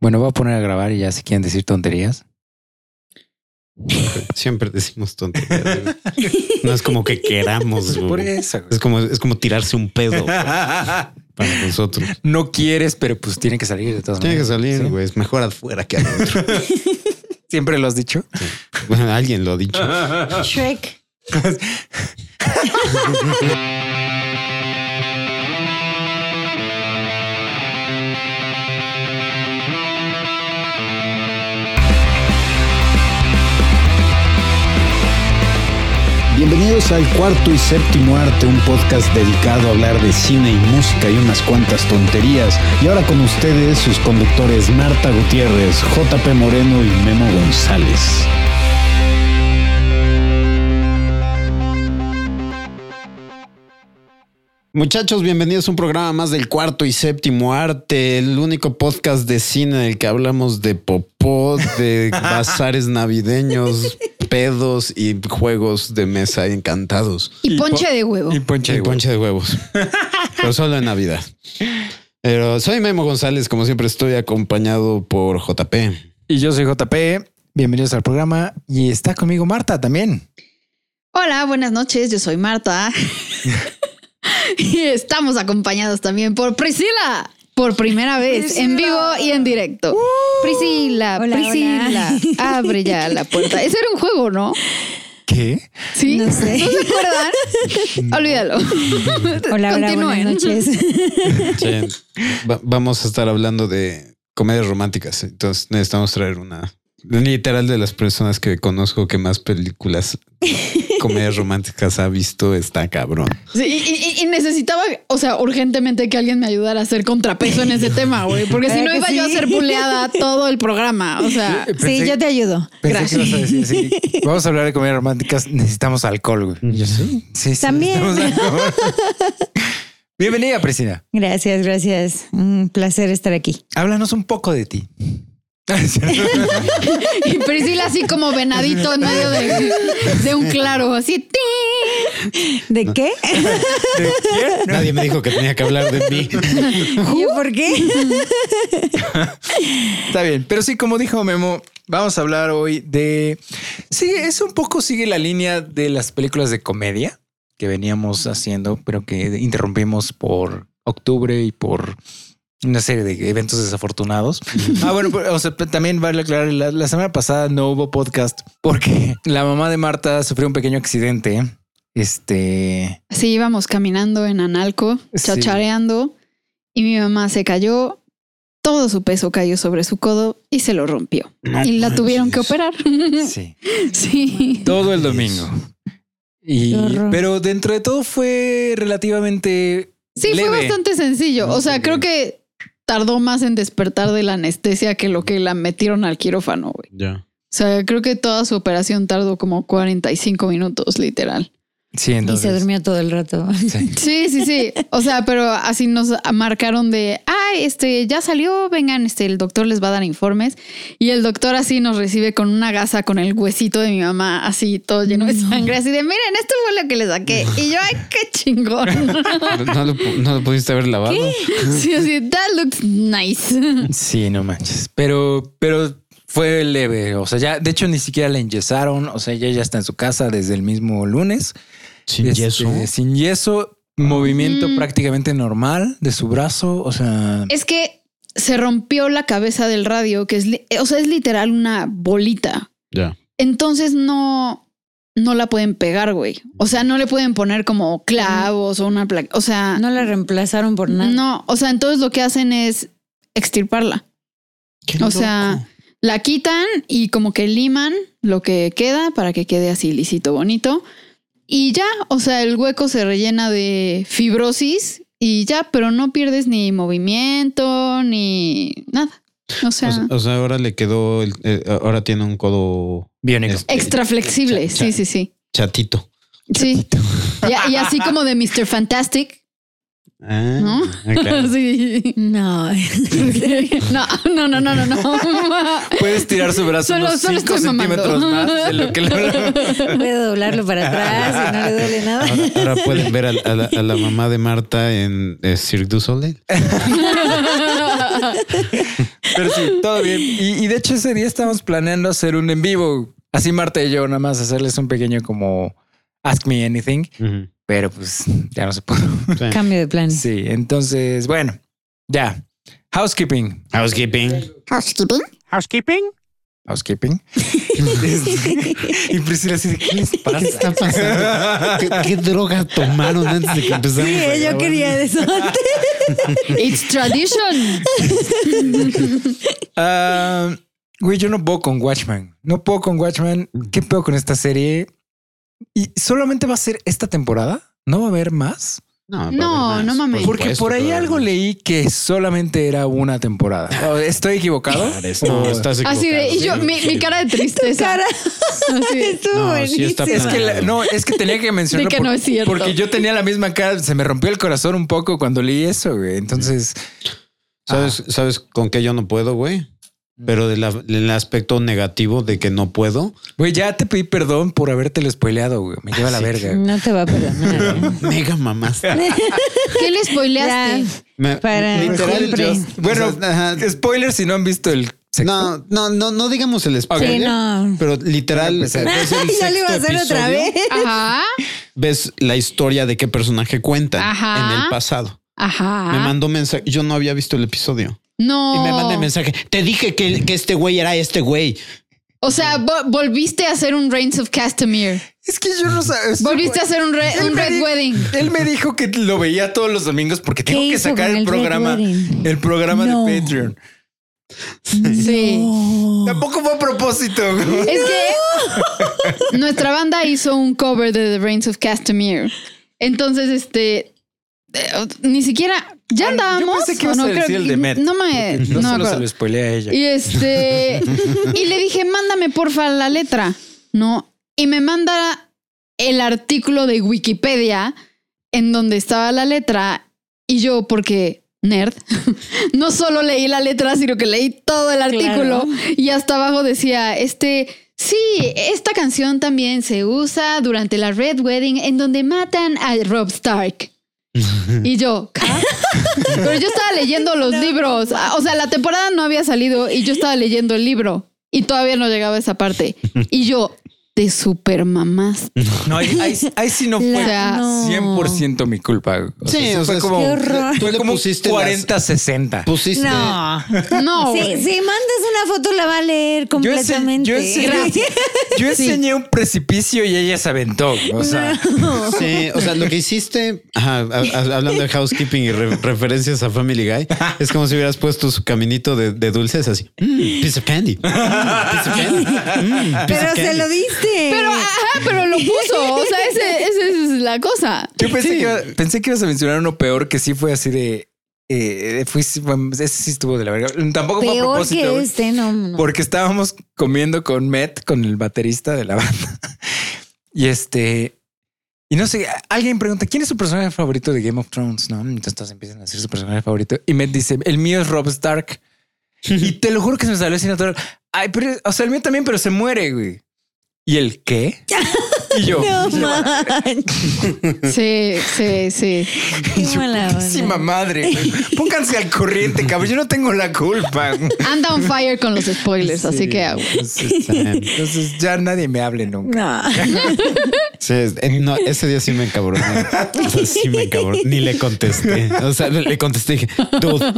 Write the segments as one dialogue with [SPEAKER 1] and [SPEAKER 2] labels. [SPEAKER 1] Bueno, voy a poner a grabar y ya si quieren decir tonterías.
[SPEAKER 2] Siempre decimos tonterías. güey. No es como que queramos,
[SPEAKER 1] Por
[SPEAKER 2] Pues, güey.
[SPEAKER 1] eso. güey.
[SPEAKER 2] Es como, es como tirarse un pedo güey, para nosotros.
[SPEAKER 1] No quieres, pero pues tiene que salir de todas
[SPEAKER 2] Tiene que
[SPEAKER 1] maneras.
[SPEAKER 2] salir,
[SPEAKER 1] ¿Sí?
[SPEAKER 2] güey. Es mejor afuera que adentro.
[SPEAKER 1] Siempre lo has dicho.
[SPEAKER 2] Bueno, alguien lo ha dicho.
[SPEAKER 3] Shrek.
[SPEAKER 4] Bienvenidos al cuarto y séptimo arte, un podcast dedicado a hablar de cine y música y unas cuantas tonterías. Y ahora con ustedes sus conductores Marta Gutiérrez, JP Moreno y Memo González.
[SPEAKER 2] Muchachos, bienvenidos a un programa más del cuarto y séptimo arte, el único podcast de cine en el que hablamos de popó, de bazares navideños, pedos y juegos de mesa encantados.
[SPEAKER 3] Y ponche de huevo.
[SPEAKER 1] Y ponche
[SPEAKER 2] Y
[SPEAKER 1] de huevo.
[SPEAKER 2] ponche de huevos. Pero solo en Navidad. Pero soy Memo González, como siempre estoy acompañado por JP.
[SPEAKER 1] Y yo soy JP. Bienvenidos al programa. Y está conmigo Marta también.
[SPEAKER 3] Hola, buenas noches. Yo soy Marta. y estamos acompañados también por Priscila. Por primera vez, en vivo y en directo. Priscila,
[SPEAKER 5] Uh. Hola,
[SPEAKER 3] Priscila, abre ya la puerta. Ese era un juego, ¿no?
[SPEAKER 1] ¿Qué?
[SPEAKER 3] Sí.
[SPEAKER 5] No sé.
[SPEAKER 3] ¿No se acuerdan? Olvídalo.
[SPEAKER 5] Hola, hola, buenas
[SPEAKER 3] Continúen.
[SPEAKER 5] noches.
[SPEAKER 2] Va- vamos a estar hablando de comedias románticas, entonces necesitamos traer una literal de las personas que conozco que más películas comedias románticas ha visto está cabrón.
[SPEAKER 3] Sí, y, y- y necesitaba, o sea, urgentemente que alguien me ayudara a hacer contrapeso en ese tema, güey. Porque si
[SPEAKER 5] ¿Verdad
[SPEAKER 3] no iba
[SPEAKER 5] que
[SPEAKER 3] yo a
[SPEAKER 5] sí?
[SPEAKER 3] ser buleada todo el programa. O sea,
[SPEAKER 1] Pensé-
[SPEAKER 5] sí, yo te ayudo.
[SPEAKER 1] Pensé que ibas a decir así. Vamos a hablar de comidas románticas. Necesitamos alcohol,
[SPEAKER 2] Mm.
[SPEAKER 1] güey. Yo sí. Sí, sí,
[SPEAKER 5] También.
[SPEAKER 1] necesitamos alcohol. Bienvenida, Priscila.
[SPEAKER 5] Gracias, gracias. Un placer estar aquí.
[SPEAKER 1] Háblanos un poco de ti.
[SPEAKER 3] y Priscila así como venadito en medio de, de un claro, así. ¡ting!
[SPEAKER 5] ¿De qué?
[SPEAKER 2] Nadie me dijo que tenía que hablar de mí.
[SPEAKER 5] ¿Y yo por qué?
[SPEAKER 1] Está bien, pero sí, como dijo Memo, vamos a hablar hoy de. Sí, es un poco sigue la línea de las películas de comedia que veníamos haciendo, pero que interrumpimos por octubre y por una serie de eventos desafortunados. ah, bueno, pero, o sea, pero también vale aclarar, la, la semana pasada no hubo podcast porque la mamá de Marta sufrió un pequeño accidente. Este,
[SPEAKER 3] Así íbamos caminando en Analco,
[SPEAKER 1] Sí.
[SPEAKER 3] chachareando, y mi mamá se cayó. Todo su peso cayó sobre su codo y se lo rompió. y la tuvieron que operar.
[SPEAKER 1] sí.
[SPEAKER 3] sí.
[SPEAKER 1] Todo el domingo. Y,
[SPEAKER 5] Qué horror.
[SPEAKER 1] pero dentro de todo fue relativamente.
[SPEAKER 3] Sí,
[SPEAKER 1] leve.
[SPEAKER 3] fue bastante sencillo.
[SPEAKER 1] No, pues
[SPEAKER 3] O sea,
[SPEAKER 1] sí.
[SPEAKER 3] creo que tardó más en despertar de la anestesia que lo que la metieron al quirófano, güey.
[SPEAKER 2] Ya.
[SPEAKER 3] O sea, creo que toda su operación tardó como 45 minutos, literal.
[SPEAKER 1] Sí,
[SPEAKER 5] Y se
[SPEAKER 1] entonces.
[SPEAKER 5] durmió todo el rato.
[SPEAKER 1] sí.
[SPEAKER 3] Sí, sí, sí. O sea, pero así nos marcaron de, ay, este, ya salió, vengan, este, el doctor les va a dar informes. Y el doctor así nos recibe con una gasa con el huesito de mi mamá, así todo lleno de sangre, así de, miren, esto fue lo que le saqué. Y yo, ay, qué chingón.
[SPEAKER 2] ¿No lo, pu- no lo pudiste haber lavado?
[SPEAKER 3] Sí, así, that looks nice.
[SPEAKER 1] Sí, no manches. Pero, pero fue leve. O sea, ya, de hecho, ni siquiera la enyesaron. O sea, ella ya está en su casa desde el mismo lunes.
[SPEAKER 2] Sin
[SPEAKER 1] Este, Sin yeso. Movimiento
[SPEAKER 3] Mm.
[SPEAKER 1] prácticamente normal de su brazo. O sea,
[SPEAKER 3] Es que se rompió la cabeza del radio, que es, li- o sea, es literal una bolita.
[SPEAKER 2] Ya.
[SPEAKER 3] Entonces no, no la pueden pegar, güey. O sea, no le pueden poner como clavos o una placa. O sea, no,
[SPEAKER 5] No la reemplazaron por nada.
[SPEAKER 3] o sea, entonces lo que hacen es extirparla. O sea, la quitan y como que liman lo que queda para que quede así lisito, bonito. Y ya, o sea, el hueco se rellena de fibrosis y ya, pero no pierdes ni movimiento ni nada. O sea,
[SPEAKER 2] O sea, o sea, ahora le quedó, el- eh, ahora tiene un codo
[SPEAKER 1] biónico.
[SPEAKER 2] este,
[SPEAKER 3] extra flexible.
[SPEAKER 2] cha- cha-
[SPEAKER 3] Sí, sí, sí.
[SPEAKER 2] chatito.
[SPEAKER 3] Sí. Y, y así como de Mr. Fantastic.
[SPEAKER 2] Ah,
[SPEAKER 3] ¿No?
[SPEAKER 2] ah, claro.
[SPEAKER 3] Sí.
[SPEAKER 5] No.
[SPEAKER 3] No, no, no, no, no, no.
[SPEAKER 1] Puedes tirar su brazo
[SPEAKER 3] Solo-
[SPEAKER 1] unos
[SPEAKER 3] solo
[SPEAKER 1] 5
[SPEAKER 3] estoy mamando.
[SPEAKER 1] centímetros más de lo que le-
[SPEAKER 5] Puedo doblarlo para atrás y no le duele nada.
[SPEAKER 2] Ahora, ahora pueden ver a, a la, a la mamá de Marta en eh, Cirque du Soleil.
[SPEAKER 1] Pero sí, todo bien. Y, y de hecho ese día estábamos planeando hacer un en vivo. Así Marta y yo, nada más hacerles un pequeño como Ask Me Anything.
[SPEAKER 2] Ujú.
[SPEAKER 1] Pero pues ya no se pudo.
[SPEAKER 2] Sí.
[SPEAKER 5] Cambio de planes.
[SPEAKER 1] Sí, entonces, bueno, ya. Housekeeping.
[SPEAKER 2] Housekeeping.
[SPEAKER 6] Housekeeping?
[SPEAKER 7] Housekeeping?
[SPEAKER 1] Housekeeping. y Priscila así de, ¿qué les pasa?
[SPEAKER 2] ¿Qué está pasando? ¿Qué, qué droga tomaron antes de que empezáramos?
[SPEAKER 5] Sí,
[SPEAKER 2] a
[SPEAKER 5] yo
[SPEAKER 2] grabar?
[SPEAKER 5] quería eso
[SPEAKER 3] Ah,
[SPEAKER 5] antes.
[SPEAKER 3] It's tradition.
[SPEAKER 1] Ah, güey, yo no puedo con Watchman. No puedo con Watchman. ¿Qué puedo con esta serie? ¿Y solamente va a ser esta temporada? ¿No va a haber más?
[SPEAKER 2] No,
[SPEAKER 3] No,
[SPEAKER 2] más,
[SPEAKER 3] no mames.
[SPEAKER 2] por
[SPEAKER 1] Porque
[SPEAKER 2] supuesto,
[SPEAKER 1] por ahí
[SPEAKER 2] pero-
[SPEAKER 1] algo leí que solamente era una temporada. Oh, ¿Estoy equivocado?
[SPEAKER 2] No,
[SPEAKER 1] O-
[SPEAKER 2] estás
[SPEAKER 3] Así de, Ah, y yo,
[SPEAKER 2] equivocado.
[SPEAKER 3] mi, mi cara de tristeza.
[SPEAKER 5] Cara,
[SPEAKER 3] Así de,
[SPEAKER 5] estuvo
[SPEAKER 2] No, sí
[SPEAKER 5] buenísimo.
[SPEAKER 2] está
[SPEAKER 1] Es que
[SPEAKER 2] planeado.
[SPEAKER 1] la- no, es que tenía que mencionar
[SPEAKER 3] De que no es cierto.
[SPEAKER 1] porque yo tenía la misma cara, se me rompió el corazón un poco cuando leí eso, güey. Entonces,
[SPEAKER 2] ¿Sabes, ¿Sabes con qué yo no puedo, güey? Pero de la- del aspecto negativo de que no puedo,
[SPEAKER 1] güey, ya te pedí perdón por habértelo spoileado, güey. Me lleva la verga. güey.
[SPEAKER 5] No te va a perdonar. ¿eh?
[SPEAKER 2] mega mamás.
[SPEAKER 3] ¿Qué le spoileaste?
[SPEAKER 5] Ya. Para siempre.
[SPEAKER 1] Bueno, spoiler si no han visto el sexto.
[SPEAKER 2] no, no, no, no digamos el spoiler.
[SPEAKER 5] Sí, no.
[SPEAKER 2] Pero literal,
[SPEAKER 1] Voy a empezar.
[SPEAKER 2] ves el
[SPEAKER 5] ya lo iba a
[SPEAKER 2] sexto
[SPEAKER 5] hacer otra
[SPEAKER 2] episodio,
[SPEAKER 5] vez.
[SPEAKER 3] Ajá.
[SPEAKER 2] Ves la historia de qué personaje cuenta
[SPEAKER 3] Ajá.
[SPEAKER 2] en el pasado.
[SPEAKER 5] Ah.
[SPEAKER 2] Me
[SPEAKER 3] Ajá.
[SPEAKER 2] mandó mensaje. Yo no había visto el episodio.
[SPEAKER 3] No.
[SPEAKER 2] Y me manda
[SPEAKER 5] Oh.
[SPEAKER 2] el mensaje. Te dije que, que este güey era este güey.
[SPEAKER 3] O sea, vo- volviste a hacer un Reigns of Castamere.
[SPEAKER 1] Es que yo no sabía.
[SPEAKER 3] Volviste a hacer un, re- un Red Wedding.
[SPEAKER 1] Él me dijo que lo veía todos los domingos porque tengo
[SPEAKER 5] ¿Qué
[SPEAKER 1] que
[SPEAKER 5] hizo
[SPEAKER 1] sacar
[SPEAKER 5] con
[SPEAKER 1] el,
[SPEAKER 5] el Red
[SPEAKER 1] programa,
[SPEAKER 5] Wedding?
[SPEAKER 1] el programa
[SPEAKER 5] No.
[SPEAKER 1] de Patreon.
[SPEAKER 3] Sí.
[SPEAKER 5] Oh.
[SPEAKER 1] Tampoco fue a propósito. güey.
[SPEAKER 3] Es que nuestra banda hizo un cover de The Reigns of Castamere. Entonces, este. eh, Ni siquiera. Ya andábamos.
[SPEAKER 1] Yo pensé que
[SPEAKER 3] o
[SPEAKER 1] ibas
[SPEAKER 3] no,
[SPEAKER 1] a decir
[SPEAKER 3] creo-
[SPEAKER 1] el de Met.
[SPEAKER 3] No me.
[SPEAKER 1] No,
[SPEAKER 3] No,
[SPEAKER 1] solo
[SPEAKER 3] me
[SPEAKER 1] se
[SPEAKER 3] acuerdo.
[SPEAKER 1] lo spoileé a ella.
[SPEAKER 3] Y este. Y le dije, mándame porfa la letra. No. Y me manda el artículo de Wikipedia en donde estaba la letra. Y yo, porque nerd, no solo leí la letra, sino que leí todo el artículo.
[SPEAKER 5] Claro.
[SPEAKER 3] Y hasta abajo decía, este. Sí, esta canción también se usa durante la Red Wedding en donde matan a Rob Stark. Y yo, ¿ca? pero yo estaba leyendo los libros. Ah, O sea, la temporada no había salido y yo estaba leyendo el libro y todavía no llegaba a esa parte. Y yo, de super mamás.
[SPEAKER 1] No, ahí, ahí- ahí sí no
[SPEAKER 5] La-
[SPEAKER 1] fue
[SPEAKER 5] no.
[SPEAKER 1] 100% mi culpa. güey. O
[SPEAKER 2] Sí,
[SPEAKER 1] sea,
[SPEAKER 2] o sea,
[SPEAKER 1] fue
[SPEAKER 2] es-
[SPEAKER 1] como,
[SPEAKER 5] qué horror.
[SPEAKER 2] Tú
[SPEAKER 1] fue
[SPEAKER 2] le
[SPEAKER 1] como
[SPEAKER 2] pusiste las-
[SPEAKER 1] 40-60.
[SPEAKER 2] Pusiste.
[SPEAKER 5] No.
[SPEAKER 3] No,
[SPEAKER 5] Si,
[SPEAKER 3] güey.
[SPEAKER 5] si mandas una foto la va a leer
[SPEAKER 1] Yo ense-
[SPEAKER 5] completamente.
[SPEAKER 1] yo enseñé- Yo enseñé un precipicio y ella se aventó. O sea,
[SPEAKER 2] Sí, o sea, lo que hiciste, ajá, ha- ha- hablando de housekeeping y re- referencias a Family Guy, es como si hubieras puesto su caminito de, de dulces así. Mm, piece of candy. Mm, piece of candy. Mm, piece
[SPEAKER 5] Pero
[SPEAKER 2] of
[SPEAKER 5] se
[SPEAKER 2] candy.
[SPEAKER 5] lo diste.
[SPEAKER 3] Pero, ajá, pero lo puso. O sea, ese- esa es la cosa.
[SPEAKER 1] yo pensé, que, iba- pensé que ibas a mencionar uno peor que sí fue así de. eh, fui- fue- ese sí estuvo de la verga. Tampoco fue a
[SPEAKER 5] Peor
[SPEAKER 1] propósito.
[SPEAKER 5] que
[SPEAKER 1] güey.
[SPEAKER 5] este, no. no.
[SPEAKER 1] Porque estábamos comiendo con Met, con el baterista de la banda. Y este. Y no sé, alguien pregunta, ¿quién es su personaje favorito de Game of Thrones? No, entonces todos empiezan a decir su personaje favorito. Y Met dice, el mío es Rob Stark. y te lo juro que se me salió así natural. Ay, pero, o sea, el mío también, pero se muere, güey. ¿Y el qué? y yo,
[SPEAKER 5] No manches.
[SPEAKER 3] Sí, sí, sí.
[SPEAKER 5] Qué mala onda.
[SPEAKER 1] "Putísima madre. güey. Pónganse al corriente, cabrón. Yo no tengo la culpa.
[SPEAKER 3] Anda on fire con los spoilers, así que. ah,
[SPEAKER 1] Entonces, entonces ya nadie me hable nunca.
[SPEAKER 5] No.
[SPEAKER 2] Sí, es- eh, no, ese día sí me encabroné. O sea, sí me encabroné. Ni le contesté. O sea, le contesté y dije, dude,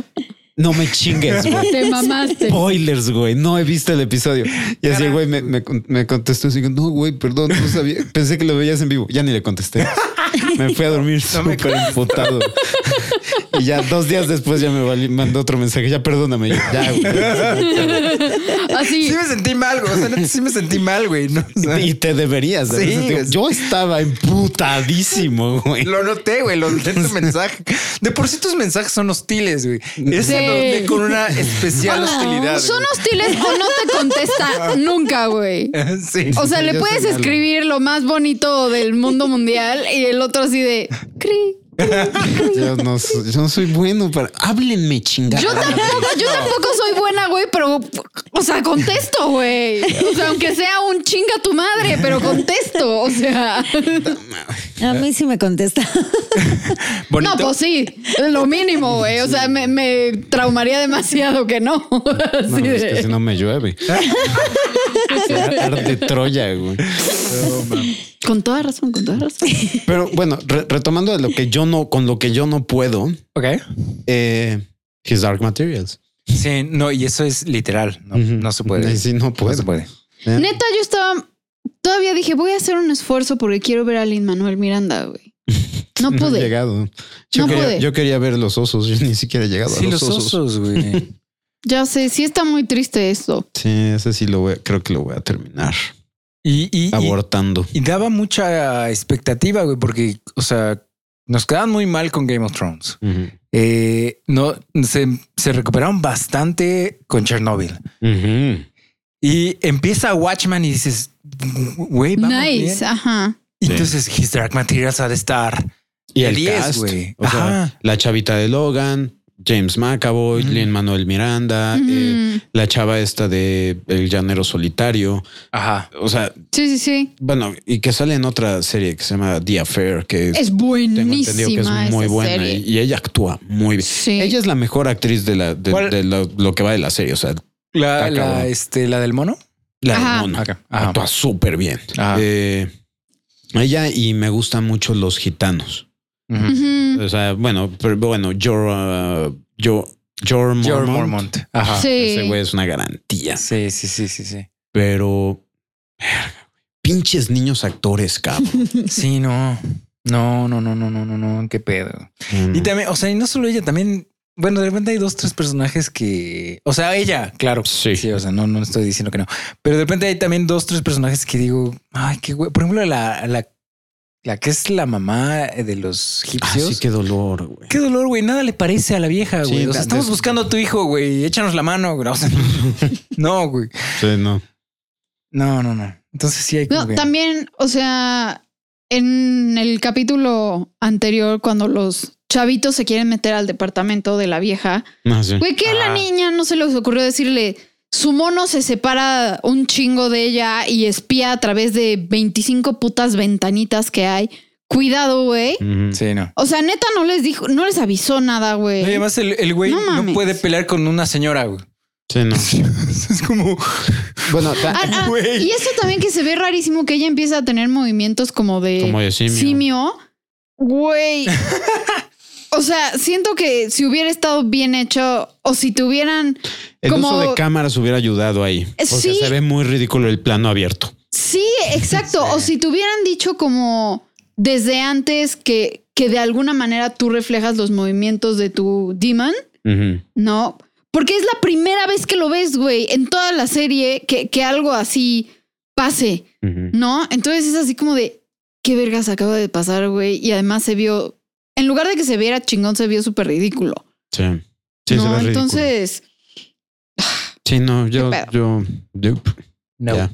[SPEAKER 2] no me chingues, güey.
[SPEAKER 3] Te mamaste.
[SPEAKER 2] Oh, Spoilers, güey. No he visto el episodio. Y así, güey, me, me, me contestó así, no, güey, perdón, no sabía. Pensé que lo veías en vivo. Ya ni le contesté. Me fui a dormir súper emputado. Y ya dos días después ya me vali- mandó otro mensaje. Ya perdóname. Yo, Ya, güey.
[SPEAKER 3] Así.
[SPEAKER 1] Sí me sentí mal, güey. O sea, neta, sí me sentí mal, güey. ¿no? O sea,
[SPEAKER 2] Y te deberías. de
[SPEAKER 1] Sí,
[SPEAKER 2] haber sentido.
[SPEAKER 1] es-
[SPEAKER 2] Yo estaba emputadísimo, güey.
[SPEAKER 1] lo noté, güey. Lo noté en tu mensaje. De por sí tus mensajes son hostiles, güey. Ese
[SPEAKER 3] Sí.
[SPEAKER 1] lo noté con una especial hostilidad.
[SPEAKER 3] "Ah, Son hostiles o no te contesta nunca, güey.
[SPEAKER 1] güey. Sí.
[SPEAKER 3] O sea, le
[SPEAKER 2] yo
[SPEAKER 3] puedes
[SPEAKER 2] soy malo.
[SPEAKER 3] escribir lo más bonito del mundo mundial y el otro así de cri.
[SPEAKER 2] Yo no, soy- yo no soy bueno para. Háblenme, chingada.
[SPEAKER 3] Yo tampoco, yo tampoco soy buena, güey, pero O sea, contesto, güey. O sea, aunque sea un chinga tu madre, pero contesto. O sea,
[SPEAKER 5] A mí sí me contesta.
[SPEAKER 1] Bonito.
[SPEAKER 3] no, pues sí, lo mínimo, güey. O sea, me, me traumaría demasiado que no. Así
[SPEAKER 2] No, es que
[SPEAKER 3] de-
[SPEAKER 2] si no me llueve. Arde Troya, güey.
[SPEAKER 3] Con toda razón, con toda razón.
[SPEAKER 2] Pero bueno, re- retomando de lo que yo no, con lo que yo no puedo,
[SPEAKER 1] Ok.
[SPEAKER 2] eh, His Dark Materials.
[SPEAKER 1] Sí, no, y eso es literal. No,
[SPEAKER 2] Ujú.
[SPEAKER 1] no se puede.
[SPEAKER 2] Sí, no
[SPEAKER 1] No se
[SPEAKER 2] puedo.
[SPEAKER 1] puede.
[SPEAKER 2] Eh,
[SPEAKER 3] Neta, yo estaba. Todavía dije, voy a hacer un esfuerzo porque quiero ver a Lin Manuel Miranda, güey. No
[SPEAKER 2] no he
[SPEAKER 3] pude.
[SPEAKER 2] llegado. Yo,
[SPEAKER 3] No
[SPEAKER 2] quería,
[SPEAKER 3] pude.
[SPEAKER 2] yo quería ver los osos. Yo ni siquiera he llegado
[SPEAKER 1] Sí,
[SPEAKER 2] a
[SPEAKER 1] los
[SPEAKER 2] los, osos.
[SPEAKER 1] osos, güey.
[SPEAKER 3] ya sé, sí está muy triste esto.
[SPEAKER 2] Sí, ese sí lo voy, a- creo que lo voy a terminar
[SPEAKER 1] y, y, y,
[SPEAKER 2] abortando.
[SPEAKER 1] y daba mucha expectativa, güey, porque, o sea, nos quedaban muy mal con Game of Thrones.
[SPEAKER 2] Ujú.
[SPEAKER 1] Eh, no, se, se recuperaron bastante con Chernobyl.
[SPEAKER 2] Ujú.
[SPEAKER 1] Y empieza Watchman y dices, güey, vamos
[SPEAKER 3] Nice,
[SPEAKER 1] bien.
[SPEAKER 3] ajá.
[SPEAKER 1] Y Entonces, His Dark Materials ha de estar.
[SPEAKER 2] Y
[SPEAKER 1] De
[SPEAKER 2] el
[SPEAKER 1] 10,
[SPEAKER 2] cast,
[SPEAKER 1] güey.
[SPEAKER 2] o sea,
[SPEAKER 1] Ajá.
[SPEAKER 2] la chavita de Logan, James McAvoy,
[SPEAKER 1] Ujú.
[SPEAKER 2] Lin Manuel Miranda,
[SPEAKER 3] Ujú.
[SPEAKER 2] eh, la chava esta de El Llanero Solitario.
[SPEAKER 1] Ajá.
[SPEAKER 2] O sea,
[SPEAKER 3] sí, sí, sí.
[SPEAKER 2] bueno, y que sale en otra serie que se llama The Affair, que
[SPEAKER 3] Es
[SPEAKER 2] tengo entendido que es
[SPEAKER 3] buenísima.
[SPEAKER 2] muy
[SPEAKER 3] esa
[SPEAKER 2] buena
[SPEAKER 3] serie.
[SPEAKER 2] y, y ella actúa muy bien.
[SPEAKER 3] Sí.
[SPEAKER 2] Ella es la mejor actriz de, la, de,
[SPEAKER 1] ¿Cuál?
[SPEAKER 2] de lo, lo que va de la serie, o sea,
[SPEAKER 1] La,
[SPEAKER 2] Está
[SPEAKER 1] la,
[SPEAKER 2] cabrón.
[SPEAKER 1] este, la del mono.
[SPEAKER 2] la de
[SPEAKER 3] Ajá.
[SPEAKER 2] Mona.
[SPEAKER 1] Ok. Ajá.
[SPEAKER 2] Actúa súper bien.
[SPEAKER 1] Ajá.
[SPEAKER 2] Eh, ella y me gustan mucho los gitanos.
[SPEAKER 1] Ujú.
[SPEAKER 3] Ujú.
[SPEAKER 2] O sea, bueno, pero bueno, Jor, ah, Jor, Jor Mormont.
[SPEAKER 1] Jor Mormont. Ajá.
[SPEAKER 3] Sí.
[SPEAKER 2] Ah, Ese güey es una garantía.
[SPEAKER 1] Sí, sí, sí, sí, sí.
[SPEAKER 2] Pero verga, güey, pinches niños actores, cabrón.
[SPEAKER 1] Sí, no. No, no, no, no, no, no, no. Qué pedo.
[SPEAKER 2] Mm.
[SPEAKER 1] Y también, o sea, y no solo ella, también, bueno, de repente hay dos, tres personajes que, o sea, ella, claro.
[SPEAKER 2] Sí.
[SPEAKER 1] o sea, no, no estoy diciendo que no. Pero de repente hay también dos, tres personajes que digo, ay, qué güey. Por ejemplo, la, la, la que es la mamá de los
[SPEAKER 2] Ah,
[SPEAKER 1] egipcios.
[SPEAKER 2] sí, qué dolor, güey.
[SPEAKER 1] Qué dolor, güey. Nada le parece a la vieja,
[SPEAKER 2] Sí,
[SPEAKER 1] güey. o
[SPEAKER 2] da-
[SPEAKER 1] sea, estamos
[SPEAKER 2] des-
[SPEAKER 1] buscando a tu hijo, güey. Échanos la mano, güey. O sea, no, güey.
[SPEAKER 2] Sí, no.
[SPEAKER 1] No, no, no. Entonces sí hay como
[SPEAKER 3] No,
[SPEAKER 1] que-
[SPEAKER 3] también, o sea, en el capítulo anterior, cuando los chavitos se quieren meter al departamento de la vieja,
[SPEAKER 2] No, sí.
[SPEAKER 3] güey, que la
[SPEAKER 1] Ah.
[SPEAKER 3] niña no se les ocurrió decirle. Su mono se separa un chingo de ella y espía a través de 25 putas ventanitas que hay. Cuidado, güey.
[SPEAKER 2] Ujú.
[SPEAKER 1] Sí, no.
[SPEAKER 3] O sea, neta no les dijo, no les avisó nada,
[SPEAKER 1] No,
[SPEAKER 3] güey.
[SPEAKER 1] y además el, el güey
[SPEAKER 3] Eh, No
[SPEAKER 1] no,
[SPEAKER 3] mames.
[SPEAKER 1] puede pelear con una señora, güey.
[SPEAKER 2] Sí, no.
[SPEAKER 1] es como...
[SPEAKER 2] Bueno, da-
[SPEAKER 3] Ah, ah,
[SPEAKER 1] Güey.
[SPEAKER 3] y eso también que se ve rarísimo que ella empieza a tener movimientos como de,
[SPEAKER 2] como de simio.
[SPEAKER 3] simio. Güey. o sea, siento que si hubiera estado bien hecho o si tuvieran.
[SPEAKER 2] El
[SPEAKER 3] como- Eh,
[SPEAKER 2] uso de cámaras hubiera ayudado ahí. Porque
[SPEAKER 3] Sí.
[SPEAKER 2] se ve muy ridículo el plano abierto.
[SPEAKER 3] Sí, exacto. O si tuvieran dicho como desde antes que, que de alguna manera tú reflejas los movimientos de tu demon,
[SPEAKER 2] Ujú.
[SPEAKER 3] ¿no? Porque es la primera vez que lo ves, güey, en toda la serie que, que algo así pase.
[SPEAKER 2] Ujú.
[SPEAKER 3] ¿No? Entonces es así como de qué vergas acaba de pasar, güey. Y además se vio, en lugar de que se viera chingón, se vio súper ridículo.
[SPEAKER 2] Sí. Sí,
[SPEAKER 3] no,
[SPEAKER 2] se ve ridículo.
[SPEAKER 3] entonces,
[SPEAKER 2] Sí, no, yo,
[SPEAKER 3] pedo?
[SPEAKER 2] yo, yo,
[SPEAKER 1] No.
[SPEAKER 2] Ya.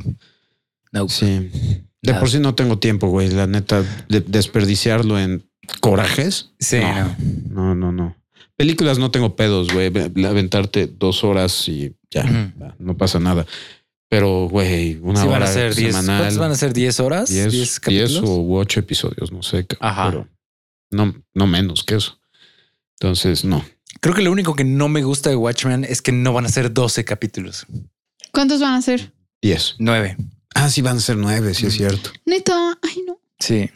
[SPEAKER 1] No.
[SPEAKER 2] Sí. De
[SPEAKER 1] Nada.
[SPEAKER 2] por sí no tengo tiempo, güey. La neta, de- desperdiciarlo en corajes.
[SPEAKER 1] Sí,
[SPEAKER 2] No.
[SPEAKER 1] no.
[SPEAKER 2] No, no, no. Películas no tengo pedos, güey. Ve- Aventarte dos horas y ya,
[SPEAKER 1] Ujú.
[SPEAKER 2] ya, no pasa nada. Pero, güey, una
[SPEAKER 1] Sí,
[SPEAKER 2] hora
[SPEAKER 1] van a ser 10. ¿Cuántos van
[SPEAKER 2] semanal.
[SPEAKER 1] a ser 10 horas?
[SPEAKER 2] 10
[SPEAKER 1] ¿Diez capítulos?
[SPEAKER 2] 10 u 8 episodios, no sé. cabrón,
[SPEAKER 1] Ajá.
[SPEAKER 2] Pero no, no menos que eso. Entonces, no.
[SPEAKER 1] Creo que lo único que no me gusta de Watchmen es que no van a ser 12 capítulos.
[SPEAKER 3] ¿cuántos van a ser?
[SPEAKER 2] 10.
[SPEAKER 1] 9.
[SPEAKER 2] Ah, sí, van a ser 9,
[SPEAKER 1] Mm.
[SPEAKER 2] sí es cierto.
[SPEAKER 3] Neta, ay no.
[SPEAKER 1] Sí.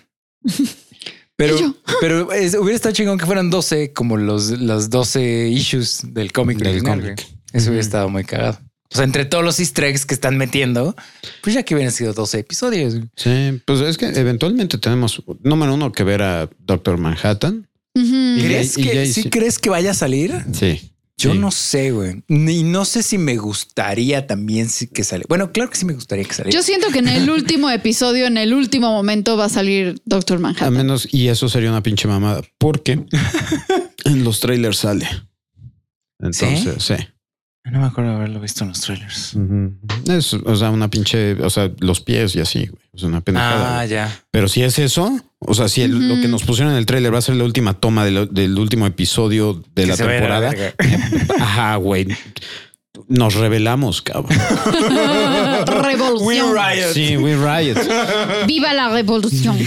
[SPEAKER 1] Pero,
[SPEAKER 3] Y yo.
[SPEAKER 1] pero es- hubiera estado chingón que fueran 12, como los, las 12 issues del cómic.
[SPEAKER 2] Del
[SPEAKER 1] original,
[SPEAKER 2] cómic.
[SPEAKER 1] güey. Eso hubiera
[SPEAKER 2] Ujú.
[SPEAKER 1] estado muy cagado. O sea, entre todos los easter eggs que están metiendo, pues ya que hubieran sido 12 episodios. güey.
[SPEAKER 2] Sí, pues es que eventualmente tenemos, número uno, que ver a Doctor Manhattan.
[SPEAKER 3] Ujú.
[SPEAKER 2] Y ya-
[SPEAKER 1] ¿Crees
[SPEAKER 2] y ya
[SPEAKER 1] que,
[SPEAKER 2] hice-
[SPEAKER 1] ¿Sí crees que vaya a salir?
[SPEAKER 2] Sí.
[SPEAKER 1] Yo
[SPEAKER 2] Sí.
[SPEAKER 1] no sé, güey. Y no sé si me gustaría también si- que saliera. Bueno, claro que sí me gustaría que saliera.
[SPEAKER 3] Yo siento que en el último episodio, en el último momento, va a salir Doctor
[SPEAKER 2] A
[SPEAKER 3] Manhattan.
[SPEAKER 2] menos, y eso sería una pinche mamada, porque en los trailers sale. Entonces, sí.
[SPEAKER 1] No me acuerdo de haberlo visto en los trailers.
[SPEAKER 2] Es, o sea, una pinche, o sea, los pies y así, güey. Es una pendejada.
[SPEAKER 1] Ah,
[SPEAKER 2] güey.
[SPEAKER 1] ya.
[SPEAKER 2] Pero si es eso, o sea, si el-
[SPEAKER 3] Ujú.
[SPEAKER 2] lo que nos pusieron en el trailer va a ser la última toma de lo- del último episodio de
[SPEAKER 1] Que
[SPEAKER 2] la
[SPEAKER 1] se vaya a
[SPEAKER 2] temporada.
[SPEAKER 1] verga.
[SPEAKER 2] Ajá, güey. Nos rebelamos, cabrón.
[SPEAKER 1] Pues
[SPEAKER 3] revolución.
[SPEAKER 2] Sí, we riot. Ah.
[SPEAKER 3] Viva la revolución.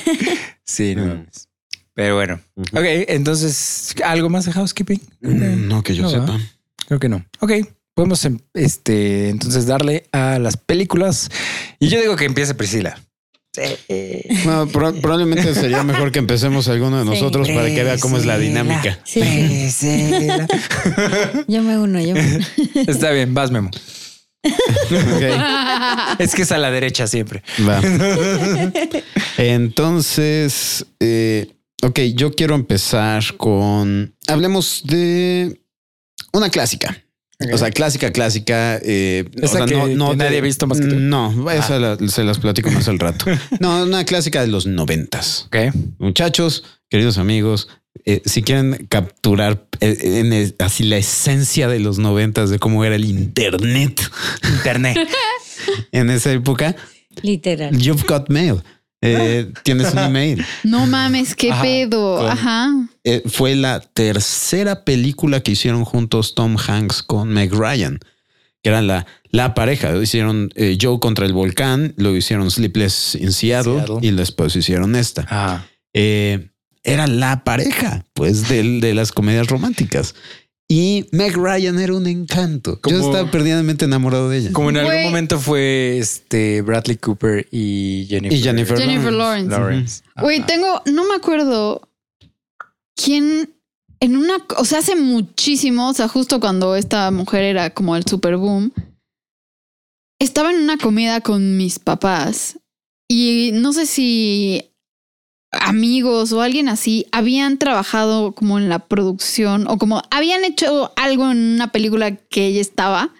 [SPEAKER 1] Sí, no.
[SPEAKER 2] Mm.
[SPEAKER 1] mames. Pero bueno.
[SPEAKER 2] Ujú.
[SPEAKER 1] Ok, entonces, ¿algo más de housekeeping?
[SPEAKER 2] No que yo
[SPEAKER 1] No,
[SPEAKER 2] sepa.
[SPEAKER 1] Creo que no. Ok, podemos em- este, entonces darle a las películas. Y yo digo que empiece Priscila.
[SPEAKER 2] No, pro- probablemente sería mejor que empecemos alguno de nosotros para que vea cómo es la dinámica.
[SPEAKER 5] Sí,
[SPEAKER 1] Priscila.
[SPEAKER 5] yo me uno, yo me uno.
[SPEAKER 1] Está bien, vas, Memo.
[SPEAKER 2] Ok,
[SPEAKER 1] Es que es a la derecha siempre.
[SPEAKER 2] va. Entonces, eh, ok, yo quiero empezar con. Hablemos de una clásica. O sea, clásica, clásica. eh, o
[SPEAKER 1] Esa
[SPEAKER 2] sea,
[SPEAKER 1] que- que nadie ha visto más que tú. Ah.
[SPEAKER 2] No, esa la- se las platico más al rato. No, una clásica de los noventas.
[SPEAKER 1] Ok.
[SPEAKER 2] muchachos, queridos amigos, eh, si quieren capturar eh, en el- así la esencia de los noventas de cómo era el internet
[SPEAKER 1] Internet.
[SPEAKER 2] en esa época,
[SPEAKER 5] Literal.
[SPEAKER 2] you've got mail. Eh, tienes un email.
[SPEAKER 3] No mames, qué
[SPEAKER 1] Ajá,
[SPEAKER 3] pedo.
[SPEAKER 2] con-
[SPEAKER 3] Ajá.
[SPEAKER 2] Eh, fue la tercera película que hicieron juntos Tom Hanks con Meg Ryan, que eran la, la pareja. Lo hicieron eh, Joe contra el volcán, lo hicieron Sleepless in Seattle,
[SPEAKER 1] Seattle.
[SPEAKER 2] y después hicieron esta.
[SPEAKER 1] Ah,
[SPEAKER 2] eh, era la pareja, pues, del- de, las comedias románticas. Y Meg Ryan era un encanto. Yo
[SPEAKER 1] Como-
[SPEAKER 2] estaba perdidamente enamorado de ella.
[SPEAKER 1] como en algún
[SPEAKER 3] Güey.
[SPEAKER 1] momento fue este Bradley Cooper y Jennifer.
[SPEAKER 2] Y Jennifer,
[SPEAKER 3] Jennifer Lawrence.
[SPEAKER 1] Lawrence. Ah.
[SPEAKER 3] Güey,
[SPEAKER 1] Ajá.
[SPEAKER 3] tengo, no me acuerdo quién en una, o sea, hace muchísimo, o sea, justo cuando esta mujer era como el super boom, estaba en una comida con mis papás y no sé si amigos o alguien así habían trabajado como en la producción o como habían hecho algo en una película que ella estaba.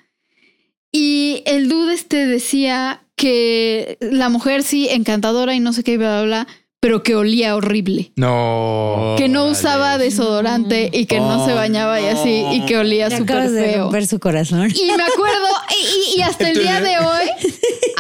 [SPEAKER 3] Y el dude este decía que la mujer sí, encantadora y no sé qué, bla, bla, bla, pero que olía horrible.
[SPEAKER 1] No.
[SPEAKER 3] que no usaba desodorante y que no se bañaba y así, y que olía
[SPEAKER 5] Ya
[SPEAKER 3] súper
[SPEAKER 5] acabas de
[SPEAKER 3] feo.
[SPEAKER 5] romper su corazón.
[SPEAKER 3] Y me acuerdo, y, y- y hasta el día de hoy,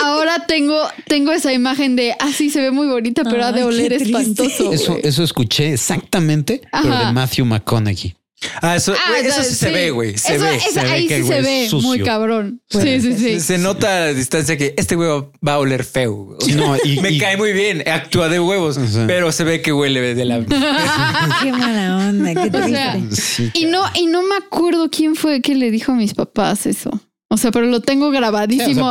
[SPEAKER 3] ahora tengo, tengo esa imagen de, ah, sí, se ve muy bonita, pero ha
[SPEAKER 5] Ay,
[SPEAKER 3] de
[SPEAKER 5] qué
[SPEAKER 3] oler
[SPEAKER 5] triste.
[SPEAKER 3] espantoso.
[SPEAKER 2] Eso,
[SPEAKER 3] güey".
[SPEAKER 2] eso escuché exactamente, pero
[SPEAKER 3] Ajá.
[SPEAKER 2] de Matthew McConaughey.
[SPEAKER 1] Ah, eso,
[SPEAKER 3] Ah,
[SPEAKER 1] güey,
[SPEAKER 3] o
[SPEAKER 1] eso
[SPEAKER 3] sea,
[SPEAKER 1] sí, se ve, güey. Se
[SPEAKER 3] Eso-
[SPEAKER 1] ve.
[SPEAKER 3] eso-
[SPEAKER 2] se ve
[SPEAKER 3] ahí
[SPEAKER 2] que
[SPEAKER 3] sí
[SPEAKER 2] el
[SPEAKER 3] se
[SPEAKER 2] güey
[SPEAKER 3] ve
[SPEAKER 2] es sucio.
[SPEAKER 3] muy cabrón.
[SPEAKER 5] Puede
[SPEAKER 3] Sí, sí,
[SPEAKER 5] ser.
[SPEAKER 3] sí.
[SPEAKER 1] Se nota a distancia que este güey va a oler feo. güey.
[SPEAKER 2] Sí, no, y-
[SPEAKER 1] Me
[SPEAKER 2] y-
[SPEAKER 1] cae muy bien, actúa de huevos,
[SPEAKER 2] Ajá.
[SPEAKER 1] pero se ve que huele de la.
[SPEAKER 5] qué mala onda, qué triste.
[SPEAKER 3] O sea,
[SPEAKER 2] Sí,
[SPEAKER 3] Y no, y no me acuerdo quién fue que le dijo a mis papás eso. O sea, pero lo tengo
[SPEAKER 2] Sí, o
[SPEAKER 3] grabadísimo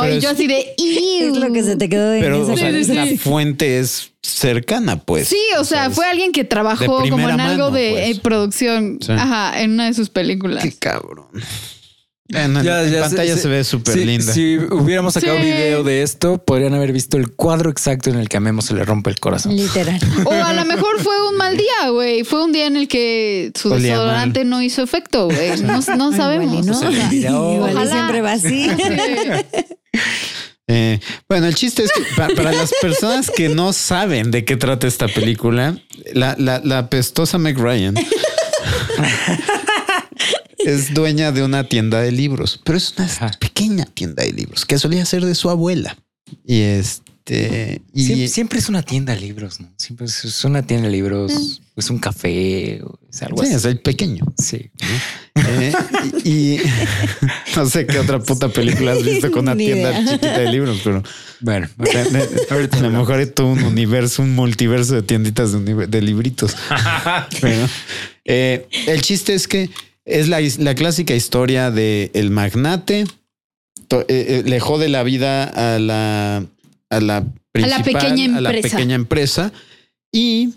[SPEAKER 2] sea, pero
[SPEAKER 3] y yo
[SPEAKER 2] es-
[SPEAKER 3] así de
[SPEAKER 5] es lo que se te quedó en
[SPEAKER 2] pero
[SPEAKER 5] esa
[SPEAKER 2] o sea,
[SPEAKER 3] Sí, sí,
[SPEAKER 5] cabeza.
[SPEAKER 2] la
[SPEAKER 3] sí.
[SPEAKER 2] fuente es cercana, pues.
[SPEAKER 3] Sí, o sea,
[SPEAKER 2] es-
[SPEAKER 3] fue alguien que
[SPEAKER 2] de
[SPEAKER 3] trabajó como
[SPEAKER 2] primera
[SPEAKER 3] en algo
[SPEAKER 2] mano,
[SPEAKER 3] de
[SPEAKER 2] pues.
[SPEAKER 3] eh, producción,
[SPEAKER 2] Sí.
[SPEAKER 3] ajá, en una de sus películas.
[SPEAKER 2] Qué cabrón. En, en
[SPEAKER 1] Ya- ya
[SPEAKER 2] pantalla se, ve súper
[SPEAKER 1] si-
[SPEAKER 2] linda.
[SPEAKER 1] Si hubiéramos sacado
[SPEAKER 3] Sí.
[SPEAKER 1] video de esto, podrían haber visto el cuadro exacto en el que a Memo se le rompe el corazón.
[SPEAKER 5] Literal.
[SPEAKER 3] O a lo mejor fue un mal día, güey. Fue un día en el que su
[SPEAKER 2] Olía
[SPEAKER 3] desodorante no hizo efecto, güey. No, no
[SPEAKER 5] Ay,
[SPEAKER 3] sabemos.
[SPEAKER 5] igual y
[SPEAKER 3] o sea,
[SPEAKER 5] no.
[SPEAKER 1] sea,
[SPEAKER 5] Igual y
[SPEAKER 3] ojalá.
[SPEAKER 5] siempre va así.
[SPEAKER 3] sí.
[SPEAKER 2] Eh, bueno, el chiste es que pa- para las personas que no saben de qué trata esta película, la, la, la pestosa Meg Ryan es dueña de una tienda de libros, pero es una
[SPEAKER 1] Ajá.
[SPEAKER 2] pequeña tienda de libros que solía ser de su abuela. Y este. Y,
[SPEAKER 1] Siem- Siempre, es una tienda de libros, ¿no? Siempre es- es una tienda de libros,
[SPEAKER 2] Mm.
[SPEAKER 1] es un café, o es algo
[SPEAKER 2] Sí, es
[SPEAKER 1] así.
[SPEAKER 2] el pequeño.
[SPEAKER 1] Sí.
[SPEAKER 2] Eh, y, y- no sé qué otra puta película has visto con una
[SPEAKER 5] Ni
[SPEAKER 2] tienda
[SPEAKER 5] idea.
[SPEAKER 2] chiquita de libros, pero
[SPEAKER 1] Bueno,
[SPEAKER 2] de- de- a lo mejor es todo un universo, un multiverso de tienditas de, univer- de libritos. Pero, eh, el chiste es que es la, his- la clásica historia de el magnate to- eh, eh, le jode la vida a la a la, principal,
[SPEAKER 3] pequeña
[SPEAKER 2] a la
[SPEAKER 3] empresa.
[SPEAKER 2] pequeña empresa y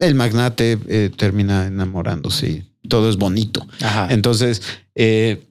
[SPEAKER 2] el magnate eh, termina enamorándose. y Todo es bonito.
[SPEAKER 1] Ajá.
[SPEAKER 2] Entonces, eh,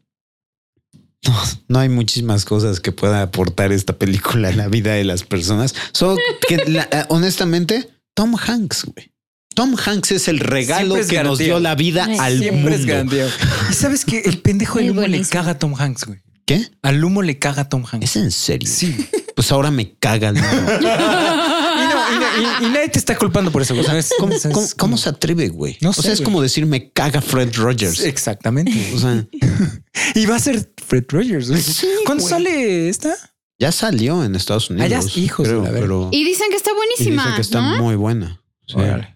[SPEAKER 2] no, no hay muchísimas cosas que pueda aportar esta película a la vida de las personas. Solo que, la- eh, honestamente, Tom Hanks, güey. Tom Hanks es el regalo
[SPEAKER 1] Siempre es
[SPEAKER 2] que nos
[SPEAKER 1] garantía.
[SPEAKER 2] dio la vida
[SPEAKER 5] Ay,
[SPEAKER 2] al
[SPEAKER 1] Siempre es
[SPEAKER 2] mundo.
[SPEAKER 1] grandioso. Y sabes que el pendejo del
[SPEAKER 5] Muy
[SPEAKER 1] humo le
[SPEAKER 5] buenísimo.
[SPEAKER 1] caga a Tom Hanks, güey.
[SPEAKER 2] ¿Qué?
[SPEAKER 1] Al humo le caga a Tom Hanks.
[SPEAKER 2] ¿Es en serio?
[SPEAKER 1] Sí.
[SPEAKER 2] Pues ahora me cagan.
[SPEAKER 1] Y, no- y no- y- y nadie te está culpando por eso. güey. ¿Sabes?
[SPEAKER 2] ¿Cómo,
[SPEAKER 1] ¿Sabes
[SPEAKER 2] cómo- cómo se atreve, güey?
[SPEAKER 1] No
[SPEAKER 2] o
[SPEAKER 1] sé,
[SPEAKER 2] sea, es
[SPEAKER 1] güey.
[SPEAKER 2] como decir me caga Fred Rogers.
[SPEAKER 1] Exactamente.
[SPEAKER 2] O sea,
[SPEAKER 1] Y va a ser Fred Rogers. güey. ¿Cuándo
[SPEAKER 2] güey.
[SPEAKER 1] sale esta?
[SPEAKER 2] ya salió en Estados Unidos.
[SPEAKER 1] Allá, Ah, hijos de
[SPEAKER 2] creo,
[SPEAKER 1] la verga.
[SPEAKER 2] pero
[SPEAKER 3] Y dicen que está
[SPEAKER 2] y dicen
[SPEAKER 3] buenísima,
[SPEAKER 2] que está
[SPEAKER 3] ¿no?
[SPEAKER 2] muy buena. Sí.
[SPEAKER 1] Órale.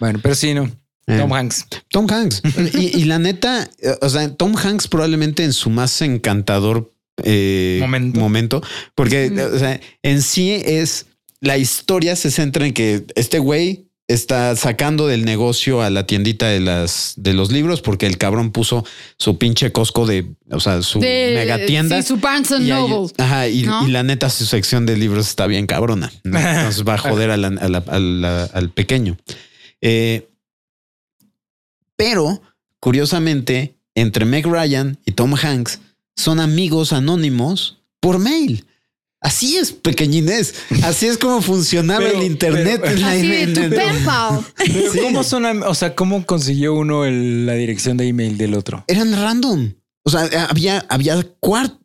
[SPEAKER 1] Bueno, pero sí, no.
[SPEAKER 2] Eh,
[SPEAKER 1] Tom Hanks.
[SPEAKER 2] Tom Hanks. Y, y la neta, eh, o sea, Tom Hanks probablemente en su más encantador eh,
[SPEAKER 1] Momento.
[SPEAKER 2] momento. porque
[SPEAKER 3] Mm.
[SPEAKER 2] o sea, en sí es la historia se centra en que este güey está sacando del negocio a la tiendita de las de los libros porque el cabrón puso su pinche Costco de, o sea, su
[SPEAKER 3] De-
[SPEAKER 2] mega tienda.
[SPEAKER 3] Sí, su Barnes and
[SPEAKER 2] Y ahí-
[SPEAKER 3] Noble.
[SPEAKER 2] ajá, y,
[SPEAKER 3] ¿no?
[SPEAKER 2] y la neta, su sección de libros está bien cabrona. ¿no? Entonces va a joder a la- a la- a la- al pequeño. Eh, pero, curiosamente, entre Meg Ryan y Tom Hanks son amigos anónimos por mail. Así es, pequeñinés. Así es como funcionaba
[SPEAKER 1] Pero-
[SPEAKER 2] el internet.
[SPEAKER 1] pero-
[SPEAKER 2] en la-
[SPEAKER 3] Así,
[SPEAKER 2] en-
[SPEAKER 3] tu
[SPEAKER 2] en-
[SPEAKER 3] pen pal.
[SPEAKER 1] Pero ¿Cómo son, am- o sea, cómo consiguió uno el- la dirección de email del otro?
[SPEAKER 2] eran random. O sea, había, había cuarto.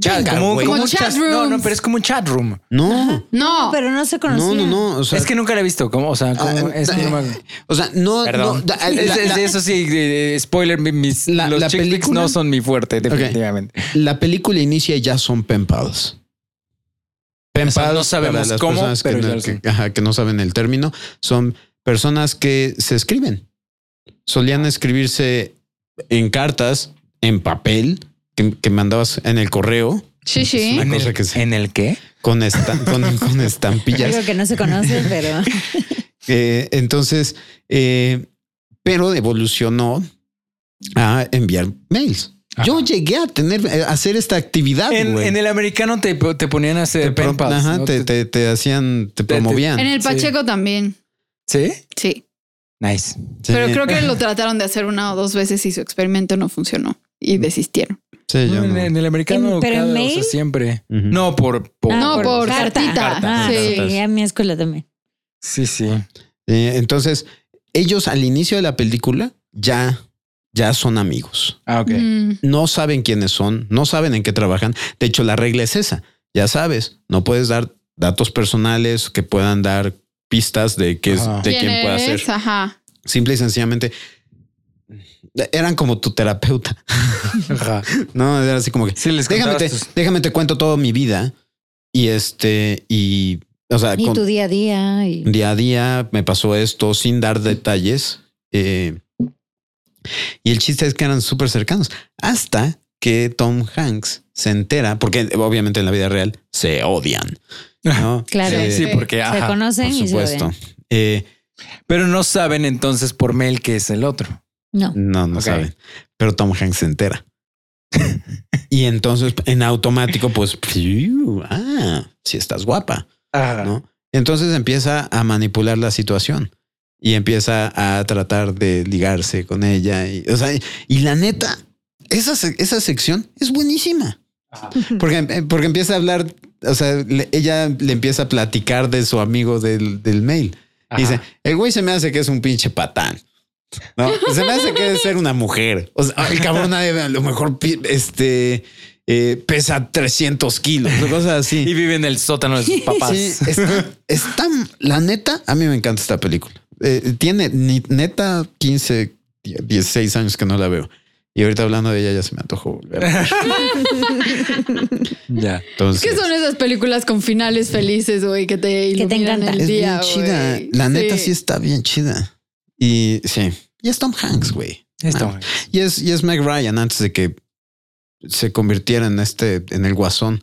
[SPEAKER 1] Chat, como,
[SPEAKER 2] güey.
[SPEAKER 1] como
[SPEAKER 3] Como
[SPEAKER 1] un
[SPEAKER 3] chat
[SPEAKER 1] chat No, no,
[SPEAKER 3] rooms.
[SPEAKER 1] pero es como un chat room.
[SPEAKER 2] No,
[SPEAKER 3] No,
[SPEAKER 5] Pero no se
[SPEAKER 2] no,
[SPEAKER 5] conocían.
[SPEAKER 2] no, no. O sea,
[SPEAKER 1] es que nunca la he visto. ¿Cómo? O sea, ¿cómo?
[SPEAKER 2] Ah,
[SPEAKER 1] es que no me-
[SPEAKER 2] o sea, no,
[SPEAKER 1] Perdón.
[SPEAKER 2] no, da- la-
[SPEAKER 1] Es- es-
[SPEAKER 2] la-
[SPEAKER 1] eso sí, eh, eh, spoiler, mi- mis,
[SPEAKER 2] La-
[SPEAKER 1] los
[SPEAKER 2] la
[SPEAKER 1] chick flicks
[SPEAKER 2] película-
[SPEAKER 1] no son mi fuerte, definitivamente.
[SPEAKER 2] La película inicia y ya son pen pals. Pen
[SPEAKER 1] O sea, no
[SPEAKER 2] pals
[SPEAKER 1] sabemos
[SPEAKER 2] para las
[SPEAKER 1] cómo,
[SPEAKER 2] personas que
[SPEAKER 1] pero ya
[SPEAKER 2] no-
[SPEAKER 1] lo
[SPEAKER 2] que,
[SPEAKER 1] son.
[SPEAKER 2] ajá, que no saben el término. Son personas que se escriben. Solían escribirse en cartas, en papel, que, que mandabas en el correo,
[SPEAKER 3] sí, sí.
[SPEAKER 2] Una
[SPEAKER 1] ¿En,
[SPEAKER 2] cosa
[SPEAKER 1] el,
[SPEAKER 2] que sí.
[SPEAKER 1] ¿En el qué?
[SPEAKER 2] con, esta- con- con estampillas.
[SPEAKER 5] Digo que no se conocen, pero
[SPEAKER 2] Eh, entonces, eh, pero evolucionó a enviar mails. Yo llegué a tener, a hacer esta actividad.
[SPEAKER 1] En,
[SPEAKER 2] Ah, güey.
[SPEAKER 1] en el americano te, te ponían a hacer
[SPEAKER 2] te, pro-
[SPEAKER 1] pen pals,
[SPEAKER 2] ajá,
[SPEAKER 1] ¿no?
[SPEAKER 2] te, te- te hacían, te
[SPEAKER 1] te-
[SPEAKER 2] promovían.
[SPEAKER 3] En el
[SPEAKER 1] Sí.
[SPEAKER 3] Pacheco también.
[SPEAKER 1] ¿Sí?
[SPEAKER 3] Sí.
[SPEAKER 1] Nice.
[SPEAKER 2] Sí,
[SPEAKER 3] Pero creo que lo trataron de hacer una o dos veces y su experimento no funcionó y desistieron.
[SPEAKER 2] sí, yo
[SPEAKER 1] Mm, en,
[SPEAKER 2] no.
[SPEAKER 1] en el americano,
[SPEAKER 5] ¿En- pero en
[SPEAKER 1] cada- o sea,
[SPEAKER 5] mail?
[SPEAKER 1] siempre.
[SPEAKER 2] Ujú.
[SPEAKER 1] Mm. No, por... por-
[SPEAKER 5] Ah,
[SPEAKER 3] no, por,
[SPEAKER 5] carta.
[SPEAKER 3] cartita.
[SPEAKER 1] Carta.
[SPEAKER 5] Ah,
[SPEAKER 3] Sí.
[SPEAKER 5] sí, a mi escuela también.
[SPEAKER 1] Sí, sí.
[SPEAKER 2] Eh, entonces, ellos al inicio de la película ya, ya son amigos.
[SPEAKER 1] Ah, ok.
[SPEAKER 3] Mm.
[SPEAKER 2] No saben quiénes son, no saben en qué trabajan. De hecho, la regla es esa. Ya sabes, no puedes dar datos personales que puedan dar pistas de, qué es,
[SPEAKER 1] Ajá.
[SPEAKER 2] de quién pueda ser.
[SPEAKER 3] es? Ajá.
[SPEAKER 2] Simple y sencillamente eran como tu terapeuta.
[SPEAKER 1] Ajá.
[SPEAKER 2] No, era así como que
[SPEAKER 1] Sí, les
[SPEAKER 2] déjame te,
[SPEAKER 1] contabas tus-
[SPEAKER 2] déjame te cuento toda mi vida y este y o sea
[SPEAKER 5] Y
[SPEAKER 2] con-
[SPEAKER 5] tu día a día. Y...
[SPEAKER 2] día a día me pasó esto sin dar detalles eh, y el chiste es que eran súper cercanos hasta que Tom Hanks se entera porque obviamente en la vida real se odian ¿no?
[SPEAKER 5] Claro.
[SPEAKER 2] Eh,
[SPEAKER 1] Sí, sí, porque...
[SPEAKER 5] se
[SPEAKER 1] ajá.
[SPEAKER 5] conocen
[SPEAKER 2] por
[SPEAKER 5] y se
[SPEAKER 2] supuesto
[SPEAKER 5] odian.
[SPEAKER 2] Eh,
[SPEAKER 1] Pero no saben entonces por mail que es el otro.
[SPEAKER 5] No.
[SPEAKER 2] No, no
[SPEAKER 1] Ok.
[SPEAKER 2] saben. Pero Tom Hanks se entera. y entonces, en automático, pues, ¡piu! ah, si estás guapa, ¿no? Entonces empieza a manipular la situación y empieza a tratar de ligarse con ella. Y, o sea, y la neta, esa, se- esa sección es buenísima. Porque, eh, porque empieza a hablar, o sea, le- ella le empieza a platicar de su amigo del, del mail.
[SPEAKER 1] Ajá.
[SPEAKER 2] Dice, el güey se me hace que es un pinche patán. No, se me hace que debe ser una mujer. O sea, el cabrón ha de- a lo mejor pi- este eh, pesa 300 kilos o cosas
[SPEAKER 1] Y
[SPEAKER 2] así.
[SPEAKER 1] vive en el sótano de sus papás.
[SPEAKER 2] Sí, está, está- la neta, a mí me encanta esta película. Eh, tiene ni- neta 15, 16 años que no la veo. Y ahorita hablando de ella ya se me antojó volver. a ver.
[SPEAKER 1] Ya.
[SPEAKER 2] Entonces,
[SPEAKER 3] ¿Qué son esas películas con finales felices, güey, que te
[SPEAKER 5] te
[SPEAKER 3] iluminan
[SPEAKER 5] encanta.
[SPEAKER 3] el
[SPEAKER 2] es bien
[SPEAKER 3] día,
[SPEAKER 2] chida.
[SPEAKER 3] güey?
[SPEAKER 2] La neta sí está bien chida. Y sí. Y es Tom Hanks, güey.
[SPEAKER 1] Esto.
[SPEAKER 2] Y es, y es Meg Ryan antes de que se convirtiera en este, en el guasón.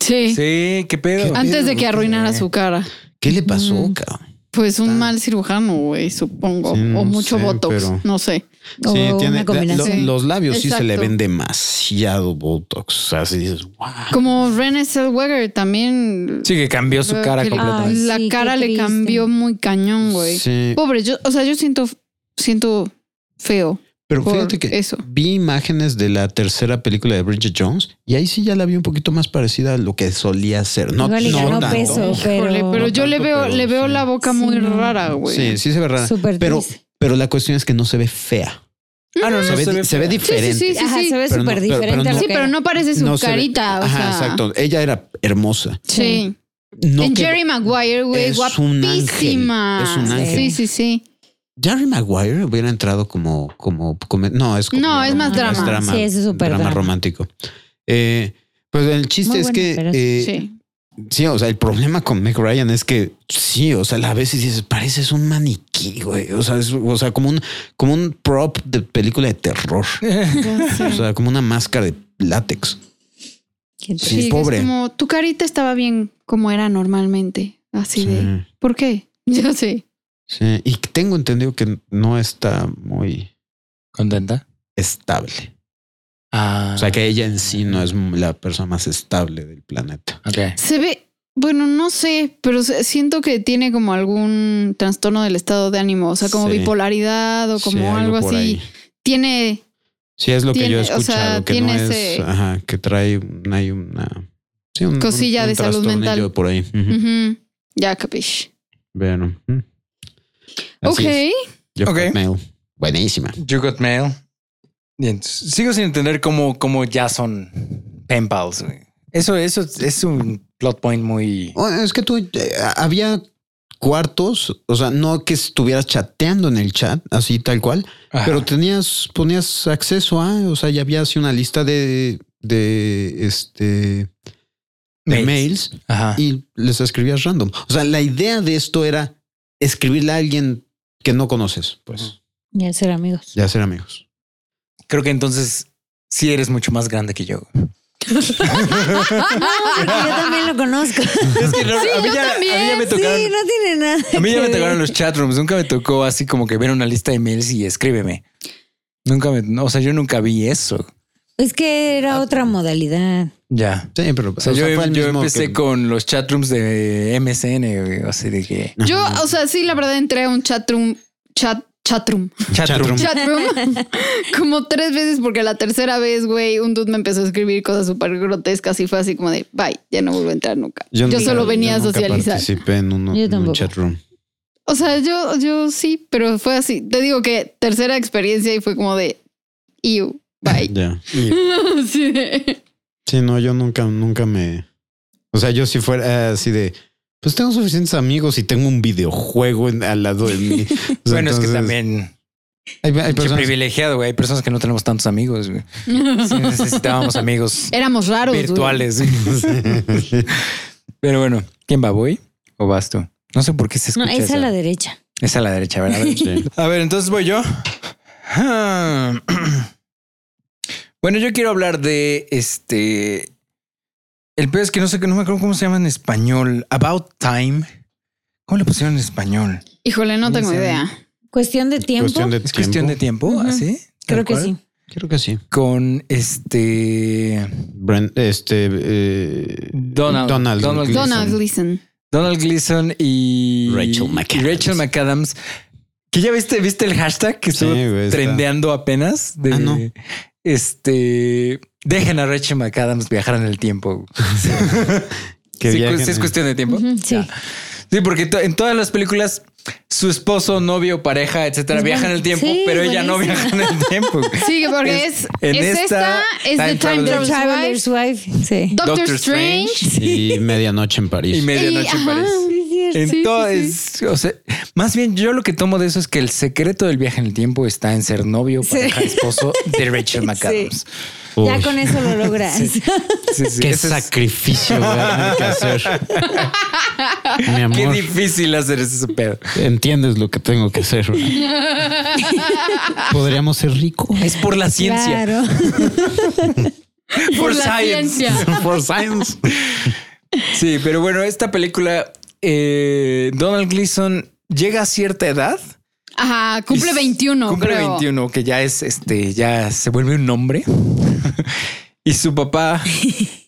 [SPEAKER 3] Sí.
[SPEAKER 1] Sí, qué pedo.
[SPEAKER 2] Ah.
[SPEAKER 3] Antes de que arruinara
[SPEAKER 2] Sí.
[SPEAKER 3] su cara.
[SPEAKER 2] ¿Qué le pasó,
[SPEAKER 5] Mm.
[SPEAKER 2] cabrón?
[SPEAKER 3] Pues un
[SPEAKER 2] Está-
[SPEAKER 3] mal cirujano, güey, supongo.
[SPEAKER 2] Sí, no
[SPEAKER 3] o mucho
[SPEAKER 2] sé,
[SPEAKER 3] botox.
[SPEAKER 2] pero-
[SPEAKER 3] No sé.
[SPEAKER 5] O
[SPEAKER 2] Sí,
[SPEAKER 5] una combinación.
[SPEAKER 2] lo- los labios sí se le
[SPEAKER 3] Exacto.
[SPEAKER 2] ven demasiado Botox. Así dices, wow.
[SPEAKER 3] Como René Zellweger también.
[SPEAKER 1] Sí, que cambió su
[SPEAKER 3] Creo
[SPEAKER 1] cara
[SPEAKER 3] que la-
[SPEAKER 1] completamente.
[SPEAKER 5] Ay,
[SPEAKER 3] La
[SPEAKER 5] sí, qué
[SPEAKER 3] cara le
[SPEAKER 5] triste.
[SPEAKER 3] cambió muy cañón, Mm, güey.
[SPEAKER 2] Sí,
[SPEAKER 3] Pobre, yo, o sea, yo siento, siento feo
[SPEAKER 2] pero
[SPEAKER 3] por
[SPEAKER 2] fíjate que
[SPEAKER 3] eso.
[SPEAKER 2] vi imágenes de la tercera película de Bridget Jones y ahí sí ya la vi un poquito más parecida a lo que solía ser. No,
[SPEAKER 5] Igual y
[SPEAKER 2] no,
[SPEAKER 5] ganó
[SPEAKER 2] tanto.
[SPEAKER 5] peso,
[SPEAKER 3] Híjole, pero,
[SPEAKER 5] pero,
[SPEAKER 3] yo le
[SPEAKER 2] tanto,
[SPEAKER 3] veo,
[SPEAKER 2] pero
[SPEAKER 3] le veo
[SPEAKER 2] sí.
[SPEAKER 3] la boca
[SPEAKER 5] Sí,
[SPEAKER 3] muy
[SPEAKER 5] no.
[SPEAKER 3] rara, Ah, güey.
[SPEAKER 2] Sí, sí se ve rara.
[SPEAKER 5] súper
[SPEAKER 2] Pero,
[SPEAKER 5] triste.
[SPEAKER 2] pero la cuestión es que no se ve fea.
[SPEAKER 1] Ah, no, no,
[SPEAKER 2] Se ve, di- se ve
[SPEAKER 1] fea.
[SPEAKER 2] diferente.
[SPEAKER 3] sí, sí,
[SPEAKER 5] Ajá,
[SPEAKER 3] sí.
[SPEAKER 5] se ve
[SPEAKER 2] Pero no-
[SPEAKER 5] súper
[SPEAKER 2] pero- pero
[SPEAKER 5] diferente a
[SPEAKER 2] no-
[SPEAKER 5] lo
[SPEAKER 3] Sí,
[SPEAKER 5] que
[SPEAKER 3] pero
[SPEAKER 5] era.
[SPEAKER 3] no parece su
[SPEAKER 2] No se ve-
[SPEAKER 3] carita. o
[SPEAKER 2] Ajá,
[SPEAKER 3] sea,
[SPEAKER 2] exacto. Ella era hermosa.
[SPEAKER 3] Sí.
[SPEAKER 2] No
[SPEAKER 3] en
[SPEAKER 2] que-
[SPEAKER 3] Jerry Maguire, güey,
[SPEAKER 2] Es un ángel,
[SPEAKER 3] guapísima.
[SPEAKER 2] es un
[SPEAKER 5] ángel.
[SPEAKER 3] Sí, sí, sí.
[SPEAKER 2] Jerry Maguire hubiera entrado como, como, como- no, es como-
[SPEAKER 3] No, es más drama.
[SPEAKER 5] Sí, es súper
[SPEAKER 2] drama
[SPEAKER 5] drama.
[SPEAKER 2] romántico. Eh, pues el chiste
[SPEAKER 5] Muy
[SPEAKER 2] es
[SPEAKER 5] buena,
[SPEAKER 2] que
[SPEAKER 5] pero sí,
[SPEAKER 2] eh,
[SPEAKER 3] sí.
[SPEAKER 2] Sí, o sea, el problema con Meg Ryan es que sí, o sea, a veces dices, pareces un maniquí, güey. O sea, es- o sea, como un, como un prop de película de terror. O sea, como una máscara de látex.
[SPEAKER 5] Qué
[SPEAKER 2] Sí,
[SPEAKER 5] triste.
[SPEAKER 3] que es
[SPEAKER 2] pobre.
[SPEAKER 3] como tu carita estaba bien como era normalmente. Así de. ¿Por qué? Yo sé.
[SPEAKER 2] sí. Y tengo entendido que no está muy
[SPEAKER 1] ¿Contenta?
[SPEAKER 2] estable.
[SPEAKER 1] Ah,
[SPEAKER 2] O sea, que ella en sí no es la persona más estable del planeta.
[SPEAKER 1] ok.
[SPEAKER 3] Se ve. Bueno, no sé, pero se- siento que tiene como algún trastorno del estado de ánimo, o sea, como
[SPEAKER 2] Sí.
[SPEAKER 3] bipolaridad o como
[SPEAKER 2] Sí,
[SPEAKER 3] algo,
[SPEAKER 2] por
[SPEAKER 3] así.
[SPEAKER 2] ahí.
[SPEAKER 3] Tiene,
[SPEAKER 2] Sí, es lo que yo he
[SPEAKER 3] Tiene- o
[SPEAKER 2] escuchado,
[SPEAKER 3] sea,
[SPEAKER 2] que no
[SPEAKER 3] tiene
[SPEAKER 2] es,
[SPEAKER 3] ese-
[SPEAKER 2] ajá, que trae, un- hay una sí, un- un-
[SPEAKER 3] Cosilla
[SPEAKER 2] un
[SPEAKER 3] de salud
[SPEAKER 2] trastornillo
[SPEAKER 3] mental.
[SPEAKER 2] por ahí. Ujú.
[SPEAKER 3] ujú, ya capish.
[SPEAKER 2] Bueno.
[SPEAKER 1] mm.
[SPEAKER 2] ujú.
[SPEAKER 3] Ok,
[SPEAKER 2] Así es. Yo
[SPEAKER 1] Ok.
[SPEAKER 2] Hotmail. Buenísima.
[SPEAKER 1] You got mail. Y ent- sigo sin entender cómo, cómo ya son pen pals. güey. Eso, eso es un plot point muy.
[SPEAKER 2] O- Es que tú eh, había cuartos, o sea, no que estuvieras chateando en el chat, así tal cual,
[SPEAKER 1] Ah.
[SPEAKER 2] pero tenías, ponías acceso a, o sea, ya había así una lista de, de este de
[SPEAKER 1] Mails. Ah.
[SPEAKER 2] mails
[SPEAKER 1] Ajá.
[SPEAKER 2] y les escribías random. O sea, la idea de esto era escribirle a alguien que no conoces, pues,
[SPEAKER 5] Ya ser amigos.
[SPEAKER 2] ya ser amigos.
[SPEAKER 1] Creo que entonces sí eres mucho más grande que yo.
[SPEAKER 5] Ah, Porque yo también lo conozco.
[SPEAKER 1] Es que no, a, mí
[SPEAKER 3] yo
[SPEAKER 1] ya, a mí ya me
[SPEAKER 5] Sí,
[SPEAKER 1] tocaron.
[SPEAKER 5] no tiene nada.
[SPEAKER 1] A mí ya
[SPEAKER 5] que
[SPEAKER 1] me tocaron
[SPEAKER 5] ver.
[SPEAKER 1] los chatrooms. Nunca me tocó así como que ver una lista de mails y escríbeme. Nunca me. no, O sea, yo nunca vi eso.
[SPEAKER 5] Es que
[SPEAKER 1] Ah.
[SPEAKER 5] era otra modalidad.
[SPEAKER 1] Ya.
[SPEAKER 2] Sí, pero
[SPEAKER 1] O sea,
[SPEAKER 2] o sea,
[SPEAKER 1] yo, em,
[SPEAKER 2] fue el
[SPEAKER 1] yo
[SPEAKER 2] mismo
[SPEAKER 1] empecé
[SPEAKER 2] que-
[SPEAKER 1] con los chatrooms de MSN, güey, así de que.
[SPEAKER 3] yo, o sea, sí, la verdad entré a un chatroom, chat, chatroom,
[SPEAKER 2] Chatroom.
[SPEAKER 3] chatroom, como tres veces porque la tercera vez, güey, un dude me empezó a escribir cosas súper grotescas y fue así como de, bye, ya no vuelvo a entrar nunca. Yo,
[SPEAKER 2] nunca-
[SPEAKER 3] solo venía
[SPEAKER 2] yo
[SPEAKER 3] a
[SPEAKER 2] nunca
[SPEAKER 3] socializar.
[SPEAKER 2] Participé en, uno-
[SPEAKER 5] Yo
[SPEAKER 2] en un
[SPEAKER 5] tampoco.
[SPEAKER 2] chat room.
[SPEAKER 3] O sea, yo, yo sí, pero fue así. Te digo que tercera experiencia y fue como de, ew, bye.
[SPEAKER 2] Ya.
[SPEAKER 3] Así de-
[SPEAKER 2] Sí, no, yo nunca, nunca me. O sea, yo si fuera eh, así de. Pues tengo suficientes amigos y tengo un videojuego en- al lado de mí. O sea,
[SPEAKER 1] Bueno, es
[SPEAKER 2] entonces,
[SPEAKER 1] que también.
[SPEAKER 2] Hay, hay
[SPEAKER 1] Qué
[SPEAKER 2] personas.
[SPEAKER 1] privilegiado, güey. Hay personas que no tenemos tantos amigos, güey. Sí, necesitábamos amigos
[SPEAKER 3] Éramos raros. güey.
[SPEAKER 1] virtuales. Pero bueno, ¿quién va? ¿Voy o vas tú? No sé por qué se
[SPEAKER 5] No,
[SPEAKER 1] escucha.
[SPEAKER 5] es
[SPEAKER 1] esa.
[SPEAKER 5] a la derecha.
[SPEAKER 1] Es a la derecha, ¿verdad? A ver,
[SPEAKER 2] Sí.
[SPEAKER 1] A ver, entonces voy yo. Ah. Bueno, yo quiero hablar de este. El peor es que no sé, no me acuerdo cómo se llama en español. About Time. ¿Cómo le pusieron en español?
[SPEAKER 3] Híjole, no tengo idea.
[SPEAKER 5] Cuestión de tiempo.
[SPEAKER 2] Cuestión de
[SPEAKER 1] ¿Es
[SPEAKER 2] tiempo.
[SPEAKER 1] cuestión de tiempo?
[SPEAKER 5] Ujú.
[SPEAKER 1] ¿Así? Tal
[SPEAKER 5] Creo que
[SPEAKER 1] cual.
[SPEAKER 5] sí.
[SPEAKER 2] Creo que sí.
[SPEAKER 1] Con este.
[SPEAKER 2] Brent- este. eh,
[SPEAKER 1] Donald-
[SPEAKER 2] Donald.
[SPEAKER 1] Donald
[SPEAKER 2] Gleason.
[SPEAKER 3] Donald Gleason.
[SPEAKER 1] Donald Gleason y
[SPEAKER 2] Rachel McAdams.
[SPEAKER 1] y Rachel McAdams. Que ya viste, viste el hashtag que
[SPEAKER 2] Sí,
[SPEAKER 1] estuvo
[SPEAKER 2] güey, está.
[SPEAKER 1] trendeando apenas de
[SPEAKER 2] Ah, no.
[SPEAKER 1] este dejen a Rachel McAdams viajar en el tiempo. sí,
[SPEAKER 2] Que
[SPEAKER 1] cu-
[SPEAKER 2] viajan
[SPEAKER 1] sí es
[SPEAKER 2] en-
[SPEAKER 1] cuestión de tiempo.
[SPEAKER 5] Ujú, sí.
[SPEAKER 1] ¿eh? Ya. Sí, porque to- en todas las películas su esposo, novio, pareja, etcétera,
[SPEAKER 3] Pues
[SPEAKER 5] Es
[SPEAKER 1] viajan en
[SPEAKER 5] buen-
[SPEAKER 1] el tiempo,
[SPEAKER 5] sí,
[SPEAKER 1] pero ella no viaja
[SPEAKER 5] buenísimo.
[SPEAKER 1] en el tiempo.
[SPEAKER 3] Sí, porque es,
[SPEAKER 1] en
[SPEAKER 3] es
[SPEAKER 1] esta,
[SPEAKER 3] esta,
[SPEAKER 1] Time
[SPEAKER 3] es The Time
[SPEAKER 5] The
[SPEAKER 1] Traveler's
[SPEAKER 3] Traveler's
[SPEAKER 5] Traveler's
[SPEAKER 3] Wife,
[SPEAKER 5] Wife. Sí.
[SPEAKER 3] Doctor,
[SPEAKER 1] Doctor
[SPEAKER 3] Strange.
[SPEAKER 2] Y medianoche en París.
[SPEAKER 1] Y medianoche en
[SPEAKER 3] ajá.
[SPEAKER 1] París. Entonces, o sea, más bien yo lo que tomo de eso es que el secreto del viaje en el tiempo está en ser novio,
[SPEAKER 5] Sí.
[SPEAKER 1] pareja, esposo de Rachel McAdams.
[SPEAKER 2] Uy,
[SPEAKER 5] Ya con eso lo logras.
[SPEAKER 1] Sí, sí,
[SPEAKER 2] Qué
[SPEAKER 1] ese es-
[SPEAKER 2] sacrificio voy a tener que hacer. Mi
[SPEAKER 1] qué
[SPEAKER 2] amor.
[SPEAKER 1] difícil hacer ese pedo.
[SPEAKER 2] Entiendes lo que tengo que hacer. ¿verdad? Podríamos ser ricos.
[SPEAKER 1] Es por la ciencia.
[SPEAKER 5] Claro.
[SPEAKER 1] For
[SPEAKER 3] Por la
[SPEAKER 1] science.
[SPEAKER 3] ciencia.
[SPEAKER 2] For science.
[SPEAKER 1] Sí, pero bueno, esta película, eh, Donald Gleason llega a cierta edad.
[SPEAKER 3] Ajá, cumple
[SPEAKER 1] Y-
[SPEAKER 3] 21.
[SPEAKER 1] Cumple
[SPEAKER 3] creo.
[SPEAKER 1] 21, que ya es este, ya se vuelve un hombre. y su papá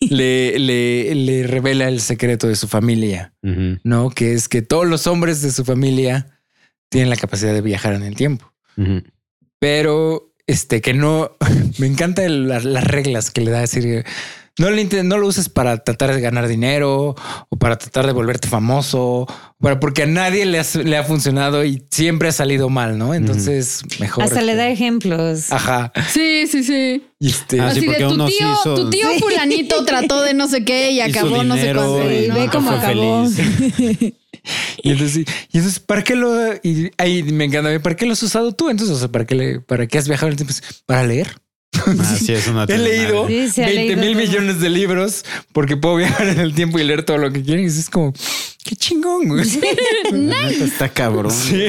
[SPEAKER 1] le, le, le revela el secreto de su familia. ¿no? Que es que todos los hombres de su familia tienen la capacidad de viajar en el tiempo, pero este que no me encanta el- la- las reglas que le da decir no lo inte- no lo uses para tratar de ganar dinero o para tratar de volverte famoso, para, porque a nadie le, has- le ha funcionado y siempre ha salido mal, ¿no? Entonces mejor
[SPEAKER 5] Hasta le da
[SPEAKER 1] este,
[SPEAKER 5] ejemplos.
[SPEAKER 1] ajá
[SPEAKER 3] Sí, sí, sí.
[SPEAKER 1] y este
[SPEAKER 2] Ah, sí,
[SPEAKER 3] Así de
[SPEAKER 2] porque
[SPEAKER 3] tu
[SPEAKER 2] uno sí
[SPEAKER 3] tío,
[SPEAKER 2] hizo-
[SPEAKER 3] tu tío fulanito trató de no sé qué y acabó no sé cuánto.
[SPEAKER 5] y
[SPEAKER 3] ¿no?
[SPEAKER 5] ve cómo acabó.
[SPEAKER 1] Y entonces, y entonces, ¿para qué lo? Y ahí me encanta, Pues, ¿para qué lo has usado tú? Entonces, o sea, ¿para qué, le, ¿para qué has viajado en el tiempo? Para leer.
[SPEAKER 2] Ah, sí, es una
[SPEAKER 1] He
[SPEAKER 2] telenovela.
[SPEAKER 1] leído
[SPEAKER 5] Sí, se ha
[SPEAKER 1] 20
[SPEAKER 5] leído
[SPEAKER 1] mil
[SPEAKER 5] todo.
[SPEAKER 1] millones de libros porque puedo viajar en el tiempo y leer todo lo que quiero. Y es como, qué chingón, güey.
[SPEAKER 2] La neta Está cabrón.
[SPEAKER 1] Sí.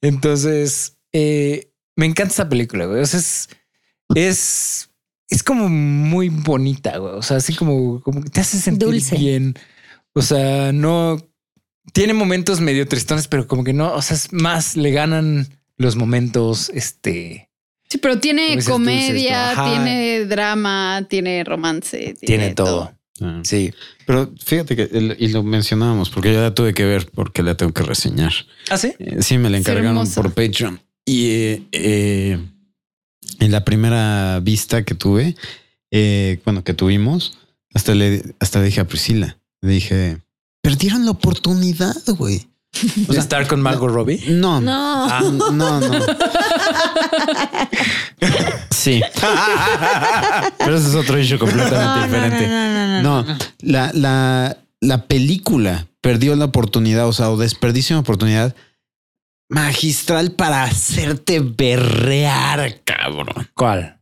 [SPEAKER 1] Entonces, eh, me encanta esta película, güey. O sea, es, es, es como muy bonita, güey. O sea, así como, como que te hace sentir
[SPEAKER 5] Dulce.
[SPEAKER 1] bien. O sea, no tiene momentos medio tristones, pero como que no, o sea, es más le ganan los momentos, este,
[SPEAKER 3] Sí, pero
[SPEAKER 1] Como
[SPEAKER 3] tiene
[SPEAKER 1] dices tú,
[SPEAKER 3] comedia,
[SPEAKER 1] dices tú, ajá.
[SPEAKER 3] tiene drama, tiene romance.
[SPEAKER 1] tiene, todo.
[SPEAKER 2] Ah.
[SPEAKER 1] Sí.
[SPEAKER 2] Pero fíjate que, el- y lo mencionábamos, porque yo la tuve que ver, porque la tengo que reseñar.
[SPEAKER 1] ¿Ah, sí?
[SPEAKER 2] Eh, Sí, me la
[SPEAKER 3] Es
[SPEAKER 2] encargaron
[SPEAKER 3] hermosa.
[SPEAKER 2] por Patreon. Y eh, eh, en la primera vista que tuve, eh, bueno, que tuvimos, hasta le hasta dije a Priscila, le dije, perdieron la oportunidad, güey.
[SPEAKER 1] O sea, estar con Margot Robbie.
[SPEAKER 2] No, no,
[SPEAKER 5] No.
[SPEAKER 2] no, no. Sí. Pero ese es otro issue completamente
[SPEAKER 5] No, no, no,
[SPEAKER 2] diferente.
[SPEAKER 5] no, no, no,
[SPEAKER 2] No, la, la, la película perdió la oportunidad, o sea, o desperdicio una oportunidad magistral para hacerte berrear, cabrón.
[SPEAKER 1] ¿Cuál?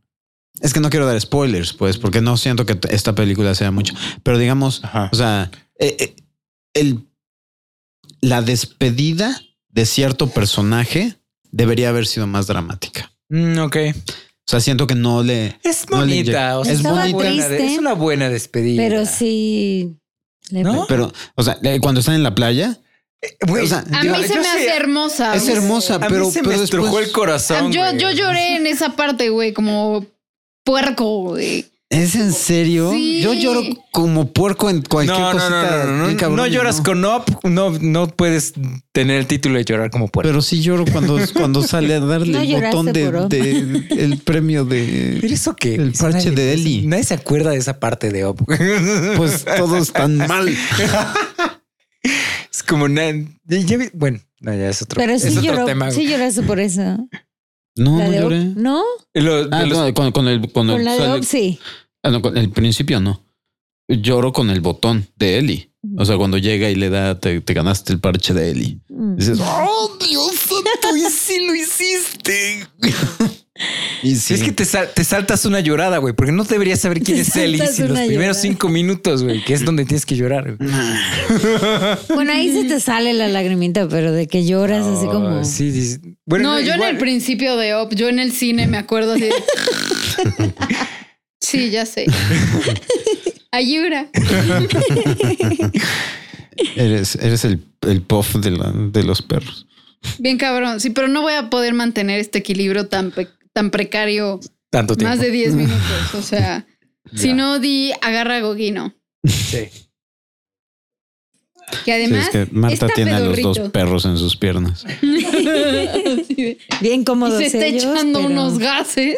[SPEAKER 2] Es que no quiero dar spoilers, pues, porque no siento que t- esta película sea mucho. Pero digamos,
[SPEAKER 1] Ajá.
[SPEAKER 2] o sea, eh, eh, el, la despedida de cierto personaje debería haber sido más dramática.
[SPEAKER 1] Mm, ok.
[SPEAKER 2] O sea, siento que no le...
[SPEAKER 1] Es
[SPEAKER 2] No le
[SPEAKER 1] bonita. o sea,
[SPEAKER 2] Es
[SPEAKER 1] una
[SPEAKER 2] bonita.
[SPEAKER 1] buena-
[SPEAKER 5] Triste.
[SPEAKER 1] es una buena despedida.
[SPEAKER 5] Pero sí. le-
[SPEAKER 1] ¿No?
[SPEAKER 2] Pero, o sea, eh, cuando están en la playa,
[SPEAKER 1] Güey,
[SPEAKER 2] O sea,
[SPEAKER 3] A
[SPEAKER 1] yo-
[SPEAKER 3] mí se
[SPEAKER 1] yo
[SPEAKER 3] me
[SPEAKER 1] sé-
[SPEAKER 3] hace hermosa.
[SPEAKER 2] es
[SPEAKER 3] güey.
[SPEAKER 2] hermosa,
[SPEAKER 1] A
[SPEAKER 2] pero,
[SPEAKER 1] mí se
[SPEAKER 2] pero
[SPEAKER 1] me estrujó
[SPEAKER 2] después-
[SPEAKER 1] el corazón.
[SPEAKER 3] yo,
[SPEAKER 1] güey.
[SPEAKER 3] yo lloré en esa parte, güey, como puerco, güey.
[SPEAKER 2] ¿Es en serio?
[SPEAKER 3] Sí.
[SPEAKER 2] Yo lloro como puerco en cualquier
[SPEAKER 1] No, no, no,
[SPEAKER 2] cosita.
[SPEAKER 1] no, no, no,
[SPEAKER 2] bien cabrón,
[SPEAKER 1] no lloras
[SPEAKER 2] no.
[SPEAKER 1] con op, no, no puedes tener el título de llorar como puerco.
[SPEAKER 2] Pero sí lloro cuando, cuando sale a darle
[SPEAKER 5] No
[SPEAKER 2] el
[SPEAKER 5] lloraste
[SPEAKER 2] botón de,
[SPEAKER 5] por Op.
[SPEAKER 2] de- el premio de.
[SPEAKER 1] Pero eso qué?
[SPEAKER 2] El
[SPEAKER 1] Eso
[SPEAKER 2] parche
[SPEAKER 1] nadie- pues,
[SPEAKER 2] de Eli.
[SPEAKER 1] Nadie se acuerda de esa parte de op.
[SPEAKER 2] Pues todos tan mal.
[SPEAKER 1] es como na- ya vi- bueno, no, ya es otro,
[SPEAKER 5] Pero
[SPEAKER 1] es
[SPEAKER 5] sí
[SPEAKER 1] otro
[SPEAKER 5] lloró.
[SPEAKER 1] tema. güey.
[SPEAKER 5] Sí lloraste por eso.
[SPEAKER 2] No,
[SPEAKER 5] La
[SPEAKER 2] no
[SPEAKER 5] de Op-
[SPEAKER 2] lloré.
[SPEAKER 5] ¿No?
[SPEAKER 1] Lo- de
[SPEAKER 2] Ah,
[SPEAKER 1] los-
[SPEAKER 2] no, con, con el. Con
[SPEAKER 5] Con
[SPEAKER 2] el,
[SPEAKER 5] la de
[SPEAKER 2] sale-
[SPEAKER 5] Op, sí.
[SPEAKER 2] ah, no, con el principio no. Lloro con el botón de Eli. O sea, cuando llega y le da, te, te ganaste el parche de Eli.
[SPEAKER 5] Mm.
[SPEAKER 2] Dices, oh, Dios santo, y sí lo hiciste. y sí.
[SPEAKER 1] Es que te, sal- te saltas una llorada, güey, porque no deberías saber quién
[SPEAKER 5] Te
[SPEAKER 1] es Eli
[SPEAKER 5] saltas
[SPEAKER 1] si los
[SPEAKER 5] una
[SPEAKER 1] primeros
[SPEAKER 5] llorada.
[SPEAKER 1] cinco minutos, güey, que es donde tienes que llorar. güey.
[SPEAKER 5] Bueno, ahí se te sale la lagrimita, pero de que lloras así como.
[SPEAKER 1] Oh, sí, sí. Bueno,
[SPEAKER 3] no, yo en
[SPEAKER 1] igual-
[SPEAKER 3] el principio de Op, yo en el cine me acuerdo así. de- sí, ya sé. Ayura.
[SPEAKER 2] Eres, eres el, el puff de, la- de los perros.
[SPEAKER 3] Bien cabrón. Sí, pero no voy a poder mantener este equilibrio tan, pe- tan precario
[SPEAKER 1] tanto tiempo.
[SPEAKER 3] más de 10 minutos. O sea, si no di agarra goguino.
[SPEAKER 1] Sí.
[SPEAKER 2] Sí,
[SPEAKER 3] Que además
[SPEAKER 2] es que Marta
[SPEAKER 3] está
[SPEAKER 2] tiene a los
[SPEAKER 3] pedorrito.
[SPEAKER 2] dos perros en sus piernas.
[SPEAKER 5] Oh, Bien
[SPEAKER 3] Y
[SPEAKER 5] cómodos
[SPEAKER 3] se está
[SPEAKER 5] ellos,
[SPEAKER 3] echando
[SPEAKER 5] pero-
[SPEAKER 3] unos gases.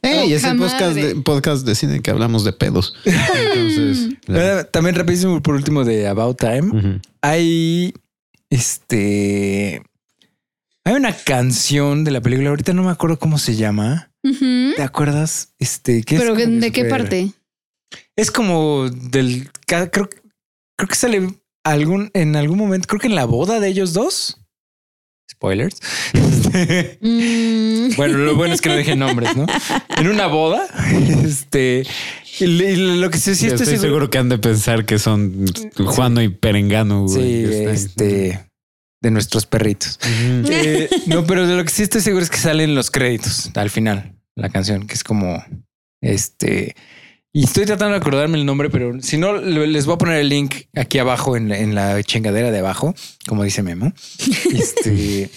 [SPEAKER 2] ¡Ey! Es el
[SPEAKER 3] Poca
[SPEAKER 2] podcast de,
[SPEAKER 3] madre.
[SPEAKER 2] podcast de cine que hablamos de pedos. Entonces, la-
[SPEAKER 1] Eh, También rapidísimo por último de About Time.
[SPEAKER 2] Ujú.
[SPEAKER 1] Hay este. Hay una canción de la película. Ahorita no me acuerdo cómo se llama.
[SPEAKER 3] Ujú.
[SPEAKER 1] ¿Te acuerdas? Este. que es
[SPEAKER 3] Pero
[SPEAKER 1] como que
[SPEAKER 3] ¿de qué
[SPEAKER 1] súper-
[SPEAKER 3] parte?
[SPEAKER 1] Es como del. ca- Creo, creo que sale algún. En algún momento. Creo que en la boda de ellos dos. Spoilers. Este,
[SPEAKER 5] Mm.
[SPEAKER 1] Bueno, lo bueno es que no dije nombres, ¿no? En una boda. Este. y le- y lo que sí, sí
[SPEAKER 2] estoy seguro. que han de pensar que son Juano y Perengano.
[SPEAKER 1] Sí,
[SPEAKER 2] güey, que están-
[SPEAKER 1] este. De nuestros perritos.
[SPEAKER 2] Ujú.
[SPEAKER 1] Eh, no, pero de lo que sí estoy seguro es que salen los créditos al final, la canción, que es como este. Y estoy tratando de acordarme el nombre, pero si no, lo- les voy a poner el link aquí abajo en la, en la chingadera de abajo, como dice Memo. Este,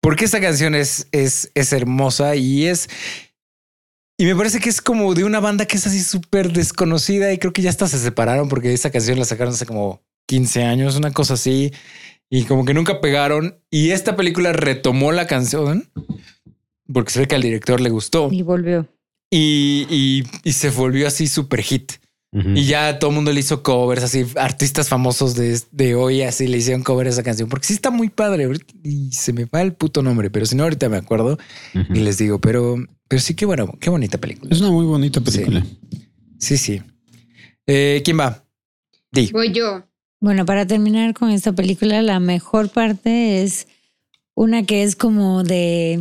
[SPEAKER 1] porque esta canción es, es, es hermosa y es. Y me parece que es como de una banda que es así súper desconocida y creo que ya hasta se separaron porque esa canción la sacaron hace como 15 años, una cosa así y como que nunca pegaron. Y esta película retomó la canción porque se ve que al director le gustó
[SPEAKER 5] Y volvió.
[SPEAKER 1] y, y- y se volvió así super hit.
[SPEAKER 2] Ujú.
[SPEAKER 1] Y ya todo el mundo le hizo covers, así artistas famosos de, de hoy, así le hicieron cover a esa canción porque sí está muy padre. ahorita- Y se me va el puto nombre, pero si no, ahorita me acuerdo y
[SPEAKER 2] Ujú.
[SPEAKER 1] les digo, pero, pero sí, qué bueno, qué bonita película.
[SPEAKER 2] Es una muy bonita película.
[SPEAKER 1] Sí, sí. Eh, ¿Quién va? Di.
[SPEAKER 3] Voy yo.
[SPEAKER 5] Bueno, para terminar con esta película, la mejor parte es una que es como de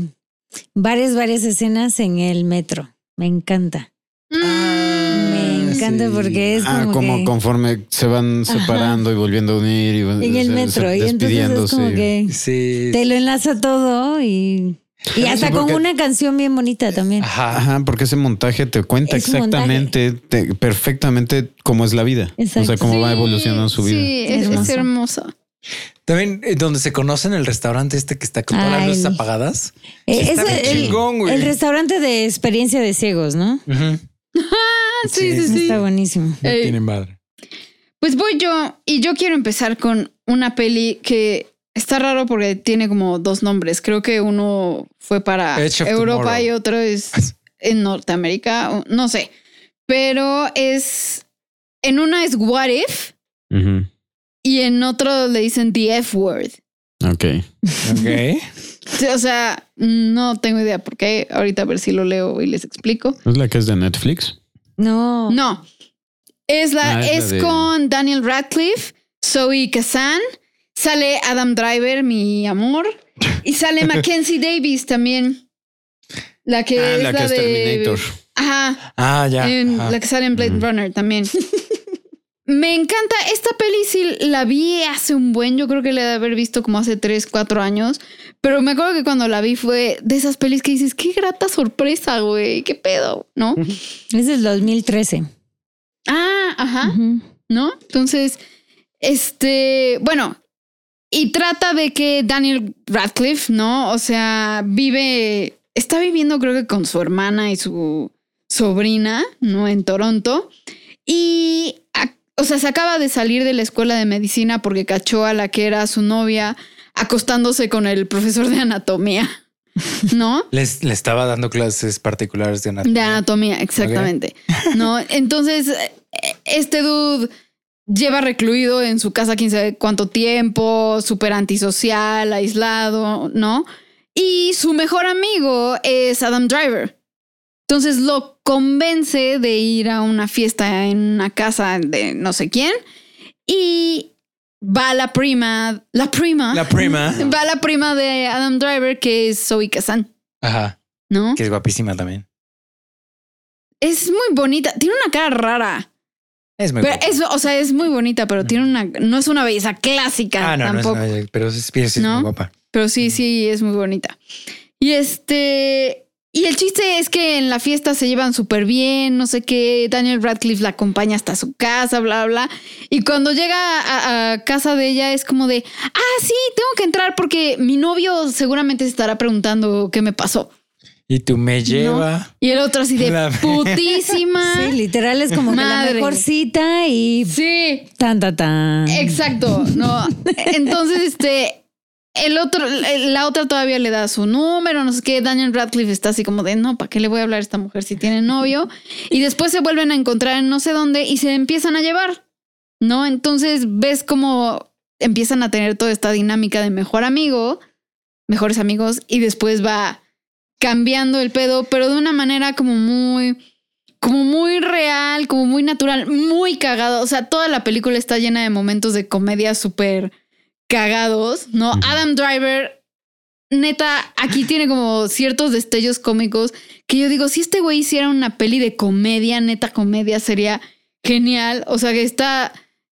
[SPEAKER 5] varias, varias escenas en el metro. Me encanta.
[SPEAKER 3] Ah, Mm.
[SPEAKER 5] Me encanta
[SPEAKER 1] sí.
[SPEAKER 5] porque es
[SPEAKER 2] Ah,
[SPEAKER 5] como,
[SPEAKER 2] como
[SPEAKER 5] que
[SPEAKER 2] conforme se van separando y volviendo a unir y van-
[SPEAKER 5] en
[SPEAKER 2] se-
[SPEAKER 5] el
[SPEAKER 2] se-
[SPEAKER 5] metro. Y entonces es
[SPEAKER 2] despidiéndose.
[SPEAKER 5] como que
[SPEAKER 1] Sí.
[SPEAKER 5] te lo enlaza todo y, y hasta con
[SPEAKER 2] porque-
[SPEAKER 5] una canción bien bonita también.
[SPEAKER 1] Ajá.
[SPEAKER 2] Ajá, porque ese montaje te cuenta
[SPEAKER 5] Es un
[SPEAKER 2] exactamente, te- perfectamente cómo es la vida. O sea,
[SPEAKER 5] Exacto.
[SPEAKER 2] cómo va
[SPEAKER 3] Sí,
[SPEAKER 2] evolucionando su vida.
[SPEAKER 3] Sí, es, es hermoso.
[SPEAKER 1] También eh, donde se conocen el restaurante este que está con todas las
[SPEAKER 5] Ay.
[SPEAKER 1] luces apagadas.
[SPEAKER 5] Eh,
[SPEAKER 1] Está
[SPEAKER 5] es
[SPEAKER 1] bien
[SPEAKER 5] el,
[SPEAKER 1] chingón, güey.
[SPEAKER 5] el restaurante de experiencia de ciegos, ¿no?
[SPEAKER 3] Ah, sí, sí, sí.
[SPEAKER 5] Está buenísimo.
[SPEAKER 1] No
[SPEAKER 3] Ey.
[SPEAKER 1] tiene madre.
[SPEAKER 3] Pues voy yo y yo quiero empezar con una peli que está raro porque tiene como dos nombres. Creo que uno fue para
[SPEAKER 1] Edge of
[SPEAKER 3] Europa
[SPEAKER 1] Tomorrow.
[SPEAKER 3] y otro es en Norteamérica, o- no sé. Pero es en una es What If
[SPEAKER 2] Ujú.
[SPEAKER 3] y en otro le dicen The F word.
[SPEAKER 2] Ok.
[SPEAKER 1] Ok.
[SPEAKER 3] O sea, no tengo idea por qué. Ahorita a ver si lo leo y les explico.
[SPEAKER 2] ¿Es la que es de Netflix?
[SPEAKER 5] No.
[SPEAKER 3] No. Es, la,
[SPEAKER 2] Ah, es la
[SPEAKER 3] es
[SPEAKER 2] de-
[SPEAKER 3] con Daniel Radcliffe, Zoe Kazan, sale Adam Driver, mi amor, y sale Mackenzie Davis también. La que
[SPEAKER 2] Ah,
[SPEAKER 3] es la, de Ajá,
[SPEAKER 1] Ah, ya.
[SPEAKER 3] en-
[SPEAKER 1] Ajá.
[SPEAKER 3] la que sale en Blade
[SPEAKER 2] Ujú.
[SPEAKER 3] Runner también. Me encanta esta peli, sí la vi hace un buen, yo creo que la he de haber visto como hace 3, 4 años, pero me acuerdo que cuando la vi fue de esas pelis que dices, qué grata sorpresa, güey, qué pedo, ¿no?
[SPEAKER 5] Es del 2013.
[SPEAKER 3] Ah, ajá.
[SPEAKER 5] Ujú.
[SPEAKER 3] ¿no? Entonces, este, bueno, y trata de que Daniel Radcliffe, ¿no? O sea, vive, está viviendo creo que con su hermana y su sobrina, ¿no? En Toronto. Y, a- o sea, se acaba de salir de la escuela de medicina porque cachó a la que era su novia acostándose con el profesor de anatomía, ¿no?
[SPEAKER 1] Les, le estaba dando clases particulares de anatomía.
[SPEAKER 3] De anatomía, exactamente. ¿No? Entonces, eh, este dude lleva recluido en su casa quién sabe cuánto tiempo, súper antisocial, aislado, ¿no? Y su mejor amigo es Adam Driver. Entonces lo convence de ir a una fiesta en una casa de no sé quién y va la prima, la prima,
[SPEAKER 1] La prima.
[SPEAKER 3] va la prima de Adam Driver que es Zoe Kazan,
[SPEAKER 1] Ajá.
[SPEAKER 3] ¿no?
[SPEAKER 1] Que es guapísima también.
[SPEAKER 3] Es muy bonita. Tiene una cara rara.
[SPEAKER 1] Es muy
[SPEAKER 3] Pero
[SPEAKER 1] guapa.
[SPEAKER 3] es, o sea, es muy bonita, pero tiene una. No es una belleza clásica
[SPEAKER 1] Ah, no,
[SPEAKER 3] tampoco.
[SPEAKER 1] no es una- Pero es, sí es
[SPEAKER 3] ¿No?
[SPEAKER 1] muy guapa.
[SPEAKER 3] Pero sí, sí, es muy bonita. Y este. Y el chiste es que en la fiesta se llevan súper bien, no sé qué. Daniel Radcliffe la acompaña hasta su casa, bla, bla. bla. Y cuando llega a, a casa de ella es como de, ah, sí, tengo que entrar porque mi novio seguramente se estará preguntando qué me pasó.
[SPEAKER 1] Y tú me lleva.
[SPEAKER 3] Y el otro así de
[SPEAKER 1] La-
[SPEAKER 3] putísima.
[SPEAKER 5] Sí, literal es como que
[SPEAKER 3] Ah. Madre.
[SPEAKER 5] la mejor cita y
[SPEAKER 3] sí.
[SPEAKER 5] tan tan tan.
[SPEAKER 3] Exacto, no. Entonces, este, el otro, la otra todavía le da su número, no sé qué. Daniel Radcliffe está así como de, no, ¿para qué le voy a hablar a esta mujer si tiene novio? Y después se vuelven a encontrar en no sé dónde y se empiezan a llevar, ¿no? Entonces ves cómo empiezan a tener toda esta dinámica de mejor amigo, mejores amigos, y después va cambiando el pedo, pero de una manera como muy como muy real, como muy natural, muy cagado. O sea, toda la película está llena de momentos de comedia súper cagados, ¿no?
[SPEAKER 2] Ujú.
[SPEAKER 3] Adam Driver, neta, aquí tiene como ciertos destellos cómicos que yo digo, si este güey hiciera una peli de comedia, neta comedia, sería genial. O sea, que está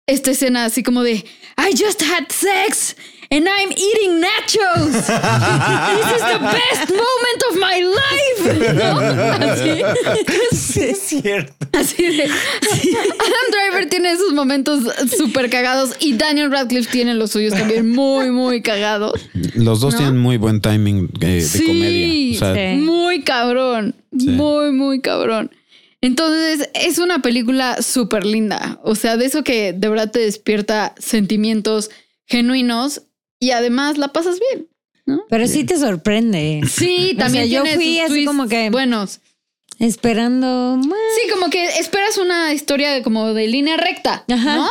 [SPEAKER 3] esta escena así como de, I just had sex and I'm eating nachos. This is the best moment of my life. ¿No? Así.
[SPEAKER 1] Sí, es cierto.
[SPEAKER 3] Así de. Adam Driver tiene esos momentos súper cagados y Daniel Radcliffe tiene los suyos también muy, muy cagados.
[SPEAKER 2] Los dos
[SPEAKER 3] ¿No?
[SPEAKER 2] tienen muy buen timing eh, de
[SPEAKER 3] Sí,
[SPEAKER 2] comedia. O sea,
[SPEAKER 5] sí.
[SPEAKER 3] Muy cabrón.
[SPEAKER 2] Sí.
[SPEAKER 3] Muy, muy cabrón. Entonces, es una película súper linda. O sea, de eso que de verdad te despierta sentimientos genuinos y además la pasas bien.
[SPEAKER 5] Pero sí te sorprende.
[SPEAKER 3] Sí,
[SPEAKER 5] O
[SPEAKER 3] también
[SPEAKER 5] sea, yo
[SPEAKER 3] tiene
[SPEAKER 5] fui
[SPEAKER 3] sus
[SPEAKER 5] así
[SPEAKER 3] twists
[SPEAKER 5] como que-
[SPEAKER 3] buenos.
[SPEAKER 5] Esperando más.
[SPEAKER 3] Sí, como que esperas una historia de- como de línea recta,
[SPEAKER 5] Ajá.
[SPEAKER 3] ¿no?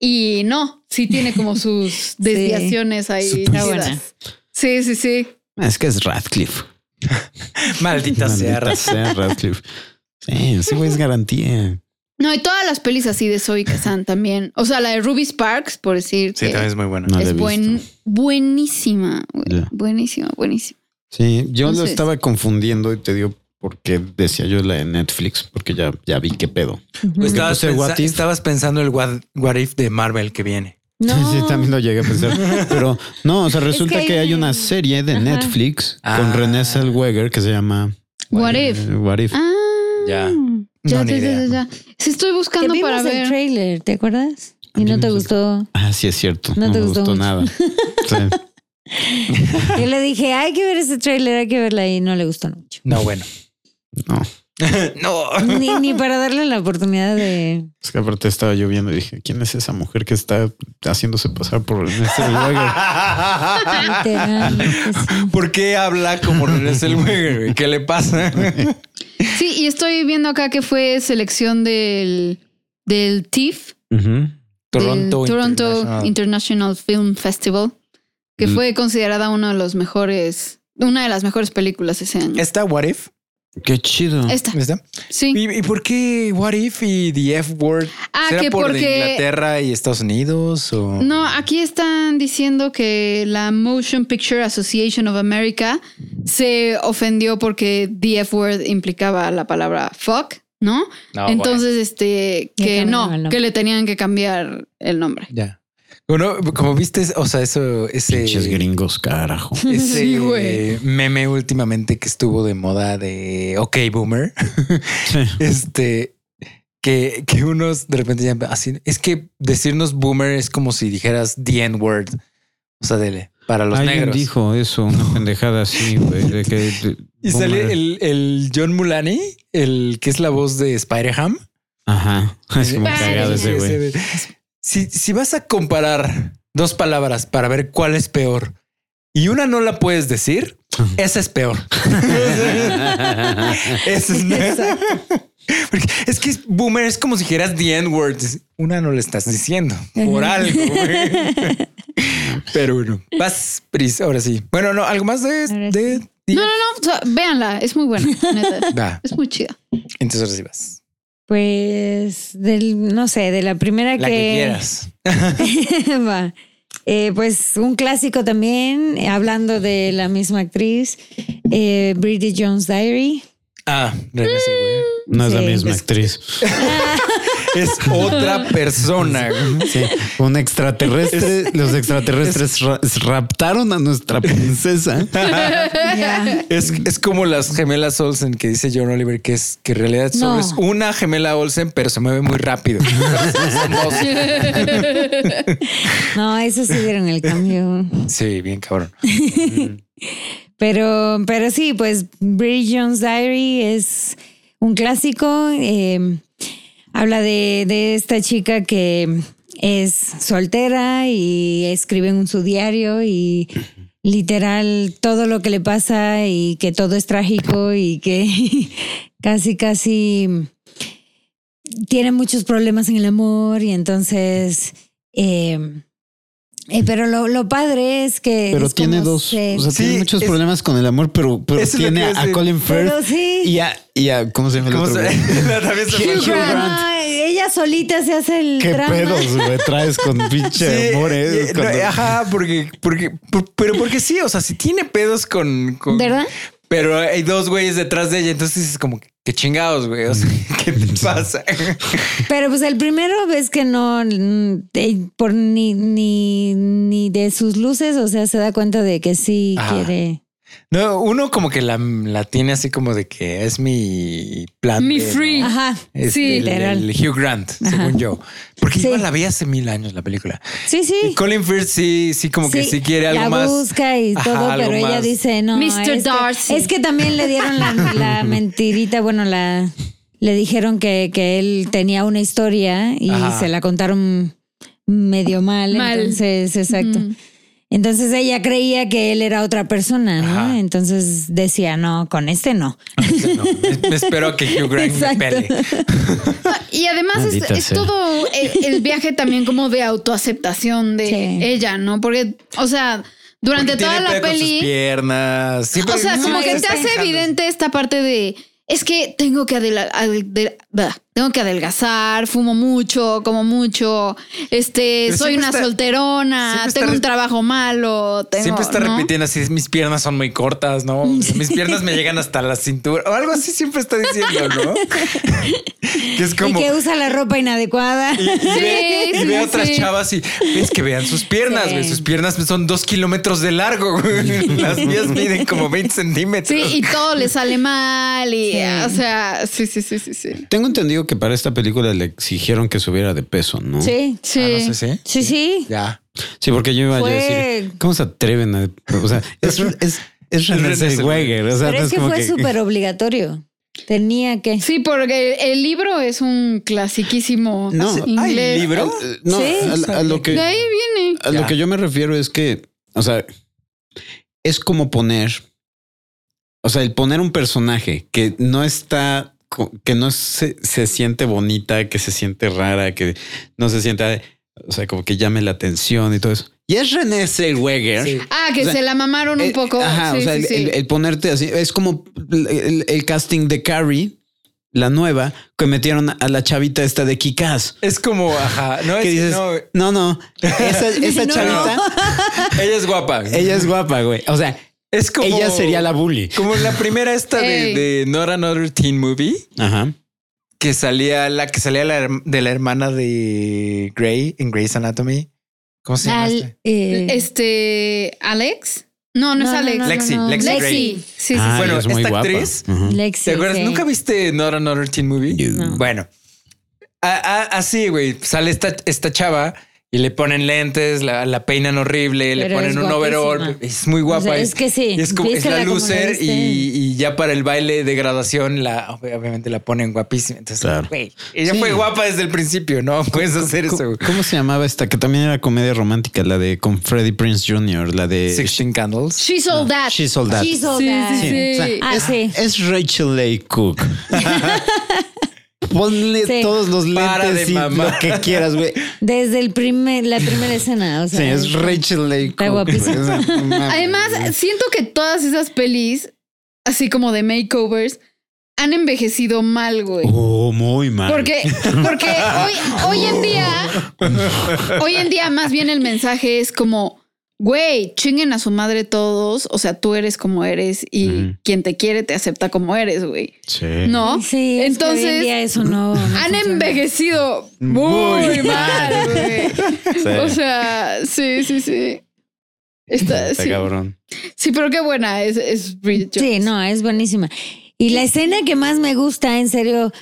[SPEAKER 3] Y no, sí tiene como sus desviaciones ahí.
[SPEAKER 2] Su
[SPEAKER 3] chidas.
[SPEAKER 5] buena.
[SPEAKER 3] Sí, sí, sí.
[SPEAKER 2] es que es Radcliffe.
[SPEAKER 1] Maldita sea.
[SPEAKER 2] Maldita sea Radcliffe. Sí, ese güey es garantía.
[SPEAKER 3] No, y todas las pelis así de Zoe Kazan también. O sea, la de Ruby Sparks, por decir.
[SPEAKER 1] Sí,
[SPEAKER 3] que
[SPEAKER 1] también es muy buena.
[SPEAKER 2] No la he
[SPEAKER 3] es
[SPEAKER 2] visto.
[SPEAKER 3] buen, buenísima, güey.
[SPEAKER 2] Ya.
[SPEAKER 3] Buenísima, buenísima.
[SPEAKER 2] Sí, yo lo
[SPEAKER 3] Entonces-
[SPEAKER 2] estaba confundiendo y te digo porque decía yo la de Netflix, porque ya, ya vi qué pedo.
[SPEAKER 5] Ujú.
[SPEAKER 1] estabas,
[SPEAKER 2] puse
[SPEAKER 1] pensa-
[SPEAKER 2] what if.
[SPEAKER 1] estabas pensando el what, what if de Marvel que viene.
[SPEAKER 5] No.
[SPEAKER 2] Sí, también lo llegué a pensar. Pero no, o sea, resulta
[SPEAKER 5] que-
[SPEAKER 2] que, hay una serie de
[SPEAKER 5] Ajá.
[SPEAKER 2] Netflix
[SPEAKER 1] Ah.
[SPEAKER 2] con René Zellweger que se llama
[SPEAKER 3] What if?
[SPEAKER 2] eh, What If.
[SPEAKER 3] Ah,
[SPEAKER 1] Ya.
[SPEAKER 3] Ya,
[SPEAKER 1] No, ni
[SPEAKER 3] ya, ya,
[SPEAKER 1] idea.
[SPEAKER 3] ya, ya. Sí, estoy
[SPEAKER 5] Que
[SPEAKER 3] buscando
[SPEAKER 5] vimos
[SPEAKER 3] para
[SPEAKER 5] el
[SPEAKER 3] ver.
[SPEAKER 5] trailer, ¿te acuerdas? Y no
[SPEAKER 2] Vimos
[SPEAKER 5] te
[SPEAKER 2] el-
[SPEAKER 5] gustó.
[SPEAKER 2] Ah, sí, es cierto.
[SPEAKER 5] No
[SPEAKER 2] No,
[SPEAKER 5] te
[SPEAKER 2] me
[SPEAKER 5] gustó
[SPEAKER 2] gustó,
[SPEAKER 5] mucho.
[SPEAKER 2] nada. Sí.
[SPEAKER 5] Yo le dije, hay que ver ese trailer, hay que verla y no le gustó mucho.
[SPEAKER 1] No, bueno.
[SPEAKER 2] No,
[SPEAKER 1] No.
[SPEAKER 5] Ni, ni para darle la oportunidad de...
[SPEAKER 2] es que aparte estaba lloviendo y dije, ¿quién es esa mujer que está haciéndose pasar por René Zellweger?
[SPEAKER 5] Literal, pues sí.
[SPEAKER 1] ¿Por qué habla como René Zellweger? güey? ¿Qué le pasa?
[SPEAKER 3] Sí, y estoy viendo acá que fue selección del, del TIFF,
[SPEAKER 1] Toronto.
[SPEAKER 3] del Toronto
[SPEAKER 1] International.
[SPEAKER 3] International. Film Festival, que
[SPEAKER 2] Mm.
[SPEAKER 3] fue considerada uno de los mejores, una de las mejores películas ese año.
[SPEAKER 1] ¿Está What If?
[SPEAKER 2] Qué chido.
[SPEAKER 3] Esta,
[SPEAKER 1] ¿Está?
[SPEAKER 3] sí.
[SPEAKER 1] ¿Y, y por qué What If y The F Word?
[SPEAKER 3] Ah,
[SPEAKER 1] ¿Será
[SPEAKER 3] que
[SPEAKER 1] por de
[SPEAKER 3] porque...
[SPEAKER 1] Inglaterra y Estados Unidos? O...
[SPEAKER 3] No, aquí están diciendo que la Motion Picture Association of America se ofendió porque the F word implicaba la palabra fuck, ¿no?
[SPEAKER 1] No,
[SPEAKER 3] Entonces, este,
[SPEAKER 5] Le
[SPEAKER 3] que
[SPEAKER 5] cambiaron el
[SPEAKER 3] no,
[SPEAKER 5] nombre.
[SPEAKER 3] que le tenían que cambiar el nombre.
[SPEAKER 1] bueno, ya. Bueno, como viste, o sea, eso, ese.
[SPEAKER 2] Pinches gringos, carajo.
[SPEAKER 1] ese
[SPEAKER 3] Sí, güey.
[SPEAKER 1] eh, meme últimamente que estuvo de moda de OK Boomer. este que, que unos de repente ya así es que decirnos boomer es como si dijeras the N word. O sea, dele, para los
[SPEAKER 2] Alguien
[SPEAKER 1] negros.
[SPEAKER 2] dijo eso, una pendejada así, güey. de que- de-
[SPEAKER 1] y
[SPEAKER 2] boomer.
[SPEAKER 1] sale el, el John Mulani, el que es la voz de Spider-Ham.
[SPEAKER 2] Ajá. Es como cagado ese, güey.
[SPEAKER 1] Si, si vas a comparar dos palabras para ver cuál es peor y una no la puedes decir, esa es peor. Esa es neta. Porque es que es boomer es como si dijeras the end words. Una no le estás diciendo por algo. güey. Pero bueno, vas, Pris, ahora sí. Bueno, no, algo más de.
[SPEAKER 5] Ahora
[SPEAKER 1] de- de-
[SPEAKER 3] No, no, no, o sea, véanla, es muy buena, neta.
[SPEAKER 1] Va,
[SPEAKER 3] Es muy chida.
[SPEAKER 1] entonces ahora sí vas.
[SPEAKER 5] Pues, del, no sé, de la primera
[SPEAKER 1] La que quieras.
[SPEAKER 5] Va. Eh, pues un clásico también, eh, hablando de la misma actriz, eh, Bridget Jones Diary.
[SPEAKER 1] Ah, regresa, güey.
[SPEAKER 2] No es la
[SPEAKER 5] Sí.
[SPEAKER 2] misma
[SPEAKER 5] Es-
[SPEAKER 2] actriz.
[SPEAKER 1] Es otra persona. güey.
[SPEAKER 2] Sí, un extraterrestre. los extraterrestres ra- raptaron a nuestra princesa.
[SPEAKER 1] Es, es como las gemelas Olsen que dice John Oliver, que es que en realidad solo
[SPEAKER 5] No.
[SPEAKER 1] es una gemela Olsen, pero se mueve muy rápido. Son dos.
[SPEAKER 5] No, eso sí dieron el cambio.
[SPEAKER 1] sí, bien cabrón.
[SPEAKER 5] Pero, pero sí, pues Bridget Jones Diary es un clásico. eh, habla de, de esta chica que es soltera y escribe en su diario y literal todo lo que le pasa y que todo es trágico y que casi, casi tiene muchos problemas en el amor y entonces... eh, eh, pero lo, lo padre es que...
[SPEAKER 2] Pero
[SPEAKER 5] es
[SPEAKER 2] tiene
[SPEAKER 5] como
[SPEAKER 2] dos.
[SPEAKER 5] se-
[SPEAKER 2] O sea,
[SPEAKER 1] Sí,
[SPEAKER 2] tiene muchos
[SPEAKER 1] es-
[SPEAKER 2] problemas con el amor, pero, pero
[SPEAKER 1] Eso es lo
[SPEAKER 2] tiene
[SPEAKER 1] que iba a
[SPEAKER 2] a
[SPEAKER 1] decir.
[SPEAKER 2] Colin
[SPEAKER 5] Pero
[SPEAKER 2] Firth
[SPEAKER 5] sí.
[SPEAKER 2] y a, y a. ¿Cómo se llama el
[SPEAKER 1] ¿Cómo
[SPEAKER 2] otro?
[SPEAKER 1] se-
[SPEAKER 2] güey?
[SPEAKER 1] La traviesa
[SPEAKER 2] Hugh
[SPEAKER 1] Fancy.
[SPEAKER 2] Grant.
[SPEAKER 5] Ah, ella solita se hace el
[SPEAKER 2] ¿Qué
[SPEAKER 5] drama.
[SPEAKER 2] pedos, güey? Traes con pinche
[SPEAKER 1] Sí,
[SPEAKER 2] amor,
[SPEAKER 1] eh,
[SPEAKER 2] eh?
[SPEAKER 1] no,
[SPEAKER 2] Cuando-
[SPEAKER 1] ajá, porque, porque, por- pero porque sí, o sea, si tiene pedos con, con-
[SPEAKER 5] ¿Verdad?
[SPEAKER 1] Pero hay dos güeyes detrás de ella, entonces dices como que chingados, güey. O sea, ¿qué te pasa?
[SPEAKER 5] Pero pues el primero ves que no mm, eh, por ni, ni, ni de sus luces, o sea, se da cuenta de que sí
[SPEAKER 1] Ajá.
[SPEAKER 5] quiere.
[SPEAKER 1] No, uno como que la, la tiene así como de que es mi plan.
[SPEAKER 3] Mi
[SPEAKER 1] B, ¿no?
[SPEAKER 3] free.
[SPEAKER 5] Ajá.
[SPEAKER 1] Este,
[SPEAKER 5] sí,
[SPEAKER 1] el-
[SPEAKER 5] literal.
[SPEAKER 1] el Hugh Grant, según yo. Porque
[SPEAKER 5] Sí.
[SPEAKER 1] yo la vi hace mil años la película.
[SPEAKER 5] sí,
[SPEAKER 1] Y
[SPEAKER 5] sí.
[SPEAKER 1] Colin Firth sí, sí, como que sí quiere algo
[SPEAKER 5] la
[SPEAKER 1] más.
[SPEAKER 5] busca y
[SPEAKER 1] Ajá,
[SPEAKER 5] todo,
[SPEAKER 1] algo
[SPEAKER 5] pero ella
[SPEAKER 1] más.
[SPEAKER 5] dice no.
[SPEAKER 3] Mr.
[SPEAKER 5] es que-
[SPEAKER 3] Darcy.
[SPEAKER 5] es que también le dieron la, la mentirita, bueno, la le dijeron que, que él tenía una historia y
[SPEAKER 1] Ajá.
[SPEAKER 5] se la contaron medio mal,
[SPEAKER 3] Mal.
[SPEAKER 5] entonces, exacto.
[SPEAKER 3] Mm.
[SPEAKER 5] Entonces ella creía que él era otra persona, ¿no?
[SPEAKER 1] Ajá.
[SPEAKER 5] Entonces decía, no, con este no.
[SPEAKER 1] No, me, me espero a que Hugh Grant
[SPEAKER 5] Exacto.
[SPEAKER 1] me pele.
[SPEAKER 3] Ah, Y además es,
[SPEAKER 2] Maldita
[SPEAKER 3] es
[SPEAKER 2] sea.
[SPEAKER 3] todo el, el viaje también como de autoaceptación de
[SPEAKER 5] Sí.
[SPEAKER 3] ella, ¿no? Porque, o sea, durante
[SPEAKER 1] Porque
[SPEAKER 3] toda
[SPEAKER 1] tiene
[SPEAKER 3] la
[SPEAKER 1] pedo con sus
[SPEAKER 3] peli,
[SPEAKER 1] piernas. Siempre-
[SPEAKER 3] o sea,
[SPEAKER 1] no,
[SPEAKER 3] como que
[SPEAKER 1] es-
[SPEAKER 3] te hace evidente esta parte de es que tengo que adela- adel- de- bah, tengo que adelgazar, fumo mucho, como mucho, este,
[SPEAKER 1] Pero
[SPEAKER 3] soy
[SPEAKER 1] siempre
[SPEAKER 3] una
[SPEAKER 1] está-
[SPEAKER 3] solterona,
[SPEAKER 1] siempre está
[SPEAKER 3] tengo un
[SPEAKER 1] re-
[SPEAKER 3] trabajo malo, tengo,
[SPEAKER 1] Siempre está
[SPEAKER 3] ¿no?
[SPEAKER 1] repitiendo así, mis piernas son muy cortas, ¿no? O sea, Mis piernas me llegan hasta la cintura. O algo así siempre está diciendo, ¿no? que es como...
[SPEAKER 5] Y que usa la ropa inadecuada.
[SPEAKER 1] y ve,
[SPEAKER 3] Sí,
[SPEAKER 1] y
[SPEAKER 3] sí,
[SPEAKER 1] ve a otras
[SPEAKER 3] sí.
[SPEAKER 1] chavas y ves que vean sus piernas,
[SPEAKER 5] Sí.
[SPEAKER 1] güey. Sus piernas son dos kilómetros de largo, güey. Las mías miden como 20
[SPEAKER 3] Sí,
[SPEAKER 1] centímetros.
[SPEAKER 3] y todo le sale mal y,
[SPEAKER 5] Sí.
[SPEAKER 3] o sea, sí, sí, sí, sí, sí.
[SPEAKER 2] Tengo entendido que para esta película le exigieron que subiera de peso, ¿no?
[SPEAKER 5] Sí,
[SPEAKER 3] Sí.
[SPEAKER 1] Ah, no sé, ¿sí?
[SPEAKER 5] sí, sí.
[SPEAKER 1] Ya.
[SPEAKER 2] Sí, porque yo iba
[SPEAKER 5] Fue-
[SPEAKER 2] a decir, ¿cómo se atreven a.? O sea, es, es, es René
[SPEAKER 1] René
[SPEAKER 2] Zellweger, O sea,
[SPEAKER 5] Pero
[SPEAKER 2] no
[SPEAKER 5] es que
[SPEAKER 2] como
[SPEAKER 5] fue súper obligatorio. Tenía que.
[SPEAKER 3] Sí, porque el libro es un clasiquísimo
[SPEAKER 2] No, ¿hay
[SPEAKER 3] inglés.
[SPEAKER 1] libro?
[SPEAKER 2] No,
[SPEAKER 5] Sí.
[SPEAKER 2] a, a lo que.
[SPEAKER 3] De ahí viene.
[SPEAKER 2] A
[SPEAKER 1] Ya.
[SPEAKER 2] lo que yo me refiero es que, o sea, es como poner, o sea, el poner un personaje que no está, co- que no se, se siente bonita, que se siente rara, que no se siente, o sea, como que llame la atención y todo eso. Y es René Zellweger.
[SPEAKER 1] Sí.
[SPEAKER 3] Ah, que
[SPEAKER 2] O sea,
[SPEAKER 3] se la mamaron un
[SPEAKER 2] Eh,
[SPEAKER 3] poco.
[SPEAKER 2] Ajá,
[SPEAKER 3] Sí,
[SPEAKER 2] o sea,
[SPEAKER 3] sí,
[SPEAKER 2] el,
[SPEAKER 3] sí.
[SPEAKER 2] el- el ponerte así. Es como el, el- el casting de Carrie, la nueva, que metieron a la chavita esta de Kikaz.
[SPEAKER 1] Es como, ajá, no
[SPEAKER 2] Que
[SPEAKER 1] es,
[SPEAKER 2] dices,
[SPEAKER 1] no,
[SPEAKER 2] no, no, esa, esa
[SPEAKER 5] No,
[SPEAKER 2] chavita,
[SPEAKER 1] ella es guapa.
[SPEAKER 2] ella es guapa, güey. O sea,
[SPEAKER 1] es como
[SPEAKER 2] ella sería la bully.
[SPEAKER 1] como la primera esta de,
[SPEAKER 3] Ey.
[SPEAKER 1] de Not Another Teen Movie
[SPEAKER 2] Ajá.
[SPEAKER 1] que salía la que salía la her- de la hermana de Grey en Grey's Anatomy. ¿Cómo se llama? esta?
[SPEAKER 5] Al, eh,
[SPEAKER 3] Este, Alex. No, no, es Alex.
[SPEAKER 1] no, Lexi, Lexi
[SPEAKER 3] Lexi.
[SPEAKER 1] Grey.
[SPEAKER 3] Sí, sí, sí.
[SPEAKER 2] Ah,
[SPEAKER 1] Bueno,
[SPEAKER 2] ella es muy
[SPEAKER 1] esta
[SPEAKER 2] guapa.
[SPEAKER 1] actriz-
[SPEAKER 2] Ajá.
[SPEAKER 5] Lexi,
[SPEAKER 1] ¿Te acuerdas?
[SPEAKER 5] sí.
[SPEAKER 1] ¿Nunca viste Not Another Teen Movie?
[SPEAKER 5] No.
[SPEAKER 1] Bueno, a- a- así, güey, sale esta, esta chava y le ponen lentes, la, la peinan horrible, le
[SPEAKER 5] Pero
[SPEAKER 1] ponen
[SPEAKER 5] es
[SPEAKER 1] un overall.
[SPEAKER 5] guapísima.
[SPEAKER 1] Es muy guapa.
[SPEAKER 5] O sea, es que sí,
[SPEAKER 1] y Es, como, es la
[SPEAKER 5] vístela como
[SPEAKER 1] loser y,
[SPEAKER 5] viste.
[SPEAKER 1] y ya para el baile de graduación, la, obviamente la ponen guapísima. Entonces,
[SPEAKER 2] Claro.
[SPEAKER 1] güey, ella
[SPEAKER 2] Sí.
[SPEAKER 1] fue guapa desde el principio, ¿no? Puedes hacer eso.
[SPEAKER 2] ¿Cómo,
[SPEAKER 1] güey.
[SPEAKER 2] cómo se llamaba esta? Que también era comedia romántica, la de con Freddie Prince Jr., la de
[SPEAKER 1] Sixteen Candles.
[SPEAKER 3] She's all that.
[SPEAKER 2] She's All That.
[SPEAKER 5] She's all
[SPEAKER 3] Sí,
[SPEAKER 5] that.
[SPEAKER 3] sí, sí.
[SPEAKER 2] O sea,
[SPEAKER 5] Ah,
[SPEAKER 2] es, eh,
[SPEAKER 5] sí.
[SPEAKER 2] es Rachel A. Cook. Ponle
[SPEAKER 5] Sí.
[SPEAKER 2] todos los
[SPEAKER 1] Para
[SPEAKER 2] lentes
[SPEAKER 1] de
[SPEAKER 2] y
[SPEAKER 1] mamar.
[SPEAKER 2] lo que quieras, güey.
[SPEAKER 5] Desde el primer, la primera escena. O sea,
[SPEAKER 2] Sí, es Rachel A. Cook.
[SPEAKER 5] Está guapísima.
[SPEAKER 2] güey. O sea, no
[SPEAKER 3] Ah.
[SPEAKER 2] mames.
[SPEAKER 3] Además, siento que todas esas pelis, así como de makeovers, han envejecido mal, güey.
[SPEAKER 2] Oh, muy mal.
[SPEAKER 3] Porque, porque hoy, hoy en día, hoy en día más bien el mensaje es como, güey, chinguen a su madre todos, o sea, tú eres como eres y
[SPEAKER 2] Ujú.
[SPEAKER 3] quien te quiere te acepta como eres, güey.
[SPEAKER 2] Sí.
[SPEAKER 3] ¿No?
[SPEAKER 5] Sí, es que hoy en
[SPEAKER 3] entonces
[SPEAKER 5] día eso no.
[SPEAKER 3] han
[SPEAKER 5] no funciona.
[SPEAKER 3] envejecido
[SPEAKER 2] Muy
[SPEAKER 3] muy, mal, güey. O sea, sí, sí, sí. Está,
[SPEAKER 2] Está
[SPEAKER 3] sí.
[SPEAKER 2] cabrón.
[SPEAKER 3] Sí, pero qué buena es, es Bridget
[SPEAKER 5] Sí,
[SPEAKER 3] Jones.
[SPEAKER 5] no, es buenísima. Y la escena que más me gusta, en serio,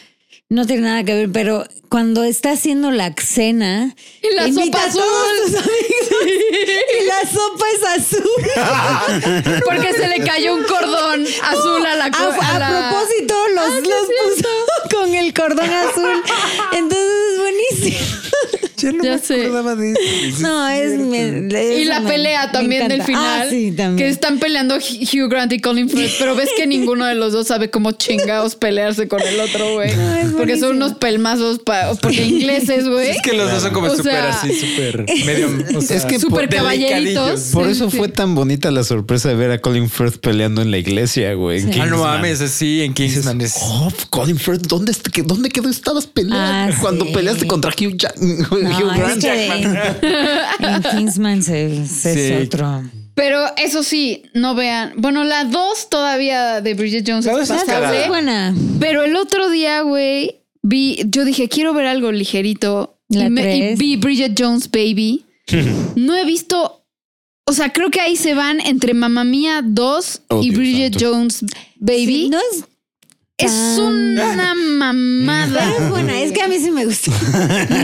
[SPEAKER 5] no tiene nada que ver, pero cuando está haciendo la cena.
[SPEAKER 3] Y la
[SPEAKER 5] invita
[SPEAKER 3] sopa
[SPEAKER 5] a todos
[SPEAKER 3] azul.
[SPEAKER 5] sus amigos, y la sopa es azul.
[SPEAKER 3] Porque se le cayó un cordón azul a la co-
[SPEAKER 5] A, a
[SPEAKER 3] la- Ah,
[SPEAKER 5] propósito, los,
[SPEAKER 3] sí
[SPEAKER 5] los
[SPEAKER 3] es
[SPEAKER 5] puso con el cordón azul. Entonces es buenísimo.
[SPEAKER 1] Ya no
[SPEAKER 3] Ya sé.
[SPEAKER 1] de eso.
[SPEAKER 5] No, es. me-
[SPEAKER 3] Y
[SPEAKER 5] eso
[SPEAKER 3] la
[SPEAKER 5] me-
[SPEAKER 3] pelea
[SPEAKER 5] me
[SPEAKER 3] también del
[SPEAKER 5] encanta.
[SPEAKER 3] final.
[SPEAKER 5] Ah, sí, también.
[SPEAKER 3] Que están peleando Hugh Grant y Colin Firth, pero ves que ninguno de los dos sabe cómo chingados pelearse con el otro, güey.
[SPEAKER 5] es
[SPEAKER 3] porque son
[SPEAKER 5] buenísimo.
[SPEAKER 3] unos pelmazos pa- porque ingleses, güey.
[SPEAKER 1] Es que los dos son como
[SPEAKER 3] O
[SPEAKER 1] súper
[SPEAKER 3] sea,
[SPEAKER 1] así, súper medio. o sea,
[SPEAKER 2] es que
[SPEAKER 3] Súper
[SPEAKER 1] por-
[SPEAKER 3] caballeritos.
[SPEAKER 1] delicadillos.
[SPEAKER 2] Por
[SPEAKER 3] Sí,
[SPEAKER 2] eso
[SPEAKER 3] sí.
[SPEAKER 2] fue tan bonita la sorpresa de ver a Colin Firth peleando en la iglesia, güey.
[SPEAKER 1] Ah,
[SPEAKER 2] en
[SPEAKER 1] no
[SPEAKER 2] Kingsman.
[SPEAKER 1] mames, así en Kingsman es.
[SPEAKER 2] Oh, Colin Firth, ¿dónde, est- que- dónde quedó? Estabas peleando
[SPEAKER 5] Ah,
[SPEAKER 2] cuando
[SPEAKER 5] sí.
[SPEAKER 2] peleaste contra Hugh, Ja- Hugh
[SPEAKER 5] No, es
[SPEAKER 2] Grant.
[SPEAKER 5] que de- en Kingsman se, se
[SPEAKER 1] Sí.
[SPEAKER 5] es otro.
[SPEAKER 3] Pero eso sí, no vean. Bueno, la dos todavía de Bridget Jones
[SPEAKER 1] La
[SPEAKER 3] es
[SPEAKER 1] dos está
[SPEAKER 3] pasable.
[SPEAKER 1] cagada.
[SPEAKER 5] Es buena.
[SPEAKER 3] Pero el otro día, güey, vi, yo dije, quiero ver algo ligerito.
[SPEAKER 5] La
[SPEAKER 3] y, me- y
[SPEAKER 5] tres.
[SPEAKER 3] vi Bridget Jones Baby. no he visto. O sea, creo que ahí se van entre Mamma Mía 2
[SPEAKER 2] Oh,
[SPEAKER 3] y
[SPEAKER 2] Dios
[SPEAKER 3] Bridget
[SPEAKER 2] santo.
[SPEAKER 3] Jones Baby.
[SPEAKER 5] Sí, no es,
[SPEAKER 3] es una mamada.
[SPEAKER 5] pero es buena. Es que a mí sí me gusta.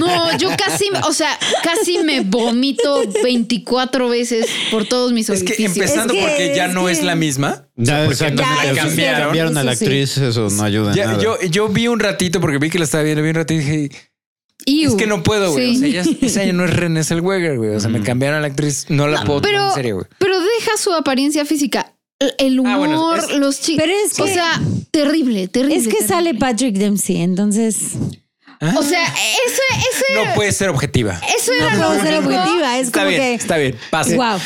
[SPEAKER 3] No, yo casi, o sea, casi me vomito 24 veces por todos mis
[SPEAKER 1] Es que
[SPEAKER 3] orificios.
[SPEAKER 1] empezando
[SPEAKER 5] Es que-
[SPEAKER 1] porque ya
[SPEAKER 5] es
[SPEAKER 1] no es
[SPEAKER 5] que-
[SPEAKER 1] la misma.
[SPEAKER 2] Ya,
[SPEAKER 1] exactamente,
[SPEAKER 2] exactamente.
[SPEAKER 1] la cambiaron.
[SPEAKER 2] cambiaron a la
[SPEAKER 5] Eso sí.
[SPEAKER 2] actriz, eso no ayuda. en
[SPEAKER 1] Ya,
[SPEAKER 2] nada.
[SPEAKER 1] yo, yo vi un ratito porque vi que la estaba viendo, vi un ratito y dije,
[SPEAKER 3] Iu.
[SPEAKER 1] es que no puedo, güey.
[SPEAKER 3] Sí.
[SPEAKER 1] O sea, ya, esa ya no es René Zellweger, güey. O sea,
[SPEAKER 2] Mm.
[SPEAKER 1] me cambiaron a la actriz, no la puedo tomar
[SPEAKER 3] pero,
[SPEAKER 1] en serio, güey.
[SPEAKER 3] pero deja su apariencia física. El- El humor,
[SPEAKER 1] Ah, bueno, es-
[SPEAKER 3] los chicos.
[SPEAKER 5] pero es
[SPEAKER 3] O
[SPEAKER 5] que-
[SPEAKER 3] sea, terrible, terrible.
[SPEAKER 5] Es que
[SPEAKER 3] terrible.
[SPEAKER 5] sale Patrick Dempsey, entonces.
[SPEAKER 3] O sea, eso, eso,
[SPEAKER 1] Ah. No pues, puede ser objetiva.
[SPEAKER 3] eso era,
[SPEAKER 5] No
[SPEAKER 3] lo
[SPEAKER 5] puedo ser
[SPEAKER 3] único,
[SPEAKER 5] objetiva, es
[SPEAKER 1] Está
[SPEAKER 5] como
[SPEAKER 1] bien,
[SPEAKER 5] que.
[SPEAKER 1] está bien, Ah, pasa.
[SPEAKER 5] Wow.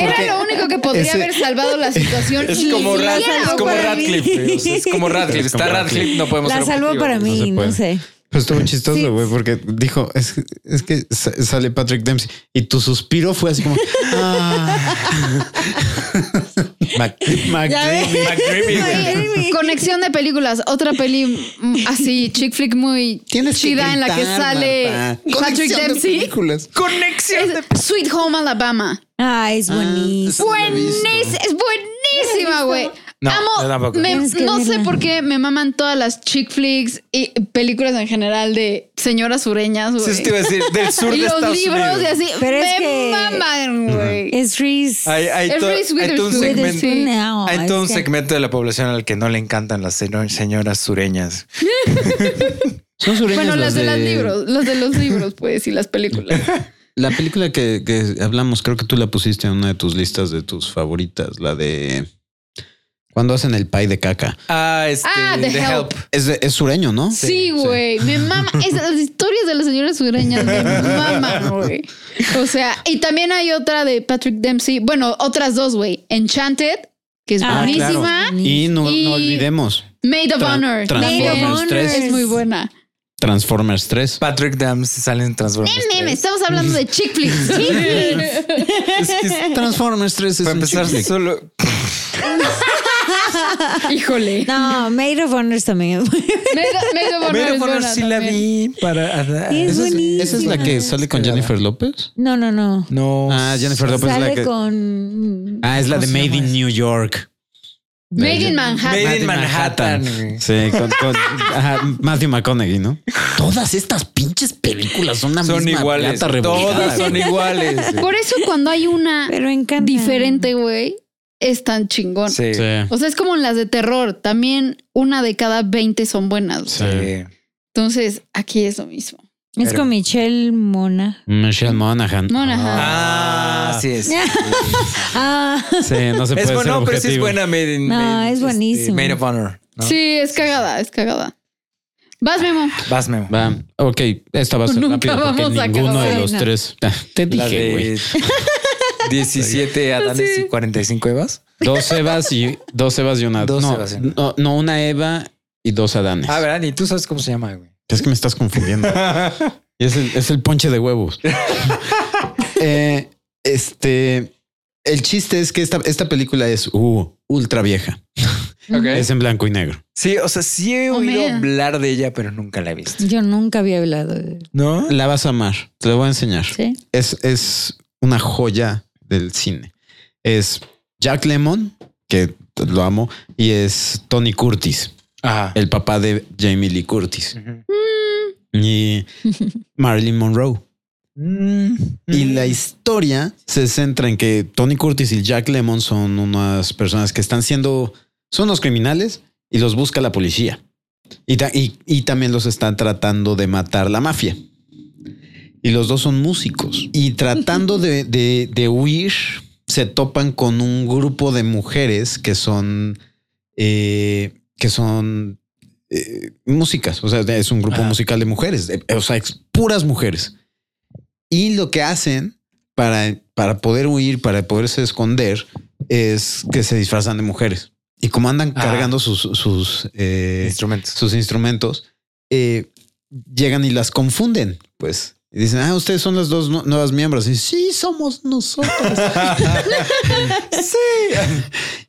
[SPEAKER 3] era lo único que podría
[SPEAKER 2] ese-
[SPEAKER 3] haber salvado la situación.
[SPEAKER 1] Es
[SPEAKER 3] y
[SPEAKER 1] como,
[SPEAKER 3] ni
[SPEAKER 1] Rad-
[SPEAKER 3] siquiera
[SPEAKER 1] es
[SPEAKER 5] salvó
[SPEAKER 1] como
[SPEAKER 5] para
[SPEAKER 1] Radcliffe.
[SPEAKER 5] mí.
[SPEAKER 1] o sea, Es como Radcliffe.
[SPEAKER 2] Es como
[SPEAKER 1] Está Radcliffe, no podemos
[SPEAKER 5] La
[SPEAKER 1] ser
[SPEAKER 5] salvó
[SPEAKER 1] objetivos.
[SPEAKER 5] para mí,
[SPEAKER 2] puede.
[SPEAKER 5] no sé.
[SPEAKER 2] Pero estuvo
[SPEAKER 5] Sí.
[SPEAKER 2] chistoso, güey, porque dijo, es, es que sa- sale Patrick Dempsey y tu suspiro fue así como... ah. Mac- McDreamy.
[SPEAKER 1] McDreamy, güey.
[SPEAKER 5] Ay,
[SPEAKER 3] Conexión de películas, otra peli mm, así, chick flick muy
[SPEAKER 2] Tienes que
[SPEAKER 3] chida en la que
[SPEAKER 2] gritar,
[SPEAKER 3] sale
[SPEAKER 2] Marta.
[SPEAKER 3] Patrick
[SPEAKER 2] Conexión de
[SPEAKER 3] Dempsey.
[SPEAKER 2] películas.
[SPEAKER 1] Conexión de.
[SPEAKER 3] Es Sweet Home Alabama.
[SPEAKER 5] Ah, es buenísimo.
[SPEAKER 3] Buenísima, es buenísima, güey.
[SPEAKER 1] No,
[SPEAKER 3] Amo,
[SPEAKER 1] yo tampoco.
[SPEAKER 3] me-
[SPEAKER 5] Tienes que
[SPEAKER 3] no sé
[SPEAKER 5] verla.
[SPEAKER 3] por qué me maman todas las chick flicks y películas en general de señoras sureñas, güey.
[SPEAKER 1] Sí, eso te iba a decir, del sur
[SPEAKER 3] y
[SPEAKER 1] de
[SPEAKER 3] los
[SPEAKER 1] Estados
[SPEAKER 3] libros
[SPEAKER 1] Unidos.
[SPEAKER 3] y así.
[SPEAKER 5] Pero
[SPEAKER 3] me
[SPEAKER 5] es que-
[SPEAKER 3] maman, güey.
[SPEAKER 5] Es Reese.
[SPEAKER 1] Hay, hay
[SPEAKER 3] Es
[SPEAKER 1] to-
[SPEAKER 3] Reese
[SPEAKER 1] hay todo un
[SPEAKER 3] Witherspoon.
[SPEAKER 1] segmento,
[SPEAKER 3] Witherspoon,
[SPEAKER 5] no,
[SPEAKER 1] hay todo
[SPEAKER 5] es
[SPEAKER 1] un
[SPEAKER 5] que-
[SPEAKER 1] segmento de la población al que no le encantan las seno- señoras sureñas.
[SPEAKER 2] Son sureñas
[SPEAKER 3] Bueno, las de, los libros, los de los libros, pues, y las películas.
[SPEAKER 2] La película que, que hablamos, creo que tú la pusiste en una de tus listas de tus favoritas, la de... Cuando hacen el pay de caca.
[SPEAKER 1] Ah, este,
[SPEAKER 3] Ah, The
[SPEAKER 1] The Help.
[SPEAKER 3] Help.
[SPEAKER 2] Es, de- es sureño, ¿no?
[SPEAKER 3] Sí, güey. Me mama. Esas las historias de las señoras sureñas me maman, güey. O sea, y también hay otra de Patrick Dempsey. Bueno, otras dos, güey. Enchanted, que es
[SPEAKER 5] Ah,
[SPEAKER 3] buenísima.
[SPEAKER 5] claro.
[SPEAKER 2] Y no,
[SPEAKER 3] Y-
[SPEAKER 2] no olvidemos
[SPEAKER 3] Maid of
[SPEAKER 2] Tra-
[SPEAKER 3] Honor.
[SPEAKER 2] Transformers
[SPEAKER 3] también.
[SPEAKER 5] Maid of
[SPEAKER 2] 3.
[SPEAKER 3] Es muy buena.
[SPEAKER 2] Transformers 3.
[SPEAKER 1] Patrick Dempsey sale en Transformers.
[SPEAKER 3] Mm, mm,
[SPEAKER 1] 3.
[SPEAKER 3] Estamos hablando de chick flicks.
[SPEAKER 2] Es que es- Transformers 3 es
[SPEAKER 1] Para
[SPEAKER 2] un
[SPEAKER 1] empezar,
[SPEAKER 2] chick flick.
[SPEAKER 1] solo
[SPEAKER 3] Híjole.
[SPEAKER 5] No, Maid of Honor también.
[SPEAKER 3] Maid of- Maid of Honor.
[SPEAKER 1] Pero
[SPEAKER 3] es
[SPEAKER 1] bueno,
[SPEAKER 3] buena
[SPEAKER 1] sí la
[SPEAKER 3] también.
[SPEAKER 1] vi para. ah,
[SPEAKER 5] Es
[SPEAKER 1] Esa
[SPEAKER 5] buenísima.
[SPEAKER 2] ¿Esa es la que sale con Jennifer López?
[SPEAKER 5] No, no, no.
[SPEAKER 1] No.
[SPEAKER 2] Ah, Jennifer
[SPEAKER 1] pues
[SPEAKER 2] López es
[SPEAKER 5] Sale
[SPEAKER 2] la que...
[SPEAKER 5] con.
[SPEAKER 2] Ah, es la de
[SPEAKER 1] ¿Cómo se
[SPEAKER 2] Made
[SPEAKER 1] llama
[SPEAKER 2] in New York.
[SPEAKER 3] Made in Manhattan.
[SPEAKER 1] Made in Manhattan.
[SPEAKER 2] Sí, con, con- ajá, Matthew McConaughey, ¿no? Todas estas pinches películas son una
[SPEAKER 1] Son iguales. Todas son iguales.
[SPEAKER 3] Por eso cuando hay una
[SPEAKER 5] Pero encanta.
[SPEAKER 3] diferente, güey, es tan chingón.
[SPEAKER 1] Sí. Sí.
[SPEAKER 2] Sí.
[SPEAKER 3] O sea, es como en las de terror. También una de cada 20 son buenas. güey.
[SPEAKER 2] Sí.
[SPEAKER 3] Entonces, aquí es lo mismo.
[SPEAKER 5] Es con Michelle Mona.
[SPEAKER 1] Mm.
[SPEAKER 2] Michelle Monaghan.
[SPEAKER 3] Monahan.
[SPEAKER 1] Ah, sí es.
[SPEAKER 5] Ah,
[SPEAKER 2] Sí, no se puede
[SPEAKER 1] Es
[SPEAKER 2] ser
[SPEAKER 1] bueno, pero sí es
[SPEAKER 2] objetivo.
[SPEAKER 1] buena Made in
[SPEAKER 5] No,
[SPEAKER 1] Made-
[SPEAKER 5] es
[SPEAKER 1] este,
[SPEAKER 5] buenísima.
[SPEAKER 1] Made of Honor. ¿no?
[SPEAKER 3] Sí, es cagada, es cagada. Vas, Memo.
[SPEAKER 1] Vas, Memo.
[SPEAKER 2] Va, ok, esta va a ser
[SPEAKER 3] Nunca
[SPEAKER 2] rápida porque
[SPEAKER 3] vamos a
[SPEAKER 2] ninguno de
[SPEAKER 5] acabar.
[SPEAKER 2] los
[SPEAKER 5] No.
[SPEAKER 2] tres. Ah, Te
[SPEAKER 1] La
[SPEAKER 2] dije, güey.
[SPEAKER 1] de 17 Adanes y 45 Evas.
[SPEAKER 2] Dos Evas y dos Evas y una.
[SPEAKER 1] Dos
[SPEAKER 2] no,
[SPEAKER 1] Evas y una.
[SPEAKER 2] no, no, una Eva y dos Adanes.
[SPEAKER 1] Ah, ¿verdad? Ni tú sabes cómo se llama, güey.
[SPEAKER 2] Es que me estás confundiendo. Y es el, es el ponche de huevos. Eh, este. El chiste es que esta, esta película es uh, ultra vieja. Es en blanco y negro.
[SPEAKER 1] Sí, o sea, sí he
[SPEAKER 3] Oh,
[SPEAKER 1] oído
[SPEAKER 3] man.
[SPEAKER 1] hablar de ella, pero nunca la he visto.
[SPEAKER 5] yo nunca había hablado de.
[SPEAKER 1] ¿No?
[SPEAKER 2] La vas a amar. Te la voy a enseñar.
[SPEAKER 5] Sí.
[SPEAKER 2] Es, es una joya del cine. Es Jack Lemon, que lo amo, y es Tony Curtis,
[SPEAKER 1] Ajá.
[SPEAKER 2] el papá de Jamie Lee Curtis.
[SPEAKER 1] Ujú.
[SPEAKER 2] Y Marilyn Monroe. Y
[SPEAKER 1] Mm.
[SPEAKER 2] la historia se centra en que Tony Curtis y Jack Lemon son unas personas que están siendo, son unos criminales y los busca la policía. Y, ta- y- y también los están tratando de matar la mafia. Y los dos son músicos. Y tratando de, de- de huir, se topan con un grupo de mujeres que son, eh, que son eh, músicas. O sea, es un grupo
[SPEAKER 1] Ajá.
[SPEAKER 2] musical de mujeres. de- o sea, es puras mujeres. Y lo que hacen para, para poder huir, para poderse esconder, es que se disfrazan de mujeres. Y como andan
[SPEAKER 1] Ajá.
[SPEAKER 2] cargando sus, sus, eh,
[SPEAKER 1] Instrumentos.
[SPEAKER 2] sus instrumentos, eh, llegan y las confunden, pues. Y dicen, ah, ustedes son las dos nu- nuevas miembros. Y sí, somos nosotros. sí.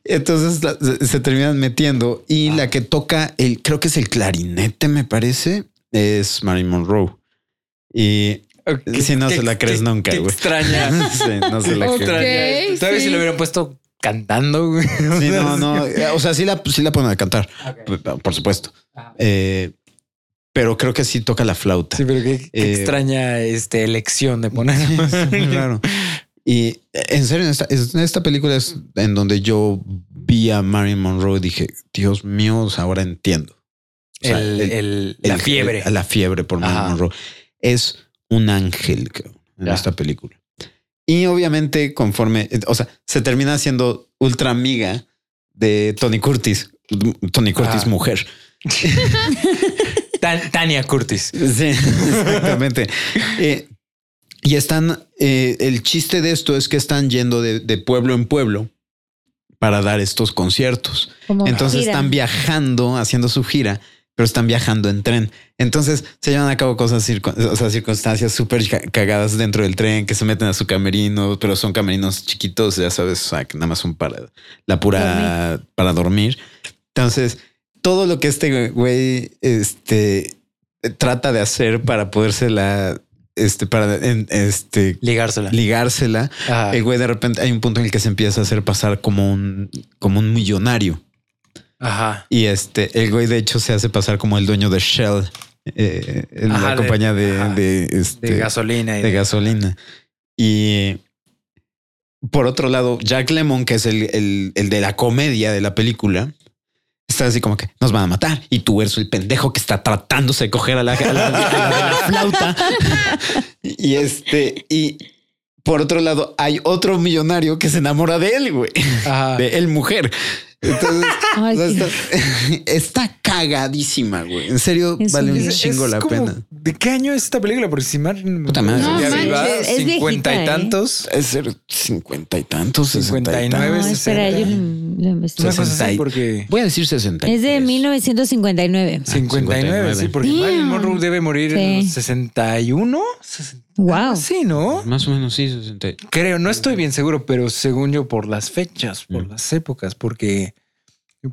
[SPEAKER 2] Entonces la- se- se terminan metiendo y la que toca el, creo que es el clarinete, me parece, es Marilyn Monroe. Y
[SPEAKER 1] Ok.
[SPEAKER 2] Sí, no
[SPEAKER 1] Qué-
[SPEAKER 2] se la crees
[SPEAKER 1] qué-
[SPEAKER 2] nunca,
[SPEAKER 1] qué
[SPEAKER 2] güey.
[SPEAKER 1] Extraña.
[SPEAKER 2] sí, no se la
[SPEAKER 1] Qué
[SPEAKER 2] creo.
[SPEAKER 1] extraña. Todavía
[SPEAKER 3] sí.
[SPEAKER 1] si lo hubieran puesto cantando, güey.
[SPEAKER 2] Sí, no, no. eh, O sea, sí la, sí la ponen a cantar, p- p- por supuesto. Eh, pero creo que sí toca la flauta.
[SPEAKER 1] Sí, pero qué, qué
[SPEAKER 2] Eh,
[SPEAKER 1] extraña este, elección de poner.
[SPEAKER 2] Muy raro. Y eh, en serio, en esta, en esta película es en donde yo vi a Marilyn Monroe y dije, Dios mío, ahora entiendo. O sea,
[SPEAKER 1] el,
[SPEAKER 2] el-
[SPEAKER 1] el- la
[SPEAKER 2] el-
[SPEAKER 1] fiebre.
[SPEAKER 2] el- la fiebre por Marilyn
[SPEAKER 1] Ajá.
[SPEAKER 2] Monroe. Es un ángel cabrón, en
[SPEAKER 1] Ya.
[SPEAKER 2] esta película. Y obviamente, conforme, eh, o sea, se termina siendo ultra amiga de Tony Curtis, m- Tony Curtis
[SPEAKER 1] Ajá.
[SPEAKER 2] mujer.
[SPEAKER 1] Tan- Tania Curtis.
[SPEAKER 2] Sí, exactamente. Eh, y están, eh, el chiste de esto es que están yendo de, de pueblo en pueblo para dar estos conciertos.
[SPEAKER 5] Como
[SPEAKER 2] Entonces
[SPEAKER 5] gira.
[SPEAKER 2] están viajando, haciendo su gira, pero están viajando en tren. Entonces se llevan a cabo cosas, circun- o sea, circunstancias súper ca- cagadas dentro del tren, que se meten a su camerino, pero son camerinos chiquitos, ya sabes, o sea, que nada más son para la pura, para dormir. Entonces, todo lo que este güey, este, trata de hacer para podérsela, este, para, en- este,
[SPEAKER 1] Ligársela.
[SPEAKER 2] ligársela,
[SPEAKER 1] Ajá.
[SPEAKER 2] el güey de repente hay un punto en el que se empieza a hacer pasar como un, como un millonario.
[SPEAKER 1] Ajá.
[SPEAKER 2] Y este, el güey de hecho se hace pasar como el dueño de Shell, eh, en
[SPEAKER 1] Ajá,
[SPEAKER 2] la
[SPEAKER 1] de-
[SPEAKER 2] compañía de,
[SPEAKER 1] ajá.
[SPEAKER 2] de, este,
[SPEAKER 1] De gasolina. Y
[SPEAKER 2] de gasolina. Y por otro lado, Jack Lemon, que es el, el- el de la comedia de la película, está así como que nos van a matar y tú eres el pendejo que está tratándose de coger a la, a la- a la de la flauta. y este, y por otro lado, hay otro millonario que se enamora de él, güey,
[SPEAKER 1] Ajá.
[SPEAKER 2] de él mujer. Entonces,
[SPEAKER 1] Ah,
[SPEAKER 5] Ay,
[SPEAKER 2] o
[SPEAKER 1] pues
[SPEAKER 2] sea,
[SPEAKER 5] qué-
[SPEAKER 2] está, está cagadísima, güey. En serio,
[SPEAKER 5] Es
[SPEAKER 2] vale
[SPEAKER 5] un-
[SPEAKER 2] un
[SPEAKER 5] Es-
[SPEAKER 2] chingo
[SPEAKER 1] Es
[SPEAKER 2] la
[SPEAKER 1] como,
[SPEAKER 2] pena.
[SPEAKER 1] ¿De qué año es esta película? Porque si mal
[SPEAKER 2] Puta madre. No
[SPEAKER 1] ya
[SPEAKER 5] manches,
[SPEAKER 1] viva,
[SPEAKER 5] es viejita,
[SPEAKER 1] 50 y
[SPEAKER 5] ¿eh?
[SPEAKER 1] tantos.
[SPEAKER 2] Es ser cincuenta y tantos, sesenta y
[SPEAKER 1] 59.
[SPEAKER 5] No,
[SPEAKER 2] tantos.
[SPEAKER 5] espera,
[SPEAKER 1] 60.
[SPEAKER 5] yo lo- lo investigo.
[SPEAKER 1] Una cosa
[SPEAKER 2] Sesenta
[SPEAKER 1] así
[SPEAKER 2] y-
[SPEAKER 1] porque
[SPEAKER 2] Voy a decir 60.
[SPEAKER 5] Es de 1959.
[SPEAKER 2] Ah,
[SPEAKER 1] 59, sí, porque
[SPEAKER 5] Damn.
[SPEAKER 1] Marilyn Monroe debe morir en
[SPEAKER 5] Sí.
[SPEAKER 1] 61.
[SPEAKER 5] Wow.
[SPEAKER 1] Sí, ¿no?
[SPEAKER 2] Más o menos, sí, 60.
[SPEAKER 1] Creo, no estoy bien seguro, pero según yo por las fechas, por
[SPEAKER 2] Mm.
[SPEAKER 1] las épocas, porque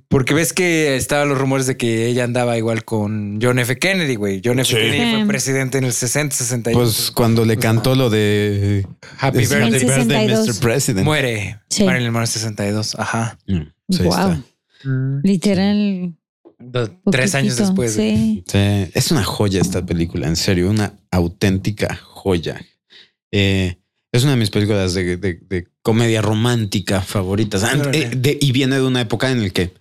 [SPEAKER 1] porque ves que estaban los rumores de que ella andaba igual con John F. Kennedy, güey. John F.
[SPEAKER 2] Sí.
[SPEAKER 1] Kennedy fue
[SPEAKER 5] Sí.
[SPEAKER 1] presidente en el 60, 61.
[SPEAKER 2] Pues cuando le cantó lo de
[SPEAKER 1] Happy
[SPEAKER 2] Pues, es-
[SPEAKER 1] Birthday,
[SPEAKER 5] En
[SPEAKER 2] Happy Birthday,
[SPEAKER 5] 62.
[SPEAKER 2] Mr. President.
[SPEAKER 1] muere
[SPEAKER 5] Sí.
[SPEAKER 1] Marilyn Monroe en 62, ajá.
[SPEAKER 2] Mm, sí,
[SPEAKER 5] wow.
[SPEAKER 2] está.
[SPEAKER 5] Mm. Literal.
[SPEAKER 1] Do- Tres años
[SPEAKER 5] poquitito,
[SPEAKER 1] después. güey.
[SPEAKER 5] Sí.
[SPEAKER 2] Sí, Es una joya esta película, en serio, una auténtica joya. Eh, es una de mis películas de, de- de comedia romántica favoritas. Ah,
[SPEAKER 1] Órale.
[SPEAKER 2] eh, de- y viene de una época en la que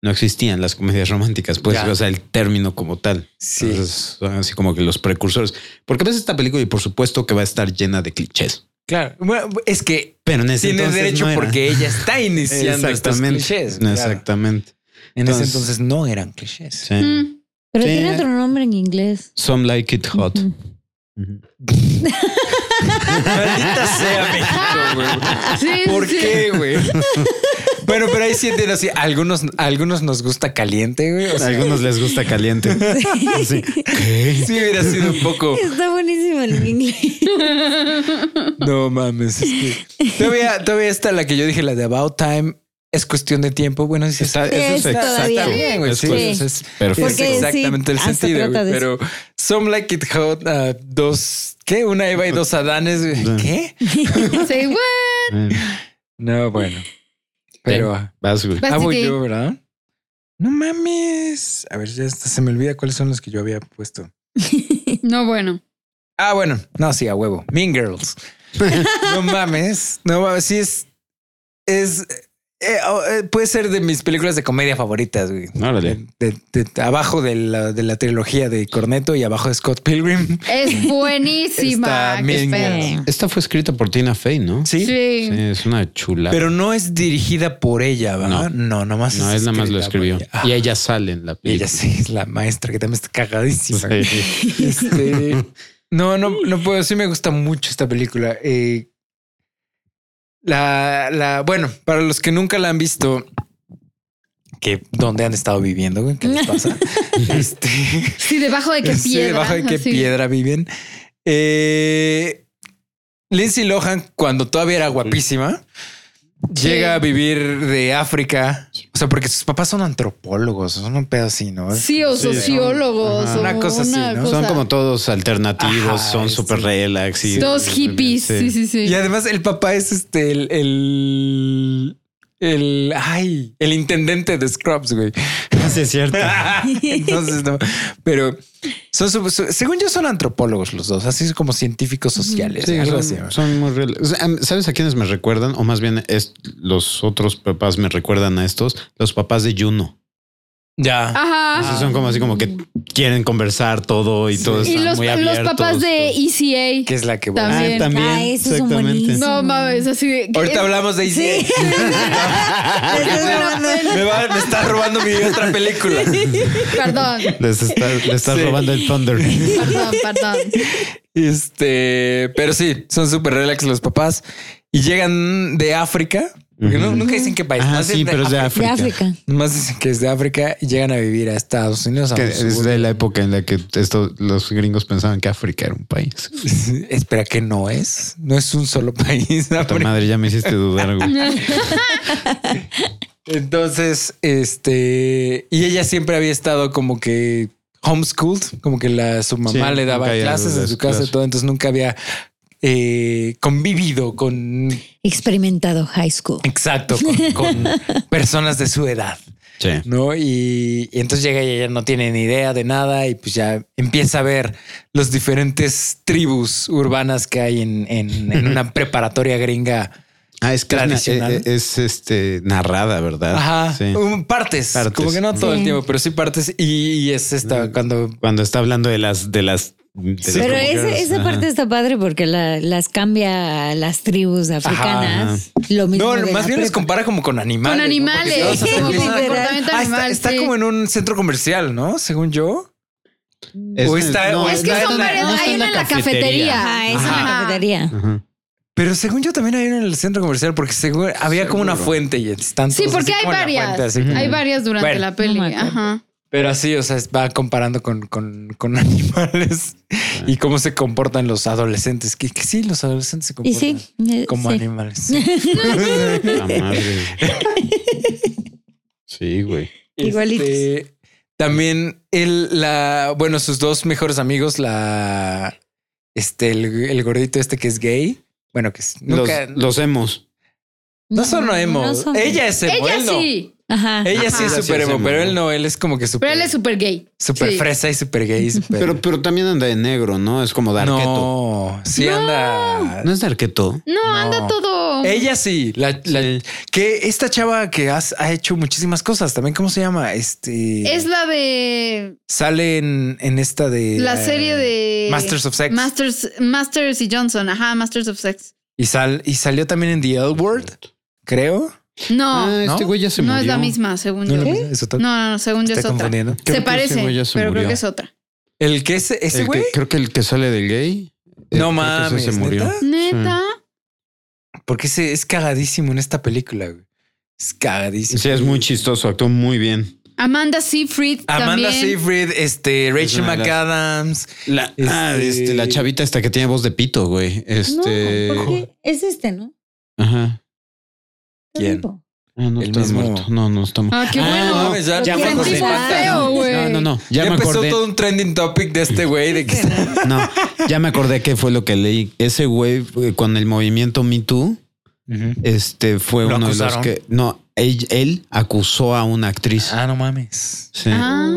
[SPEAKER 2] no existían las comedias románticas, pues,
[SPEAKER 1] Ya.
[SPEAKER 2] o sea, el término como tal.
[SPEAKER 1] Sí.
[SPEAKER 2] Entonces, son así como que los precursores. Porque ves esta película y por supuesto que va a estar llena de clichés.
[SPEAKER 1] Claro. Bueno, es que
[SPEAKER 2] Pero en ese
[SPEAKER 1] tiene
[SPEAKER 2] entonces
[SPEAKER 1] derecho
[SPEAKER 2] no era.
[SPEAKER 1] porque ella está iniciando estos
[SPEAKER 2] Exactamente.
[SPEAKER 1] clichés.
[SPEAKER 2] No,
[SPEAKER 1] claro.
[SPEAKER 2] Exactamente.
[SPEAKER 1] En ese
[SPEAKER 2] Entonces-
[SPEAKER 1] entonces no eran clichés.
[SPEAKER 2] Sí.
[SPEAKER 3] Mm.
[SPEAKER 5] Pero
[SPEAKER 2] Sí.
[SPEAKER 5] tiene otro nombre en inglés.
[SPEAKER 2] Some like it hot.
[SPEAKER 5] Ujú.
[SPEAKER 2] Ujú.
[SPEAKER 1] Maldita sea México, güey.
[SPEAKER 3] Sí,
[SPEAKER 1] Ah, ¿Por
[SPEAKER 3] sí.
[SPEAKER 1] qué, güey? Bueno, pero ahí sí entiendo así. Algunos, algunos nos gusta caliente, güey. O
[SPEAKER 2] A
[SPEAKER 1] sea,
[SPEAKER 2] algunos les gusta caliente. Sí. ¿Qué?
[SPEAKER 1] sí hubiera sido un poco.
[SPEAKER 5] Está buenísimo el inglés.
[SPEAKER 1] No mames, es que. Todavía, todavía está la que yo dije, la de About Time. Es cuestión de tiempo. Bueno, sí,
[SPEAKER 2] Está- eso es
[SPEAKER 5] Es
[SPEAKER 2] exacto.
[SPEAKER 5] todavía.
[SPEAKER 1] Está bien, güey.
[SPEAKER 2] Es
[SPEAKER 1] Sí,
[SPEAKER 2] cuestión-
[SPEAKER 1] eso es-
[SPEAKER 2] Perfecto.
[SPEAKER 1] es
[SPEAKER 5] Porque sí,
[SPEAKER 1] exactamente el
[SPEAKER 5] hasta
[SPEAKER 1] sentido.
[SPEAKER 5] trata
[SPEAKER 1] güey,
[SPEAKER 5] de
[SPEAKER 1] pero Some Like It Hot, ah, dos, ¿qué? Una Eva y dos Adanes. güey. ¿Qué?
[SPEAKER 3] Say what?
[SPEAKER 1] No, bueno. Pero. ah,
[SPEAKER 2] Vas, güey.
[SPEAKER 5] Pues
[SPEAKER 1] Ah, voy
[SPEAKER 3] Básicamente-
[SPEAKER 1] yo, ¿verdad? No mames. A ver, ya hasta se me olvida cuáles son los que yo había puesto.
[SPEAKER 3] No, bueno.
[SPEAKER 1] Ah, bueno. No, sí, a huevo. Mean Girls. no mames. No mames. Sí es... Es... eh, oh, eh, puede ser de mis películas de comedia favoritas, güey.
[SPEAKER 2] Órale.
[SPEAKER 1] De, de- de- abajo de la, de la trilogía de Corneto y abajo de Scott Pilgrim.
[SPEAKER 3] Es buenísima.
[SPEAKER 1] Está
[SPEAKER 3] qué
[SPEAKER 1] bien,
[SPEAKER 3] pedo.
[SPEAKER 5] Eh,
[SPEAKER 1] güey.
[SPEAKER 2] Esta fue escrita por Tina Fey, ¿no?
[SPEAKER 1] Sí.
[SPEAKER 3] Sí.
[SPEAKER 2] Sí, es una chula.
[SPEAKER 1] Pero no es dirigida por ella, ¿verdad? No, nomás.
[SPEAKER 2] no, es nada más lo
[SPEAKER 1] escrita
[SPEAKER 2] escribió.
[SPEAKER 1] por Ah,
[SPEAKER 2] Y ella sale en la
[SPEAKER 1] y ella
[SPEAKER 2] película.
[SPEAKER 1] sí es la maestra que también está cagadísima.
[SPEAKER 2] Sí.
[SPEAKER 1] Este, no, no, no puedo. Sí me gusta mucho esta película. Eh, la, la, bueno, para los que nunca la han visto, que dónde han estado viviendo, güey? ¿qué les pasa? este,
[SPEAKER 3] Sí, debajo de qué
[SPEAKER 1] sí,
[SPEAKER 3] piedra.
[SPEAKER 1] debajo de qué
[SPEAKER 3] así.
[SPEAKER 1] piedra viven. Eh, Lindsay Lohan, cuando todavía era guapísima, llega a vivir de África. O sea, porque sus papás son antropólogos, son un pedo así, ¿no?
[SPEAKER 3] Sí, o
[SPEAKER 2] Sí, son-
[SPEAKER 3] sociólogos.
[SPEAKER 2] ajá.
[SPEAKER 3] o
[SPEAKER 1] Una cosa así,
[SPEAKER 3] una
[SPEAKER 1] ¿no?
[SPEAKER 3] cosa.
[SPEAKER 2] Son como todos alternativos,
[SPEAKER 1] Ajá,
[SPEAKER 2] son
[SPEAKER 1] sí.
[SPEAKER 2] súper relax. Y,
[SPEAKER 3] Dos hippies. Sí, sí, sí.
[SPEAKER 1] Y además el papá es este el, el, el- ay, el intendente de Scrubs, güey.
[SPEAKER 2] Sí, es cierto.
[SPEAKER 1] Entonces no, pero son su- su- según yo son antropólogos los dos, así como científicos sociales,
[SPEAKER 2] Sí,
[SPEAKER 1] algo así.
[SPEAKER 2] son, son muy real. O sea, am- ¿Sabes a quiénes me recuerdan? O más bien es, los otros papás me recuerdan a estos, los papás de Juno. Ya.
[SPEAKER 3] Ajá.
[SPEAKER 1] Ah,
[SPEAKER 2] Entonces son como así como que quieren conversar todo y todo
[SPEAKER 3] Ah. y
[SPEAKER 2] está
[SPEAKER 3] los,
[SPEAKER 2] muy
[SPEAKER 3] los
[SPEAKER 2] abierto.
[SPEAKER 3] papás de E ECA.
[SPEAKER 1] que es la que voy.
[SPEAKER 3] También.
[SPEAKER 2] Ah, también.
[SPEAKER 5] Ah, esos son
[SPEAKER 2] exactamente.
[SPEAKER 5] buenísimos.
[SPEAKER 3] No mames, así de. que-
[SPEAKER 1] Ahorita hablamos de ICE.
[SPEAKER 2] E.
[SPEAKER 1] me, va- me está robando mi otra película.
[SPEAKER 3] Perdón,
[SPEAKER 2] Les estás les estás
[SPEAKER 1] Sí.
[SPEAKER 2] robando el thunder.
[SPEAKER 3] perdón, perdón.
[SPEAKER 1] Este, pero sí, son súper relax los papás y llegan de África. Porque no-
[SPEAKER 2] Ujú.
[SPEAKER 1] nunca dicen qué país.
[SPEAKER 2] Ajá,
[SPEAKER 1] más
[SPEAKER 2] sí, pero es de
[SPEAKER 5] De
[SPEAKER 2] África.
[SPEAKER 5] África.
[SPEAKER 1] Más dicen que es de África y llegan a vivir a Estados Unidos. a
[SPEAKER 2] Que
[SPEAKER 1] un
[SPEAKER 2] es de la época en la que esto- los gringos pensaban que África era un país.
[SPEAKER 1] suburbio. Espera, que no es. No es un solo país.
[SPEAKER 2] Puta
[SPEAKER 1] África.
[SPEAKER 2] madre, ya me hiciste dudar, güey.
[SPEAKER 1] Entonces, este, y ella siempre había estado como que homeschooled, como que la, su mamá
[SPEAKER 2] Sí,
[SPEAKER 1] le daba
[SPEAKER 2] nunca había
[SPEAKER 1] clases
[SPEAKER 2] dado
[SPEAKER 1] en su
[SPEAKER 2] las
[SPEAKER 1] casa y
[SPEAKER 2] clases.
[SPEAKER 1] todo, entonces nunca había eh, convivido con,
[SPEAKER 5] Experimentado high school.
[SPEAKER 1] exacto, con, con personas de su edad,
[SPEAKER 2] Sí.
[SPEAKER 1] ¿no? Y, y entonces llega y ella no tiene ni idea de nada y pues ya empieza a ver los diferentes tribus urbanas que hay en, en- en una preparatoria gringa.
[SPEAKER 2] Ah, es que es na-
[SPEAKER 1] Tradicional.
[SPEAKER 2] eh, eh, es, este narrada, ¿verdad?
[SPEAKER 1] Ajá,
[SPEAKER 2] Sí.
[SPEAKER 1] um, partes,
[SPEAKER 2] Partes.
[SPEAKER 1] como que no todo el
[SPEAKER 5] Sí.
[SPEAKER 1] tiempo, pero sí partes y, y es esta cuando
[SPEAKER 2] Cuando está hablando de las de las de las
[SPEAKER 5] Pero
[SPEAKER 2] como
[SPEAKER 5] ese-
[SPEAKER 2] girls,
[SPEAKER 5] esa
[SPEAKER 2] ajá.
[SPEAKER 5] parte está padre porque la- las cambia a las tribus africanas. Lo mismo.
[SPEAKER 1] No,
[SPEAKER 5] de
[SPEAKER 1] más
[SPEAKER 5] la
[SPEAKER 1] bien les
[SPEAKER 5] prepa.
[SPEAKER 1] compara como con animales.
[SPEAKER 3] Con
[SPEAKER 1] ¿no?
[SPEAKER 3] animales,
[SPEAKER 1] Porque todos
[SPEAKER 5] sí,
[SPEAKER 1] hacen-
[SPEAKER 5] como
[SPEAKER 1] empiezan a-
[SPEAKER 5] comportamiento
[SPEAKER 1] Ah, está,
[SPEAKER 3] animal,
[SPEAKER 1] está
[SPEAKER 3] sí.
[SPEAKER 1] como en un centro comercial, ¿no? Según yo. O está- o
[SPEAKER 3] Es que
[SPEAKER 1] está
[SPEAKER 3] son
[SPEAKER 1] en la-
[SPEAKER 3] varias.
[SPEAKER 1] no está
[SPEAKER 3] Hay
[SPEAKER 1] en
[SPEAKER 3] una en la cafetería.
[SPEAKER 5] Ajá, es una
[SPEAKER 3] Ajá.
[SPEAKER 5] cafetería.
[SPEAKER 2] Ajá.
[SPEAKER 1] Pero según yo también hay uno en el centro comercial porque según había como una fuente y están
[SPEAKER 3] Sí,
[SPEAKER 1] todos
[SPEAKER 3] porque
[SPEAKER 1] así
[SPEAKER 3] hay
[SPEAKER 1] como en la
[SPEAKER 3] varias.
[SPEAKER 1] fuente, así como-
[SPEAKER 3] Hay varias durante
[SPEAKER 1] Bueno.
[SPEAKER 3] la peli.
[SPEAKER 5] No me acuerdo.
[SPEAKER 3] Ajá.
[SPEAKER 1] Pero así, o sea, va comparando con, con- con animales y cómo se comportan los adolescentes. Que, que sí, los adolescentes se
[SPEAKER 5] Y
[SPEAKER 1] comportan
[SPEAKER 5] sí. eh,
[SPEAKER 1] como
[SPEAKER 5] sí.
[SPEAKER 1] animales.
[SPEAKER 2] La madre. Sí, güey.
[SPEAKER 5] Igualitos.
[SPEAKER 1] Este, también él, la, bueno, sus dos mejores amigos, la, este, el, el gordito este que es gay. Bueno, que es, nunca-
[SPEAKER 2] Los, los emos.
[SPEAKER 1] no son emo.
[SPEAKER 5] no son-
[SPEAKER 1] Ella es emo.
[SPEAKER 3] Ella
[SPEAKER 1] él no.
[SPEAKER 3] sí,
[SPEAKER 5] Ajá.
[SPEAKER 1] Ella sí es
[SPEAKER 2] Ajá.
[SPEAKER 1] súper
[SPEAKER 2] Sí es
[SPEAKER 1] emo,
[SPEAKER 2] emo,
[SPEAKER 1] pero
[SPEAKER 2] ¿no?
[SPEAKER 1] él no, él es como que súper.
[SPEAKER 3] pero él es súper gay.
[SPEAKER 1] súper
[SPEAKER 3] sí.
[SPEAKER 1] fresa y súper gay. súper-
[SPEAKER 2] Pero, pero también anda de negro, ¿no? Es como Darketo.
[SPEAKER 1] no, sí anda.
[SPEAKER 2] No. es Darketo?
[SPEAKER 3] No,
[SPEAKER 1] No.
[SPEAKER 3] anda todo.
[SPEAKER 1] Ella sí, la, la- que esta chava que has- ha hecho muchísimas cosas también, ¿cómo se llama? Este
[SPEAKER 3] Es la de
[SPEAKER 1] sale en, en esta de
[SPEAKER 3] la
[SPEAKER 1] eh,
[SPEAKER 3] serie de
[SPEAKER 1] Masters of Sex.
[SPEAKER 3] Masters, Masters y Johnson. Ajá, Masters of Sex.
[SPEAKER 1] Y, sal, y salió también en The L Word, creo.
[SPEAKER 3] No,
[SPEAKER 2] ah, este
[SPEAKER 1] ¿no?
[SPEAKER 2] güey ya se
[SPEAKER 3] no
[SPEAKER 2] murió.
[SPEAKER 3] es la misma, según
[SPEAKER 1] No,
[SPEAKER 3] yo.
[SPEAKER 1] no,
[SPEAKER 3] No,
[SPEAKER 1] eso está-
[SPEAKER 3] no, no, según yo
[SPEAKER 1] está
[SPEAKER 3] es otra.
[SPEAKER 1] confundiendo.
[SPEAKER 2] Creo
[SPEAKER 3] se
[SPEAKER 2] que ese
[SPEAKER 3] parece,
[SPEAKER 2] güey ya
[SPEAKER 3] pero
[SPEAKER 2] se
[SPEAKER 3] creo
[SPEAKER 2] murió.
[SPEAKER 3] que es otra.
[SPEAKER 1] El que ese, ese
[SPEAKER 2] El que-
[SPEAKER 1] güey.
[SPEAKER 2] creo que el que sale del gay. eh, creo
[SPEAKER 1] No
[SPEAKER 2] que
[SPEAKER 1] mames.
[SPEAKER 2] ese se murió.
[SPEAKER 1] ¿neta?
[SPEAKER 3] Neta.
[SPEAKER 1] Porque ese es cagadísimo en esta película, güey. Es cagadísimo.
[SPEAKER 2] Sí, es muy chistoso, actuó muy bien.
[SPEAKER 3] Amanda Seyfried
[SPEAKER 1] Amanda
[SPEAKER 3] también.
[SPEAKER 1] Seyfried, este, Rachel
[SPEAKER 2] una de las-
[SPEAKER 1] McAdams.
[SPEAKER 2] La, ah,
[SPEAKER 1] Este-
[SPEAKER 2] este, la chavita esta que tiene voz de pito, güey. Este.
[SPEAKER 5] No, porque es este, ¿no?
[SPEAKER 2] Ajá.
[SPEAKER 5] Está
[SPEAKER 1] ¿Quién?
[SPEAKER 5] vivo.
[SPEAKER 2] Ah, no
[SPEAKER 1] El
[SPEAKER 2] está
[SPEAKER 1] mismo-
[SPEAKER 2] muerto. No, no está muerto.
[SPEAKER 3] Ah, qué
[SPEAKER 1] Ah,
[SPEAKER 3] bueno.
[SPEAKER 1] no mames, ya-
[SPEAKER 5] ya
[SPEAKER 3] Porque
[SPEAKER 5] me acordé.
[SPEAKER 3] empieza feo, güey.
[SPEAKER 2] No, no, no. Ya,
[SPEAKER 1] Ya,
[SPEAKER 2] me
[SPEAKER 1] empezó
[SPEAKER 2] acordé.
[SPEAKER 1] todo un trending topic de este güey de que
[SPEAKER 2] No, ya me acordé que fue lo que leí. Ese güey eh, con el movimiento Me Too,
[SPEAKER 1] Eh,
[SPEAKER 2] este fue
[SPEAKER 1] Lo
[SPEAKER 2] uno
[SPEAKER 1] acusaron.
[SPEAKER 2] de los que. No, él, él acusó a una actriz.
[SPEAKER 1] Ah, no mames.
[SPEAKER 2] sí.
[SPEAKER 3] Ah,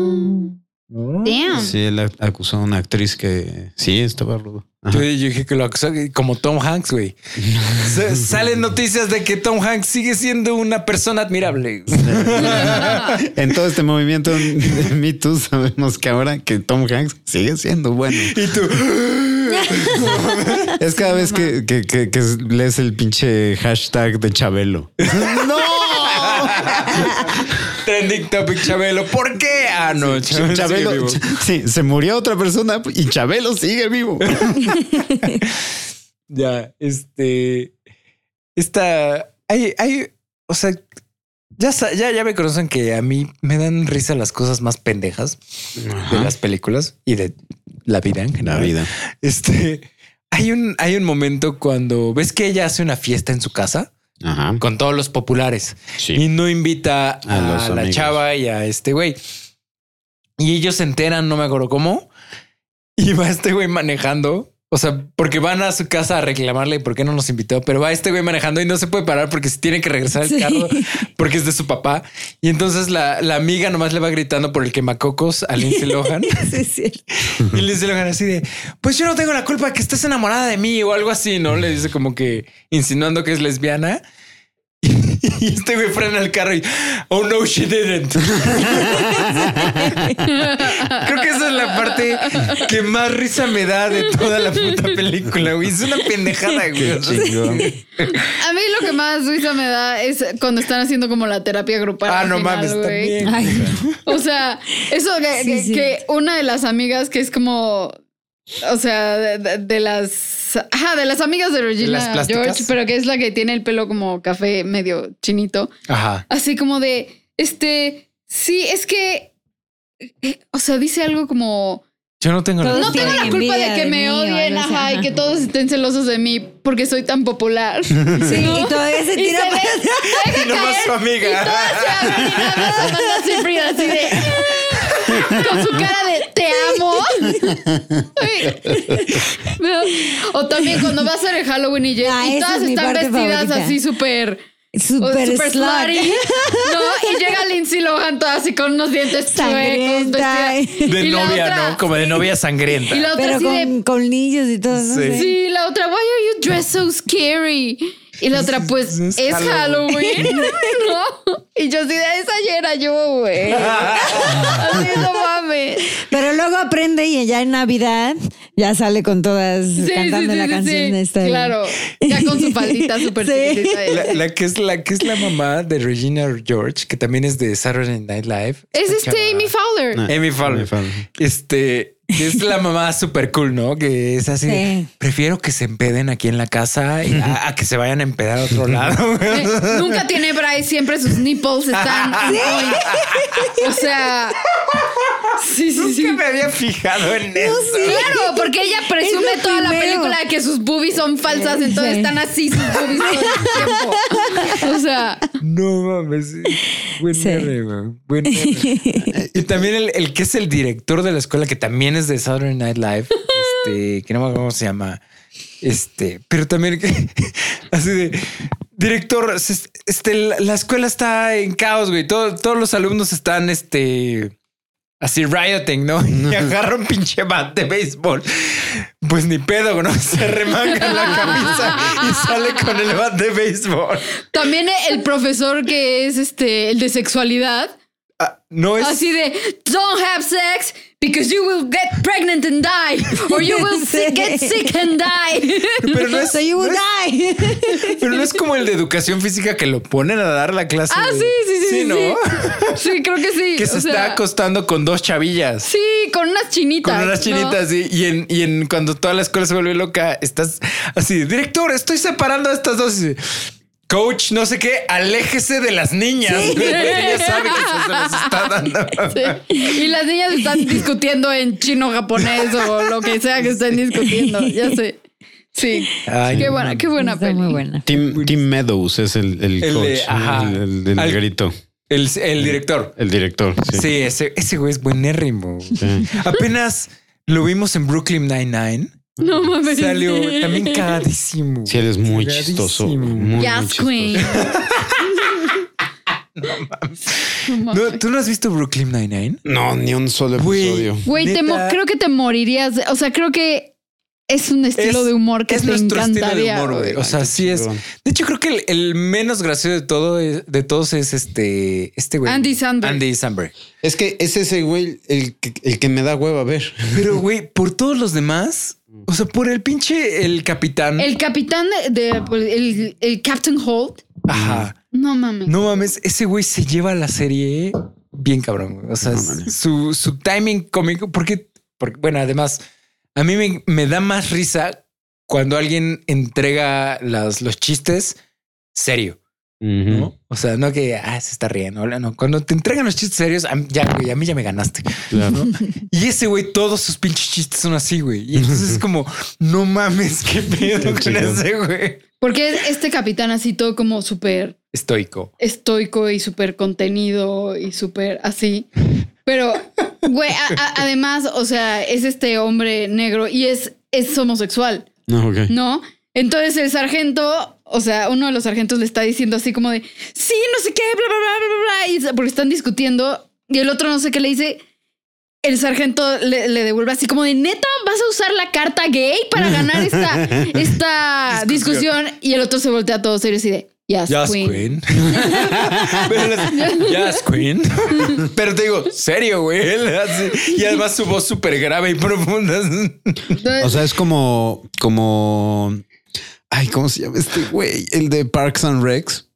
[SPEAKER 3] damn.
[SPEAKER 2] Sí, él ac- acusó a una actriz que sí estaba rudo. Ajá.
[SPEAKER 1] Yo, yo dije que lo acusó como Tom Hanks, güey. S- Salen noticias de que Tom Hanks sigue siendo una persona admirable.
[SPEAKER 2] En todo este movimiento de Me Too sabemos que ahora que Tom Hanks sigue siendo bueno.
[SPEAKER 1] Y tú,
[SPEAKER 2] Es cada vez que, que- que- que lees el pinche hashtag de Chabelo.
[SPEAKER 1] trending topic, Chabelo. ¿Por qué? Ah, no, Chabelo. sigue
[SPEAKER 2] Chabelo,
[SPEAKER 1] vivo.
[SPEAKER 2] ch- sí, se murió otra persona y Chabelo sigue vivo.
[SPEAKER 1] Ya, este. Esta. Hay, hay. O sea, ya, sa- ya, ya me conocen que a mí me dan risa las cosas más pendejas de las películas y de la vida en general.
[SPEAKER 2] La vida.
[SPEAKER 1] Este. Hay un, hay un momento cuando ves que ella hace una fiesta en su casa
[SPEAKER 2] Ajá.
[SPEAKER 1] con todos los populares y
[SPEAKER 2] Sí.
[SPEAKER 1] no invita a,
[SPEAKER 2] A los
[SPEAKER 1] la
[SPEAKER 2] amigos.
[SPEAKER 1] chava y a este güey. Y ellos se enteran, no me acuerdo cómo, y va este güey manejando. O sea, porque van a su casa a reclamarle por qué no nos invitó, pero va este güey manejando y no se puede parar porque se tiene que regresar al
[SPEAKER 5] Sí.
[SPEAKER 1] carro porque es de su papá. Y entonces la, la amiga nomás le va gritando por el quemacocos a Lindsay Lohan.
[SPEAKER 5] Sí, es cierto.
[SPEAKER 1] Y Lindsay Lohan así de, pues yo no tengo la culpa que estés enamorada de mí o algo así, ¿no? Le dice como que insinuando que es lesbiana. Y, Y este güey frena el carro y, oh no, she didn't. Creo que esa es la parte que más risa me da de toda la puta película, güey. Es una pendejada, güey. O sea,
[SPEAKER 3] A mí lo que más risa me da es cuando están haciendo como la terapia grupal.
[SPEAKER 1] Ah,
[SPEAKER 3] al
[SPEAKER 1] no
[SPEAKER 3] final,
[SPEAKER 1] mames,
[SPEAKER 3] güey.
[SPEAKER 1] también.
[SPEAKER 5] Ay, no.
[SPEAKER 3] O sea, eso que,
[SPEAKER 5] Sí,
[SPEAKER 3] que-
[SPEAKER 5] sí.
[SPEAKER 3] que una de las amigas que es como, o sea, de, de- de las, ajá, de las amigas de
[SPEAKER 1] las
[SPEAKER 3] Regina
[SPEAKER 1] plásticas?
[SPEAKER 3] George, pero que es la que tiene el pelo como café medio chinito,
[SPEAKER 1] Ajá.
[SPEAKER 3] así como de, este, sí, es que, eh, o sea, dice algo como,
[SPEAKER 1] Yo no tengo
[SPEAKER 5] Todos
[SPEAKER 1] nada.
[SPEAKER 3] no tengo la culpa de
[SPEAKER 5] envidia
[SPEAKER 3] que
[SPEAKER 5] de
[SPEAKER 3] me
[SPEAKER 5] mí o
[SPEAKER 3] odien,
[SPEAKER 5] algo así,
[SPEAKER 3] ajá, y
[SPEAKER 5] ajá.
[SPEAKER 3] que todos estén celosos de mí porque soy tan popular.
[SPEAKER 5] Sí, y todavía se
[SPEAKER 3] Y
[SPEAKER 5] tira
[SPEAKER 3] se
[SPEAKER 5] para
[SPEAKER 3] ve-
[SPEAKER 5] atrás.
[SPEAKER 3] Deja
[SPEAKER 1] Y nomás
[SPEAKER 3] caer
[SPEAKER 1] su amiga.
[SPEAKER 3] Y todas se abren y nada más Amanda Seyfried así de- Con su cara de te amo. o también cuando va a ser el Halloween y, llega-
[SPEAKER 5] Ah,
[SPEAKER 3] y
[SPEAKER 5] esa
[SPEAKER 3] todas
[SPEAKER 5] es mi
[SPEAKER 3] están
[SPEAKER 5] parte
[SPEAKER 3] vestidas
[SPEAKER 5] favorita.
[SPEAKER 3] así súper.
[SPEAKER 5] Super,
[SPEAKER 3] Súper slutty,
[SPEAKER 5] slutty.
[SPEAKER 3] ¿no? Y llega Lindsay Lohan toda así con unos dientes chuecos,
[SPEAKER 5] Sangrienta.
[SPEAKER 3] vestida-
[SPEAKER 1] De
[SPEAKER 3] y la
[SPEAKER 1] novia,
[SPEAKER 3] otra-
[SPEAKER 1] ¿no? Como de novia sangrienta.
[SPEAKER 3] Y la otra
[SPEAKER 5] Pero
[SPEAKER 3] así de
[SPEAKER 5] con, con niños y todo. ¿no?
[SPEAKER 1] Sí.
[SPEAKER 5] Sí.
[SPEAKER 3] Sí, la otra, why are you dressed so scary? Y la otra, pues,
[SPEAKER 1] Es
[SPEAKER 3] es,
[SPEAKER 1] Halloween.
[SPEAKER 3] Halloween. ¿no? Y yo sí, de esa ya era yo, güey. Así, no mames.
[SPEAKER 5] Pero luego aprende y ya en Navidad ya sale con todas
[SPEAKER 3] Sí, sí,
[SPEAKER 5] cantando
[SPEAKER 3] sí,
[SPEAKER 5] la
[SPEAKER 3] sí,
[SPEAKER 5] canción
[SPEAKER 3] sí.
[SPEAKER 5] esta.
[SPEAKER 3] Claro, ya con su faldita súper
[SPEAKER 5] Sí.
[SPEAKER 3] chiquitita.
[SPEAKER 1] La, la que es la que es la mamá de Regina George, que también es de Saturday Night Live.
[SPEAKER 3] Es
[SPEAKER 1] Esta
[SPEAKER 3] este
[SPEAKER 1] chava-
[SPEAKER 3] Amy Fowler.
[SPEAKER 2] No.
[SPEAKER 1] Amy Fowler.
[SPEAKER 2] Amy Fowler.
[SPEAKER 1] Este que es la mamá súper cool, ¿no? Que es así. de,
[SPEAKER 5] Sí.
[SPEAKER 1] Prefiero que se empeden aquí en la casa y a, a que se vayan a empedar a otro lado.
[SPEAKER 3] Eh, Nunca tiene Bryce, siempre sus nipples están. O sea. Sí, sí, sí.
[SPEAKER 1] Nunca me había fijado en eso.
[SPEAKER 3] Claro, porque ella
[SPEAKER 5] Es
[SPEAKER 3] presume
[SPEAKER 5] lo
[SPEAKER 3] toda la
[SPEAKER 5] primero.
[SPEAKER 3] película de que sus boobies son falsas, entonces
[SPEAKER 5] Sí.
[SPEAKER 3] están así sus boobies todo el tiempo. O sea,
[SPEAKER 1] No mames. Buen
[SPEAKER 5] Sí.
[SPEAKER 1] R, güey. Buen R. Y también el, el que es el director de la escuela, que también es de Saturday Night Live, este, que no me acuerdo cómo se llama. Este, pero también que- así de director, se- este, la la escuela está en caos, güey. Todo- todos los alumnos están este. Así rioting, ¿no? Y agarra un pinche bat de béisbol. Pues ni pedo, ¿no? Se remanga la camisa y sale con el bat de béisbol.
[SPEAKER 3] también el profesor que es este el de sexualidad,
[SPEAKER 1] Ah, no es.
[SPEAKER 3] así de don't have sex because you will get pregnant and die or you will si- get sick and die.
[SPEAKER 1] Pero no es,
[SPEAKER 5] So you will
[SPEAKER 1] no es-
[SPEAKER 5] die.
[SPEAKER 1] pero no es como el de educación física que lo ponen a dar la clase.
[SPEAKER 3] Ah,
[SPEAKER 1] de-
[SPEAKER 3] sí, sí, sí, sí.
[SPEAKER 1] ¿no?
[SPEAKER 3] Sí, Sí, creo que sí.
[SPEAKER 1] Que se
[SPEAKER 3] o
[SPEAKER 1] está
[SPEAKER 3] sea,
[SPEAKER 1] acostando con dos chavillas.
[SPEAKER 3] Sí, con unas chinitas.
[SPEAKER 1] Con unas
[SPEAKER 3] ¿no?
[SPEAKER 1] chinitas sí, y, en, y en cuando toda la escuela se vuelve loca, estás así, director, estoy separando a estas dos. Y dice, Coach, no sé qué, aléjese de las niñas. Ella sabe que se las está dando.
[SPEAKER 3] Sí. Y las niñas están discutiendo en chino, japonés o lo que sea que estén discutiendo. Ya sé. Sí.
[SPEAKER 1] Ay,
[SPEAKER 3] qué buena, qué buena
[SPEAKER 5] Está
[SPEAKER 3] peli.
[SPEAKER 5] muy buena.
[SPEAKER 2] Tim, Tim Meadows es el, el
[SPEAKER 1] El de-
[SPEAKER 2] coach,
[SPEAKER 1] ajá.
[SPEAKER 2] el, el del
[SPEAKER 1] Al-
[SPEAKER 2] grito,
[SPEAKER 1] El, el director.
[SPEAKER 2] el director. Sí.
[SPEAKER 1] Sí, ese, ese güey es buenérrimo.
[SPEAKER 2] Sí.
[SPEAKER 1] Apenas lo vimos en Brooklyn Nine-Nine.
[SPEAKER 3] No mames.
[SPEAKER 1] Salió
[SPEAKER 3] sí.
[SPEAKER 1] también cagadísimo.
[SPEAKER 2] Sí, eres muy
[SPEAKER 1] Cagadísimo.
[SPEAKER 2] chistoso. Muy, muy
[SPEAKER 3] Yes,
[SPEAKER 2] chistoso.
[SPEAKER 3] Queen. No mames.
[SPEAKER 1] No, ¿Tú no has visto Brooklyn Nine-Nine?
[SPEAKER 2] No, ni un solo
[SPEAKER 1] Güey.
[SPEAKER 2] episodio.
[SPEAKER 3] Güey,
[SPEAKER 1] Neta.
[SPEAKER 3] te mo- creo que te morirías. de- o sea, creo que es un estilo
[SPEAKER 1] Es-
[SPEAKER 3] de humor que
[SPEAKER 1] es
[SPEAKER 3] te
[SPEAKER 1] nuestro estilo de
[SPEAKER 3] encantaría.
[SPEAKER 1] humor, güey. O sea,
[SPEAKER 2] qué
[SPEAKER 1] sí es.
[SPEAKER 2] chingón.
[SPEAKER 1] De hecho, creo que el, el menos gracioso de todo es- de todos es este este güey.
[SPEAKER 3] Andy Samberg.
[SPEAKER 1] Andy Samberg.
[SPEAKER 2] Es que es ese güey el, que- el que me da hueva ver.
[SPEAKER 1] Pero güey, por todos los demás, o sea, por el pinche el capitán.
[SPEAKER 3] El capitán de, de- el, el Captain Holt.
[SPEAKER 1] Ajá.
[SPEAKER 3] No mames.
[SPEAKER 1] No mames, ese güey se lleva la serie bien cabrón. güey. O sea,
[SPEAKER 2] No
[SPEAKER 1] es-
[SPEAKER 2] mames.
[SPEAKER 1] su, su timing cómico, porque, porque, bueno, además, a mí me, me da más risa cuando alguien entrega las, los chistes serio, ¿no?
[SPEAKER 2] Ujú,
[SPEAKER 1] O sea, no que ah, se está riendo, hola, no. Cuando te entregan los chistes serios, a mí ya, güey, a mí ya me ganaste.
[SPEAKER 2] claro.
[SPEAKER 1] Y ese güey, todos sus pinches chistes son así, güey. Y entonces es como, no mames, qué pedo con
[SPEAKER 2] chingón.
[SPEAKER 1] ese güey.
[SPEAKER 3] Porque es este capitán así todo como súper
[SPEAKER 1] Estoico.
[SPEAKER 3] estoico y súper contenido y súper así. Pero, güey, a- a- además, o sea, es este hombre negro y es, es homosexual,
[SPEAKER 2] No, ok.
[SPEAKER 3] ¿no? Entonces el sargento, o sea, uno de los sargentos le está diciendo así como de, sí, no sé qué, bla, bla, bla, bla, bla, y se- porque están discutiendo y el otro no sé qué le dice. El sargento le, le devuelve así como de, neta, vas a usar la carta gay para ganar esta, esta discusión. Y el otro se voltea todo serio así de, Yes,
[SPEAKER 1] Jazz
[SPEAKER 3] Queen.
[SPEAKER 1] Queen. Pero las- Jazz Queen. Pero te digo, serio, güey. Él así- Y además su voz súper grave y profunda.
[SPEAKER 2] O sea, es como, como, ay, ¿cómo se llama este güey? El de Parks and Recs.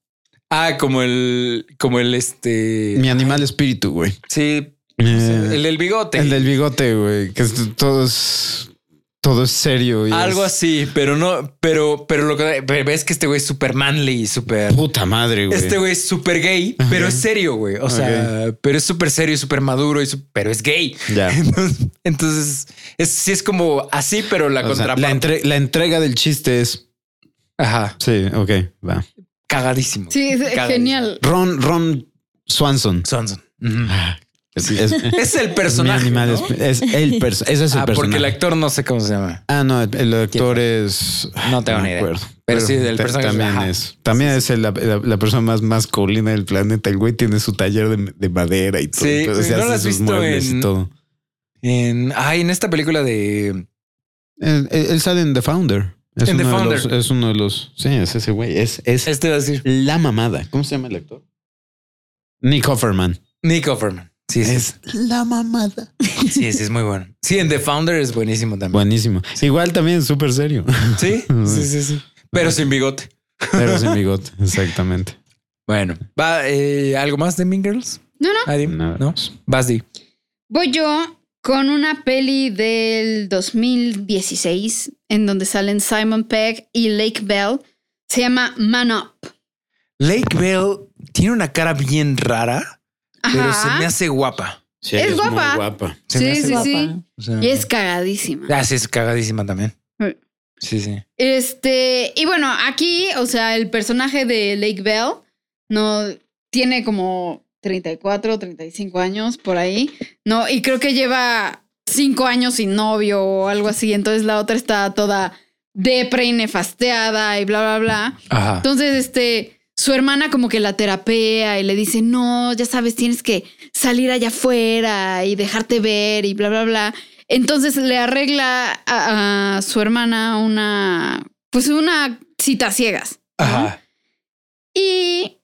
[SPEAKER 1] Ah, como el, como el este.
[SPEAKER 2] Mi animal espíritu, güey.
[SPEAKER 1] Sí, el
[SPEAKER 2] Eh,
[SPEAKER 1] del bigote.
[SPEAKER 2] el del bigote, güey. Que es- todo es, todo es serio. y
[SPEAKER 1] Algo
[SPEAKER 2] es-
[SPEAKER 1] así, pero no, pero, pero lo que pero ves que este güey es súper manly y súper.
[SPEAKER 2] Puta madre, güey.
[SPEAKER 1] Este güey es súper gay, pero es serio, güey. O sea, pero es súper serio y súper maduro, y su- pero es gay.
[SPEAKER 2] Ya.
[SPEAKER 1] Entonces, entonces, es, sí es como así, pero la
[SPEAKER 2] O sea,
[SPEAKER 1] contraparte.
[SPEAKER 2] la, entre- la entrega del chiste es.
[SPEAKER 1] Ajá.
[SPEAKER 2] Sí, ok, va.
[SPEAKER 1] Cagadísimo.
[SPEAKER 3] Sí, es
[SPEAKER 1] Cagadísimo.
[SPEAKER 3] genial.
[SPEAKER 2] Ron, Ron Swanson.
[SPEAKER 1] Swanson.
[SPEAKER 2] Ah, Es, es- es
[SPEAKER 1] Es el
[SPEAKER 2] mi
[SPEAKER 1] personaje.
[SPEAKER 2] animal
[SPEAKER 1] ¿no?
[SPEAKER 2] esp- es el perso- Ese es el
[SPEAKER 1] ah, porque
[SPEAKER 2] personaje.
[SPEAKER 1] el actor no sé cómo se llama.
[SPEAKER 2] Ah, no, el- el actor es.
[SPEAKER 1] No tengo
[SPEAKER 2] me
[SPEAKER 1] ni idea.
[SPEAKER 2] acuerdo.
[SPEAKER 1] Pero sí, del
[SPEAKER 2] ta-
[SPEAKER 1] personaje es-
[SPEAKER 2] También
[SPEAKER 1] ajá.
[SPEAKER 2] es. También es el- la, la- la persona más masculina del planeta. El güey tiene su taller de, de madera y todo.
[SPEAKER 1] Sí,
[SPEAKER 2] Entonces
[SPEAKER 1] güey, ¿no
[SPEAKER 2] hace
[SPEAKER 1] lo has
[SPEAKER 2] sus
[SPEAKER 1] visto
[SPEAKER 2] muebles y
[SPEAKER 1] en-
[SPEAKER 2] todo.
[SPEAKER 1] En, ay, en esta película de
[SPEAKER 2] Él, él- él sale en The Founder. Es
[SPEAKER 1] En The
[SPEAKER 2] uno de
[SPEAKER 1] Founder.
[SPEAKER 2] los- es uno de los. Sí, es ese güey. Es, es
[SPEAKER 1] este va a decir
[SPEAKER 2] la mamada. ¿Cómo se llama el actor? Nick Offerman.
[SPEAKER 1] Nick Offerman. Sí, sí,
[SPEAKER 2] Es la mamada.
[SPEAKER 1] sí, sí, es muy bueno. Sí, en The Founder es buenísimo también.
[SPEAKER 2] Buenísimo. Igual también es súper serio.
[SPEAKER 1] Sí, sí, sí, sí. Pero sin bigote.
[SPEAKER 2] Pero sin bigote. Exactamente.
[SPEAKER 1] Bueno, va eh, algo más de Mean Girls.
[SPEAKER 3] No, no.
[SPEAKER 1] Adi,
[SPEAKER 2] Nada
[SPEAKER 1] no.
[SPEAKER 2] más.
[SPEAKER 1] Vas Di.
[SPEAKER 3] Voy yo con una peli del 2016 en donde salen Simon Pegg y Lake Bell. Se llama Man Up.
[SPEAKER 1] Lake Bell tiene una cara bien rara, pero se
[SPEAKER 3] Ajá.
[SPEAKER 1] me hace guapa.
[SPEAKER 2] Sí,
[SPEAKER 3] Es
[SPEAKER 2] ella muy
[SPEAKER 3] guapa.
[SPEAKER 2] guapa.
[SPEAKER 1] Se me
[SPEAKER 3] Sí,
[SPEAKER 1] hace
[SPEAKER 3] sí,
[SPEAKER 1] guapa.
[SPEAKER 3] sí.
[SPEAKER 1] O sea,
[SPEAKER 3] Y es Mm. cagadísima.
[SPEAKER 1] Ah, sí, es cagadísima también.
[SPEAKER 3] Sí.
[SPEAKER 1] Sí, sí.
[SPEAKER 3] Este, y bueno, aquí, o sea, el personaje de Lake Bell no tiene como 34, 35 años por ahí, ¿no? Y creo que lleva cinco años sin novio o algo así. Entonces la otra está toda depre y nefasteada y bla, bla, bla.
[SPEAKER 1] Ajá.
[SPEAKER 3] Entonces, este, su hermana como que la terapea y le dice, no, ya sabes, tienes que salir allá afuera y dejarte ver y bla, bla, bla. Entonces le arregla a, a su hermana una, pues una cita a ciegas. ¿no?
[SPEAKER 1] Ajá.
[SPEAKER 3] Y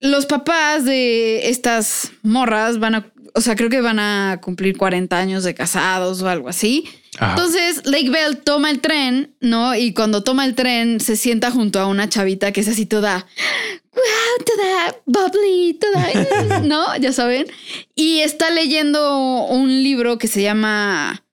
[SPEAKER 3] los papás de estas morras van a, o sea, creo que van a cumplir 40 años de casados o algo así.
[SPEAKER 1] Ajá.
[SPEAKER 3] Entonces, Lake Bell toma el tren, ¿no? Y cuando toma el tren, se sienta junto a una chavita que es así toda, wow, toda bubbly, toda, ¿no? Ya saben. Y está leyendo un libro que se llama,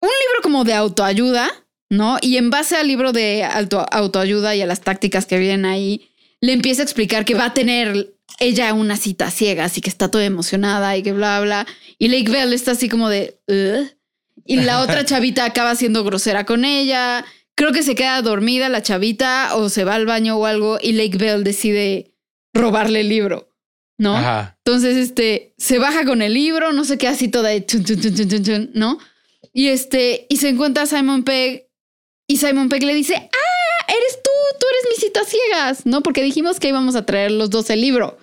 [SPEAKER 3] un libro como de autoayuda, ¿no? Y en base al libro de auto- autoayuda y a las tácticas que vienen ahí, le empieza a explicar que va a tener ella una cita ciega, así que está toda emocionada y que bla, bla. Y Lake Bell está así como de... "Ugh". Y la otra chavita acaba siendo grosera con ella. Creo que se queda dormida la chavita o se va al baño o algo y Lake Bell decide robarle el libro, ¿no?
[SPEAKER 1] Ajá.
[SPEAKER 3] Entonces, este, se baja con el libro, no sé qué, así toda, de chun, chun, chun, chun, chun, chun, ¿no? Y este, y se encuentra a Simon Pegg y Simon Pegg le dice, ah, eres tú, tú eres mis citas ciegas, ¿no? Porque dijimos que íbamos a traer los dos el libro,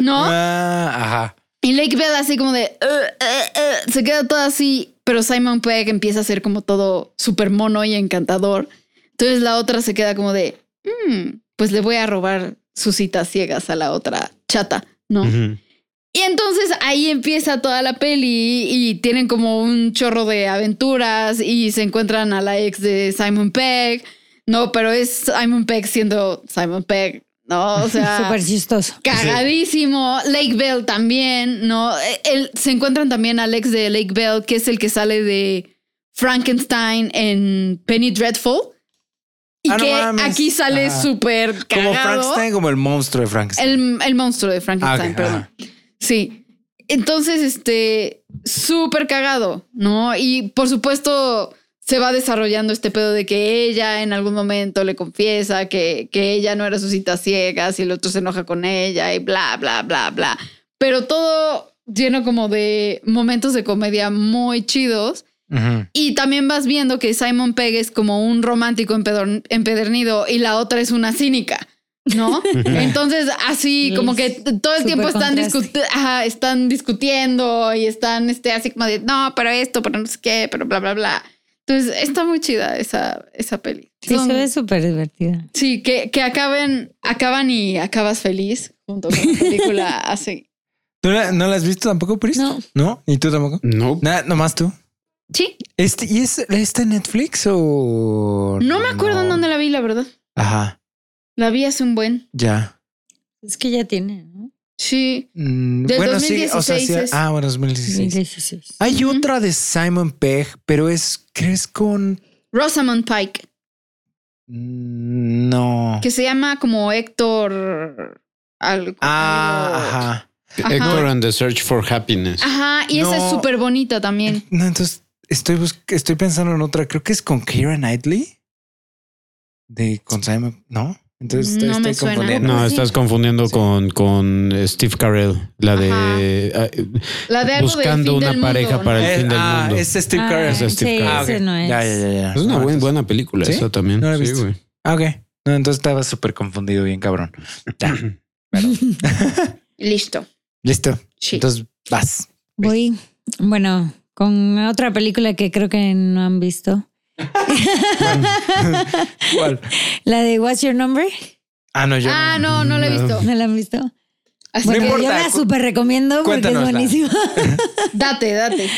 [SPEAKER 3] ¿no?
[SPEAKER 1] Ah, ajá.
[SPEAKER 3] Y Lake Bell así como de... "Uh, uh, uh", se queda todo así, pero Simon Pegg empieza a ser como todo súper mono y encantador. Entonces la otra se queda como de... "Mm, pues le voy a robar sus citas ciegas a la otra chata, ¿no?
[SPEAKER 2] Ujú.
[SPEAKER 3] Y entonces ahí empieza toda la peli y tienen como un chorro de aventuras y se encuentran a la ex de Simon Pegg. No, pero es Simon Pegg siendo Simon Pegg, ¿no? O sea...
[SPEAKER 5] Ah. Súper chistoso.
[SPEAKER 3] Cagadísimo. Lake Bell también, ¿no? Eh, él- se encuentran también al ex de Lake Bell, que es el que sale de Frankenstein en Penny Dreadful. Y
[SPEAKER 1] Ah, no
[SPEAKER 3] que
[SPEAKER 1] mames.
[SPEAKER 3] aquí sale
[SPEAKER 1] Ajá.
[SPEAKER 3] súper
[SPEAKER 1] Como
[SPEAKER 3] cagado.
[SPEAKER 1] Frankenstein, como el monstruo de Frankenstein.
[SPEAKER 3] El, el monstruo de
[SPEAKER 1] Ah, ok,
[SPEAKER 3] Frankenstein, perdón.
[SPEAKER 1] ajá.
[SPEAKER 3] Sí. Entonces, este, súper cagado, ¿no? Y por supuesto, se va desarrollando este pedo de que ella en algún momento le confiesa que, que ella no era su cita ciegas y el otro se enoja con ella y bla, bla, bla, bla. Pero todo lleno como de momentos de comedia muy chidos.
[SPEAKER 1] Ujú.
[SPEAKER 3] Y también vas viendo que Simon Pegg es como un romántico empedor- empedernido y la otra es una cínica, ¿no? Entonces, así como que t- todo el
[SPEAKER 5] Súper
[SPEAKER 3] tiempo están,
[SPEAKER 5] contraste.
[SPEAKER 3] discut- ajá, están discutiendo y están este, así como de, no, pero esto, pero no sé qué, pero bla, bla, bla. Entonces, está muy chida esa, esa peli.
[SPEAKER 5] Sí,
[SPEAKER 3] Son-
[SPEAKER 5] se ve súper divertida.
[SPEAKER 3] Sí, que, que acaben, acaban y acabas feliz junto con la película así.
[SPEAKER 1] ¿Tú la- no la has visto tampoco, Pris?
[SPEAKER 5] No.
[SPEAKER 1] ¿No? ¿Y tú tampoco?
[SPEAKER 2] No.
[SPEAKER 1] Nada, nomás tú.
[SPEAKER 3] Sí,
[SPEAKER 1] Este, ¿Y es, está en Netflix o...?
[SPEAKER 3] no me acuerdo en dónde la vi, la verdad.
[SPEAKER 1] Ajá,
[SPEAKER 3] La vi hace un buen.
[SPEAKER 1] ya.
[SPEAKER 5] Es que ya tiene, ¿no?
[SPEAKER 3] Sí,
[SPEAKER 1] Mm,
[SPEAKER 3] Del
[SPEAKER 1] bueno, sí, o sea,
[SPEAKER 3] 2016
[SPEAKER 1] sí,
[SPEAKER 3] es.
[SPEAKER 1] Ah, bueno, 2016.
[SPEAKER 5] 2016.
[SPEAKER 1] Hay
[SPEAKER 3] Ujú.
[SPEAKER 1] otra de Simon Pegg, pero es, ¿crees con...?
[SPEAKER 3] Rosamund Pike,
[SPEAKER 1] Mm, No.
[SPEAKER 3] que se llama como Héctor. Algo,
[SPEAKER 1] Ah, ajá.
[SPEAKER 3] Ajá. Ah,
[SPEAKER 2] Hector and the Search for Happiness.
[SPEAKER 3] Ajá, y esa
[SPEAKER 1] No.
[SPEAKER 3] es súper bonita también.
[SPEAKER 1] No, entonces estoy, bus- estoy pensando en otra. Creo que es con Keira Knightley. De con Simon. No, entonces estoy,
[SPEAKER 3] No me
[SPEAKER 1] estoy
[SPEAKER 3] suena.
[SPEAKER 1] confundiendo.
[SPEAKER 2] No,
[SPEAKER 5] Sí.
[SPEAKER 2] estás confundiendo con, con Steve Carell, la de ah,
[SPEAKER 3] La de algo del
[SPEAKER 2] Buscando
[SPEAKER 3] fin
[SPEAKER 2] una
[SPEAKER 3] del
[SPEAKER 2] pareja
[SPEAKER 3] mundo, ¿no?
[SPEAKER 2] para el
[SPEAKER 1] Eh,
[SPEAKER 2] fin del
[SPEAKER 1] ah,
[SPEAKER 2] mundo.
[SPEAKER 1] es Steve
[SPEAKER 5] Ah,
[SPEAKER 1] Carell.
[SPEAKER 5] ese
[SPEAKER 2] Es Steve
[SPEAKER 5] sí,
[SPEAKER 2] Carell.
[SPEAKER 1] Ah, ok.
[SPEAKER 5] ese no es.
[SPEAKER 1] Ya, ya, ya, ya. No,
[SPEAKER 2] Es una buena,
[SPEAKER 1] Ah, entonces-
[SPEAKER 2] buena película
[SPEAKER 1] ¿Sí?
[SPEAKER 2] esa también.
[SPEAKER 1] No la he
[SPEAKER 2] Sí,
[SPEAKER 1] visto.
[SPEAKER 2] güey.
[SPEAKER 1] Ah, ok. No, entonces estaba súper confundido, bien cabrón. Ya,
[SPEAKER 3] Listo.
[SPEAKER 1] listo.
[SPEAKER 3] Sí.
[SPEAKER 1] Entonces vas.
[SPEAKER 5] Voy, bueno, con otra película que creo que no han visto.
[SPEAKER 1] ¿Cuál?
[SPEAKER 5] La de What's Your Number,
[SPEAKER 1] Ah, no, yo.
[SPEAKER 3] ah, no, no la he visto.
[SPEAKER 5] ¿no la han visto?
[SPEAKER 3] Así
[SPEAKER 1] No
[SPEAKER 5] Bueno,
[SPEAKER 3] que
[SPEAKER 1] importa.
[SPEAKER 5] yo la
[SPEAKER 1] cu-
[SPEAKER 5] súper recomiendo porque es
[SPEAKER 1] cuéntanosla.
[SPEAKER 5] buenísima.
[SPEAKER 3] date, date.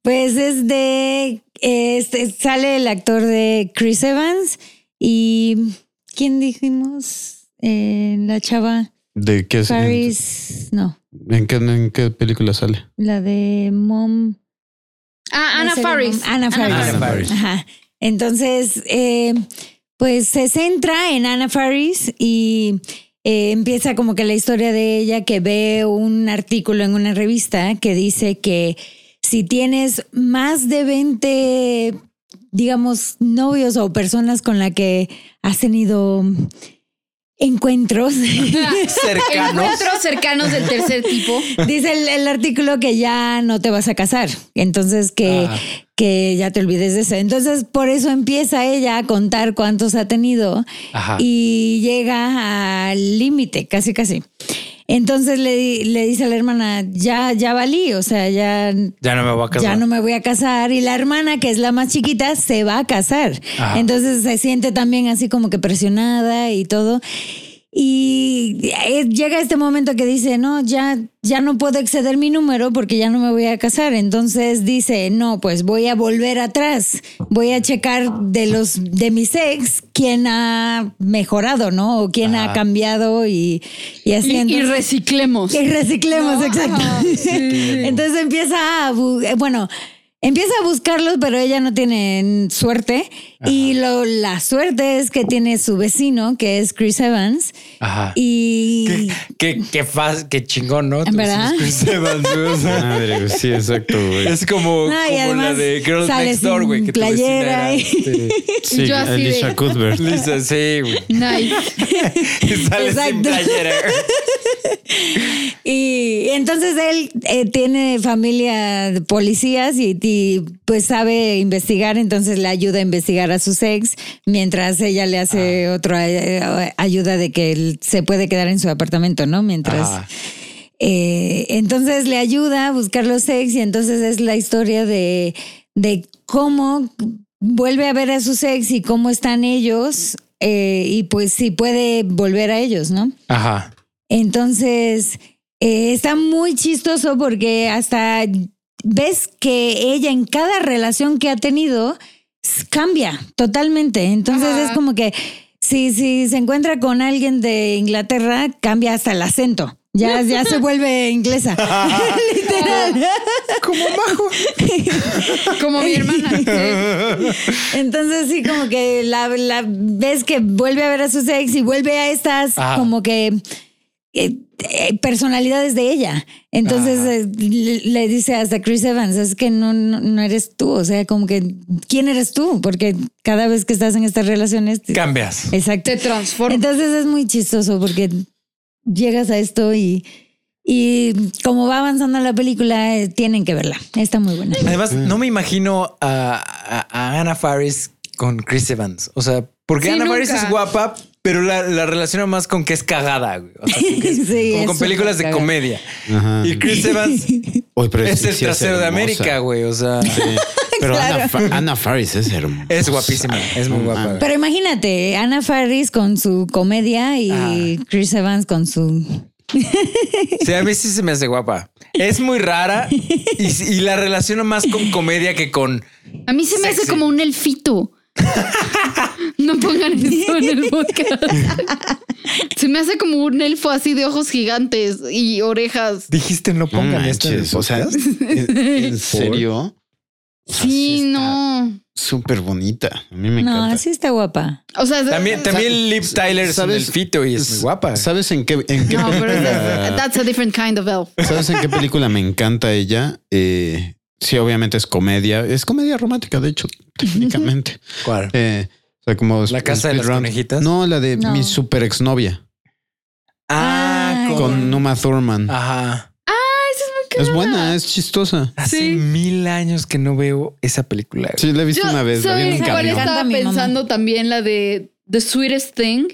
[SPEAKER 5] Pues es de, este, sale el actor de Chris Evans y, ¿quién dijimos? Eh, la chava
[SPEAKER 2] ¿De qué es?
[SPEAKER 5] Paris, no,
[SPEAKER 2] ¿En qué, en qué película sale?
[SPEAKER 5] la de Mom.
[SPEAKER 3] Ah, Ana
[SPEAKER 5] la serie
[SPEAKER 3] Faris.
[SPEAKER 5] Mom- Ana Faris.
[SPEAKER 1] Ana Faris.
[SPEAKER 5] Ajá. Entonces, eh, pues se centra en Ana Faris y eh, empieza como que la historia de ella que ve un artículo en una revista que dice que si tienes más de 20, digamos, novios o personas con la que has tenido encuentros,
[SPEAKER 1] Cercano.
[SPEAKER 3] Encuentros cercanos del tercer tipo.
[SPEAKER 5] dice el, el artículo que ya no te vas a casar. Entonces que
[SPEAKER 1] Ah,
[SPEAKER 5] que ya te olvides de eso. Entonces, por eso empieza ella a contar cuántos ha tenido
[SPEAKER 1] ajá.
[SPEAKER 5] y llega al límite, casi casi. Entonces le, di- le dice a la hermana, ya, ya valí, o sea, ya,
[SPEAKER 1] ya no me voy a casar.
[SPEAKER 5] ya no me voy a casar. Y la hermana, que es la más chiquita, se va a casar.
[SPEAKER 1] Ajá.
[SPEAKER 5] Entonces se siente también así como que presionada y todo. Y eh, llega este momento que dice, no, ya, ya no puedo exceder mi número porque ya no me voy a casar. Entonces dice, no, pues voy a volver atrás, voy a checar de los de mis ex quién ha mejorado, ¿no? O quién ha
[SPEAKER 1] Ajá.
[SPEAKER 5] cambiado y, y así.
[SPEAKER 3] Y, y
[SPEAKER 5] Entonces-
[SPEAKER 3] reciclemos.
[SPEAKER 5] que reciclemos,
[SPEAKER 3] No.
[SPEAKER 5] exacto. Entonces empieza a, bu- eh, bueno, empieza a buscarlos, pero ella no tiene suerte. Y lo, la suerte es que tiene su vecino, que es Chris Evans.
[SPEAKER 1] Ajá.
[SPEAKER 5] Y
[SPEAKER 1] Qué, qué, qué, fácil, qué chingón, ¿no? Tú
[SPEAKER 5] ¿Verdad?
[SPEAKER 1] dices, "Chris Evans", güey, o sea,
[SPEAKER 2] Madre, güey, sí, exacto, güey.
[SPEAKER 1] Es como,
[SPEAKER 5] No,
[SPEAKER 1] como
[SPEAKER 5] y
[SPEAKER 1] la
[SPEAKER 5] además
[SPEAKER 1] de Girls
[SPEAKER 5] sale
[SPEAKER 1] Next Door,
[SPEAKER 5] sin
[SPEAKER 1] güey, que tu vecina
[SPEAKER 5] playera
[SPEAKER 1] era,
[SPEAKER 5] y-
[SPEAKER 1] este,
[SPEAKER 2] Sí,
[SPEAKER 3] yo así de-
[SPEAKER 2] Alicia Cuthbert.
[SPEAKER 1] Lisa, sí, güey.
[SPEAKER 3] Nice.
[SPEAKER 1] Y sale sin
[SPEAKER 5] Exacto.
[SPEAKER 1] playera.
[SPEAKER 5] Y entonces él eh, tiene familia de policías y, y, pues sabe investigar, entonces le ayuda a investigar a sus ex, mientras ella le hace otra eh, ayuda de que él se puede quedar en su apartamento, ¿no? Mientras...
[SPEAKER 1] Ajá.
[SPEAKER 5] Eh, entonces le ayuda a buscar los ex y entonces es la historia de, de cómo vuelve a ver a sus ex y cómo están ellos eh, y pues si puede volver a ellos, ¿no?
[SPEAKER 1] Ajá.
[SPEAKER 5] Entonces, eh, está muy chistoso porque hasta ves que ella en cada relación que ha tenido s- cambia totalmente. Entonces
[SPEAKER 3] Ajá.
[SPEAKER 5] es como que si, si se encuentra con alguien de Inglaterra, cambia hasta el acento. Ya, ya se vuelve inglesa. Literal.
[SPEAKER 3] Como mi hermana.
[SPEAKER 5] Entonces sí, como que la, la ves que vuelve a ver a sus ex y vuelve a estas
[SPEAKER 1] Ajá.
[SPEAKER 5] como que eh, eh, personalidades de ella. Entonces
[SPEAKER 1] Ajá.
[SPEAKER 5] eh, le le dice hasta Chris Evans, es que no, no, no eres tú, o sea, como que, ¿quién eres tú? Porque cada vez que estás en estas relaciones... te-
[SPEAKER 1] Cambias.
[SPEAKER 5] Exacto.
[SPEAKER 3] Te transforma.
[SPEAKER 5] Entonces es muy chistoso porque llegas a esto y, y como va avanzando la película, eh, tienen que verla. Está muy buena.
[SPEAKER 1] Además,
[SPEAKER 2] Mm.
[SPEAKER 1] no me imagino a, a- a Ana Faris con Chris Evans. O sea, porque
[SPEAKER 3] Sí,
[SPEAKER 1] Ana
[SPEAKER 3] nunca.
[SPEAKER 1] Faris es guapa, pero la, la relaciono más con que es cagada, güey. O sea, como que es-
[SPEAKER 5] Sí,
[SPEAKER 1] como
[SPEAKER 5] es
[SPEAKER 1] con películas de
[SPEAKER 5] súper cagada.
[SPEAKER 1] comedia.
[SPEAKER 2] Ajá.
[SPEAKER 1] Y Chris Evans
[SPEAKER 2] Oye, Mm. pero
[SPEAKER 1] es
[SPEAKER 2] sí,
[SPEAKER 1] el
[SPEAKER 2] sí es
[SPEAKER 1] trasero de
[SPEAKER 2] hermosa.
[SPEAKER 1] América, güey. O sea,
[SPEAKER 2] Pero
[SPEAKER 5] Claro.
[SPEAKER 2] Ana, Fa- Ana Faris es hermosa.
[SPEAKER 1] Es guapísima, es muy
[SPEAKER 2] No
[SPEAKER 1] guapa.
[SPEAKER 2] mames.
[SPEAKER 5] Pero imagínate, Ana Faris con su comedia y
[SPEAKER 1] Ah.
[SPEAKER 5] Chris Evans con su.
[SPEAKER 1] Sí, a mí sí se me hace guapa. Es muy rara y, y la relaciono más con comedia que con.
[SPEAKER 3] A mí se me hace
[SPEAKER 1] Sexy.
[SPEAKER 3] como un elfito. no pongan eso en el podcast. se me hace como un elfo así de ojos gigantes y orejas.
[SPEAKER 1] Dijiste, no
[SPEAKER 2] No
[SPEAKER 1] pongan esto. en el
[SPEAKER 2] Mm, manches, o sea,
[SPEAKER 1] podcast.
[SPEAKER 2] en, en serio,
[SPEAKER 3] Sí, no.
[SPEAKER 2] súper bonita. A mí me
[SPEAKER 5] no,
[SPEAKER 2] encanta.
[SPEAKER 5] así está guapa.
[SPEAKER 3] O sea,
[SPEAKER 1] también, también Liv Tyler es un
[SPEAKER 2] ¿Sabes?
[SPEAKER 1] elfito y es muy guapa.
[SPEAKER 2] ¿Sabes en qué, en qué
[SPEAKER 3] No, pero es-
[SPEAKER 2] película-
[SPEAKER 3] that's a different kind of elf.
[SPEAKER 2] ¿Sabes en qué película me encanta ella? Eh, sí, obviamente es comedia. Es comedia romántica, de hecho, técnicamente.
[SPEAKER 1] ¿Cuál?
[SPEAKER 2] Eh, o sea, como
[SPEAKER 1] ¿La casa de las
[SPEAKER 2] Speedrun.
[SPEAKER 1] conejitas?
[SPEAKER 2] No, la de
[SPEAKER 5] No.
[SPEAKER 2] mi super exnovia
[SPEAKER 1] Ah,
[SPEAKER 5] Ay.
[SPEAKER 2] con Numa Thurman.
[SPEAKER 1] Ajá.
[SPEAKER 2] es buena, es chistosa.
[SPEAKER 1] Hace
[SPEAKER 3] Sí.
[SPEAKER 1] mil años que no veo esa película.
[SPEAKER 2] Sí, la he visto una vez. La vi en un
[SPEAKER 5] ¿sabes
[SPEAKER 3] cuál
[SPEAKER 5] camión.
[SPEAKER 2] camión.
[SPEAKER 5] Canta
[SPEAKER 3] estaba
[SPEAKER 5] mi mamá.
[SPEAKER 3] pensando también la de The Sweetest Thing,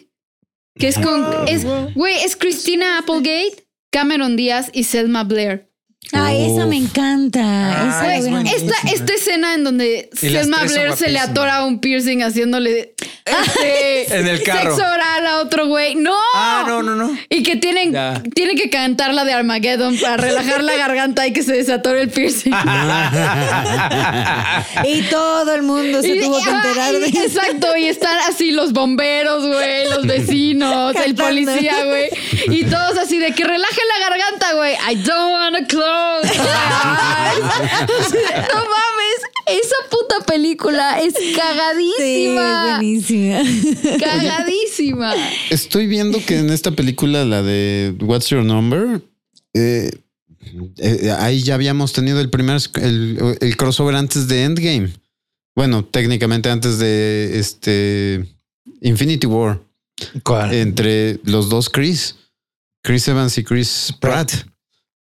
[SPEAKER 3] que es con
[SPEAKER 2] Ah.
[SPEAKER 3] es güey, es Christina Applegate, Cameron Díaz y Selma Blair.
[SPEAKER 5] Ay, esa
[SPEAKER 2] Uf.
[SPEAKER 5] me encanta. Esa
[SPEAKER 1] Ay,
[SPEAKER 5] la hubiera-
[SPEAKER 1] es buena.
[SPEAKER 3] Esta, esta escena en donde
[SPEAKER 1] ¿eh? Y las
[SPEAKER 3] Selma
[SPEAKER 1] tres son
[SPEAKER 3] Blair se le
[SPEAKER 1] guapísimas.
[SPEAKER 3] atora un piercing haciéndole este,
[SPEAKER 1] En el carro.
[SPEAKER 3] sexo oral a otro güey. ¡No!
[SPEAKER 1] Ah, no, no, no.
[SPEAKER 3] Y que tienen,
[SPEAKER 1] Ya.
[SPEAKER 3] tienen que cantar la de Armageddon para relajar la garganta y que se desatore el piercing.
[SPEAKER 1] Ah,
[SPEAKER 5] Y todo el mundo se
[SPEAKER 3] Y-
[SPEAKER 5] tuvo que
[SPEAKER 3] ajá,
[SPEAKER 5] enterar
[SPEAKER 3] y-
[SPEAKER 5] de eso.
[SPEAKER 3] Exacto, y están así los bomberos, güey, los vecinos, el
[SPEAKER 5] Cantando.
[SPEAKER 3] policía, güey. Y todos así de que relaje la garganta, güey. I don't wanna close my eyes. No mames, esa puta película es
[SPEAKER 5] Sí, es
[SPEAKER 3] cagadísima.
[SPEAKER 5] buenísima.
[SPEAKER 3] cagadísima.
[SPEAKER 2] Estoy viendo que en esta película, la de What's Your Number, eh, eh, ahí ya habíamos tenido el primer el, el crossover antes de Endgame. Bueno, técnicamente antes de este Infinity War
[SPEAKER 1] ¿Cuál?
[SPEAKER 2] entre los dos Chris, Chris Evans y Chris Pratt.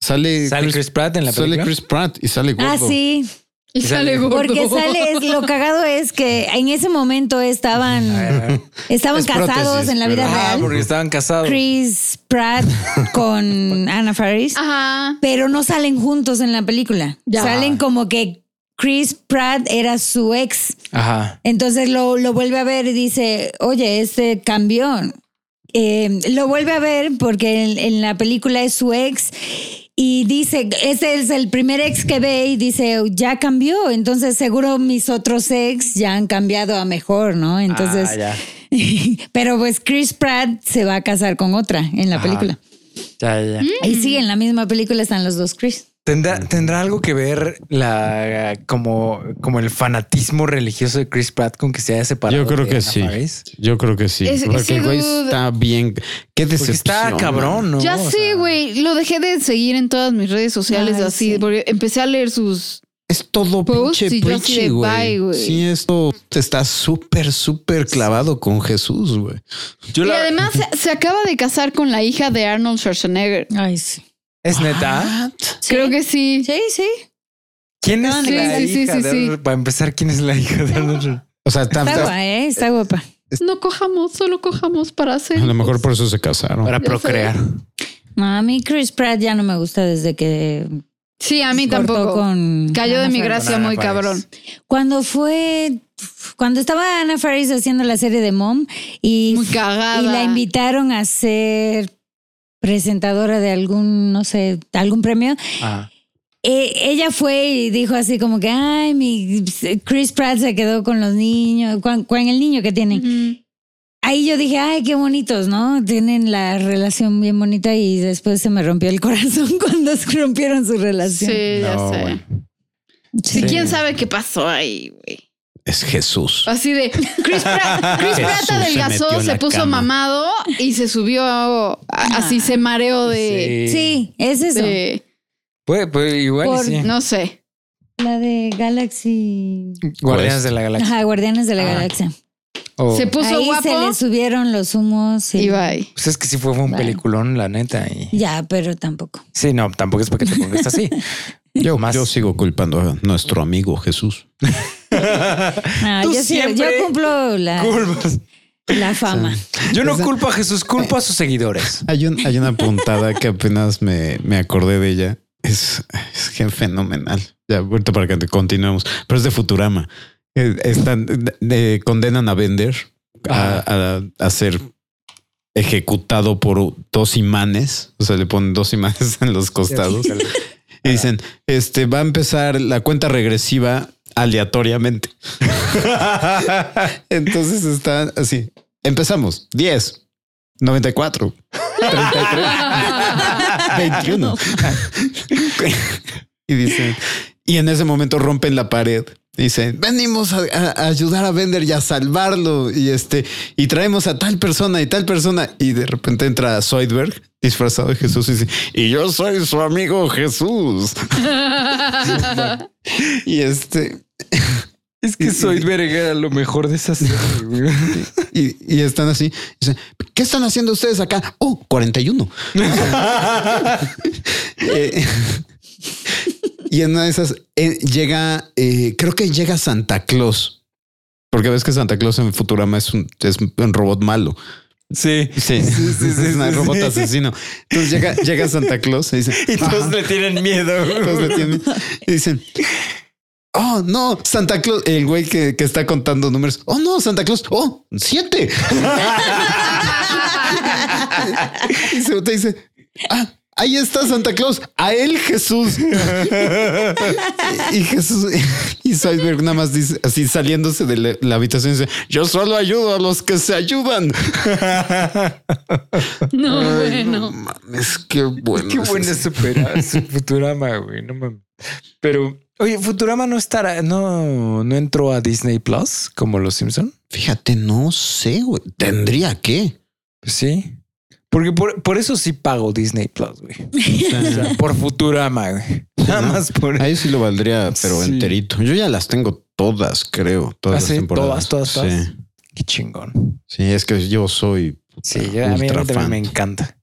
[SPEAKER 2] Sale,
[SPEAKER 1] ¿Sale Chris Pratt en la
[SPEAKER 2] sale
[SPEAKER 1] película?
[SPEAKER 2] Chris Pratt y sale gordo.
[SPEAKER 5] Ah, sí.
[SPEAKER 3] Y sale gordo.
[SPEAKER 5] Porque sale, es- lo cagado es que en ese momento estaban, estaban
[SPEAKER 2] Es
[SPEAKER 5] casados
[SPEAKER 2] prótesis,
[SPEAKER 5] en la vida
[SPEAKER 2] pero-
[SPEAKER 1] Ah,
[SPEAKER 5] real.
[SPEAKER 1] porque estaban casados.
[SPEAKER 5] Chris Pratt con Anna Faris,
[SPEAKER 3] Ajá.
[SPEAKER 5] pero no salen juntos en la película.
[SPEAKER 3] Ya.
[SPEAKER 5] Salen como que Chris Pratt era su ex.
[SPEAKER 1] Ajá.
[SPEAKER 5] Entonces lo, lo vuelve a ver y dice, oye, este cambió. Eh, lo vuelve a ver porque en, en la película es su ex y dice, ese es el primer ex que ve y dice, ya cambió, entonces seguro mis otros ex ya han cambiado a mejor, ¿no? Entonces,
[SPEAKER 1] Ah, ya.
[SPEAKER 5] pero pues Chris Pratt se va a casar con otra en la
[SPEAKER 1] Ajá.
[SPEAKER 5] película.
[SPEAKER 1] Ya, ya, ya.
[SPEAKER 3] ¿Mm?
[SPEAKER 5] Y sí, en la misma película están los dos Chris.
[SPEAKER 1] ¿Tendrá, ¿Tendrá algo que ver la como, como el fanatismo religioso de Chris Pratt con que se haya separado?
[SPEAKER 2] Yo creo
[SPEAKER 1] de
[SPEAKER 2] que
[SPEAKER 1] Ana
[SPEAKER 2] sí.
[SPEAKER 1] Faris?
[SPEAKER 2] Yo creo que sí.
[SPEAKER 3] Ese-
[SPEAKER 2] Porque
[SPEAKER 3] ese
[SPEAKER 2] el güey
[SPEAKER 3] dude-
[SPEAKER 2] está bien. Qué
[SPEAKER 1] Porque
[SPEAKER 2] decepción.
[SPEAKER 1] está cabrón, ¿no?
[SPEAKER 3] Ya
[SPEAKER 1] O
[SPEAKER 3] sé,
[SPEAKER 1] sea,
[SPEAKER 3] güey. Lo dejé de seguir en todas mis redes sociales
[SPEAKER 5] Ay,
[SPEAKER 3] así,
[SPEAKER 5] sí.
[SPEAKER 3] porque empecé a leer sus.
[SPEAKER 2] Es todo
[SPEAKER 3] Post
[SPEAKER 2] pinche
[SPEAKER 3] Pues, y yo así de
[SPEAKER 2] preachy,
[SPEAKER 3] bye,
[SPEAKER 2] güey.
[SPEAKER 3] güey.
[SPEAKER 2] Sí, esto está súper, súper clavado con Jesús, güey.
[SPEAKER 1] yo
[SPEAKER 3] Y
[SPEAKER 1] la-
[SPEAKER 3] además se- se acaba de casar con la hija de Arnold Schwarzenegger.
[SPEAKER 5] Ay, sí.
[SPEAKER 1] ¿Es
[SPEAKER 3] Ah.
[SPEAKER 1] neta?
[SPEAKER 3] Creo que sí.
[SPEAKER 5] Sí, sí.
[SPEAKER 1] ¿Quién es
[SPEAKER 5] No,
[SPEAKER 1] la hija
[SPEAKER 3] sí, sí, sí,
[SPEAKER 1] de
[SPEAKER 3] sí.
[SPEAKER 1] Arnold- Para empezar, ¿quién es la hija de Arnold?
[SPEAKER 2] O sea, está,
[SPEAKER 5] Está
[SPEAKER 2] está-
[SPEAKER 5] guapa, ¿eh? Está guapa.
[SPEAKER 3] No cojamos, solo cojamos para hacer.
[SPEAKER 2] a lo mejor por eso se casaron.
[SPEAKER 1] Para procrear.
[SPEAKER 5] No, a mí Chris Pratt ya no me gusta desde que
[SPEAKER 3] Sí, a mí
[SPEAKER 5] cortó
[SPEAKER 3] tampoco.
[SPEAKER 5] con
[SPEAKER 3] Cayó de
[SPEAKER 5] Ana
[SPEAKER 3] mi
[SPEAKER 5] Faris.
[SPEAKER 1] Con
[SPEAKER 3] gracia
[SPEAKER 1] Ana
[SPEAKER 3] muy
[SPEAKER 1] Faris.
[SPEAKER 3] cabrón.
[SPEAKER 5] Cuando fue, cuando estaba Ana Faris haciendo la serie de Mom y,
[SPEAKER 3] Muy cagada.
[SPEAKER 5] y la invitaron a ser presentadora de algún, no sé, algún premio,
[SPEAKER 1] Ah.
[SPEAKER 5] eh, ella fue y dijo así como que, ay, mi Chris Pratt se quedó con los niños, con, con el niño que tienen.
[SPEAKER 3] Ujú.
[SPEAKER 5] Ahí yo dije, ay, qué bonitos, ¿no? Tienen la relación bien bonita y después se me rompió el corazón cuando rompieron su relación.
[SPEAKER 3] Sí, ya
[SPEAKER 2] No,
[SPEAKER 3] sé.
[SPEAKER 2] güey.
[SPEAKER 3] Sí, quién sabe qué pasó ahí, güey.
[SPEAKER 2] Es Jesús.
[SPEAKER 3] Así de Chris Pratt, Chris
[SPEAKER 2] Jesús
[SPEAKER 3] Pratt
[SPEAKER 2] se
[SPEAKER 3] adelgazó,
[SPEAKER 2] metió en
[SPEAKER 3] se,
[SPEAKER 2] la
[SPEAKER 3] puso
[SPEAKER 2] cama.
[SPEAKER 3] mamado y se subió a- a- así, se mareó de.
[SPEAKER 5] Sí, es eso.
[SPEAKER 3] de-
[SPEAKER 1] Pues, pues igual y
[SPEAKER 5] Por-
[SPEAKER 1] sí.
[SPEAKER 3] no sé.
[SPEAKER 5] La de Galaxy.
[SPEAKER 1] Guardianes de la Galaxia. Oh,
[SPEAKER 5] Ajá, Guardianes de la
[SPEAKER 1] Ah.
[SPEAKER 5] Galaxia.
[SPEAKER 2] Oh.
[SPEAKER 1] O-
[SPEAKER 3] Se puso
[SPEAKER 5] Ahí
[SPEAKER 3] guapo
[SPEAKER 5] se le subieron los humos. y-
[SPEAKER 3] y bye.
[SPEAKER 1] Pues es que sí fue un
[SPEAKER 5] Bueno.
[SPEAKER 1] peliculón, la neta. y-
[SPEAKER 5] Ya, pero tampoco.
[SPEAKER 1] Sí, no, tampoco es para que te pongas así.
[SPEAKER 2] Yo,
[SPEAKER 1] Más.
[SPEAKER 2] yo sigo culpando a nuestro amigo Jesús.
[SPEAKER 5] No,
[SPEAKER 1] Tú
[SPEAKER 5] Ah, yo, sí- yo
[SPEAKER 1] siempre
[SPEAKER 5] cumplo la,
[SPEAKER 1] Culpas.
[SPEAKER 5] la fama.
[SPEAKER 1] Yo no culpo a Jesús, culpo a sus seguidores.
[SPEAKER 2] Hay, un- hay una puntada que apenas me, me acordé de ella. es, es que fenomenal. Ya, ahorita para que continuemos, pero es de Futurama. Eh, Están, eh, condenan a Bender a, a- a ser ejecutado por dos imanes. O sea, le ponen dos imanes en los costados y dicen: Este va a empezar la cuenta regresiva aleatoriamente. Entonces están así. Empezamos. 10, 94, 33, 21. y dicen, y en ese momento rompen la pared. Dicen, venimos a, a- a ayudar a Bender y a salvarlo. Y este, y traemos a tal persona y tal persona. Y de repente entra Zoidberg disfrazado de Jesús y dice, y yo soy su amigo Jesús. y este,
[SPEAKER 1] Es que soy verga lo mejor de esas.
[SPEAKER 2] y, y están así. Dicen, ¿qué están haciendo ustedes acá? Oh, 41. Eh, y en una de esas eh, llega, eh, creo que llega Santa Claus. Porque ves que Santa Claus en Futurama es un, es un robot malo.
[SPEAKER 1] sí.
[SPEAKER 2] Sí,
[SPEAKER 1] sí, sí,
[SPEAKER 2] es un
[SPEAKER 1] sí,
[SPEAKER 2] robot
[SPEAKER 1] sí.
[SPEAKER 2] asesino. Entonces llega, llega Santa Claus y dice:
[SPEAKER 1] Y todos
[SPEAKER 2] "Ajá".
[SPEAKER 1] le tienen miedo.
[SPEAKER 2] Todos le tienen- y dicen, oh no, Santa Claus, el güey que, que está contando números. Oh no, Santa Claus, oh, siete. y se voltea y dice, ah, ahí está Santa Claus, a él Jesús. y Jesús, y Zoidberg nada más dice, así saliéndose de la, la habitación, dice, yo solo ayudo a los que se ayudan.
[SPEAKER 3] No,
[SPEAKER 2] Ay, no
[SPEAKER 3] bueno.
[SPEAKER 2] mames, qué bueno.
[SPEAKER 1] Qué
[SPEAKER 2] es
[SPEAKER 1] buena
[SPEAKER 2] esto.
[SPEAKER 1] supera su Futurama, güey. No mames. Pero, oye, Futurama no estará, no, no entró a Disney Plus como los Simpson.
[SPEAKER 2] Fíjate, no sé, güey. Tendría que.
[SPEAKER 1] Pues sí. Porque por, por eso sí pago Disney Plus, güey. O sea, por Futurama, güey. Nada más por
[SPEAKER 2] Ahí sí lo valdría, pero
[SPEAKER 1] Sí.
[SPEAKER 2] enterito. Yo ya las tengo todas, creo. Todas
[SPEAKER 1] Ah,
[SPEAKER 2] las
[SPEAKER 1] sí,
[SPEAKER 2] temporadas.
[SPEAKER 1] todas, todas, todas.
[SPEAKER 2] Sí.
[SPEAKER 1] Qué chingón.
[SPEAKER 2] Sí, es que yo soy puta,
[SPEAKER 1] Sí, yo- a mí
[SPEAKER 2] ultra
[SPEAKER 1] también
[SPEAKER 2] fan.
[SPEAKER 1] me encanta.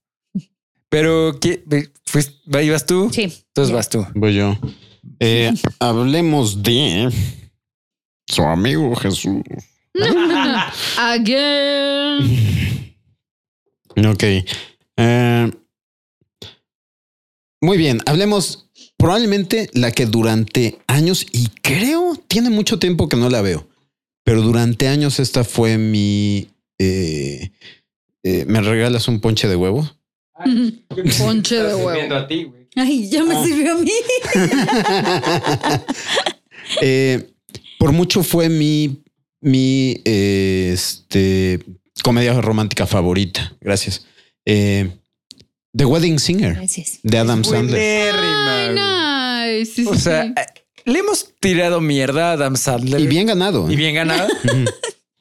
[SPEAKER 1] Pero, ¿qué? Fuiste- ¿va- ¿Ibas tú?
[SPEAKER 5] Sí.
[SPEAKER 1] Entonces vas tú.
[SPEAKER 2] Voy yo. Eh, hablemos de su amigo Jesús.
[SPEAKER 3] Again.
[SPEAKER 2] Ok. Eh, muy bien, hablemos probablemente la que durante años, y creo tiene mucho tiempo que no la veo, pero durante años esta fue mi... eh, eh, ¿Me regalas un ponche de huevo?
[SPEAKER 3] Ponche de huevo.
[SPEAKER 5] Ay, ya me sirvió a mí.
[SPEAKER 2] Eh, por mucho fue mi, mi eh, este, comedia romántica favorita. Gracias. Eh, The Wedding Singer
[SPEAKER 5] Gracias.
[SPEAKER 2] de Adam Sandler.
[SPEAKER 1] Buenérrima,
[SPEAKER 3] Ay,
[SPEAKER 1] güey.
[SPEAKER 3] nice. Sí, sí,
[SPEAKER 1] O sea,
[SPEAKER 3] sí.
[SPEAKER 1] eh, le hemos tirado mierda a Adam Sandler.
[SPEAKER 2] Y bien ganado. ¿eh?
[SPEAKER 1] Y bien ganada.
[SPEAKER 2] Ujú.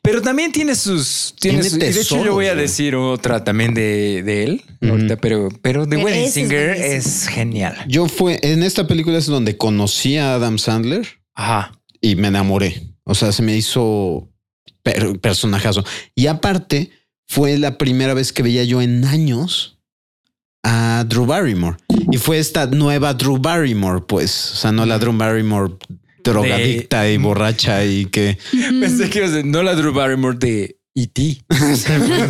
[SPEAKER 1] Pero también tiene sus. Tiene
[SPEAKER 2] Tiene
[SPEAKER 1] sus- y de hecho, yo
[SPEAKER 2] tesoros,
[SPEAKER 1] voy a
[SPEAKER 2] güey.
[SPEAKER 1] decir otra también de, de él.
[SPEAKER 2] Ujú.
[SPEAKER 1] Ahorita, pero, pero The
[SPEAKER 5] Pero
[SPEAKER 1] Wedding
[SPEAKER 5] ese es
[SPEAKER 1] Singer
[SPEAKER 5] buenísimo.
[SPEAKER 1] es genial.
[SPEAKER 2] Yo fue en esta película es donde conocí a Adam Sandler
[SPEAKER 1] Ajá.
[SPEAKER 2] y me enamoré. O sea, se me hizo per- personajazo. Y aparte, fue la primera vez que veía yo en años a Drew Barrymore. Y fue esta nueva Drew Barrymore, pues. O sea, no la Drew Barrymore drogadicta y borracha y que
[SPEAKER 1] Pensé que ibas a decir, no la Drew Barrymore de E E.T.
[SPEAKER 3] Mm,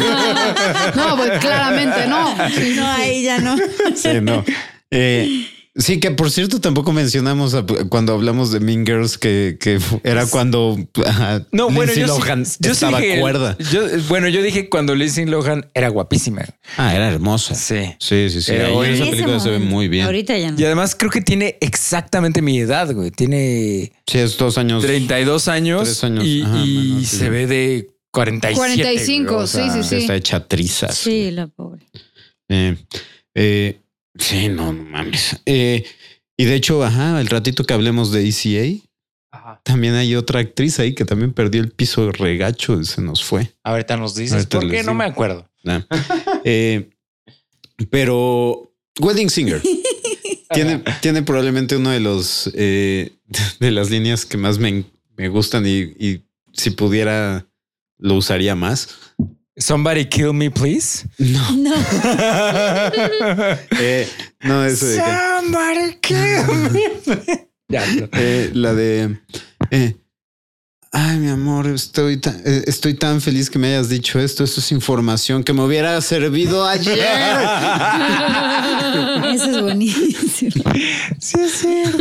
[SPEAKER 3] No, pues claramente no. Sí,
[SPEAKER 5] No, ahí ya no.
[SPEAKER 2] Sí, no. Eh, sí, que por cierto tampoco mencionamos a- cuando hablamos de Mean Girls que, que fu- era cuando ajá,
[SPEAKER 1] No, bueno,
[SPEAKER 2] Lindsay
[SPEAKER 1] yo, sí-
[SPEAKER 2] Lohan
[SPEAKER 1] yo sí
[SPEAKER 2] estaba
[SPEAKER 1] dije-
[SPEAKER 2] cuerda.
[SPEAKER 1] yo- bueno, yo dije cuando Lindsay Lohan era guapísima.
[SPEAKER 2] Ah, era hermosa.
[SPEAKER 1] Sí. Eh,
[SPEAKER 2] Sí, sí, sí.
[SPEAKER 1] Pero
[SPEAKER 2] Ahí
[SPEAKER 1] hoy-
[SPEAKER 2] en esa
[SPEAKER 1] En
[SPEAKER 5] ese
[SPEAKER 2] película se ve
[SPEAKER 5] momento.
[SPEAKER 2] muy bien.
[SPEAKER 5] Ahorita ya no.
[SPEAKER 1] Y además creo que tiene exactamente mi edad, güey. Tiene
[SPEAKER 2] Sí, es dos años.
[SPEAKER 1] Pues, 32 años,
[SPEAKER 2] Tres años.
[SPEAKER 1] y,
[SPEAKER 2] Ajá,
[SPEAKER 1] y
[SPEAKER 2] menos, sí,
[SPEAKER 1] se
[SPEAKER 2] sí.
[SPEAKER 1] ve de 47.
[SPEAKER 3] 45,
[SPEAKER 1] güey, o
[SPEAKER 3] sí,
[SPEAKER 1] sea,
[SPEAKER 3] sí, sí.
[SPEAKER 2] Está hecha trizas.
[SPEAKER 5] Sí, la pobre.
[SPEAKER 2] Eh, eh, sí, no, no mames. Eh, y de hecho, ajá, el ratito que hablemos de ECA,
[SPEAKER 1] Ajá.
[SPEAKER 2] también hay otra actriz ahí que también perdió el piso regacho, se nos fue.
[SPEAKER 1] Ahorita nos dices
[SPEAKER 2] Ahorita
[SPEAKER 1] por
[SPEAKER 2] les
[SPEAKER 1] qué no
[SPEAKER 2] digo.
[SPEAKER 1] me acuerdo.
[SPEAKER 2] Nah. Eh, pero Wedding Singer tiene, tiene probablemente uno de los eh, de las líneas que más me, me gustan y, y si pudiera lo usaría más.
[SPEAKER 1] Somebody kill me, please.
[SPEAKER 2] No,
[SPEAKER 5] No.
[SPEAKER 2] eh, no, eso de que-
[SPEAKER 1] Somebody kill me. please. ya, no.
[SPEAKER 2] Eh, la de. eh, Ay, mi amor, estoy tan, eh, estoy tan feliz que me hayas dicho esto. Esto es información que me hubiera servido ayer.
[SPEAKER 5] Eso es buenísimo.
[SPEAKER 1] Sí, es cierto.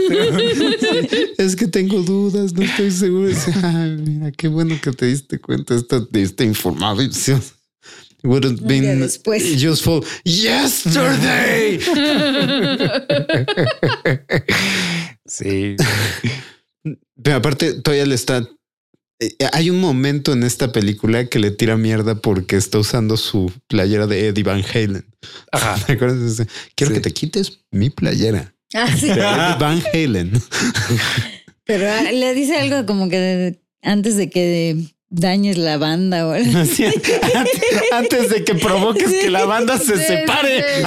[SPEAKER 2] Es que tengo dudas, no estoy seguro. Dice, "Ay, mira, qué bueno que te diste cuenta esta, de esta información. Would have been
[SPEAKER 5] después.
[SPEAKER 2] useful yesterday.
[SPEAKER 1] Sí.
[SPEAKER 2] Pero aparte, todavía le está. eh, Hay un momento en esta película que le tira mierda porque está usando su playera de Eddie Van Halen.
[SPEAKER 1] Ajá.
[SPEAKER 2] ¿Te acuerdas? Dice, Quiero
[SPEAKER 1] Sí.
[SPEAKER 2] que te quites mi playera.
[SPEAKER 5] Ah, sí.
[SPEAKER 2] de Eddie Van Halen.
[SPEAKER 5] Pero ah, le dice algo como que de- antes de que dañes la banda o algo.
[SPEAKER 2] Así, antes, antes de que provoques que la banda se
[SPEAKER 3] Sí,
[SPEAKER 2] separe.
[SPEAKER 3] sí, sí.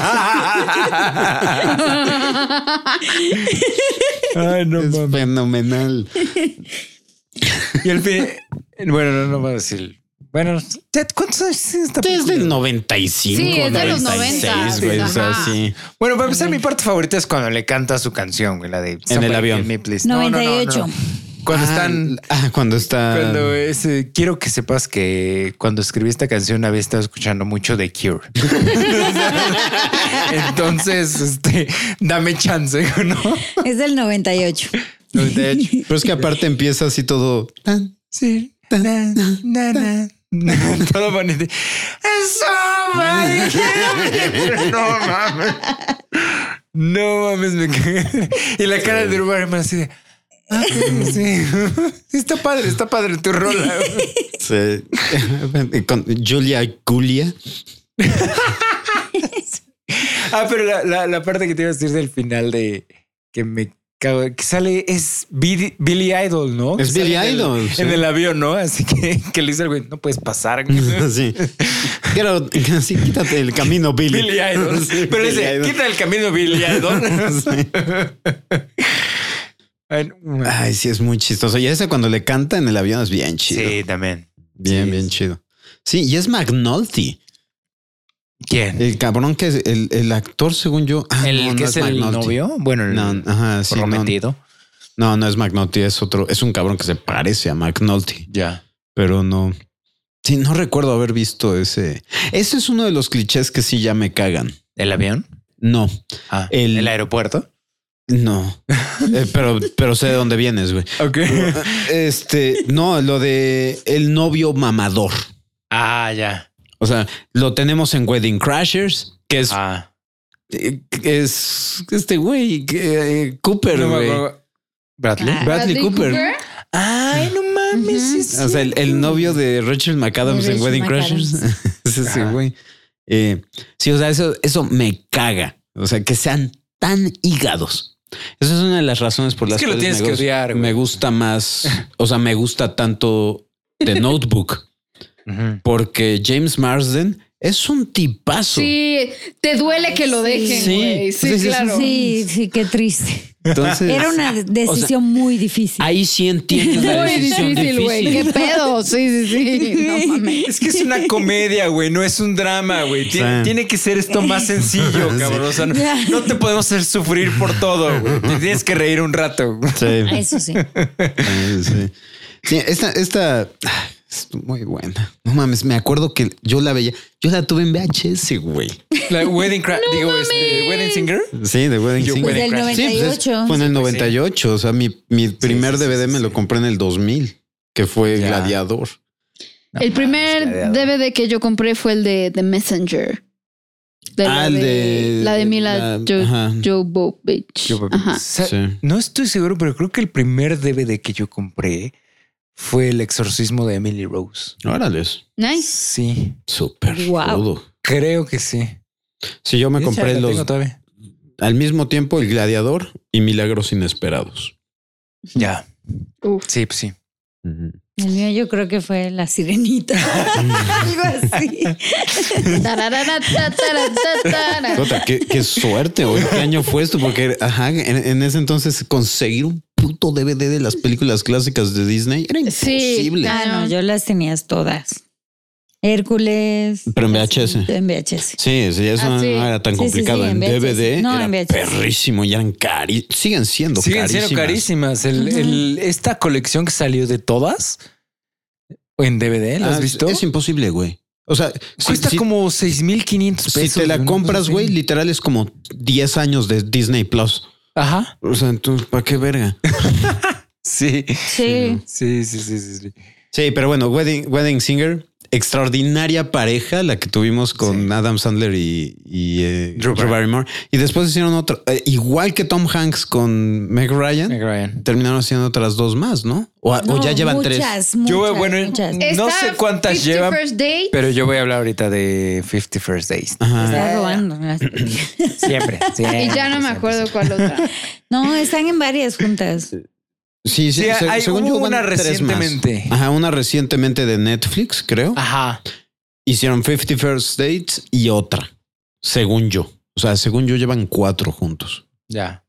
[SPEAKER 1] Ay, no
[SPEAKER 2] Es
[SPEAKER 1] mames.
[SPEAKER 2] fenomenal.
[SPEAKER 1] Y al fin, bueno, no, no va a decir. Bueno, Ted, ¿cuántos años tiene esta
[SPEAKER 2] Es
[SPEAKER 1] película?
[SPEAKER 2] del 95,
[SPEAKER 3] Sí, es de los
[SPEAKER 2] 96, güey, o sea,
[SPEAKER 3] Ajá.
[SPEAKER 2] sí.
[SPEAKER 1] Bueno, para empezar, mi parte favorita es cuando le canta su canción, güey, la de
[SPEAKER 2] el avión.
[SPEAKER 1] Me Please. No, no, no, no.
[SPEAKER 5] 98.
[SPEAKER 1] Cuando
[SPEAKER 2] Ah,
[SPEAKER 1] están.
[SPEAKER 2] ah, cuando está
[SPEAKER 1] Cuando es, eh, quiero que sepas que cuando escribí esta canción había estado escuchando mucho de Cure. Entonces, este, dame chance, ¿no?
[SPEAKER 5] Es del 98.
[SPEAKER 2] Pero es que aparte empieza así todo. tan,
[SPEAKER 1] Sí. Na, na, na, na. Todo bonito. Eso, madre, quiero- No mames. No mames, me cagué. Y la cara de Urban Herman así de. ah, sí. Sí, Está padre, está padre tu rola.
[SPEAKER 2] se- con Julia Julia.
[SPEAKER 1] Ah, pero la, la- la parte que te iba a decir del final de que me cago, que sale es Billy, Billy Idol, ¿no?
[SPEAKER 2] Es
[SPEAKER 1] Que
[SPEAKER 2] Billy
[SPEAKER 1] Oh, sale en el-
[SPEAKER 2] Idol, sí.
[SPEAKER 1] En el avión, ¿no? Así que, que le dice al güey, no puedes pasar. güey".
[SPEAKER 2] Así. Get out, así, quítate el camino, Billy.
[SPEAKER 1] Billy Idol.
[SPEAKER 2] Sí,
[SPEAKER 1] Pero
[SPEAKER 2] Billy
[SPEAKER 1] dice,
[SPEAKER 2] Idol.
[SPEAKER 1] quita el camino Billy Idol. Ay, no.
[SPEAKER 2] Ay, sí, es muy chistoso. Y ese cuando le canta en el avión es bien chido.
[SPEAKER 1] sí, también.
[SPEAKER 2] bien,
[SPEAKER 1] sí.
[SPEAKER 2] bien chido. Sí, y es McNulty.
[SPEAKER 1] ¿Quién?
[SPEAKER 2] El cabrón que es el, el actor, según yo. Ah,
[SPEAKER 1] Mm. ¿El
[SPEAKER 2] no,
[SPEAKER 1] que
[SPEAKER 2] no
[SPEAKER 1] Eh, es, el
[SPEAKER 2] McNulty.
[SPEAKER 1] novio? Bueno, el
[SPEAKER 2] No, ajá, sí, no,
[SPEAKER 1] prometido.
[SPEAKER 2] no, no es McNulty, es otro, es un cabrón que se parece a McNulty.
[SPEAKER 1] Ya.
[SPEAKER 2] pero no. Sí, no recuerdo haber visto ese. Ese es uno de los clichés que sí ya me cagan.
[SPEAKER 1] ¿El avión?
[SPEAKER 2] No,
[SPEAKER 1] Ah,
[SPEAKER 2] El-
[SPEAKER 1] ¿El aeropuerto?
[SPEAKER 2] no. Eh, pero, pero sé de dónde vienes, güey.
[SPEAKER 1] Ok.
[SPEAKER 2] Este, no, lo de el novio mamador.
[SPEAKER 1] ah, ya.
[SPEAKER 2] O sea, lo tenemos en Wedding Crashers, que es,
[SPEAKER 1] Ah.
[SPEAKER 2] eh, es este güey, que, eh, Cooper,
[SPEAKER 1] No me
[SPEAKER 2] güey.
[SPEAKER 1] acuerdo. ¿Bradley?
[SPEAKER 2] Ah. Bradley Cooper.
[SPEAKER 1] Ay, no mames.
[SPEAKER 3] Ujú.
[SPEAKER 1] sí, sí.
[SPEAKER 2] O sea, el, el novio de Rachel McAdams
[SPEAKER 5] De
[SPEAKER 2] en
[SPEAKER 5] Rachel
[SPEAKER 2] Wedding
[SPEAKER 5] McAdams.
[SPEAKER 2] Crashers. es ese
[SPEAKER 1] Ajá.
[SPEAKER 2] güey. Eh, sí, o sea, eso, eso me caga. O sea, que sean tan hígados. Esa es una de las razones por
[SPEAKER 1] Es
[SPEAKER 2] las
[SPEAKER 1] que lo
[SPEAKER 2] cuales
[SPEAKER 1] tienes
[SPEAKER 2] me,
[SPEAKER 1] que
[SPEAKER 2] gus-
[SPEAKER 1] odiar, güey.
[SPEAKER 2] me gusta más. O sea, me gusta tanto The Notebook
[SPEAKER 1] Ujú.
[SPEAKER 2] porque James Marsden es un tipazo.
[SPEAKER 3] Sí, te duele que lo
[SPEAKER 5] Sí.
[SPEAKER 3] dejen,
[SPEAKER 2] Sí.
[SPEAKER 3] güey. Sí,
[SPEAKER 2] Sí, sí, sí,
[SPEAKER 3] claro.
[SPEAKER 5] Sí, sí, qué triste.
[SPEAKER 2] Entonces,
[SPEAKER 5] Era una decisión muy difícil.
[SPEAKER 2] ahí sí entiendes la
[SPEAKER 3] Muy
[SPEAKER 2] decisión
[SPEAKER 3] difícil, güey.
[SPEAKER 2] difícil.
[SPEAKER 3] ¿Qué pedo? Sí, sí, sí. No mames.
[SPEAKER 1] Es que es una comedia, güey, no es un drama, güey. Tiene,
[SPEAKER 2] Sí.
[SPEAKER 1] tiene que ser esto más sencillo, cabrón. O sea, no,
[SPEAKER 5] Ya.
[SPEAKER 1] no te podemos hacer sufrir por todo, güey. Te tienes que reír un rato.
[SPEAKER 2] Sí.
[SPEAKER 5] Eso sí.
[SPEAKER 2] Sí, sí. Sí, esta, esta ah, es muy buena. No mames, me acuerdo que yo la veía. Yo la tuve en VHS, güey.
[SPEAKER 1] La Wedding Cra- digo, este, Wedding Singer.
[SPEAKER 2] Sí, de Wedding
[SPEAKER 1] Yo,
[SPEAKER 2] Singer.
[SPEAKER 1] Wedding
[SPEAKER 5] Desde el
[SPEAKER 1] Crashers.
[SPEAKER 2] Sí, pues es-
[SPEAKER 5] 98.
[SPEAKER 2] fue en el 98. O sea, mi, mi primer
[SPEAKER 1] sí, sí,
[SPEAKER 2] DVD
[SPEAKER 1] sí,
[SPEAKER 2] me
[SPEAKER 1] sí.
[SPEAKER 2] lo compré en el 2000, que fue
[SPEAKER 1] Ya.
[SPEAKER 2] Gladiador.
[SPEAKER 3] el primer
[SPEAKER 1] mames,
[SPEAKER 3] DVD que yo compré fue el de The Messenger. De la
[SPEAKER 2] Ah, el de-
[SPEAKER 3] La de Mila
[SPEAKER 2] la- ajá.
[SPEAKER 3] Jo- Jovovich.
[SPEAKER 1] Yo-
[SPEAKER 3] Ajá.
[SPEAKER 1] Sa-
[SPEAKER 2] Sí.
[SPEAKER 1] No estoy seguro, pero creo que el primer DVD que yo compré fue El Exorcismo de Emily Rose.
[SPEAKER 2] Órale,
[SPEAKER 3] Nice.
[SPEAKER 1] Sí,
[SPEAKER 2] súper
[SPEAKER 5] Guau.
[SPEAKER 2] rudo.
[SPEAKER 1] creo que sí.
[SPEAKER 2] Sí, yo me
[SPEAKER 1] Esa
[SPEAKER 2] compré
[SPEAKER 1] la
[SPEAKER 2] los
[SPEAKER 1] tengo todavía.
[SPEAKER 2] al mismo tiempo el Gladiador y Milagros Inesperados.
[SPEAKER 1] Ya.
[SPEAKER 3] Uf.
[SPEAKER 1] Sí, pues sí.
[SPEAKER 5] El mío yo creo que fue la sirenita. Algo así.
[SPEAKER 3] Tararara, ta, tara, ta,
[SPEAKER 2] Jota,
[SPEAKER 3] tara.
[SPEAKER 2] Tota, qué, qué suerte, güey. ¿Qué año fue esto? Porque, ajá, en, en ese entonces conseguir un puto DVD de las películas clásicas de Disney era
[SPEAKER 3] Sí,
[SPEAKER 2] imposible.
[SPEAKER 3] claro.
[SPEAKER 5] Ah, no, yo las tenías todas. Hércules.
[SPEAKER 2] Pero en VHS.
[SPEAKER 5] En VHS.
[SPEAKER 2] Sí, sí, eso
[SPEAKER 3] Ah,
[SPEAKER 2] no
[SPEAKER 3] sí.
[SPEAKER 2] era tan
[SPEAKER 5] Sí, sí,
[SPEAKER 2] complicado.
[SPEAKER 5] sí, en
[SPEAKER 2] en DVD
[SPEAKER 5] VHS. No,
[SPEAKER 2] era
[SPEAKER 5] en VHS.
[SPEAKER 2] perrísimo y eran cari siguen siendo
[SPEAKER 1] Siguen
[SPEAKER 2] carísimas.
[SPEAKER 1] siendo carísimas. El- el- esta colección que salió de todas en DVD, ¿la has
[SPEAKER 2] Ah,
[SPEAKER 1] visto?
[SPEAKER 2] Es imposible, güey. O sea, si-
[SPEAKER 1] Cuesta
[SPEAKER 2] si-
[SPEAKER 1] como 6500 pesos.
[SPEAKER 2] si te la
[SPEAKER 1] una
[SPEAKER 2] compras,
[SPEAKER 1] cosa
[SPEAKER 2] güey,
[SPEAKER 1] así.
[SPEAKER 2] literal es como 10 años de Disney Plus.
[SPEAKER 1] Ajá.
[SPEAKER 2] O sea, entonces, ¿para qué verga?
[SPEAKER 1] Sí.
[SPEAKER 5] Sí.
[SPEAKER 1] Sí, sí, sí, sí. sí.
[SPEAKER 2] Sí, pero bueno, Wedding, Wedding Singer, extraordinaria pareja la que tuvimos con Adam Sandler y, y, eh,
[SPEAKER 1] Drew
[SPEAKER 2] Drew Barrymore. Y después hicieron otra, eh, igual que Tom Hanks con Meg Ryan,
[SPEAKER 1] Meg Ryan.
[SPEAKER 2] terminaron haciendo otras dos más, ¿no? O, o ya llevan tres.
[SPEAKER 5] muchas, Muchas,
[SPEAKER 1] Yo, bueno,
[SPEAKER 5] muchas.
[SPEAKER 2] eh,
[SPEAKER 1] No sé cuántas llevan,
[SPEAKER 3] lleva First Day.
[SPEAKER 1] Pero yo voy a hablar ahorita de 50 First Days.
[SPEAKER 2] ah.
[SPEAKER 5] Está robando.
[SPEAKER 1] Siempre, siempre.
[SPEAKER 3] Y ya no me
[SPEAKER 1] siempre,
[SPEAKER 3] acuerdo
[SPEAKER 1] siempre.
[SPEAKER 3] cuál otra.
[SPEAKER 5] No, están en varias juntas.
[SPEAKER 2] Sí,
[SPEAKER 1] Sí,
[SPEAKER 2] sí, se-
[SPEAKER 1] hay
[SPEAKER 2] según yo,
[SPEAKER 1] una
[SPEAKER 2] van tres más.
[SPEAKER 1] recientemente. Ah.
[SPEAKER 2] Ajá, una recientemente de Netflix, creo.
[SPEAKER 1] Ajá.
[SPEAKER 2] Hicieron 50 First Dates y otra, según yo. O sea, según yo llevan cuatro juntos.
[SPEAKER 1] Ya.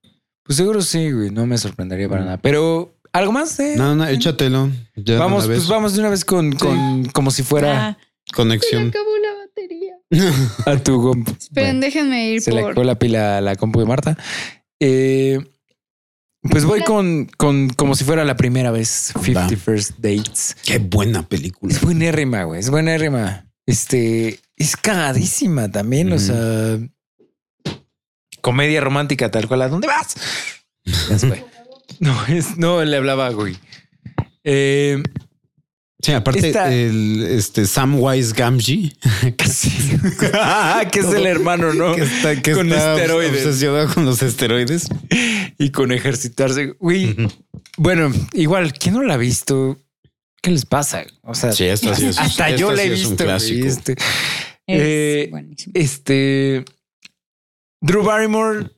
[SPEAKER 1] Pues seguro sí, güey. No me sorprendería para nada. Pero, ¿algo más? de-
[SPEAKER 2] Mm. No, no, échatelo. Ya de
[SPEAKER 1] vamos,
[SPEAKER 2] una vez.
[SPEAKER 1] pues vamos de una vez con, con como si fuera
[SPEAKER 5] Ah,
[SPEAKER 3] Se me
[SPEAKER 2] Conexión.
[SPEAKER 3] acabó la batería.
[SPEAKER 2] Ah.
[SPEAKER 1] a tu compu.
[SPEAKER 3] Esperen,
[SPEAKER 1] Bueno,
[SPEAKER 3] déjenme ir
[SPEAKER 1] se le
[SPEAKER 3] por.
[SPEAKER 1] acabó la pila a la compu de Marta. Eh, pues voy con, con como si fuera la primera vez. 50
[SPEAKER 2] Va.
[SPEAKER 1] First Dates.
[SPEAKER 2] Qué buena película.
[SPEAKER 1] Es buenérrima, güey. Es buenérrima. Este es cagadísima también. O
[SPEAKER 2] Ujú.
[SPEAKER 1] sea, comedia romántica tal cual. ¿A dónde vas? Ya se fue. No, es, no le hablaba, güey. Eh,
[SPEAKER 2] Sí, aparte
[SPEAKER 1] Esta-
[SPEAKER 2] el este Samwise Gamgee
[SPEAKER 1] casi. que es el hermano, ¿no?
[SPEAKER 2] que está que
[SPEAKER 1] Con
[SPEAKER 2] está
[SPEAKER 1] esteroides.
[SPEAKER 2] obsesionado con los esteroides.
[SPEAKER 1] Y con ejercitarse. Güey, bueno, igual, ¿quién no la ha visto? ¿Qué les pasa? O sea,
[SPEAKER 2] Sí, esta sí es-
[SPEAKER 1] hasta yo
[SPEAKER 2] esta
[SPEAKER 1] la he
[SPEAKER 2] sí es un
[SPEAKER 1] visto. güey.
[SPEAKER 2] clásico.
[SPEAKER 1] Este,
[SPEAKER 5] es
[SPEAKER 1] Eh,
[SPEAKER 5] buenísimo.
[SPEAKER 1] Este. Drew Barrymore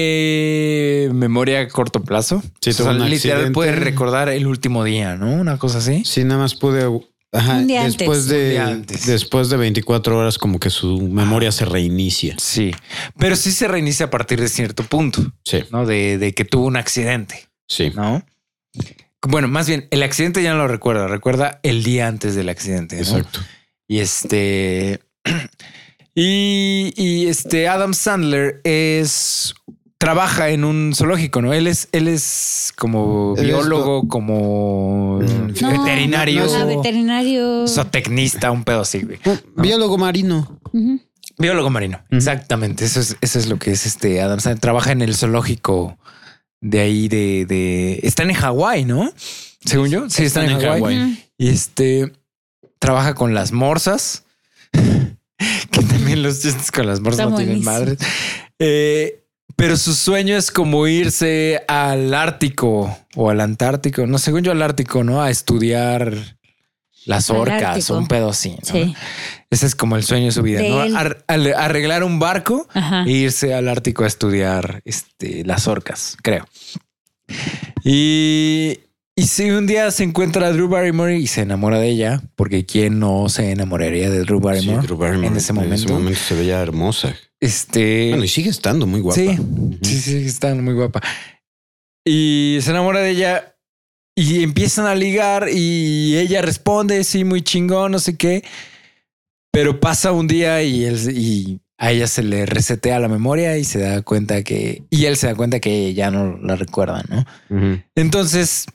[SPEAKER 1] tiene memoria a corto plazo.
[SPEAKER 2] Sí,
[SPEAKER 1] O sea,
[SPEAKER 2] tuvo un
[SPEAKER 1] literal
[SPEAKER 2] accidente.
[SPEAKER 1] puede recordar el último día, ¿no? Una cosa así.
[SPEAKER 2] Sí, nada más pude ajá,
[SPEAKER 5] Un día antes.
[SPEAKER 2] después de
[SPEAKER 1] Un día antes.
[SPEAKER 2] después de 24 horas como que su memoria se reinicia.
[SPEAKER 1] Sí. Pero sí se reinicia a partir de cierto punto,
[SPEAKER 2] Sí,
[SPEAKER 1] ¿no? De, de que tuvo un accidente,
[SPEAKER 2] sí.
[SPEAKER 1] ¿no? Bueno, más bien, el accidente ya no lo recuerda, recuerda el día antes del accidente. ¿no?
[SPEAKER 2] Exacto.
[SPEAKER 1] Y este. Y, y este Adam Sandler es. Trabaja en un zoológico, ¿no? Él es, él es como
[SPEAKER 2] Él es
[SPEAKER 1] biólogo, como
[SPEAKER 2] Mm.
[SPEAKER 5] No,
[SPEAKER 1] veterinario,
[SPEAKER 5] ah, veterinario.
[SPEAKER 1] zootecnista, un pedo así, güey.
[SPEAKER 2] Ah. Biólogo marino.
[SPEAKER 5] Ujú.
[SPEAKER 1] Biólogo marino. Exactamente. Eso es, eso es lo que es este Adam Sandler. Trabaja en el zoológico de ahí de. de... Están en Hawái, ¿no? Según yo. Sí, están, en Hawái. Y este trabaja con las morsas, que también los chistes con las morsas
[SPEAKER 5] Está
[SPEAKER 1] no tienen
[SPEAKER 5] buenísimo.
[SPEAKER 1] madre. Eh, pero su sueño es como irse al Ártico o al Antártico, no, según yo al Ártico, ¿no? A estudiar las
[SPEAKER 5] Al
[SPEAKER 1] orcas,
[SPEAKER 5] Ártico.
[SPEAKER 1] un pedo así. ¿no?
[SPEAKER 5] Sí.
[SPEAKER 1] Ese es como el sueño de su vida,
[SPEAKER 5] De
[SPEAKER 1] ¿no?
[SPEAKER 5] él. Ah.
[SPEAKER 1] Ar- al- arreglar un barco
[SPEAKER 2] Ah.
[SPEAKER 5] Ajá.
[SPEAKER 1] e irse al Ártico a estudiar este, las orcas, creo. Y, y si un día se encuentra a Drew Barrymore y se enamora de ella, porque quién no se enamoraría de Drew
[SPEAKER 2] Sí,
[SPEAKER 1] Barrymore,
[SPEAKER 2] Drew Barrymore.
[SPEAKER 1] en ese momento.
[SPEAKER 2] se veía hermosa.
[SPEAKER 1] este
[SPEAKER 2] Bueno, y sigue estando muy guapa.
[SPEAKER 1] Sí, sí, sí, está muy guapa. Y se enamora de ella y empiezan a ligar y ella responde, sí, muy chingón, no sé qué. Pero pasa un día y, él, y a ella se le resetea la memoria y se da cuenta que... Y él se da cuenta que ya no la recuerda, ¿no?
[SPEAKER 2] Ujú.
[SPEAKER 1] Entonces,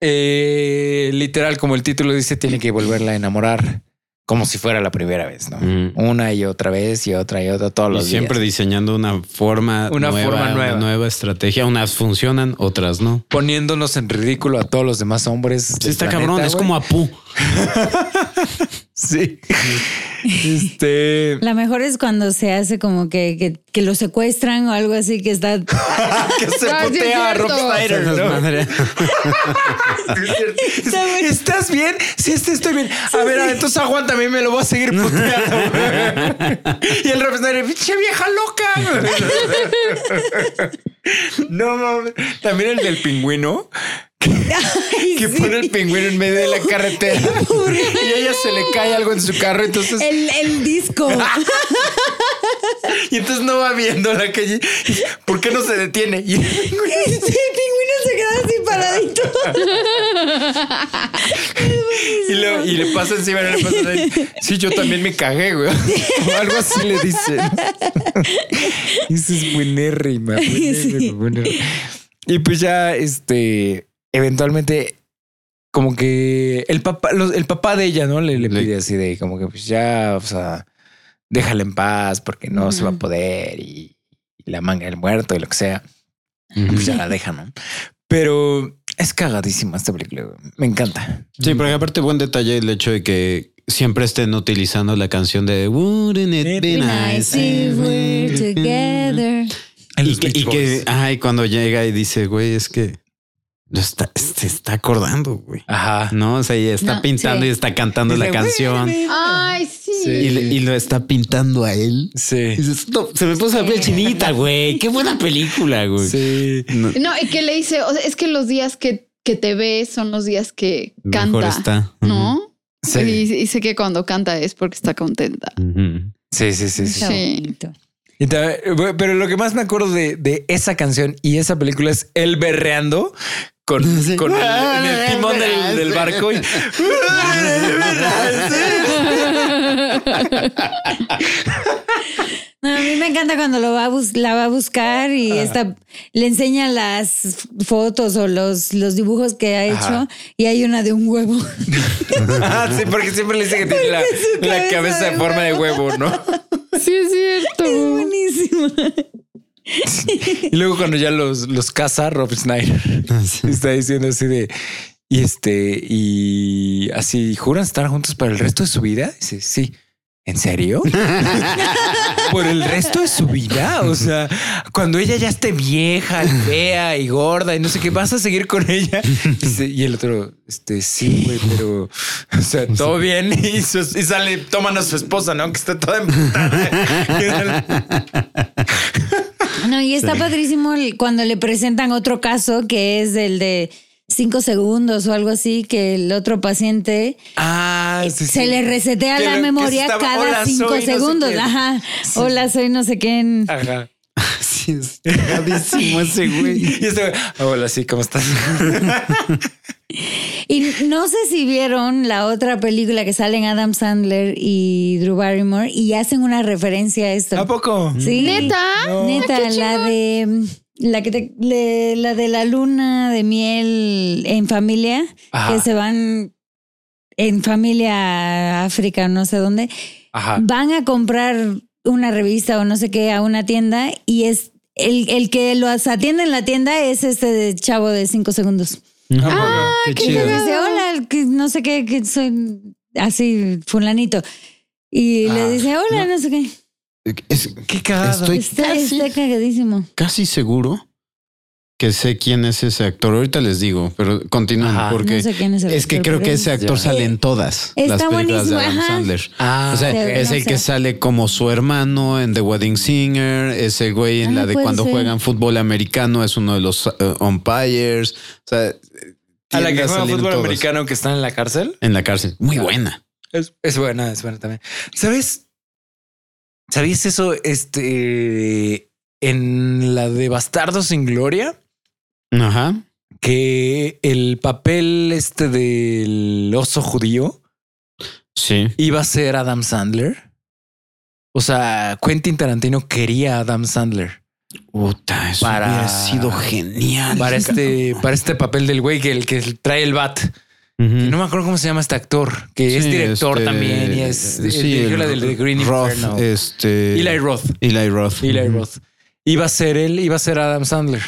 [SPEAKER 1] eh, literal, como el título dice, tiene que volverla a enamorar como si fuera la primera vez, ¿no?
[SPEAKER 2] Ujú.
[SPEAKER 1] Una y otra vez y otra y otra, todos
[SPEAKER 2] Y
[SPEAKER 1] los días.
[SPEAKER 2] siempre diseñando una forma
[SPEAKER 1] Una
[SPEAKER 2] nueva,
[SPEAKER 1] forma nueva.
[SPEAKER 2] una nueva estrategia. Unas funcionan, otras no.
[SPEAKER 1] poniéndonos en ridículo a todos los demás hombres.
[SPEAKER 2] Sí,
[SPEAKER 1] del
[SPEAKER 2] está
[SPEAKER 1] planeta,
[SPEAKER 2] cabrón, es
[SPEAKER 1] güey.
[SPEAKER 2] como Apu.
[SPEAKER 1] Sí. este.
[SPEAKER 5] La mejor es cuando se hace como que, que, que lo secuestran o algo así que está.
[SPEAKER 1] Que se
[SPEAKER 3] Ah, sí es
[SPEAKER 1] putea a Rob
[SPEAKER 3] cierto.
[SPEAKER 1] Snyder,
[SPEAKER 2] Esas
[SPEAKER 1] ¿no?
[SPEAKER 2] madre-
[SPEAKER 1] Sí, es cierto. ¿Estás bien? Sí, este, estoy bien. A ver, entonces aguántame y me lo voy a seguir puteando. güey. y el Rob Snyder, pinche vieja loca. no mames. También el del pingüino. Que pone el pingüino en medio de la carretera y a ella se le cae algo en su carro, entonces
[SPEAKER 5] El, el disco.
[SPEAKER 1] Y entonces no va viendo la calle. ¿Por qué no se detiene? Y
[SPEAKER 5] el pingüino se queda así paradito.
[SPEAKER 1] Y, luego- y le pasa encima, le pasa encima. Sí, yo también me cagué, güey. O algo así le dicen. Eso es buenérrima. buenérrima,
[SPEAKER 5] Sí.
[SPEAKER 1] buenérrima. Y pues ya, este, eventualmente como que el papá, los- el papá de ella, ¿no? Le, le
[SPEAKER 2] Le-
[SPEAKER 1] pide así de como que pues ya, o sea, déjala en paz porque no se va a
[SPEAKER 3] Ujú.
[SPEAKER 1] poder y, y la manga del muerto y lo que sea. Y Pues ya la deja, ¿no? Pero es cagadísima esta película. güey. Me encanta.
[SPEAKER 2] Sí, pero aparte buen detalle el hecho de que siempre estén utilizando la canción de Wouldn't it be nice if we're together. Y que, y que- ay, cuando llega y dice, güey, es que lo está, se está acordando, güey.
[SPEAKER 1] Ajá.
[SPEAKER 2] No, o sea, ella está
[SPEAKER 3] No,
[SPEAKER 2] pintando
[SPEAKER 3] sí.
[SPEAKER 2] y está cantando la canción
[SPEAKER 3] Ay, sí.
[SPEAKER 1] Sí.
[SPEAKER 2] y, le- y lo está pintando a él. Y
[SPEAKER 1] Sí.
[SPEAKER 2] dices, "No, se me puso la piel chinita, güey. Qué buena película, güey.
[SPEAKER 1] Sí.
[SPEAKER 2] No,
[SPEAKER 3] No, y que le dice, o sea, es que los días que, que te ves son los días que
[SPEAKER 2] mejor
[SPEAKER 3] canta.
[SPEAKER 2] está.
[SPEAKER 3] ¿No?
[SPEAKER 1] Sí.
[SPEAKER 3] Y, y sé que cuando canta es porque está contenta.
[SPEAKER 2] Ujú.
[SPEAKER 1] Sí, sí, sí, sí.
[SPEAKER 5] Está
[SPEAKER 3] Sí.
[SPEAKER 5] bonito.
[SPEAKER 1] Y ta- bu- pero lo que más me acuerdo de, de esa canción y esa película es él berreando con,
[SPEAKER 2] Sí.
[SPEAKER 1] con el, en el timón del, del barco. y-
[SPEAKER 5] No, a mí me encanta cuando lo va a bus- la va a buscar y
[SPEAKER 1] Ah.
[SPEAKER 5] esta- le enseña las fotos o los, los dibujos que ha hecho
[SPEAKER 1] Ajá.
[SPEAKER 5] y hay una de un huevo.
[SPEAKER 1] Ah, sí, porque siempre le dice que tiene la, la
[SPEAKER 5] cabeza
[SPEAKER 1] cabeza
[SPEAKER 5] de
[SPEAKER 1] en forma de huevo, ¿no?
[SPEAKER 3] Sí, es cierto.
[SPEAKER 5] Buenísimo.
[SPEAKER 1] Y luego cuando ya los, los caza Rob Snyder está diciendo así de y este y así juran estar juntos para el resto de su vida. Dice, sí. ¿En serio? Por el resto de su vida. O sea, cuando ella ya esté vieja, y fea y gorda y no sé qué, vas a seguir con ella. Dice, y el otro, este, sí, güey, pero, o sea, todo bien. Y, su- y sale, toman a su esposa, ¿no? Que está toda emputada.
[SPEAKER 5] Ah, No, y está padrísimo el- cuando le presentan otro caso que es el de cinco segundos o algo así, que el otro paciente
[SPEAKER 1] Ah, sí,
[SPEAKER 5] se
[SPEAKER 1] sí.
[SPEAKER 5] le resetea
[SPEAKER 1] Que lo-
[SPEAKER 5] la
[SPEAKER 1] que
[SPEAKER 5] memoria
[SPEAKER 1] estaba,
[SPEAKER 5] cada
[SPEAKER 1] "Hola, soy
[SPEAKER 5] cinco
[SPEAKER 1] no sé
[SPEAKER 5] segundos.
[SPEAKER 1] quién". Ah.
[SPEAKER 5] Ajá. Hola, soy no sé quién.
[SPEAKER 1] Ajá.
[SPEAKER 2] Sí, es cagadísimo ese güey.
[SPEAKER 1] Y este, hola, sí, ¿cómo estás?
[SPEAKER 5] Y no sé si vieron la otra película que salen Adam Sandler y Drew Barrymore y hacen una referencia a esto.
[SPEAKER 1] ¿A poco? Mm.
[SPEAKER 5] Sí.
[SPEAKER 3] ¿Neta?
[SPEAKER 5] Neta, la de la que te- le- la de la luna de miel en familia,
[SPEAKER 1] Ajá.
[SPEAKER 5] que se van en familia a África, no sé dónde,
[SPEAKER 1] Ajá.
[SPEAKER 5] van a comprar una revista o no sé qué a una tienda y es el, el que los atiende en la tienda es este de chavo de cinco segundos.
[SPEAKER 1] Ah,
[SPEAKER 2] qué
[SPEAKER 5] Y les dice, hola, el que no sé qué, que soy así, fulanito. Y
[SPEAKER 1] Ah,
[SPEAKER 5] le dice, hola, no, sé qué.
[SPEAKER 2] Es-
[SPEAKER 1] Qué cagado.
[SPEAKER 2] Estoy
[SPEAKER 5] Está,
[SPEAKER 2] casi,
[SPEAKER 5] está cagadísimo.
[SPEAKER 2] casi seguro que sé quién es ese actor. Ahorita les digo, pero continúan
[SPEAKER 1] Ajá.
[SPEAKER 2] porque
[SPEAKER 5] No sé quién es el
[SPEAKER 2] es que
[SPEAKER 5] actor,
[SPEAKER 2] creo que
[SPEAKER 5] pero-
[SPEAKER 2] ese actor
[SPEAKER 1] Ya.
[SPEAKER 2] sale en todas
[SPEAKER 5] Está
[SPEAKER 2] las películas de
[SPEAKER 5] buenísimo,
[SPEAKER 2] Adam
[SPEAKER 5] ajá.
[SPEAKER 2] Sandler.
[SPEAKER 1] Ah,
[SPEAKER 2] O sea,
[SPEAKER 5] ok.
[SPEAKER 2] es el
[SPEAKER 5] No sé.
[SPEAKER 2] que sale como su hermano en The Wedding Singer, es el güey en
[SPEAKER 5] Ah,
[SPEAKER 2] la de
[SPEAKER 5] puede
[SPEAKER 2] cuando
[SPEAKER 5] ser.
[SPEAKER 2] juegan fútbol americano, es uno de los eh, umpires. O sea,
[SPEAKER 1] a la
[SPEAKER 2] tiende
[SPEAKER 1] que juega
[SPEAKER 2] salir en
[SPEAKER 1] fútbol
[SPEAKER 2] todos.
[SPEAKER 1] americano que está en la cárcel.
[SPEAKER 2] En la cárcel. Muy buena.
[SPEAKER 1] Es, es buena, es buena también. ¿Sabes? ¿Sabías eso? Este. En la de Bastardos sin Gloria,
[SPEAKER 2] Ajá.
[SPEAKER 1] que el papel este del oso judío
[SPEAKER 2] Sí.
[SPEAKER 1] iba a ser Adam Sandler. O sea, Quentin Tarantino quería a Adam Sandler.
[SPEAKER 2] Puta, eso
[SPEAKER 1] Para-
[SPEAKER 2] hubiera sido genial.
[SPEAKER 1] para este, para este papel del güey que el que trae el bat.
[SPEAKER 2] Ujú.
[SPEAKER 1] No me acuerdo cómo se llama este actor, que es
[SPEAKER 2] Mm. Sí,
[SPEAKER 1] director
[SPEAKER 2] este,
[SPEAKER 1] también y es
[SPEAKER 2] eh,
[SPEAKER 1] eh, dirigió la del de Green
[SPEAKER 2] Roth,
[SPEAKER 1] Inferno.
[SPEAKER 2] Este,
[SPEAKER 1] Eli Roth.
[SPEAKER 2] Eli Roth.
[SPEAKER 1] Eli
[SPEAKER 2] Ujú.
[SPEAKER 1] Roth. Iba a ser él, iba a ser Adam Sandler.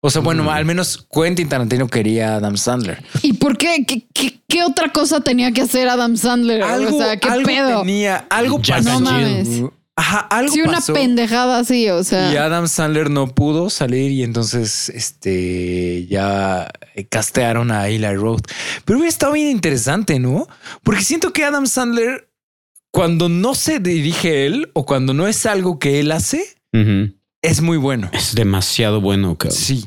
[SPEAKER 1] O sea, bueno,
[SPEAKER 2] Mm.
[SPEAKER 1] al menos Quentin Tarantino quería a Adam Sandler.
[SPEAKER 3] ¿Y por qué? ¿Qué, qué- qué otra cosa tenía que hacer Adam Sandler? o sea, ¿qué
[SPEAKER 1] algo
[SPEAKER 3] pedo?
[SPEAKER 1] tenía, algo
[SPEAKER 2] Jack
[SPEAKER 1] pasó.
[SPEAKER 3] and No Jill. mames.
[SPEAKER 1] Ajá, algo
[SPEAKER 3] Sí, una
[SPEAKER 1] pasó.
[SPEAKER 3] pendejada así, o sea.
[SPEAKER 1] Y Adam Sandler no pudo salir y entonces este ya castearon a Eli Roth. Pero hubiera estado bien interesante, ¿no? Porque siento que Adam Sandler, cuando no se dirige él o cuando no es algo que él hace,
[SPEAKER 2] Ujú.
[SPEAKER 1] es muy bueno.
[SPEAKER 2] Es demasiado bueno, cabrón.
[SPEAKER 1] Sí.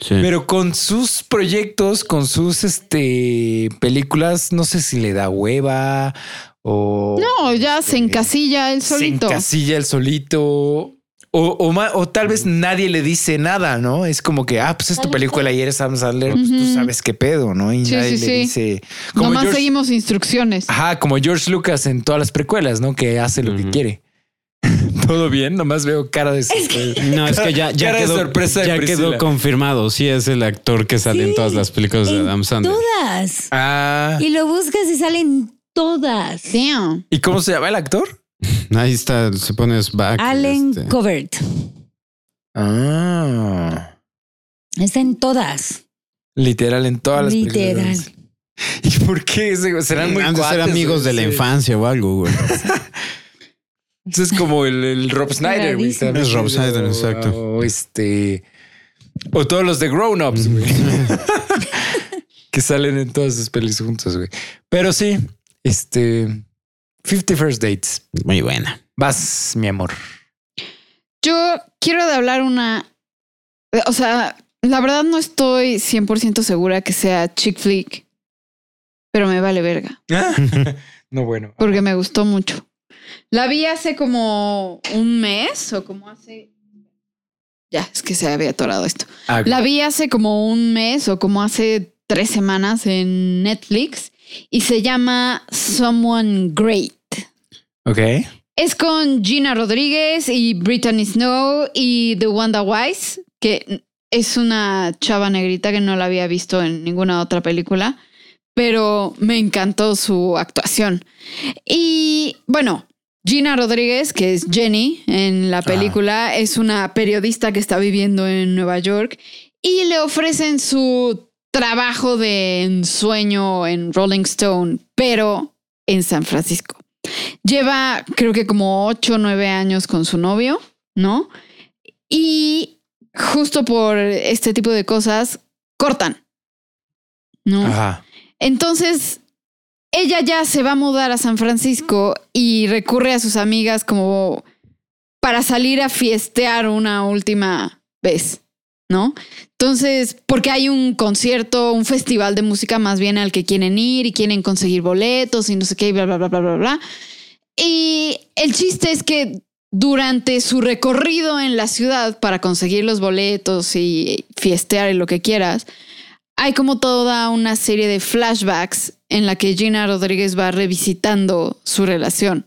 [SPEAKER 2] Sí.
[SPEAKER 1] Pero con sus proyectos, con sus este, películas, no sé si le da hueva o...
[SPEAKER 3] No, ya se
[SPEAKER 1] Eh,
[SPEAKER 3] encasilla él solito.
[SPEAKER 1] Se encasilla el solito. O, o ma- o tal vez nadie le dice nada, ¿no? Es como que, ah, pues es tu película y eres Sam Sandler, pues tú
[SPEAKER 3] Ujú.
[SPEAKER 1] sabes qué pedo, ¿no? Y
[SPEAKER 3] Sí,
[SPEAKER 1] nadie le
[SPEAKER 3] sí, sí.
[SPEAKER 1] dice. Como
[SPEAKER 3] Nomás
[SPEAKER 1] George, Ah.
[SPEAKER 3] seguimos instrucciones.
[SPEAKER 1] ajá, como George Lucas en todas las precuelas, ¿no? Que hace lo que
[SPEAKER 2] Ujú.
[SPEAKER 1] quiere. todo bien, nomás veo cara de sorpresa.
[SPEAKER 2] No, es que ya, ya
[SPEAKER 1] Cara de
[SPEAKER 2] quedó,
[SPEAKER 1] sorpresa de
[SPEAKER 2] ya
[SPEAKER 1] Priscila.
[SPEAKER 2] quedó confirmado. Sí, es el actor que sale en todas las películas de
[SPEAKER 5] en
[SPEAKER 2] Adam Sandler.
[SPEAKER 5] Todas.
[SPEAKER 1] Ah,
[SPEAKER 5] Y lo buscas y salen todas.
[SPEAKER 3] Damn.
[SPEAKER 1] ¿y cómo se llama el actor?
[SPEAKER 2] Ahí está, se pones back.
[SPEAKER 5] Allen
[SPEAKER 2] este.
[SPEAKER 5] Covert.
[SPEAKER 1] Ah,
[SPEAKER 5] Está en todas.
[SPEAKER 1] literal en todas las
[SPEAKER 5] Literal.
[SPEAKER 1] películas. ¿Y por qué? ese güey? Serán muy
[SPEAKER 2] Han de ser
[SPEAKER 1] cuates,
[SPEAKER 2] amigos de
[SPEAKER 1] güey,
[SPEAKER 2] la
[SPEAKER 1] sí.
[SPEAKER 2] infancia o algo, güey.
[SPEAKER 1] Ese es como el, el Rob Snyder, güey.
[SPEAKER 5] Clarísimo.
[SPEAKER 1] ¿sabes?
[SPEAKER 2] Es Rob Snyder,
[SPEAKER 1] O-
[SPEAKER 2] exacto.
[SPEAKER 1] O este. O todos los de Grown Ups, güey. que salen en todas sus pelis juntos, güey. Pero sí, este. 50 First Dates.
[SPEAKER 2] Muy buena.
[SPEAKER 1] Vas, mi amor.
[SPEAKER 3] Yo quiero de hablar una. O sea, la verdad no estoy 100% segura que sea chick flick, pero me vale verga,
[SPEAKER 1] no, bueno.
[SPEAKER 3] porque me gustó mucho. La vi hace como un mes o como hace. Ya, es que se había atorado esto.
[SPEAKER 1] Ah,
[SPEAKER 3] La vi hace como un mes o como hace tres semanas en Netflix y se llama Someone Great.
[SPEAKER 1] ok.
[SPEAKER 3] Es con Gina Rodríguez y Brittany Snow y The Wanda Wise, que es una chava negrita que no la había visto en ninguna otra película, pero me encantó su actuación. Y bueno, Gina Rodríguez, que es Jenny en la película, es una periodista que está viviendo en Nueva York y le ofrecen su trabajo de ensueño en Rolling Stone, pero en San Francisco. Lleva, creo que como 8 o 9 años con su novio, ¿no? Y justo por este tipo de cosas, cortan. ¿No?
[SPEAKER 7] Ah.
[SPEAKER 1] Ajá.
[SPEAKER 3] Entonces, ella ya se va a mudar a San Francisco y recurre a sus amigas como para salir a fiestear una última vez, ¿no? Entonces, porque hay un concierto, un festival de música más bien al que quieren ir y quieren conseguir boletos y no sé qué, y bla, bla, bla, bla, bla, bla. Y el chiste es que durante su recorrido en la ciudad para conseguir los boletos y fiestear y lo que quieras, hay como toda una serie de flashbacks en la que Gina Rodríguez va revisitando su relación.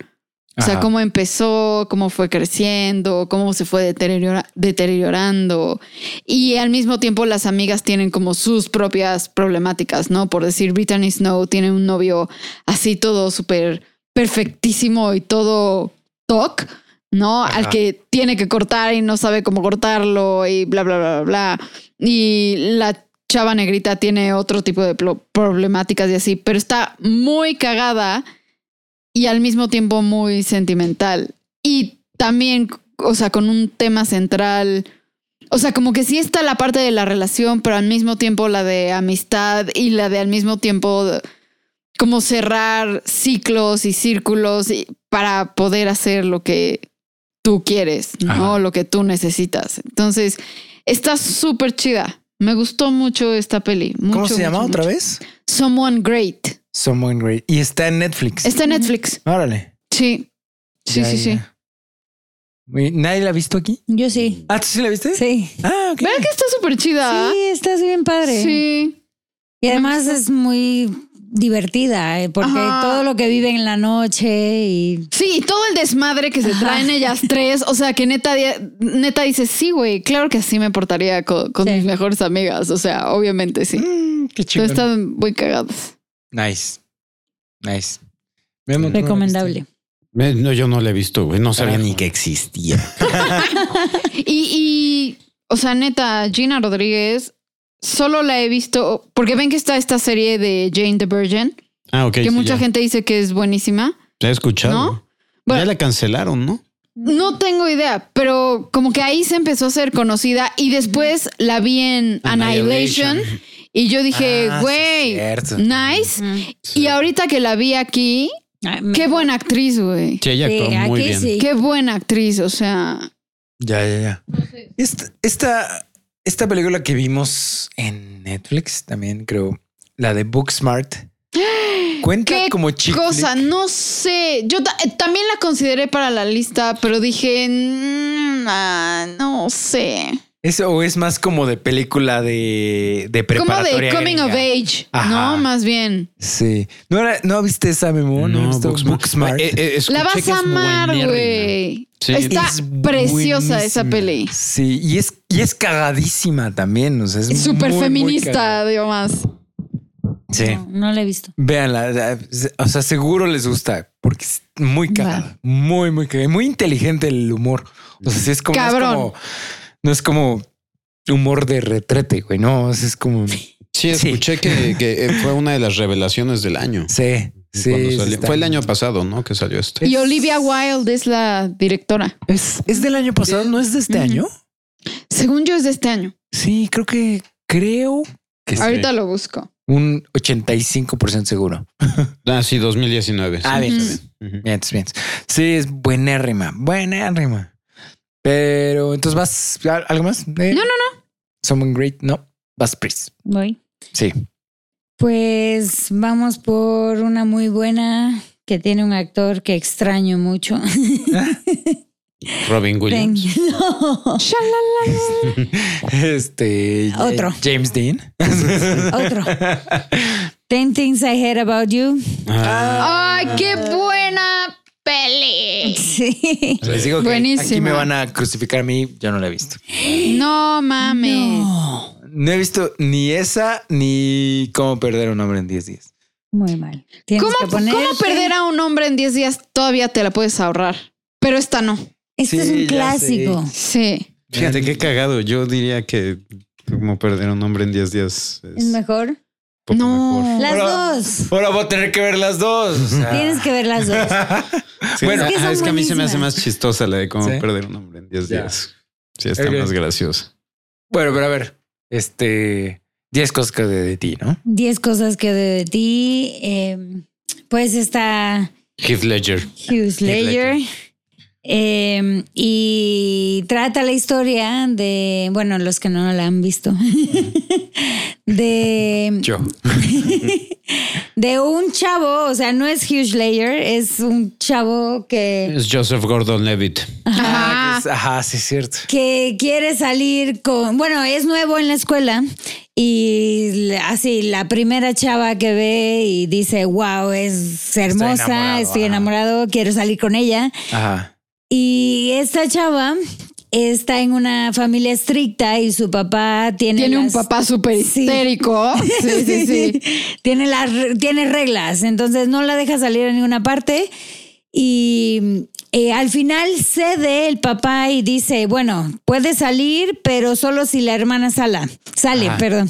[SPEAKER 3] O sea,
[SPEAKER 1] Ajá.
[SPEAKER 3] cómo empezó, cómo fue creciendo, cómo se fue deteriora- deteriorando. Y al mismo tiempo las amigas tienen como sus propias problemáticas, ¿no? Por decir, Brittany Snow tiene un novio así todo súper perfectísimo y todo toc, ¿no?
[SPEAKER 1] Ajá.
[SPEAKER 3] Al que tiene que cortar y no sabe cómo cortarlo y bla, bla, bla, bla, bla. Y la chava negrita tiene otro tipo de plo- problemáticas y así, pero está muy cagada y al mismo tiempo muy sentimental. Y también, o sea, con un tema central. O sea, como que sí está la parte de la relación, pero al mismo tiempo la de amistad y la de al mismo tiempo como cerrar ciclos y círculos y- para poder hacer lo que tú quieres, ¿no?
[SPEAKER 1] Ajá.
[SPEAKER 3] Lo que tú necesitas. Entonces, está súper chida. Me gustó mucho esta peli.
[SPEAKER 1] ¿Cómo
[SPEAKER 3] mucho,
[SPEAKER 1] se llama
[SPEAKER 3] mucho,
[SPEAKER 1] otra
[SPEAKER 3] mucho.
[SPEAKER 1] vez?
[SPEAKER 3] Someone Great.
[SPEAKER 1] Someone Great. Y está en Netflix.
[SPEAKER 3] Está en Netflix.
[SPEAKER 1] Órale.
[SPEAKER 3] Sí. Sí,
[SPEAKER 1] Ya,
[SPEAKER 3] sí, sí.
[SPEAKER 1] ya. Muy- ¿Nadie la ha visto aquí?
[SPEAKER 5] Yo sí.
[SPEAKER 1] Ah, ¿tú sí la viste?
[SPEAKER 5] Sí.
[SPEAKER 1] Ah, ok.
[SPEAKER 3] Vean que Mm. está súper chida.
[SPEAKER 5] Sí, estás bien padre.
[SPEAKER 3] Sí.
[SPEAKER 5] Y además es muy divertida, eh, porque
[SPEAKER 3] Ajá.
[SPEAKER 5] todo lo que vive en la noche y
[SPEAKER 3] Sí, y todo el desmadre que se traen ellas tres. O sea, que neta, di- neta dice, sí, güey, claro que así me portaría co- con,
[SPEAKER 5] Sí.
[SPEAKER 3] mis mejores amigas. O sea, obviamente sí.
[SPEAKER 1] Mm, qué
[SPEAKER 3] Pero
[SPEAKER 1] chido.
[SPEAKER 3] están muy cagadas.
[SPEAKER 1] Nice. Nice. Mi amor, ¿tú no la viste?
[SPEAKER 5] recomendable.
[SPEAKER 2] Eh, No, yo no la he visto, güey. No sabía
[SPEAKER 1] Carajo.
[SPEAKER 2] ni que existía.
[SPEAKER 3] Y, y, o sea, neta, Gina Rodríguez, solo la he visto, porque ven que está esta serie de Jane the Virgin,
[SPEAKER 2] Ah, ok.
[SPEAKER 3] que
[SPEAKER 2] sí,
[SPEAKER 3] mucha
[SPEAKER 2] ya.
[SPEAKER 3] gente dice que es buenísima.
[SPEAKER 2] La he escuchado.
[SPEAKER 3] ¿No?
[SPEAKER 2] ya
[SPEAKER 3] Bueno,
[SPEAKER 2] la cancelaron, ¿no?
[SPEAKER 3] No tengo idea, pero como que ahí se empezó a ser conocida y después la vi en Annihilation, y yo dije,
[SPEAKER 1] Ah, sí,
[SPEAKER 3] güey,
[SPEAKER 1] cierto.
[SPEAKER 3] nice. Y ahorita que la vi aquí,
[SPEAKER 5] Ay, Ah, me-
[SPEAKER 3] Mm. qué buena actriz, güey.
[SPEAKER 2] Sí, ella
[SPEAKER 5] Sí,
[SPEAKER 2] actuó muy
[SPEAKER 5] aquí
[SPEAKER 2] bien.
[SPEAKER 5] sí.
[SPEAKER 3] Qué buena actriz, o sea,
[SPEAKER 1] Ya, ya, ya. Esta, Mm. esta, esta película que vimos en Netflix también, creo, la de Booksmart, cuenta
[SPEAKER 3] qué
[SPEAKER 1] como chick
[SPEAKER 3] cosa,
[SPEAKER 1] flick?
[SPEAKER 3] no sé. Yo ta- eh, también la consideré para la lista, pero dije, "Mm, ah, no sé.
[SPEAKER 1] Es, o es más como de película de, de
[SPEAKER 3] Como de
[SPEAKER 1] preparatoria.
[SPEAKER 3] coming
[SPEAKER 1] gringa.
[SPEAKER 3] of age,
[SPEAKER 1] Ajá.
[SPEAKER 3] ¿no? Más bien.
[SPEAKER 1] Sí. ¿No, era- ¿No viste esa memo?
[SPEAKER 2] Oh, No,
[SPEAKER 1] ¿No, viste
[SPEAKER 2] Booksmart.
[SPEAKER 1] Booksmart?
[SPEAKER 2] Eh, eh, escuché
[SPEAKER 3] La vas
[SPEAKER 2] que es
[SPEAKER 3] a amar,
[SPEAKER 2] buenérrima.
[SPEAKER 3] güey.
[SPEAKER 2] Sí.
[SPEAKER 3] Está
[SPEAKER 1] Es
[SPEAKER 3] preciosa esa
[SPEAKER 1] buenísima.
[SPEAKER 3] peli.
[SPEAKER 1] Sí, y es, y es cagadísima también. O sea, es
[SPEAKER 3] Es súper
[SPEAKER 1] muy, muy
[SPEAKER 3] feminista,
[SPEAKER 1] cagada.
[SPEAKER 3] digo más.
[SPEAKER 1] sí.
[SPEAKER 5] No, no la he visto.
[SPEAKER 1] Véanla. O sea, seguro les gusta porque es muy cagada. Muy, muy cagada. Muy inteligente el humor. O sea, sí es como. no es
[SPEAKER 3] Cabrón.
[SPEAKER 1] como- No es como, humor de retrete, güey. No, o sea, es como.
[SPEAKER 2] Sí,
[SPEAKER 1] Sí.
[SPEAKER 2] escuché Que, que, eh, fue una de las revelaciones del año.
[SPEAKER 1] Sí, sí.
[SPEAKER 2] Cuando salió.
[SPEAKER 1] está-
[SPEAKER 2] Fue el año pasado, ¿no? Que salió este. esto.
[SPEAKER 3] Y Olivia Wilde es la directora.
[SPEAKER 1] Es, es del año pasado, no es de este
[SPEAKER 3] Ujú.
[SPEAKER 1] año.
[SPEAKER 3] Según yo es de este año.
[SPEAKER 1] Sí, creo que. Creo que sí.
[SPEAKER 3] Ahorita lo busco.
[SPEAKER 1] Un 85% seguro.
[SPEAKER 2] Ah, sí, 2019.
[SPEAKER 1] Ah,
[SPEAKER 2] sí,
[SPEAKER 1] bien.
[SPEAKER 2] está bien. Ujú.
[SPEAKER 1] Bien, bien. Sí, es buenérrima, buenérrima. Pero entonces vas, ¿al- ¿algo más? Eh,
[SPEAKER 3] No, no,
[SPEAKER 1] Someone great, no. Vas, please.
[SPEAKER 5] Voy.
[SPEAKER 1] Sí.
[SPEAKER 5] Pues vamos por una muy buena que tiene un actor que extraño mucho.
[SPEAKER 2] Robin Williams.
[SPEAKER 5] No,
[SPEAKER 1] Este.
[SPEAKER 5] Otro.
[SPEAKER 1] eh, James Dean.
[SPEAKER 5] otro. Ten Things I Heard About You.
[SPEAKER 2] Ah,
[SPEAKER 3] ¡Ay, qué buena peli!
[SPEAKER 5] Sí.
[SPEAKER 1] Les digo que aquí
[SPEAKER 3] Buenísima.
[SPEAKER 1] me van a crucificar a mí. Yo no la he visto.
[SPEAKER 3] No mames. Oh.
[SPEAKER 1] No he visto ni esa ni cómo perder un hombre en 10 días.
[SPEAKER 5] Muy mal. Tienes
[SPEAKER 3] ¿Cómo,
[SPEAKER 5] que
[SPEAKER 3] cómo
[SPEAKER 5] ponerte-
[SPEAKER 3] perder a un hombre en 10 días? Todavía te la puedes ahorrar. Pero esta no.
[SPEAKER 5] Este
[SPEAKER 1] Sí,
[SPEAKER 5] es un
[SPEAKER 1] ya
[SPEAKER 5] clásico.
[SPEAKER 3] Sí.
[SPEAKER 2] Fíjate qué cagado. Yo diría que como perder un hombre en 10 días es
[SPEAKER 5] Es mejor.
[SPEAKER 2] poco
[SPEAKER 3] No.
[SPEAKER 2] mejor.
[SPEAKER 5] Las
[SPEAKER 1] Pero- ah.
[SPEAKER 5] dos.
[SPEAKER 1] Ahora voy a tener que ver las dos. o sea.
[SPEAKER 5] Tienes que ver las dos.
[SPEAKER 2] Sí,
[SPEAKER 1] Bueno,
[SPEAKER 2] ajá,
[SPEAKER 5] es
[SPEAKER 2] es
[SPEAKER 5] que
[SPEAKER 2] que,
[SPEAKER 5] son
[SPEAKER 2] a mí se me hace
[SPEAKER 5] buenísimas.
[SPEAKER 2] más chistosa la de cómo
[SPEAKER 1] Sí.
[SPEAKER 2] perder un hombre en 10
[SPEAKER 1] Ya.
[SPEAKER 2] días. Sí, está
[SPEAKER 1] Ok.
[SPEAKER 2] más graciosa.
[SPEAKER 1] Bueno, pero a ver. Este. 10 cosas que de, de ti, ¿no?
[SPEAKER 5] Diez cosas que odio de ti. eh, pues está
[SPEAKER 2] Heath Ledger.
[SPEAKER 5] Hughes Ledger. eh, y trata la historia de, bueno, los que no la han visto, de,
[SPEAKER 1] Yo.
[SPEAKER 5] de un chavo, o sea, no es Hughes Ledger, es un chavo que,
[SPEAKER 2] Es Joseph Gordon Levitt.
[SPEAKER 1] Ah,
[SPEAKER 3] Ajá.
[SPEAKER 1] que es- ajá sí, es cierto.
[SPEAKER 5] que quiere salir con, bueno, es nuevo en la escuela y le- así la primera chava que ve y dice, wow, es hermosa, estoy enamorado,
[SPEAKER 1] enamorado, ajá.
[SPEAKER 5] quiero salir con ella.
[SPEAKER 1] Ajá.
[SPEAKER 5] Y esta chava está en una familia estricta y su papá tiene...
[SPEAKER 3] Tiene un
[SPEAKER 5] las-
[SPEAKER 3] papá súper
[SPEAKER 5] Sí.
[SPEAKER 3] histérico. Sí, sí, sí.
[SPEAKER 5] tiene, las, re- tiene reglas, entonces no la deja salir a ninguna parte. Y eh, al final cede el papá y dice, bueno, puede salir, pero solo si la hermana sala, sale,
[SPEAKER 1] Ajá.
[SPEAKER 5] perdón.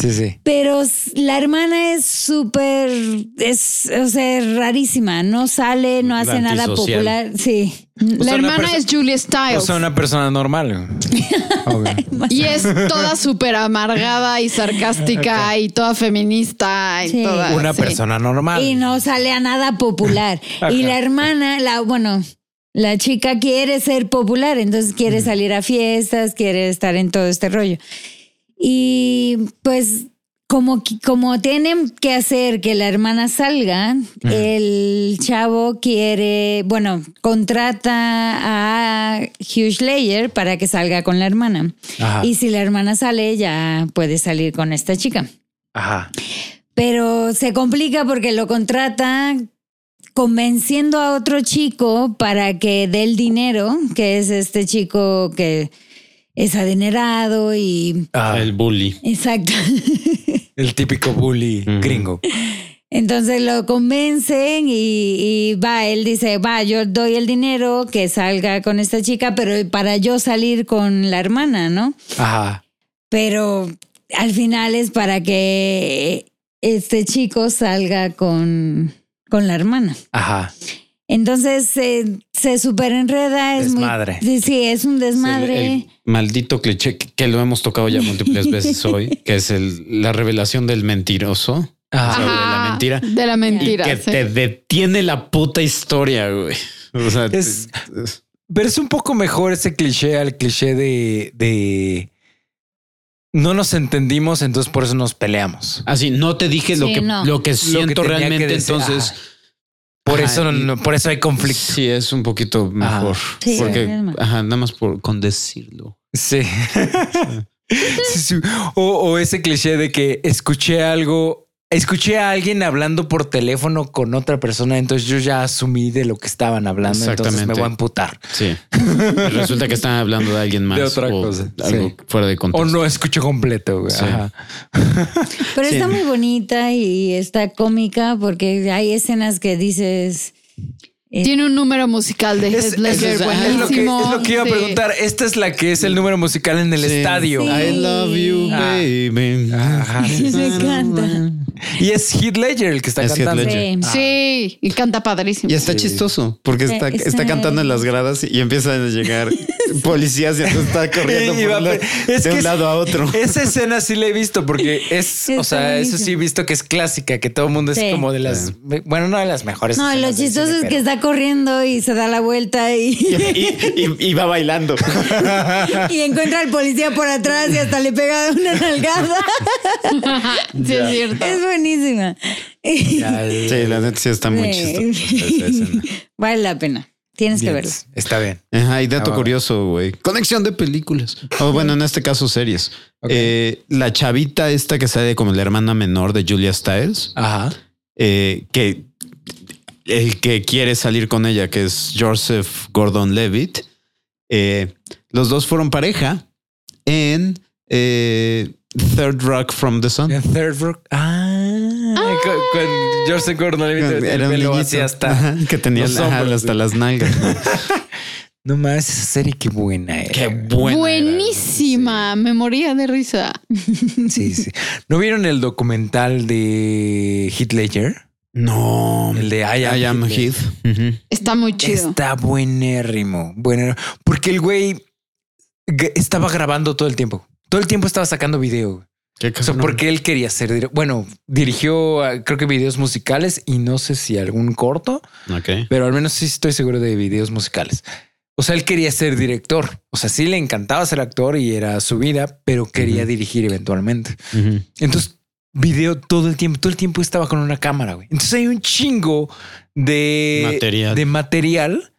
[SPEAKER 1] Sí, sí.
[SPEAKER 5] Pero s- la hermana es súper, es, o sea, es rarísima, no sale, no hace
[SPEAKER 2] La
[SPEAKER 5] nada
[SPEAKER 2] antisocial.
[SPEAKER 5] popular. Sí,
[SPEAKER 1] sea,
[SPEAKER 3] La
[SPEAKER 1] Pues una
[SPEAKER 3] hermana
[SPEAKER 1] perso-
[SPEAKER 3] es Julia
[SPEAKER 1] O
[SPEAKER 3] Stiles.
[SPEAKER 1] sea, una persona normal.
[SPEAKER 3] Y es toda súper amargada y sarcástica y toda feminista y
[SPEAKER 5] Sí.
[SPEAKER 3] toda.
[SPEAKER 1] Una
[SPEAKER 3] sí.
[SPEAKER 1] persona normal.
[SPEAKER 5] Y no sale a nada popular. y
[SPEAKER 1] Ajá.
[SPEAKER 5] la hermana, la bueno, la chica quiere ser popular, entonces quiere salir a fiestas, quiere estar en todo este rollo. Y pues como, qui- como tienen que hacer que la hermana salga, el chavo quiere, bueno, contrata a Hugh Layer para que salga con la hermana.
[SPEAKER 7] Ah.
[SPEAKER 1] Ajá.
[SPEAKER 5] Y si la hermana sale, ya puede salir con esta chica.
[SPEAKER 1] Ajá.
[SPEAKER 5] Pero se complica porque lo contrata convenciendo a otro chico para que dé el dinero, que es este chico que es adenerado y...
[SPEAKER 1] Ajá.
[SPEAKER 2] El
[SPEAKER 1] El,
[SPEAKER 2] bully.
[SPEAKER 5] Exacto.
[SPEAKER 1] típico bully
[SPEAKER 2] Ujú.
[SPEAKER 1] gringo.
[SPEAKER 5] Entonces lo convencen y, y va, él dice, va, yo doy el dinero que salga con esta chica, pero para yo salir con la hermana, ¿no?
[SPEAKER 1] Ajá.
[SPEAKER 5] Pero al final es para que este chico salga con, con la hermana.
[SPEAKER 1] Ajá.
[SPEAKER 5] Entonces se, se superenreda, es
[SPEAKER 1] Desmadre.
[SPEAKER 5] muy. Sí, Sí, es un desmadre.
[SPEAKER 2] El, el maldito cliché que, que lo hemos tocado ya múltiples veces hoy, que es el, la revelación del mentiroso.
[SPEAKER 1] Ajá.
[SPEAKER 2] O sea, de la
[SPEAKER 3] Ajá,
[SPEAKER 2] mentira.
[SPEAKER 3] De la mentira.
[SPEAKER 5] ¿eh?
[SPEAKER 2] que
[SPEAKER 3] sí.
[SPEAKER 2] te detiene la puta historia, güey. O sea,
[SPEAKER 1] Es-
[SPEAKER 2] te- es-
[SPEAKER 1] Pero es un poco mejor ese cliché al cliché de, de no nos entendimos, entonces por eso nos peleamos.
[SPEAKER 2] así, no te dije lo
[SPEAKER 5] Sí,
[SPEAKER 2] que
[SPEAKER 5] no.
[SPEAKER 2] lo que siento
[SPEAKER 1] tenía que
[SPEAKER 2] realmente,
[SPEAKER 1] decir,
[SPEAKER 2] entonces
[SPEAKER 1] ajá. Por
[SPEAKER 2] Ajá,
[SPEAKER 1] eso,
[SPEAKER 2] y-
[SPEAKER 1] no- por eso hay conflicto.
[SPEAKER 2] Sí, es un poquito mejor.
[SPEAKER 5] Sí,
[SPEAKER 2] porque,
[SPEAKER 5] es mejor.
[SPEAKER 2] ajá, nada más por con decirlo.
[SPEAKER 1] Sí. Sí, sí. O, o ese cliché de que escuché algo, escuché a alguien hablando por teléfono con otra persona, entonces yo ya asumí de lo que estaban hablando, entonces me
[SPEAKER 2] Exactamente.
[SPEAKER 1] voy a amputar.
[SPEAKER 2] Sí. Resulta que están hablando de alguien más.
[SPEAKER 1] De otra
[SPEAKER 2] o
[SPEAKER 1] cosa,
[SPEAKER 2] Algo
[SPEAKER 1] sí.
[SPEAKER 2] fuera de
[SPEAKER 1] O
[SPEAKER 2] contexto.
[SPEAKER 1] no escucho completo, güey.
[SPEAKER 2] Sí.
[SPEAKER 1] Ajá.
[SPEAKER 5] Pero está muy bonita y está cómica porque hay escenas que dices.
[SPEAKER 3] Tiene un número musical de
[SPEAKER 1] Es,
[SPEAKER 3] Heath Ledger
[SPEAKER 1] es- ajá, es lo que,
[SPEAKER 3] buenísimo.
[SPEAKER 1] es lo que iba a
[SPEAKER 3] Sí.
[SPEAKER 1] preguntar. Esta es la que es el número musical en el
[SPEAKER 2] Sí.
[SPEAKER 1] estadio.
[SPEAKER 5] Sí.
[SPEAKER 2] I love you,
[SPEAKER 1] Ah.
[SPEAKER 2] baby. Ah,
[SPEAKER 1] Ajá.
[SPEAKER 5] Me encanta.
[SPEAKER 1] Y es Heath Ledger el que está
[SPEAKER 2] Es Heath
[SPEAKER 1] cantando.
[SPEAKER 2] Ledger.
[SPEAKER 5] Sí.
[SPEAKER 3] Sí, y canta padrísimo.
[SPEAKER 2] Y está chistoso
[SPEAKER 1] Eh,
[SPEAKER 2] porque
[SPEAKER 5] Sí,
[SPEAKER 2] está,
[SPEAKER 5] está
[SPEAKER 2] está cantando
[SPEAKER 5] ahí.
[SPEAKER 2] en las gradas y empiezan a llegar policías y entonces está corriendo
[SPEAKER 1] Y
[SPEAKER 2] por
[SPEAKER 1] va-
[SPEAKER 2] un lado-
[SPEAKER 1] es
[SPEAKER 2] de
[SPEAKER 1] que
[SPEAKER 2] un
[SPEAKER 1] es-
[SPEAKER 2] lado a otro.
[SPEAKER 1] Esa escena sí la he visto porque es,
[SPEAKER 5] Está
[SPEAKER 1] o sea, eso sí he
[SPEAKER 5] buenísimo.
[SPEAKER 1] visto que es clásica, que todo el mundo
[SPEAKER 5] Sí.
[SPEAKER 1] es como de las, bueno, no de las mejores.
[SPEAKER 5] No, lo
[SPEAKER 1] escenas del
[SPEAKER 5] chistoso
[SPEAKER 1] cine,
[SPEAKER 5] es que
[SPEAKER 1] pero-
[SPEAKER 5] está corriendo y se da la vuelta
[SPEAKER 2] Y,
[SPEAKER 5] y,
[SPEAKER 2] y- y va bailando.
[SPEAKER 5] y encuentra al policía por atrás y hasta le pega una nalgada.
[SPEAKER 3] Sí, es cierto.
[SPEAKER 5] Es buenísima.
[SPEAKER 2] Sí, la neta sí está muy
[SPEAKER 5] Sí.
[SPEAKER 2] chistosa esa escena.
[SPEAKER 5] Vale la pena. Tienes que
[SPEAKER 1] Bien,
[SPEAKER 5] verlo.
[SPEAKER 1] Está bien.
[SPEAKER 2] Ajá, y
[SPEAKER 1] Ah,
[SPEAKER 2] dato
[SPEAKER 1] va.
[SPEAKER 2] curioso, güey. Conexión de películas. O bueno, en este caso series.
[SPEAKER 1] Ok.
[SPEAKER 2] Eh, la chavita esta que sale como la hermana menor de Julia Stiles,
[SPEAKER 1] Ajá.
[SPEAKER 2] eh, que el que quiere salir con ella, que es Joseph Gordon Levitt, eh, los dos fueron pareja en eh, Third Rock from the Sun.
[SPEAKER 1] En Third Rock. Ah. Con, con George Gordon Levitt.
[SPEAKER 2] Era
[SPEAKER 1] Era
[SPEAKER 2] un niñito.
[SPEAKER 1] hasta.
[SPEAKER 2] Ajá, que tenía
[SPEAKER 1] los
[SPEAKER 2] ajá,
[SPEAKER 1] hombros,
[SPEAKER 2] hasta
[SPEAKER 1] güey.
[SPEAKER 2] las nalgas.
[SPEAKER 1] No más esa serie qué buena era.
[SPEAKER 2] buena.
[SPEAKER 3] Buenísima, me moría de risa.
[SPEAKER 1] Sí, sí. ¿No vieron el documental de Heath Ledger?
[SPEAKER 2] No.
[SPEAKER 1] El de I Am,
[SPEAKER 2] I am
[SPEAKER 1] Heath Ledger.
[SPEAKER 2] Heath. Ujú.
[SPEAKER 3] Está muy chido.
[SPEAKER 1] Está buenérrimo, buenérrimo. Porque el güey g- estaba grabando todo el tiempo. Todo el tiempo estaba sacando video.
[SPEAKER 2] ¿Qué
[SPEAKER 1] O sea,
[SPEAKER 2] cabrón.
[SPEAKER 1] porque él quería ser. dir- Bueno, dirigió ah, creo que videos musicales y no sé si algún corto,
[SPEAKER 2] Ok.
[SPEAKER 1] pero al menos sí estoy seguro de videos musicales. O sea, él quería ser director. O sea, sí le encantaba ser actor y era su vida, pero quería
[SPEAKER 2] Ujú.
[SPEAKER 1] dirigir eventualmente.
[SPEAKER 2] Ujú.
[SPEAKER 1] Entonces, video todo el tiempo, todo el tiempo estaba con una cámara, güey. Entonces hay un chingo de
[SPEAKER 2] Material.
[SPEAKER 1] De material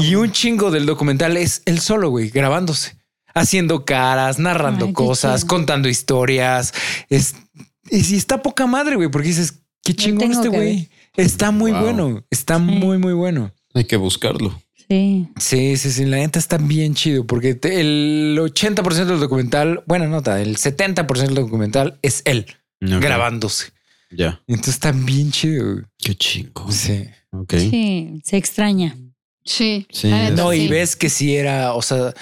[SPEAKER 1] y un chingo del documental es él solo, güey, grabándose, haciendo caras, narrando
[SPEAKER 5] Ay, qué
[SPEAKER 1] cosas,
[SPEAKER 5] chido.
[SPEAKER 1] contando historias. Es, es- y está poca madre, güey, porque dices, qué chingón
[SPEAKER 5] tengo
[SPEAKER 1] este
[SPEAKER 5] que
[SPEAKER 1] güey. Está muy
[SPEAKER 2] Wow.
[SPEAKER 1] bueno, está muy, muy bueno.
[SPEAKER 2] Hay que buscarlo.
[SPEAKER 5] Sí.
[SPEAKER 1] Sí, sí, sí, la neta está bien chido porque te- el 80% del documental, bueno, nota, el 70% del documental es él grabándose.
[SPEAKER 2] Ya.
[SPEAKER 1] Entonces está bien chido. güey.
[SPEAKER 2] Qué chingo.
[SPEAKER 1] Sí.
[SPEAKER 2] Ok.
[SPEAKER 5] Sí, se extraña.
[SPEAKER 3] Sí.
[SPEAKER 2] Sí,
[SPEAKER 3] la neta,
[SPEAKER 1] No, y
[SPEAKER 3] sí.
[SPEAKER 1] ves que sí era, o sea,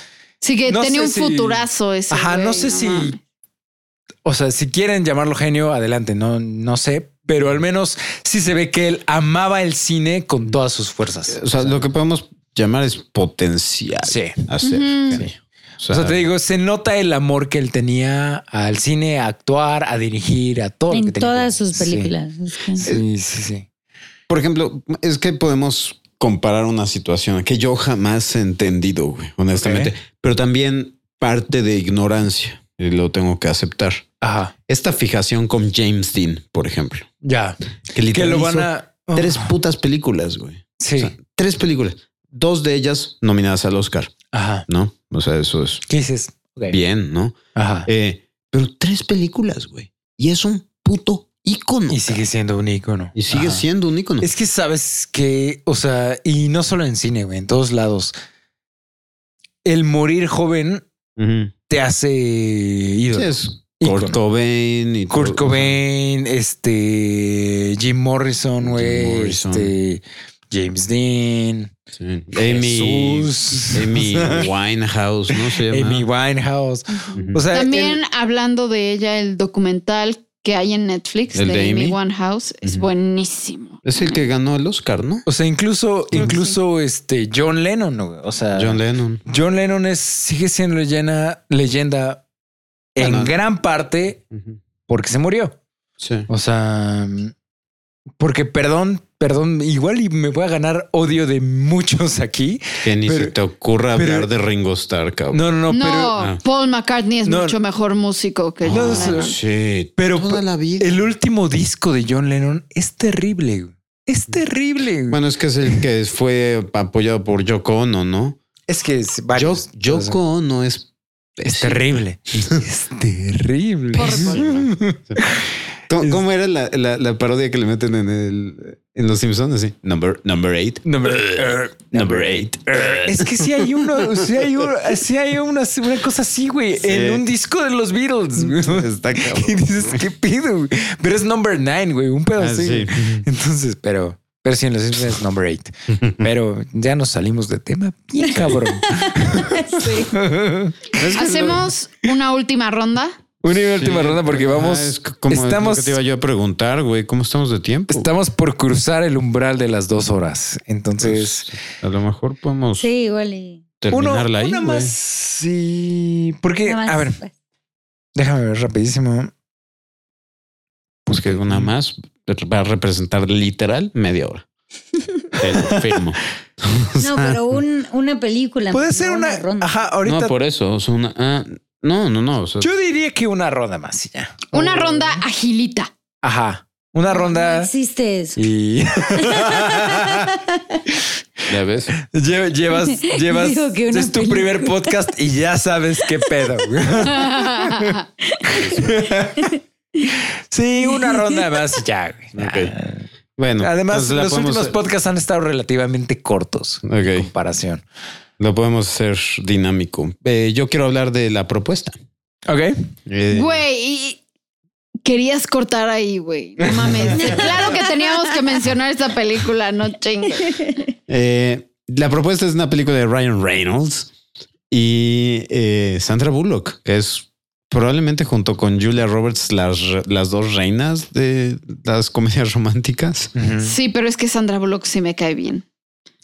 [SPEAKER 3] Sí, que
[SPEAKER 1] no
[SPEAKER 3] tenía
[SPEAKER 1] sé
[SPEAKER 3] un
[SPEAKER 1] si-
[SPEAKER 3] futurazo ese.
[SPEAKER 1] Ajá, no
[SPEAKER 3] güey,
[SPEAKER 1] sé si.
[SPEAKER 3] mames.
[SPEAKER 1] O sea, si quieren llamarlo genio, adelante, no, no sé, pero al menos sí se ve que él amaba el cine con todas sus fuerzas.
[SPEAKER 2] O sea, lo que podemos llamar es potencial.
[SPEAKER 1] Sí.
[SPEAKER 2] Hacer.
[SPEAKER 3] Ujú.
[SPEAKER 2] Sí. O
[SPEAKER 1] O
[SPEAKER 2] sea,
[SPEAKER 1] sea, te digo, se nota el amor que él tenía al cine, a actuar, a dirigir, a todo lo que
[SPEAKER 5] En
[SPEAKER 1] tenía.
[SPEAKER 5] todas sus
[SPEAKER 1] Sí.
[SPEAKER 5] películas. Es que-
[SPEAKER 1] Sí, sí, sí.
[SPEAKER 2] Por ejemplo, es que podemos comparar una situación que yo jamás he entendido, güey, honestamente,
[SPEAKER 1] Ok.
[SPEAKER 2] pero también parte de ignorancia y lo tengo que aceptar.
[SPEAKER 1] Ajá.
[SPEAKER 2] Esta fijación con James Dean, por ejemplo,
[SPEAKER 1] Ya.
[SPEAKER 2] que
[SPEAKER 1] Que
[SPEAKER 2] literal
[SPEAKER 1] lo van
[SPEAKER 2] hizo
[SPEAKER 1] a.
[SPEAKER 2] tres putas películas, güey. O sea,
[SPEAKER 1] Sí.
[SPEAKER 2] tres películas, dos de ellas nominadas al Oscar,
[SPEAKER 1] Ajá.
[SPEAKER 2] ¿no? O sea, eso es
[SPEAKER 1] ¿Qué dices? Ok.
[SPEAKER 2] bien, ¿no?
[SPEAKER 1] Ajá.
[SPEAKER 2] Eh, pero tres películas, güey. Y es un puto ícono.
[SPEAKER 1] Y sigue siendo un ícono.
[SPEAKER 2] Y sigue
[SPEAKER 1] Ajá.
[SPEAKER 2] siendo un ícono.
[SPEAKER 1] Es que sabes que, o sea, y no solo en cine, güey, en todos lados. El morir joven
[SPEAKER 2] Ujú.
[SPEAKER 1] te hace
[SPEAKER 2] Sí,
[SPEAKER 1] ídolo.
[SPEAKER 2] es
[SPEAKER 1] Ícono.
[SPEAKER 2] Kurt Cobain y
[SPEAKER 1] Kurt
[SPEAKER 2] todo.
[SPEAKER 1] Cobain, este Jim Morrison,
[SPEAKER 2] Jim
[SPEAKER 1] güey,
[SPEAKER 2] Morrison.
[SPEAKER 1] este James Dean,
[SPEAKER 2] Sí. Amy,
[SPEAKER 1] Jesús.
[SPEAKER 2] Amy Winehouse, ¿no? Se llama.
[SPEAKER 1] Amy Winehouse.
[SPEAKER 2] Ujú.
[SPEAKER 1] O sea,
[SPEAKER 3] También
[SPEAKER 1] el-
[SPEAKER 3] hablando de ella, el documental que hay en Netflix
[SPEAKER 2] ¿El
[SPEAKER 3] de,
[SPEAKER 2] de
[SPEAKER 3] Amy
[SPEAKER 2] Amy?
[SPEAKER 3] Winehouse es
[SPEAKER 2] Ujú.
[SPEAKER 3] buenísimo.
[SPEAKER 2] es el que ganó el Oscar, ¿no?
[SPEAKER 1] o sea, incluso,
[SPEAKER 5] que
[SPEAKER 1] incluso este John Lennon, güey, o sea,
[SPEAKER 2] John Lennon.
[SPEAKER 1] John Lennon es sigue siendo leyenda, leyenda en
[SPEAKER 2] Bueno.
[SPEAKER 1] gran parte
[SPEAKER 2] Ujú.
[SPEAKER 1] porque se murió.
[SPEAKER 2] Sí.
[SPEAKER 1] O sea, mm, porque perdón, perdón, igual y me voy a ganar odio de muchos aquí.
[SPEAKER 2] Que ni
[SPEAKER 1] Pero-
[SPEAKER 2] se te ocurra
[SPEAKER 1] pero-
[SPEAKER 2] hablar de Ringo Starr, cabrón.
[SPEAKER 1] No, no, no,
[SPEAKER 3] No,
[SPEAKER 1] pero
[SPEAKER 2] Ah.
[SPEAKER 3] Paul McCartney es
[SPEAKER 1] No,
[SPEAKER 3] mucho mejor músico que
[SPEAKER 2] Ah,
[SPEAKER 1] No,
[SPEAKER 3] John Lennon.
[SPEAKER 2] sí.
[SPEAKER 1] pero
[SPEAKER 2] Toda la vida.
[SPEAKER 1] el último disco de John Lennon es terrible. güey. Es terrible.
[SPEAKER 2] Bueno, es que es el que fue apoyado por Yoko Ono, ¿no?
[SPEAKER 1] es que es varios.
[SPEAKER 2] Yo- Yoko Ono es...
[SPEAKER 1] Es terrible. es terrible.
[SPEAKER 2] ¿Cómo, cómo era la, la- la parodia que le meten en, el, en Los Simpsons? Así, number, number eight.
[SPEAKER 1] Number-
[SPEAKER 2] Number eight.
[SPEAKER 1] Es que sí hay uno, sí hay, uno- sí hay una, una cosa así, güey,
[SPEAKER 2] Sí.
[SPEAKER 1] en un disco de los Beatles. güey.
[SPEAKER 2] Está cabrón.
[SPEAKER 1] Y dices, ¿qué pido? güey? Pero es number nine, güey, un pedo
[SPEAKER 2] Ah,
[SPEAKER 1] así.
[SPEAKER 2] sí.
[SPEAKER 1] Entonces, pero, pero sí, en los Simpsons es number eight. Pero ya nos salimos de tema, bien cabrón.
[SPEAKER 3] Hacemos una última ronda.
[SPEAKER 1] Una última ronda porque vamos,
[SPEAKER 2] Ah, es c- como
[SPEAKER 1] estamos,
[SPEAKER 2] estamos... te iba yo a preguntar, güey, ¿cómo estamos de tiempo?
[SPEAKER 1] estamos por cruzar el umbral de las dos horas. Entonces,
[SPEAKER 2] A lo mejor podemos
[SPEAKER 5] Sí, igual y.
[SPEAKER 1] uno,
[SPEAKER 2] terminarla ahí,
[SPEAKER 1] una
[SPEAKER 2] güey.
[SPEAKER 1] más, sí, porque,
[SPEAKER 5] nada más,
[SPEAKER 1] a ver,
[SPEAKER 5] pues.
[SPEAKER 1] déjame ver rapidísimo.
[SPEAKER 2] Pues que una más va a representar literal media hora. Te lo firmo.
[SPEAKER 5] No, pero un- una película.
[SPEAKER 1] pues, ah, Puede
[SPEAKER 5] no pues.
[SPEAKER 1] ser una,
[SPEAKER 5] ronda.
[SPEAKER 1] ajá, ahorita
[SPEAKER 2] No, por eso. o sea, una- ah, no, no, no. o sea,
[SPEAKER 1] Yo diría que una ronda más y ya.
[SPEAKER 3] Una ronda agilita.
[SPEAKER 1] Ajá. Una
[SPEAKER 5] No
[SPEAKER 1] ronda
[SPEAKER 5] existe eso.
[SPEAKER 1] y
[SPEAKER 2] ya ves.
[SPEAKER 1] Lle- llevas, llevas. este
[SPEAKER 5] Digo que una
[SPEAKER 1] es tu
[SPEAKER 5] película.
[SPEAKER 1] primer podcast y ya sabes qué pedo. güey. sí, una ronda más y ya. güey.
[SPEAKER 2] Ok. Bueno,
[SPEAKER 1] Además,
[SPEAKER 2] entonces la
[SPEAKER 1] los
[SPEAKER 2] podemos-
[SPEAKER 1] últimos podcasts han estado relativamente cortos en
[SPEAKER 2] Ok,
[SPEAKER 1] comparación.
[SPEAKER 2] lo podemos hacer dinámico. Eh, yo quiero hablar de la propuesta.
[SPEAKER 1] Ok.
[SPEAKER 2] Eh,
[SPEAKER 3] Güey, y- querías cortar ahí, güey. No mames. Claro que teníamos que mencionar esta película, no chingues.
[SPEAKER 2] eh, la propuesta es una película de Ryan Reynolds y eh, Sandra Bullock, que es probablemente junto con Julia Roberts las, re- las dos reinas de las comedias románticas.
[SPEAKER 3] Sí, pero es que Sandra Bullock sí me cae bien.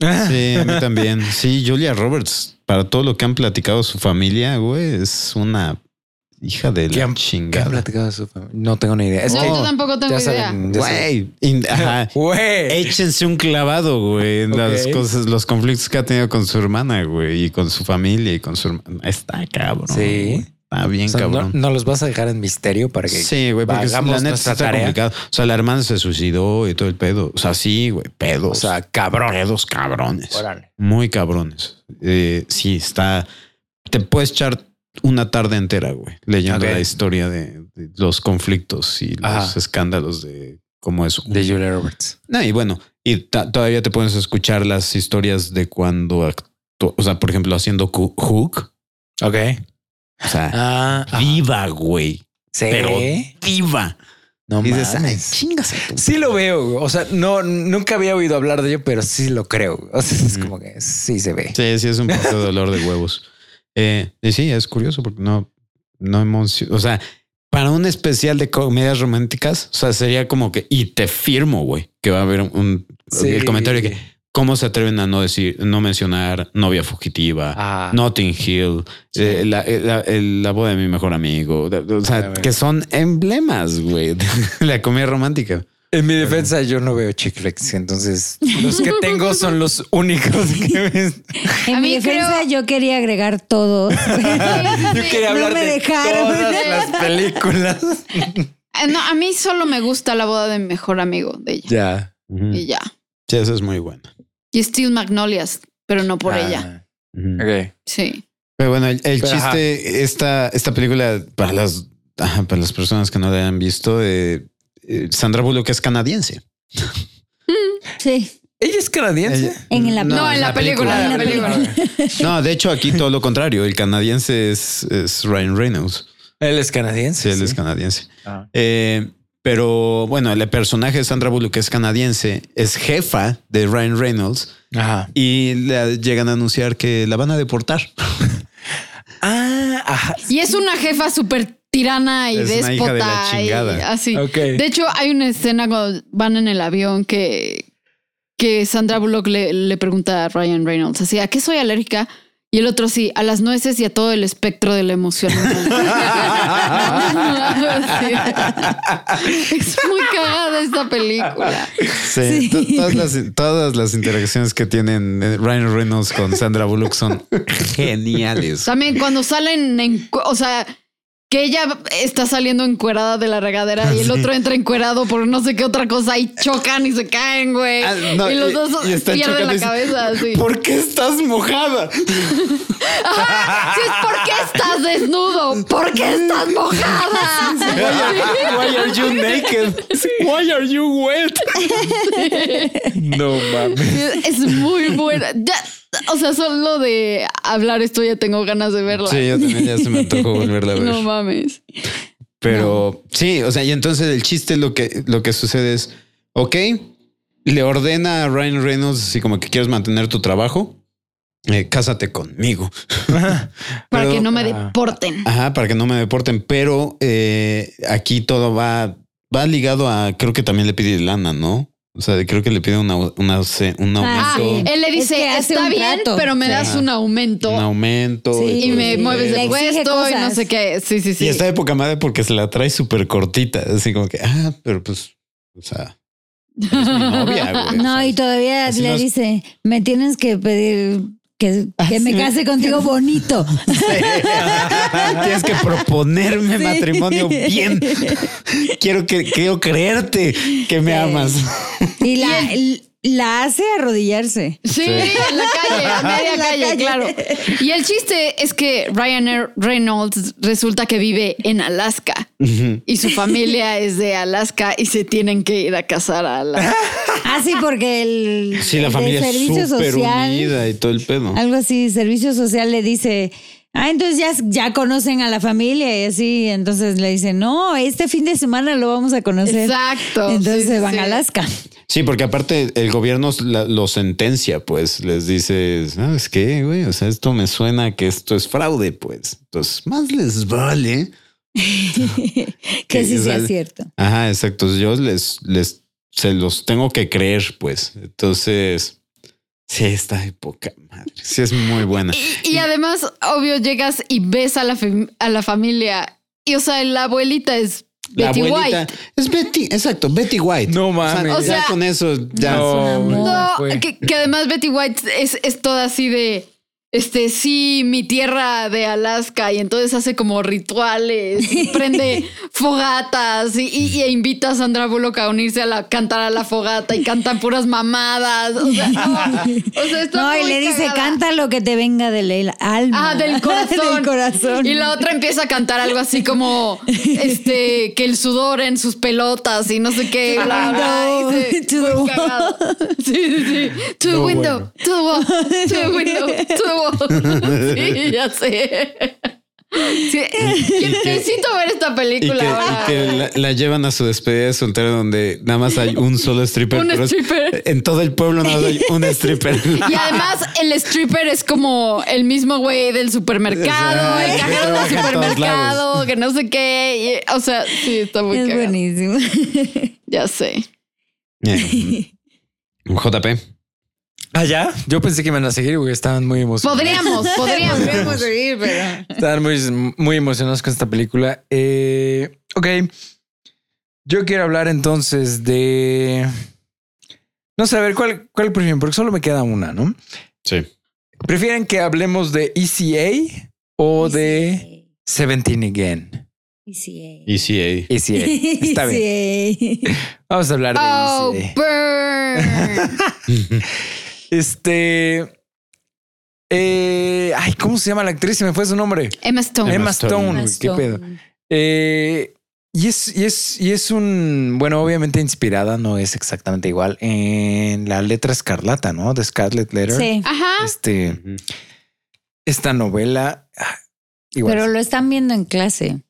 [SPEAKER 2] Sí, a mí también. Sí, Julia Roberts, para todo lo que han platicado su familia, güey, es una hija
[SPEAKER 1] ¿Qué
[SPEAKER 2] de la
[SPEAKER 1] han- ¿Qué han
[SPEAKER 2] chingada.
[SPEAKER 1] platicado de su familia? No tengo ni idea. Es
[SPEAKER 3] no,
[SPEAKER 1] que
[SPEAKER 3] yo tampoco tengo
[SPEAKER 1] ya
[SPEAKER 3] idea.
[SPEAKER 1] saben, ya saben.
[SPEAKER 2] Güey, in- ajá.
[SPEAKER 1] Güey.
[SPEAKER 2] Échense un clavado, güey, en las
[SPEAKER 1] Eh, Ok.
[SPEAKER 2] cosas, los conflictos que ha tenido con su hermana, güey, y con su familia y con su hermana. Está cabrón.
[SPEAKER 1] Sí.
[SPEAKER 2] güey. Está bien
[SPEAKER 1] O sea, no,
[SPEAKER 2] cabrón.
[SPEAKER 1] no los vas a dejar en misterio para que
[SPEAKER 2] Sí, güey, porque
[SPEAKER 1] hagamos
[SPEAKER 2] la neta sí
[SPEAKER 1] nuestra
[SPEAKER 2] está
[SPEAKER 1] tarea.
[SPEAKER 2] complicado. O sea, la hermana se suicidó y todo el pedo. O sea, sí, güey, pedos.
[SPEAKER 1] O sea, cabrón.
[SPEAKER 2] pedos cabrones.
[SPEAKER 1] Órale.
[SPEAKER 2] Muy cabrones. Eh, sí, está. Te puedes echar una tarde entera, güey, leyendo
[SPEAKER 1] Ok.
[SPEAKER 2] la historia de, de los conflictos y los
[SPEAKER 1] Ajá.
[SPEAKER 2] escándalos de cómo es. un-
[SPEAKER 1] De Julia Roberts.
[SPEAKER 2] No, y bueno, y ta- todavía te puedes escuchar las historias de cuando actu- O sea, por ejemplo, haciendo cu- Hook.
[SPEAKER 1] Ok.
[SPEAKER 2] O sea,
[SPEAKER 1] Ah,
[SPEAKER 2] viva, güey.
[SPEAKER 1] sí.
[SPEAKER 2] Pero viva.
[SPEAKER 1] no
[SPEAKER 2] Y dices, ay,
[SPEAKER 1] mames.
[SPEAKER 2] chingas.
[SPEAKER 1] Sí lo veo. güey. O sea, no, nunca había oído hablar de ello, pero sí lo creo. güey. O sea, es
[SPEAKER 2] Ujú.
[SPEAKER 1] como que sí se ve.
[SPEAKER 2] Sí, sí, es un poco de dolor de huevos. Eh, y sí, es curioso porque no, no emocio- O sea, para un especial de comedias románticas, o sea, sería como que, y te firmo, güey, que va a haber un,
[SPEAKER 1] Sí.
[SPEAKER 2] el comentario de que, ¿cómo se atreven a no decir, no mencionar novia fugitiva?
[SPEAKER 1] Ah,
[SPEAKER 2] Notting Hill, eh, la, eh, la- el- la boda de mi mejor amigo, o sea,
[SPEAKER 1] Claro.
[SPEAKER 2] que son emblemas, güey, de la comedia romántica.
[SPEAKER 1] En mi defensa, yo no veo chick flicks, entonces los que tengo son los únicos que ven.
[SPEAKER 5] En
[SPEAKER 3] A
[SPEAKER 5] mi
[SPEAKER 3] mí
[SPEAKER 5] defensa, yo quería agregar todo.
[SPEAKER 1] Yo quería
[SPEAKER 5] No
[SPEAKER 1] hablar
[SPEAKER 5] me
[SPEAKER 1] de
[SPEAKER 5] dejaron.
[SPEAKER 1] todas las películas.
[SPEAKER 3] Eh, No, a mí solo me gusta la boda de mi mejor amigo de ella.
[SPEAKER 1] ya.
[SPEAKER 2] Mm.
[SPEAKER 3] Y ya.
[SPEAKER 2] Sí, eso es muy bueno.
[SPEAKER 3] Y Steel Magnolias, pero no por
[SPEAKER 7] Ah.
[SPEAKER 3] ella.
[SPEAKER 2] Ujú.
[SPEAKER 1] Ah, Ok.
[SPEAKER 3] Sí.
[SPEAKER 2] Pero bueno, el, el
[SPEAKER 1] Pero, ajá.
[SPEAKER 2] chiste, esta, esta película, para las, ajá, para las personas que no la hayan visto, eh, eh, Sandra Bullock es canadiense.
[SPEAKER 5] sí.
[SPEAKER 1] ¿Ella es canadiense?
[SPEAKER 2] Ella-
[SPEAKER 5] En la-
[SPEAKER 3] No, en la, película.
[SPEAKER 5] película.
[SPEAKER 3] en la película.
[SPEAKER 2] No, de hecho, aquí todo lo contrario. El canadiense es, es Ryan Reynolds.
[SPEAKER 1] Él es canadiense.
[SPEAKER 2] Sí, él es canadiense.
[SPEAKER 3] Ah.
[SPEAKER 2] Eh, pero bueno, el personaje de Sandra Bullock es canadiense, es jefa de Ryan Reynolds
[SPEAKER 1] Ajá.
[SPEAKER 2] y le llegan a anunciar que la van a deportar.
[SPEAKER 1] Ah, ajá.
[SPEAKER 3] Y es una jefa súper tirana y
[SPEAKER 2] Es una hija
[SPEAKER 3] déspota.
[SPEAKER 2] de la
[SPEAKER 3] y
[SPEAKER 2] chingada.
[SPEAKER 3] así.
[SPEAKER 1] Ok.
[SPEAKER 3] De hecho, hay una escena cuando van en el avión que, que Sandra Bullock le, le pregunta a Ryan Reynolds así, ¿a qué soy alérgica? Y el otro sí, a las nueces y a todo el espectro de la emoción. Sí. Es muy cagada esta película.
[SPEAKER 2] Sí, to- Todas, las, todas las interacciones que tienen eh, Ryan Reynolds con Sandra Bullock son geniales.
[SPEAKER 3] También cuando salen en, cu- o sea, Que ella está saliendo encuerada de la regadera y el otro entra encuerado por no sé qué otra cosa y chocan y se caen, güey.
[SPEAKER 2] Ah, no,
[SPEAKER 3] y los dos
[SPEAKER 2] y- y están
[SPEAKER 3] pierden
[SPEAKER 2] chocando y
[SPEAKER 3] la
[SPEAKER 2] dicen,
[SPEAKER 3] cabeza. así.
[SPEAKER 2] ¿Por qué estás mojada?
[SPEAKER 3] Ajá, sí, es, ¿Por qué estás desnudo? ¿Por qué estás mojada?
[SPEAKER 2] Why are you naked? Why are you wet?
[SPEAKER 1] No mames.
[SPEAKER 3] Es muy buena. Ya, o sea, solo de hablar esto ya tengo ganas de verla.
[SPEAKER 2] Sí, yo también ya se me tocó volverla a ver.
[SPEAKER 3] No mames.
[SPEAKER 2] Pero sí, o sea, y entonces el chiste lo que, lo que sucede es, ok, le ordena a Ryan Reynolds así como que quieres mantener tu trabajo, eh, cásate conmigo.
[SPEAKER 3] Para
[SPEAKER 2] Pero-
[SPEAKER 3] que no me
[SPEAKER 1] ah.
[SPEAKER 3] deporten.
[SPEAKER 2] Ajá, para que no me deporten, pero eh, aquí todo va, va ligado a, creo que también le pide lana, ¿no? O sea, creo que le pide una, una, un
[SPEAKER 5] Ah,
[SPEAKER 3] Ah,
[SPEAKER 2] aumento.
[SPEAKER 3] él le
[SPEAKER 5] Es
[SPEAKER 3] dice,
[SPEAKER 5] que hace
[SPEAKER 3] está
[SPEAKER 5] un
[SPEAKER 3] bien,
[SPEAKER 5] trato".
[SPEAKER 3] pero me
[SPEAKER 2] Sí.
[SPEAKER 3] das un aumento.
[SPEAKER 2] un aumento.
[SPEAKER 5] Sí.
[SPEAKER 2] todo
[SPEAKER 3] Y me
[SPEAKER 2] eso.
[SPEAKER 3] mueves
[SPEAKER 5] Le
[SPEAKER 3] de
[SPEAKER 5] exige
[SPEAKER 3] puesto y no
[SPEAKER 5] cosas.
[SPEAKER 3] sé qué. Sí, sí, sí.
[SPEAKER 2] Y está de poca madre porque se la trae súper cortita, así como que, ah, pero pues, o sea, es mi novia, güey. o
[SPEAKER 5] No,
[SPEAKER 2] sea,
[SPEAKER 5] y todavía
[SPEAKER 2] así
[SPEAKER 5] le
[SPEAKER 2] nos-
[SPEAKER 5] dice, me tienes que pedir que, que me case contigo bonito.
[SPEAKER 2] Tienes que proponerme matrimonio bien. Quiero que quiero creerte que me
[SPEAKER 5] Sí.
[SPEAKER 2] amas.
[SPEAKER 5] Y la, la hace arrodillarse.
[SPEAKER 3] Sí, en la calle, a media
[SPEAKER 5] En la
[SPEAKER 3] calle,
[SPEAKER 5] calle.
[SPEAKER 3] claro. Y el chiste es que Ryan R- Reynolds resulta que vive en Alaska y su familia es de Alaska y se tienen que ir a casar a
[SPEAKER 5] Ah,
[SPEAKER 3] Alaska.
[SPEAKER 5] Así porque el,
[SPEAKER 2] Sí, la
[SPEAKER 5] el de
[SPEAKER 2] familia es
[SPEAKER 5] servicio
[SPEAKER 2] súper
[SPEAKER 5] social,
[SPEAKER 2] unida y todo el pedo.
[SPEAKER 5] algo así, servicio social le dice, ah, entonces ya, ya conocen a la familia y así, entonces le dice, no, este fin de semana lo vamos a conocer.
[SPEAKER 3] Exacto.
[SPEAKER 5] Entonces
[SPEAKER 3] Sí, sí,
[SPEAKER 5] se van
[SPEAKER 3] sí.
[SPEAKER 5] a Alaska.
[SPEAKER 2] Sí, porque aparte el gobierno la- lo sentencia, pues les dice, ¿sabes qué, güey? O sea, esto me suena a que esto es fraude, pues. Entonces, más les vale.
[SPEAKER 5] Que sí
[SPEAKER 2] o sea,
[SPEAKER 5] sea cierto.
[SPEAKER 2] Ajá, exacto. Yo les, les, se los tengo que creer, pues. Entonces, sí, está de poca madre. Sí, es muy buena.
[SPEAKER 3] Y, y además, obvio, llegas y ves a la, fam- a la familia. Y o sea, la abuelita es
[SPEAKER 2] La
[SPEAKER 3] Betty
[SPEAKER 2] abuelita
[SPEAKER 3] White.
[SPEAKER 2] es Betty, exacto, Betty White.
[SPEAKER 1] No
[SPEAKER 2] O
[SPEAKER 1] mames.
[SPEAKER 2] sea,
[SPEAKER 3] O sea,
[SPEAKER 2] ya con eso ya
[SPEAKER 1] No,
[SPEAKER 5] No,
[SPEAKER 3] No,
[SPEAKER 1] fue.
[SPEAKER 3] que, que además Betty White es, es toda así de. Este, sí, mi tierra de Alaska, y entonces hace como rituales, y prende fogatas y, y- e invita a Sandra Bullock a unirse a la, cantar a la fogata y cantan puras mamadas. O sea, no, o sea, está
[SPEAKER 5] No, y
[SPEAKER 3] muy
[SPEAKER 5] le dice,
[SPEAKER 3] cagada.
[SPEAKER 5] canta lo que te venga del el alma.
[SPEAKER 3] Ah, del corazón.
[SPEAKER 5] Del corazón.
[SPEAKER 3] Y la otra empieza a cantar algo así como este que el sudor en sus pelotas y no sé qué. Bla, bla, bla, y se-
[SPEAKER 5] To the
[SPEAKER 3] muy
[SPEAKER 5] wall.
[SPEAKER 3] cagado. Sí, sí, sí. To the
[SPEAKER 1] No,
[SPEAKER 3] window, to the wall, to the window, to the wall. Sí, ya sé. Sí, que
[SPEAKER 2] que-
[SPEAKER 3] necesito ver
[SPEAKER 2] Y
[SPEAKER 3] esta
[SPEAKER 2] que,
[SPEAKER 3] película ahora.
[SPEAKER 2] y que la, la llevan a su despedida de soltero donde nada más hay un solo stripper.
[SPEAKER 3] Un
[SPEAKER 2] pero es-
[SPEAKER 3] stripper.
[SPEAKER 2] En todo el pueblo nada más hay un stripper.
[SPEAKER 3] Y además el stripper es como el mismo güey del supermercado, el
[SPEAKER 2] Exacto,
[SPEAKER 3] cajero
[SPEAKER 2] trabaja
[SPEAKER 3] del
[SPEAKER 2] en todos
[SPEAKER 3] supermercado,
[SPEAKER 2] lados.
[SPEAKER 3] que no sé qué. y- o sea, sí, está muy
[SPEAKER 5] Es
[SPEAKER 3] cagado.
[SPEAKER 5] buenísimo.
[SPEAKER 3] Ya sé.
[SPEAKER 2] Eh, JP.
[SPEAKER 1] Ah, ya. Yo pensé que me iban a seguir, güey. Estaban muy emocionados.
[SPEAKER 3] Podríamos, podríamos.
[SPEAKER 5] Podríamos reír, pero...
[SPEAKER 1] Estaban muy, muy emocionados con esta película. Eh, ok. Yo quiero hablar entonces de. No sé, a ver, ¿cuál, cuál prefieren? Porque solo me queda una, ¿no?
[SPEAKER 2] Sí.
[SPEAKER 1] ¿Prefieren que hablemos de ECA
[SPEAKER 3] E
[SPEAKER 1] o de Seventeen Again?
[SPEAKER 5] Y sí.
[SPEAKER 2] ECA.
[SPEAKER 1] ECA. Está bien.
[SPEAKER 5] Sí.
[SPEAKER 1] Vamos a hablar de
[SPEAKER 3] Oh,
[SPEAKER 1] ECA.
[SPEAKER 3] burn.
[SPEAKER 1] Este. eh, ay, ¿cómo se llama la actriz? Se me fue su nombre.
[SPEAKER 3] Emma
[SPEAKER 1] Emma,
[SPEAKER 3] Stone.
[SPEAKER 1] Stone.
[SPEAKER 2] Stone.
[SPEAKER 1] güey, ¿Qué pedo? Eh, y, es, y, es, y es un, bueno, obviamente inspirada, no es exactamente igual, en la letra escarlata, ¿no? De Scarlet Letter.
[SPEAKER 5] Sí.
[SPEAKER 3] Ajá.
[SPEAKER 1] Este, esta novela. ah, Igual.
[SPEAKER 5] Pero lo están viendo en clase.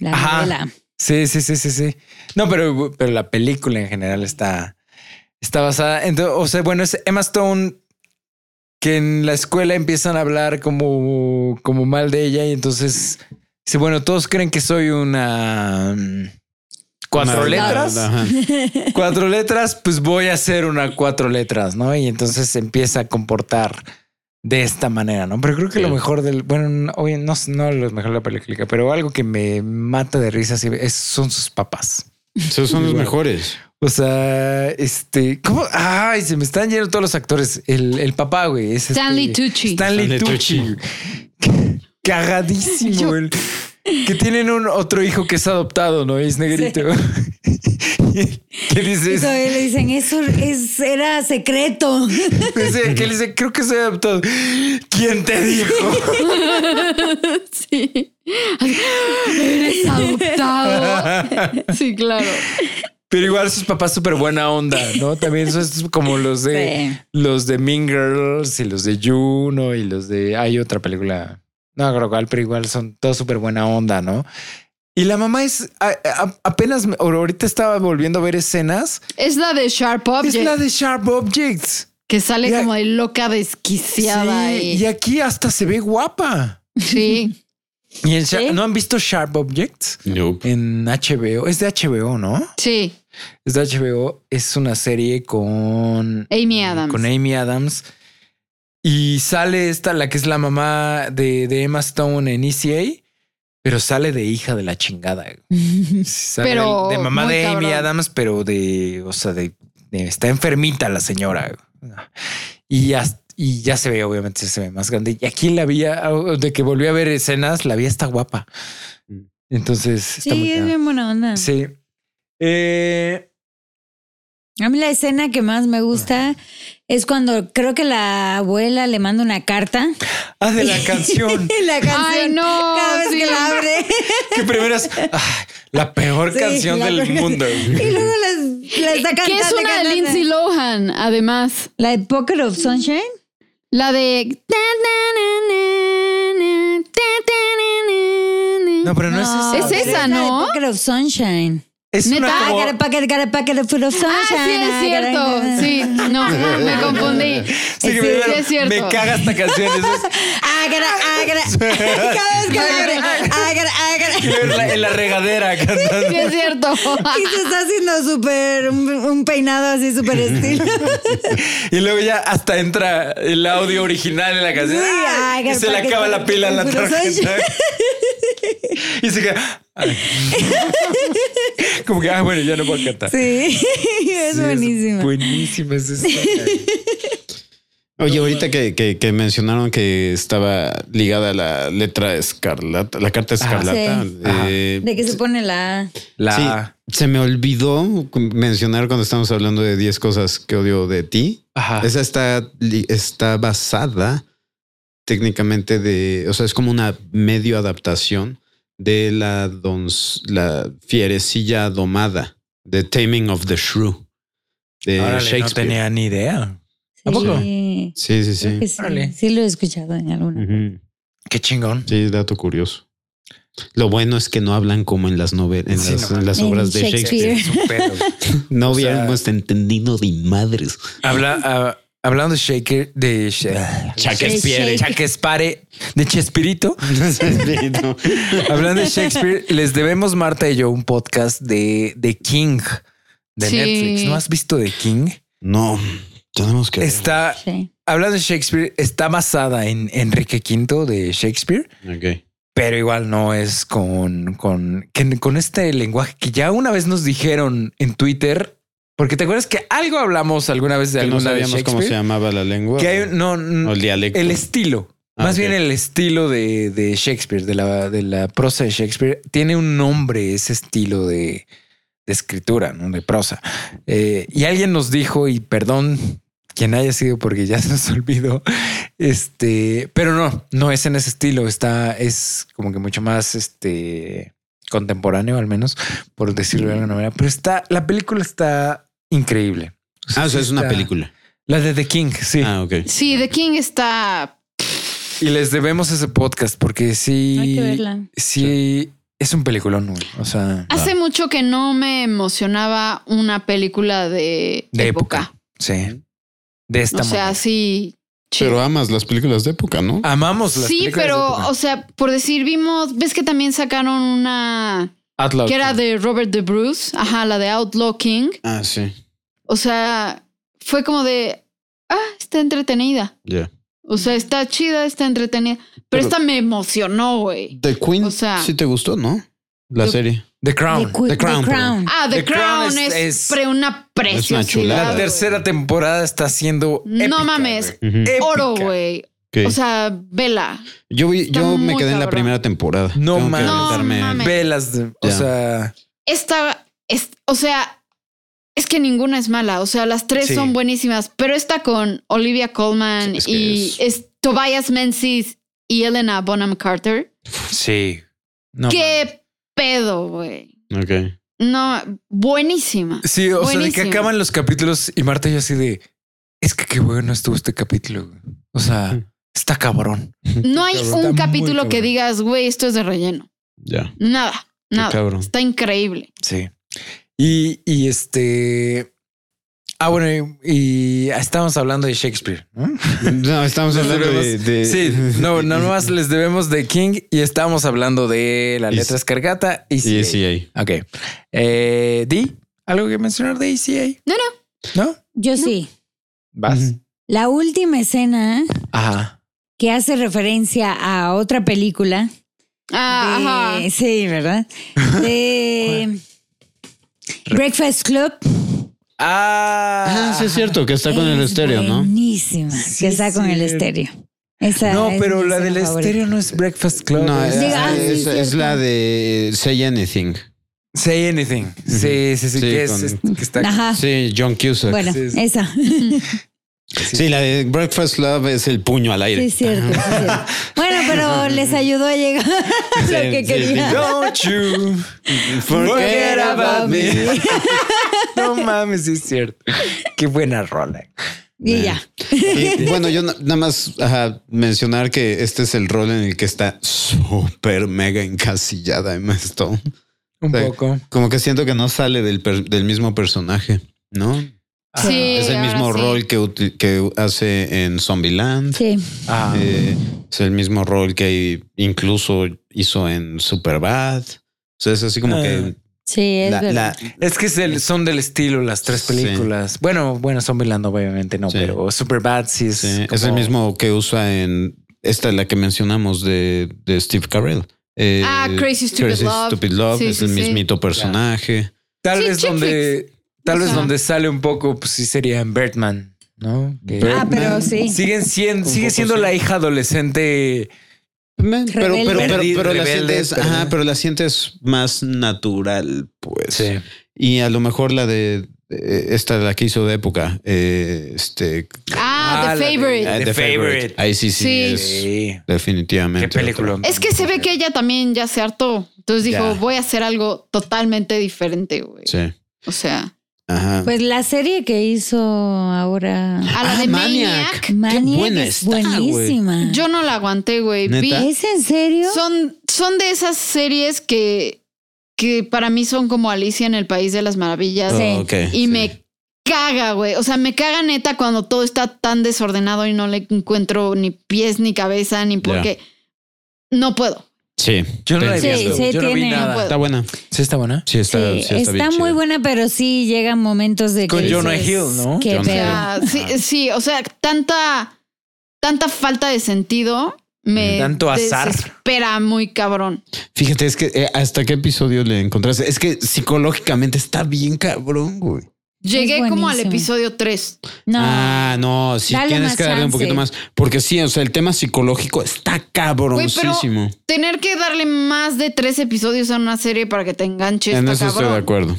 [SPEAKER 5] La
[SPEAKER 1] Ajá.
[SPEAKER 5] novela.
[SPEAKER 1] Sí, sí, sí, sí, sí. No, pero, pero la película en general está, está basada. En, o sea, bueno, es Emma Stone que en la escuela empiezan a hablar como, como mal de ella y entonces dice, bueno, todos creen que soy una... mm, Cuatro
[SPEAKER 2] Una-
[SPEAKER 1] letras.
[SPEAKER 2] Ajá.
[SPEAKER 1] cuatro letras, pues voy a hacer una cuatro letras, ¿no? Y entonces se empieza a comportar de esta manera, ¿no? Pero creo que lo
[SPEAKER 2] Sí.
[SPEAKER 1] mejor del, bueno, no, oye, no, no lo mejor de la película, pero algo que me mata de risa sí, es- son sus papás.
[SPEAKER 2] Esos son los mejores.
[SPEAKER 1] O sea, este, ¿cómo? Ay, se me están yendo todos los actores. El, el papá, güey. es este-
[SPEAKER 3] Stanley Tucci.
[SPEAKER 1] Stanley
[SPEAKER 2] Stanley
[SPEAKER 1] Tucci. Cagadísimo.
[SPEAKER 3] Yo-
[SPEAKER 1] el-
[SPEAKER 7] Que tienen un otro hijo que es adoptado, ¿no? Y es negrito. ¿Qué
[SPEAKER 5] Y
[SPEAKER 7] dices?
[SPEAKER 5] todavía le dicen, eso es, era secreto.
[SPEAKER 7] Dice- Que le dice, creo que soy adoptado. ¿Quién te dijo?
[SPEAKER 3] Sí. Así, Eres adoptado. Sí, claro.
[SPEAKER 7] Pero igual sus papás súper buena onda, ¿no? También eso es como los de
[SPEAKER 5] Sí.
[SPEAKER 7] los de Mean Girls y los de Juno y los de hay otra película. No, creo cuál, pero igual son todos súper buena onda, ¿no? Y la mamá es a- a- apenas me- ahorita estaba volviendo a ver escenas.
[SPEAKER 3] Es la de Sharp Object
[SPEAKER 7] Es la de Sharp Objects.
[SPEAKER 3] que sale
[SPEAKER 7] Ya-
[SPEAKER 3] como de loca
[SPEAKER 7] Sí,
[SPEAKER 3] desquiciada
[SPEAKER 7] y
[SPEAKER 3] y,
[SPEAKER 7] aquí hasta se ve guapa.
[SPEAKER 3] sí.
[SPEAKER 7] Y en Sha-
[SPEAKER 5] Sí.
[SPEAKER 7] ¿No han visto Sharp Objects? En HBO. Es de HBO, ¿no?
[SPEAKER 3] Sí.
[SPEAKER 7] Es de HBO. Es una serie con
[SPEAKER 3] Amy Adams.
[SPEAKER 7] Con Amy Adams. Y sale esta, la que es la mamá de, de Emma Stone en ECA, pero sale de hija de la chingada. güey. Sale
[SPEAKER 3] Pero
[SPEAKER 7] de, de mamá
[SPEAKER 3] Oh, muy
[SPEAKER 7] de Amy
[SPEAKER 3] cabrón.
[SPEAKER 7] Adams, pero de, o sea, de, de- está enfermita la señora. güey. Y ya, y ya se ve, obviamente, se ve más grande. Y aquí la vi, ah, de que volví a ver escenas, la vi está guapa. Entonces, está muy
[SPEAKER 5] Sí, es
[SPEAKER 7] cabrón.
[SPEAKER 5] bien buena onda.
[SPEAKER 7] Sí. Eh,
[SPEAKER 5] A mí la escena que más me gusta es cuando creo que la abuela le manda una carta.
[SPEAKER 7] ah, de la canción.
[SPEAKER 5] la canción.
[SPEAKER 3] Ay, no,
[SPEAKER 5] Cada vez
[SPEAKER 3] sí.
[SPEAKER 5] que la abre.
[SPEAKER 7] Que primero es ah, la peor
[SPEAKER 5] Sí,
[SPEAKER 7] canción
[SPEAKER 5] la
[SPEAKER 7] del
[SPEAKER 5] peor
[SPEAKER 7] mundo.
[SPEAKER 5] Y luego las- la está
[SPEAKER 3] Que es
[SPEAKER 5] cantando,
[SPEAKER 3] una de
[SPEAKER 5] cantando.
[SPEAKER 3] Lindsay Lohan, además.
[SPEAKER 5] La de Poker of Sunshine.
[SPEAKER 3] La de.
[SPEAKER 7] No, pero no, es
[SPEAKER 3] esa.
[SPEAKER 7] esa.
[SPEAKER 3] Es esa,
[SPEAKER 5] Ah, la de
[SPEAKER 3] ¿no?
[SPEAKER 5] Pocket of Sunshine.
[SPEAKER 7] Es
[SPEAKER 3] ¿Neta?
[SPEAKER 7] una
[SPEAKER 5] I
[SPEAKER 7] como-
[SPEAKER 5] got a pocket, got a pocket of full of sunshine.
[SPEAKER 3] Ah, sí, es
[SPEAKER 5] I got
[SPEAKER 3] cierto.
[SPEAKER 5] a-
[SPEAKER 3] Sí, no, me confundí.
[SPEAKER 7] Sí,
[SPEAKER 3] Sí,
[SPEAKER 7] que primero,
[SPEAKER 3] sí, es cierto.
[SPEAKER 7] Me caga esta canción. eso es-
[SPEAKER 5] I got a- I got a- Cada vez que la abre, I got a- I got a-
[SPEAKER 7] y luego en la- en la regadera cantando.
[SPEAKER 3] Sí, es cierto.
[SPEAKER 5] Y se está haciendo súper un, un peinado así súper estilo.
[SPEAKER 7] Y luego ya hasta entra el audio original en la canción.
[SPEAKER 5] Sí,
[SPEAKER 7] ¡Ah!
[SPEAKER 5] ay,
[SPEAKER 7] y se le
[SPEAKER 5] porque-
[SPEAKER 7] acaba la pila en la
[SPEAKER 5] porque soy
[SPEAKER 7] tarjeta. Y se queda. ay. Como que, ah, bueno, ya no puedo cantar.
[SPEAKER 5] Sí, es
[SPEAKER 7] Sí,
[SPEAKER 5] buenísimo.
[SPEAKER 7] Buenísima es esa.
[SPEAKER 2] Oye, ahorita que, que- que mencionaron que estaba ligada a la letra escarlata, la carta escarlata.
[SPEAKER 5] Sí.
[SPEAKER 2] eh,
[SPEAKER 5] De que se pone la...
[SPEAKER 7] La.
[SPEAKER 2] sí, se me olvidó mencionar cuando estamos hablando de 10 cosas que odio de ti.
[SPEAKER 7] Ajá.
[SPEAKER 2] Esa está, li- está basada técnicamente de, o sea, es como una medio adaptación de la, dons- la fierecilla domada, de Taming of the Shrew, de
[SPEAKER 7] Órale, no
[SPEAKER 2] Shakespeare.
[SPEAKER 7] tenía ni idea. ¿A poco?
[SPEAKER 5] Sí,
[SPEAKER 2] Sí, sí,
[SPEAKER 5] creo que
[SPEAKER 2] sí.
[SPEAKER 5] sí.
[SPEAKER 7] Órale.
[SPEAKER 5] Sí lo he escuchado en alguna.
[SPEAKER 2] Ujú.
[SPEAKER 7] Qué chingón.
[SPEAKER 2] Sí, dato curioso. Lo bueno es que no hablan como en las novelas, en,
[SPEAKER 7] Sí,
[SPEAKER 2] las,
[SPEAKER 7] no.
[SPEAKER 2] en las
[SPEAKER 5] En
[SPEAKER 2] obras de Shakespeare.
[SPEAKER 5] Shakespeare.
[SPEAKER 7] Es un pedo.
[SPEAKER 2] No
[SPEAKER 7] O sea-
[SPEAKER 2] hubiéramos entendido de madres.
[SPEAKER 7] Habla, ah, hablando de Shaker, de
[SPEAKER 5] Shakespeare.
[SPEAKER 7] Shakespeare, de Chespirito.
[SPEAKER 2] No.
[SPEAKER 7] Hablando de Shakespeare, les debemos Marta y yo un podcast de, de King de
[SPEAKER 3] Sí.
[SPEAKER 7] Netflix. ¿No has visto de King?
[SPEAKER 2] no, tenemos que.
[SPEAKER 7] Está
[SPEAKER 5] Sí.
[SPEAKER 7] hablando de Shakespeare, está basada en Enrique V de Shakespeare,
[SPEAKER 2] Ok.
[SPEAKER 7] pero igual no es con con que- con este lenguaje que ya una vez nos dijeron en Twitter, porque te acuerdas que algo hablamos alguna vez de
[SPEAKER 2] Que no
[SPEAKER 7] alguna de
[SPEAKER 2] sabíamos
[SPEAKER 7] Shakespeare.
[SPEAKER 2] cómo se llamaba la lengua.
[SPEAKER 7] Que hay un- no, n-
[SPEAKER 2] o el dialecto.
[SPEAKER 7] el estilo.
[SPEAKER 2] Ah,
[SPEAKER 7] Más
[SPEAKER 2] ok.
[SPEAKER 7] bien el estilo de, de Shakespeare, de la, de la prosa de Shakespeare, tiene un nombre ese estilo de, de escritura, ¿no? de prosa. Eh, y alguien nos dijo, y perdón quien haya sido porque ya se nos olvidó, este, pero no, no es en ese estilo, está, es como que mucho más este, contemporáneo al menos, por decirlo
[SPEAKER 2] Mm.
[SPEAKER 7] de alguna manera, pero está, la película está increíble.
[SPEAKER 2] Ah, o sea, es una
[SPEAKER 7] Está-
[SPEAKER 2] película.
[SPEAKER 7] La de The King, sí.
[SPEAKER 2] Ah, ok.
[SPEAKER 3] Sí, The King está.
[SPEAKER 7] Y les debemos ese podcast porque sí.
[SPEAKER 5] Hay que verla.
[SPEAKER 7] Sí, es un peliculón, güey. O sea,
[SPEAKER 3] Hace mucho que no me emocionaba una película de,
[SPEAKER 7] de
[SPEAKER 3] época.
[SPEAKER 7] época. Sí. De esta
[SPEAKER 3] O sea,
[SPEAKER 7] manera.
[SPEAKER 3] sí. chido.
[SPEAKER 2] Pero amas las películas de época, ¿no?
[SPEAKER 7] Amamos las
[SPEAKER 3] Sí,
[SPEAKER 7] películas de
[SPEAKER 3] pero,
[SPEAKER 7] época.
[SPEAKER 3] o sea, por decir, vimos, ves que también sacaron una
[SPEAKER 7] Outlaw
[SPEAKER 3] que era
[SPEAKER 7] King.
[SPEAKER 3] de Robert de Bruce, ajá, la de Outlaw King.
[SPEAKER 2] Ah, sí.
[SPEAKER 3] O sea, fue como de, ah, está entretenida.
[SPEAKER 2] Ya.
[SPEAKER 3] O sea, está chida, está entretenida. Pero,
[SPEAKER 2] Pero-
[SPEAKER 3] esta me emocionó, güey.
[SPEAKER 2] The Queen
[SPEAKER 3] O sea-
[SPEAKER 2] sí te gustó, ¿no? La
[SPEAKER 3] The-
[SPEAKER 2] serie.
[SPEAKER 7] The Crown.
[SPEAKER 5] The Cu-
[SPEAKER 2] The Crown,
[SPEAKER 5] The Crown.
[SPEAKER 3] Ah, The,
[SPEAKER 7] The
[SPEAKER 3] Crown,
[SPEAKER 7] Crown
[SPEAKER 3] es,
[SPEAKER 7] es- es-
[SPEAKER 3] pre- una
[SPEAKER 2] es una
[SPEAKER 3] preciosidad.
[SPEAKER 2] chulada.
[SPEAKER 7] La
[SPEAKER 3] güey.
[SPEAKER 7] tercera temporada está siendo.
[SPEAKER 3] No
[SPEAKER 7] épica,
[SPEAKER 3] mames.
[SPEAKER 7] güey. Épica.
[SPEAKER 3] Oro, güey.
[SPEAKER 2] Ok.
[SPEAKER 3] O sea, vela.
[SPEAKER 2] yo vi-
[SPEAKER 3] está
[SPEAKER 2] yo me
[SPEAKER 3] muy
[SPEAKER 2] quedé en la
[SPEAKER 3] cabrón.
[SPEAKER 2] primera temporada.
[SPEAKER 7] No
[SPEAKER 2] Tengo que
[SPEAKER 7] mames.
[SPEAKER 3] No
[SPEAKER 2] aventarme-
[SPEAKER 3] mames.
[SPEAKER 7] Velas, de- o
[SPEAKER 2] Ya.
[SPEAKER 7] sea,
[SPEAKER 3] Esta, es, o sea, es que ninguna es mala. O sea, las tres
[SPEAKER 7] Sí.
[SPEAKER 3] son buenísimas, pero esta con Olivia Colman
[SPEAKER 2] Sí, es que
[SPEAKER 3] y
[SPEAKER 2] es-
[SPEAKER 3] es Tobias Menzies y Elena Bonham Carter.
[SPEAKER 7] sí. No
[SPEAKER 3] ¿Qué pedo, güey?
[SPEAKER 2] Ok.
[SPEAKER 3] No, buenísima.
[SPEAKER 7] Sí, o sea, de
[SPEAKER 3] Buenísimo.
[SPEAKER 7] que acaban los capítulos y Marta yo así de es que qué bueno estuvo este capítulo. güey". O sea, está cabrón.
[SPEAKER 3] No hay
[SPEAKER 7] Cabrón,
[SPEAKER 3] un
[SPEAKER 7] está muy
[SPEAKER 3] capítulo que
[SPEAKER 7] cabrón.
[SPEAKER 3] digas, güey, esto es de relleno.
[SPEAKER 2] Ya.
[SPEAKER 3] Nada,
[SPEAKER 2] Qué
[SPEAKER 3] nada.
[SPEAKER 2] cabrón.
[SPEAKER 3] Está increíble.
[SPEAKER 7] Sí. Y, y este. Ah, bueno, y, y estábamos hablando de Shakespeare. ¿no?
[SPEAKER 2] No, estamos
[SPEAKER 7] Les
[SPEAKER 2] hablando de,
[SPEAKER 7] debemos-
[SPEAKER 2] de-
[SPEAKER 7] Sí, no, nada más les debemos de King y estábamos hablando de la
[SPEAKER 2] Y-
[SPEAKER 7] letra escargata y
[SPEAKER 2] Y
[SPEAKER 7] sí.
[SPEAKER 2] ECA.
[SPEAKER 7] Ok. Eh, Di, ¿algo que mencionar de E ECA?
[SPEAKER 3] No,
[SPEAKER 7] no. ¿No?
[SPEAKER 5] Yo sí.
[SPEAKER 7] Vas.
[SPEAKER 5] La última escena
[SPEAKER 7] Ajá.
[SPEAKER 5] que hace referencia a otra película.
[SPEAKER 3] Ah, ajá.
[SPEAKER 5] de- Sí, ¿verdad? De Breakfast Club.
[SPEAKER 7] Ah,
[SPEAKER 2] Ah, sí es cierto, que está con el
[SPEAKER 5] Es
[SPEAKER 2] estéreo, ¿no?
[SPEAKER 5] Buenísima.
[SPEAKER 7] Sí,
[SPEAKER 5] que está con el
[SPEAKER 7] cierto.
[SPEAKER 5] estéreo. Esa
[SPEAKER 7] No,
[SPEAKER 5] es
[SPEAKER 7] pero
[SPEAKER 5] mi
[SPEAKER 7] la del
[SPEAKER 5] escena favorita.
[SPEAKER 7] estéreo no es Breakfast Club.
[SPEAKER 2] No,
[SPEAKER 7] es-
[SPEAKER 2] es,
[SPEAKER 5] Diga, ah, sí,
[SPEAKER 2] es- es
[SPEAKER 5] cierto.
[SPEAKER 2] la de Say Anything.
[SPEAKER 7] Say Anything. Sí, sí, sí.
[SPEAKER 2] Sí,
[SPEAKER 7] que, es-
[SPEAKER 2] con-
[SPEAKER 7] es- que está.
[SPEAKER 5] Ajá.
[SPEAKER 2] Sí, John Cusack.
[SPEAKER 5] Ah. Bueno,
[SPEAKER 7] Sí, sí.
[SPEAKER 5] esa.
[SPEAKER 2] Sí, la de Breakfast Love es el puño al
[SPEAKER 5] Sí,
[SPEAKER 2] aire.
[SPEAKER 5] es cierto. sí, es cierto. Bueno, pero les ayudó a llegar a lo
[SPEAKER 2] Sí,
[SPEAKER 5] que
[SPEAKER 2] sí,
[SPEAKER 5] quería.
[SPEAKER 2] sí.
[SPEAKER 7] Don't you forget about me. No mames, sí es cierto. Qué buena rola.
[SPEAKER 5] Y ya.
[SPEAKER 2] Y, bueno, yo na- nada más ajá, mencionar que este es el rol en el que está súper mega encasillada Emma Stone.
[SPEAKER 7] Un
[SPEAKER 2] Sí.
[SPEAKER 7] poco.
[SPEAKER 2] Como que siento que no sale del, per- del mismo personaje, ¿no?
[SPEAKER 3] Sí,
[SPEAKER 2] es el
[SPEAKER 3] ahora
[SPEAKER 2] mismo
[SPEAKER 3] sí.
[SPEAKER 2] rol que, uti- que hace en Zombieland.
[SPEAKER 5] Sí.
[SPEAKER 7] Ah,
[SPEAKER 2] Eh, es el mismo rol que incluso hizo en Superbad. O sea, es así como
[SPEAKER 7] Ah.
[SPEAKER 2] que
[SPEAKER 5] Sí, es
[SPEAKER 2] la,
[SPEAKER 5] verdad.
[SPEAKER 2] la-
[SPEAKER 7] es que es el- son del estilo las tres
[SPEAKER 2] Sí.
[SPEAKER 7] películas. Bueno, bueno, son bailando, obviamente no,
[SPEAKER 2] Sí.
[SPEAKER 7] pero Superbad sí es.
[SPEAKER 2] sí, es
[SPEAKER 7] como-
[SPEAKER 2] el mismo que usa en esta, la que mencionamos de, de Steve Carell. Eh,
[SPEAKER 3] Ah, Crazy Stupid Love.
[SPEAKER 2] Stupid Love
[SPEAKER 3] Sí,
[SPEAKER 2] es
[SPEAKER 3] sí,
[SPEAKER 2] el
[SPEAKER 3] sí.
[SPEAKER 2] mismito personaje.
[SPEAKER 7] Tal
[SPEAKER 3] Sí,
[SPEAKER 7] vez
[SPEAKER 3] chick
[SPEAKER 7] donde. Tal
[SPEAKER 3] O
[SPEAKER 7] vez
[SPEAKER 3] sea.
[SPEAKER 7] donde sale un poco, pues sí sería en Birdman, ¿no? Que-
[SPEAKER 5] Ah, pero sí.
[SPEAKER 7] Siguen siendo,
[SPEAKER 2] Un
[SPEAKER 7] sigue
[SPEAKER 2] poco
[SPEAKER 7] siendo
[SPEAKER 2] sí.
[SPEAKER 7] la hija adolescente.
[SPEAKER 2] Me- Pero, pero, pero,
[SPEAKER 7] Rebelde.
[SPEAKER 2] pero la
[SPEAKER 7] Rebelde,
[SPEAKER 2] sientes,
[SPEAKER 7] pero-
[SPEAKER 2] ajá, pero la sientes más natural, pues. Y a lo mejor la de eh, esta, la que hizo de época, eh, este,
[SPEAKER 3] Ah,
[SPEAKER 7] Ah,
[SPEAKER 3] The
[SPEAKER 7] la de-
[SPEAKER 3] Favorite.
[SPEAKER 7] The Favorite.
[SPEAKER 2] Ahí sí, sí,
[SPEAKER 3] Sí.
[SPEAKER 2] es
[SPEAKER 7] Sí.
[SPEAKER 2] definitivamente.
[SPEAKER 7] Qué película.
[SPEAKER 3] Es que se ve que ella también ya se hartó. Entonces dijo,
[SPEAKER 2] Ya.
[SPEAKER 3] voy a hacer algo totalmente diferente, güey.
[SPEAKER 2] Sí.
[SPEAKER 3] O sea,
[SPEAKER 2] Ajá.
[SPEAKER 5] Pues la serie que hizo ahora.
[SPEAKER 3] a la
[SPEAKER 2] Ah,
[SPEAKER 3] de
[SPEAKER 2] Maniac.
[SPEAKER 3] Maniac,
[SPEAKER 5] Maniac
[SPEAKER 2] buena
[SPEAKER 5] es
[SPEAKER 2] está, güey.
[SPEAKER 5] buenísima.
[SPEAKER 3] yo no la aguanté, güey.
[SPEAKER 2] ¿Neta?
[SPEAKER 3] Vi-
[SPEAKER 5] ¿Es en serio?
[SPEAKER 3] son, son de esas series que, que para mí son como Alicia en el País de las Maravillas.
[SPEAKER 5] Sí.
[SPEAKER 2] Oh, ok,
[SPEAKER 3] Y
[SPEAKER 2] sí.
[SPEAKER 3] me caga, güey. O sea, me caga neta cuando todo está tan desordenado y no le encuentro ni pies, ni cabeza, ni por
[SPEAKER 2] Ya.
[SPEAKER 3] qué. No puedo.
[SPEAKER 2] Sí.
[SPEAKER 7] Yo no la he
[SPEAKER 5] Sí,
[SPEAKER 7] visto.
[SPEAKER 5] sí,
[SPEAKER 7] Yo no vi
[SPEAKER 5] tiene-
[SPEAKER 7] nada.
[SPEAKER 2] Está buena.
[SPEAKER 7] ¿Sí está buena?
[SPEAKER 2] Sí, está,
[SPEAKER 5] Sí,
[SPEAKER 2] sí, está, bien
[SPEAKER 5] muy
[SPEAKER 2] chida.
[SPEAKER 5] buena, pero sí llegan momentos de que.
[SPEAKER 7] Con Jonah
[SPEAKER 5] dices,
[SPEAKER 7] Hill, ¿no?
[SPEAKER 5] Qué
[SPEAKER 2] Jonah
[SPEAKER 3] O
[SPEAKER 5] pedo.
[SPEAKER 3] sea, sí, sí, o sea, tanta, tanta falta de sentido me
[SPEAKER 7] Tanto azar.
[SPEAKER 3] desespera muy cabrón.
[SPEAKER 2] Fíjate, es que eh, hasta qué episodio le encontraste. Es que psicológicamente está bien cabrón, güey.
[SPEAKER 3] Llegué
[SPEAKER 5] Es
[SPEAKER 3] como al
[SPEAKER 5] buenísimo.
[SPEAKER 3] episodio 3.
[SPEAKER 5] No.
[SPEAKER 2] Ah, no, sí
[SPEAKER 5] Dale
[SPEAKER 2] tienes
[SPEAKER 5] más
[SPEAKER 2] que darle un
[SPEAKER 5] chance.
[SPEAKER 2] poquito más. Porque sí, o sea, el tema psicológico está cabroncísimo.
[SPEAKER 3] Tener que darle más de tres episodios a una serie para que te enganches.
[SPEAKER 2] en
[SPEAKER 3] está
[SPEAKER 2] eso estoy
[SPEAKER 3] cabrón.
[SPEAKER 2] de acuerdo.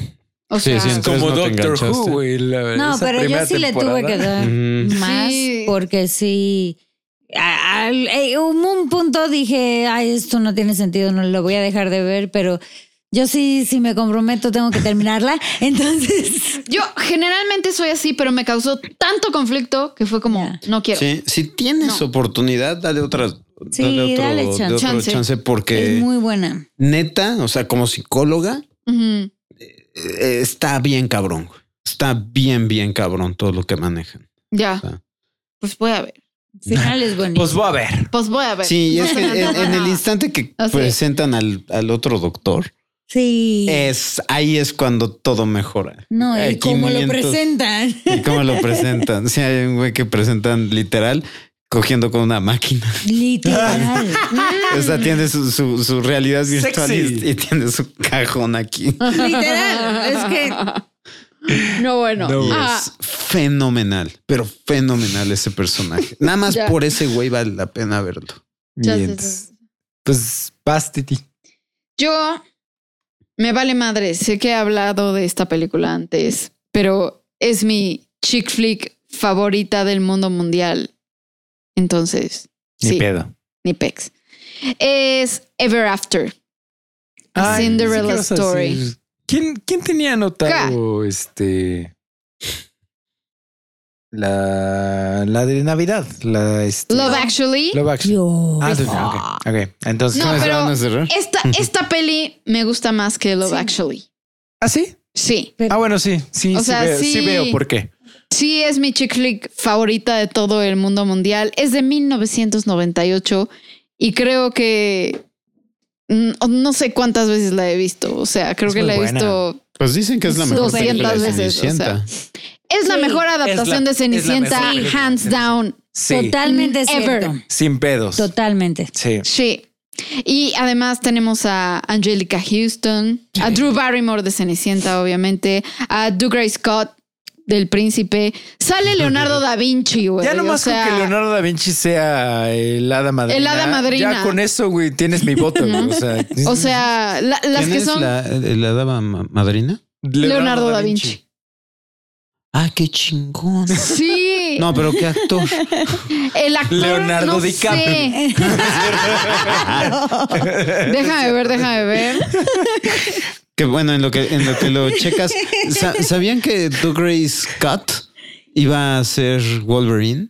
[SPEAKER 3] O
[SPEAKER 2] Sí,
[SPEAKER 3] sea,
[SPEAKER 2] sí, entiendo.
[SPEAKER 7] Como
[SPEAKER 2] no te
[SPEAKER 7] Doctor
[SPEAKER 2] enganchaste.
[SPEAKER 7] Who, güey. la-
[SPEAKER 5] no,
[SPEAKER 7] esa
[SPEAKER 5] pero yo
[SPEAKER 7] primera
[SPEAKER 5] sí le tuve que
[SPEAKER 7] temporada.
[SPEAKER 5] dar
[SPEAKER 2] Ujú.
[SPEAKER 5] más
[SPEAKER 3] Sí.
[SPEAKER 5] porque sí. a- al- eh, hubo un punto dije, ay, esto no tiene sentido, no lo voy a dejar de ver, pero yo sí, si me comprometo, tengo que terminarla. Entonces,
[SPEAKER 3] Yo generalmente soy así, pero me causó tanto conflicto que fue como,
[SPEAKER 5] Ya.
[SPEAKER 3] no quiero.
[SPEAKER 2] Sí, si tienes
[SPEAKER 3] No.
[SPEAKER 2] oportunidad, dale otra.
[SPEAKER 5] Sí,
[SPEAKER 2] dale, otro,
[SPEAKER 5] dale
[SPEAKER 2] de
[SPEAKER 5] chance.
[SPEAKER 2] otro chance.
[SPEAKER 3] Chance.
[SPEAKER 2] porque
[SPEAKER 5] es muy buena.
[SPEAKER 2] neta, o sea, como psicóloga,
[SPEAKER 3] Ujú.
[SPEAKER 2] eh, está bien cabrón. güey. Está bien, bien cabrón todo lo que manejan.
[SPEAKER 3] Ya.
[SPEAKER 2] Está.
[SPEAKER 3] Pues voy a ver.
[SPEAKER 5] El final es bonito.
[SPEAKER 7] Pues voy a ver.
[SPEAKER 3] Pues voy a ver.
[SPEAKER 2] Sí, y es que en, en el instante que
[SPEAKER 5] Ah,
[SPEAKER 3] O sea-
[SPEAKER 2] presentan al, al otro doctor,
[SPEAKER 5] sí.
[SPEAKER 7] eh,
[SPEAKER 2] es ahí es cuando todo mejora.
[SPEAKER 5] no, y
[SPEAKER 2] aquí
[SPEAKER 5] como lo
[SPEAKER 2] movimientos-
[SPEAKER 5] presentan.
[SPEAKER 2] ¿Y cómo lo presentan? Sí, hay un güey que presentan literal cogiendo con una máquina.
[SPEAKER 5] Literal.
[SPEAKER 2] O sea, tiene su, su, su realidad virtual y-
[SPEAKER 7] Sexy.
[SPEAKER 2] y tiene su cajón aquí.
[SPEAKER 5] Literal. Es que
[SPEAKER 3] No, bueno.
[SPEAKER 1] No, pues,
[SPEAKER 3] Ah,
[SPEAKER 2] Es fenomenal, pero fenomenal ese personaje. Nada más
[SPEAKER 3] Ya.
[SPEAKER 2] por ese güey vale la pena verlo.
[SPEAKER 3] ya sé,
[SPEAKER 2] Mientras-
[SPEAKER 3] ya sé.
[SPEAKER 1] Pues vas, Titi.
[SPEAKER 3] Yo me vale madre. Sé que he hablado de esta película antes, pero es mi chick flick favorita del mundo mundial. Entonces,
[SPEAKER 1] Ni
[SPEAKER 3] sí,
[SPEAKER 1] pedo.
[SPEAKER 3] ni pex. Es Ever After. A
[SPEAKER 1] Ay,
[SPEAKER 3] Cinderella
[SPEAKER 1] ¿qué vas a
[SPEAKER 3] Story.
[SPEAKER 1] decir? ¿Quién, quién tenía anotado este? La, la de Navidad. La este,
[SPEAKER 3] Love Actually.
[SPEAKER 1] Love Actually.
[SPEAKER 5] Yo.
[SPEAKER 3] Pues,
[SPEAKER 1] Ah, sí, sí, ok, ok. Entonces.
[SPEAKER 3] No,
[SPEAKER 1] ¿cómo es?
[SPEAKER 3] pero-
[SPEAKER 2] ¿Van a cerrar?
[SPEAKER 3] Esta, esta peli me gusta más que Love
[SPEAKER 5] Sí.
[SPEAKER 3] Actually.
[SPEAKER 1] ¿Ah, sí?
[SPEAKER 3] Sí,
[SPEAKER 1] Ah, bueno, sí. Sí,
[SPEAKER 3] O
[SPEAKER 1] sí,
[SPEAKER 3] sea,
[SPEAKER 1] veo, sí
[SPEAKER 3] sí.
[SPEAKER 1] veo por qué.
[SPEAKER 3] sí es mi chick flick favorita de todo el mundo mundial. Es de 1998 y creo que mm, no sé cuántas veces la he visto. O sea, creo
[SPEAKER 1] Es
[SPEAKER 3] que
[SPEAKER 1] muy
[SPEAKER 3] la he
[SPEAKER 1] buena.
[SPEAKER 3] visto.
[SPEAKER 2] Pues dicen que es la mejor
[SPEAKER 3] 200
[SPEAKER 2] película de
[SPEAKER 3] veces, o
[SPEAKER 2] Cenicienta.
[SPEAKER 3] Es la
[SPEAKER 5] Sí,
[SPEAKER 3] mejor adaptación
[SPEAKER 1] la-
[SPEAKER 3] de
[SPEAKER 1] es la
[SPEAKER 3] Cenicienta,
[SPEAKER 1] mejor película
[SPEAKER 3] hands
[SPEAKER 1] de Cenicienta.
[SPEAKER 3] down.
[SPEAKER 1] Sí.
[SPEAKER 5] Totalmente
[SPEAKER 3] Ever.
[SPEAKER 5] cierto.
[SPEAKER 1] Sin pedos.
[SPEAKER 5] Totalmente.
[SPEAKER 1] Sí.
[SPEAKER 3] Sí. Y además tenemos a Angelica Houston, a Drew Barrymore de Cenicienta, obviamente, a Dougray Scott del Príncipe. Sale Leonardo da Vinci, güey.
[SPEAKER 1] Ya nomás
[SPEAKER 3] o sea,
[SPEAKER 1] con que Leonardo da Vinci sea el hada madrina.
[SPEAKER 3] El hada madrina.
[SPEAKER 1] Ya con eso, güey, tienes mi voto. güey, O sea,
[SPEAKER 3] O sea, la- las
[SPEAKER 2] ¿Quién
[SPEAKER 3] que
[SPEAKER 2] es
[SPEAKER 3] son
[SPEAKER 2] la, eh, la dama ma- madrina?
[SPEAKER 3] Leonardo, da Vinci.
[SPEAKER 2] Ah, qué chingón.
[SPEAKER 3] Sí.
[SPEAKER 2] No, pero qué actor.
[SPEAKER 3] El actor.
[SPEAKER 1] Leonardo
[SPEAKER 3] no
[SPEAKER 1] DiCaprio.
[SPEAKER 3] sé. déjame ver, déjame ver.
[SPEAKER 2] Que bueno, en lo que, en lo que lo checas. sa- ¿Sabían que Dougray Scott iba a ser Wolverine?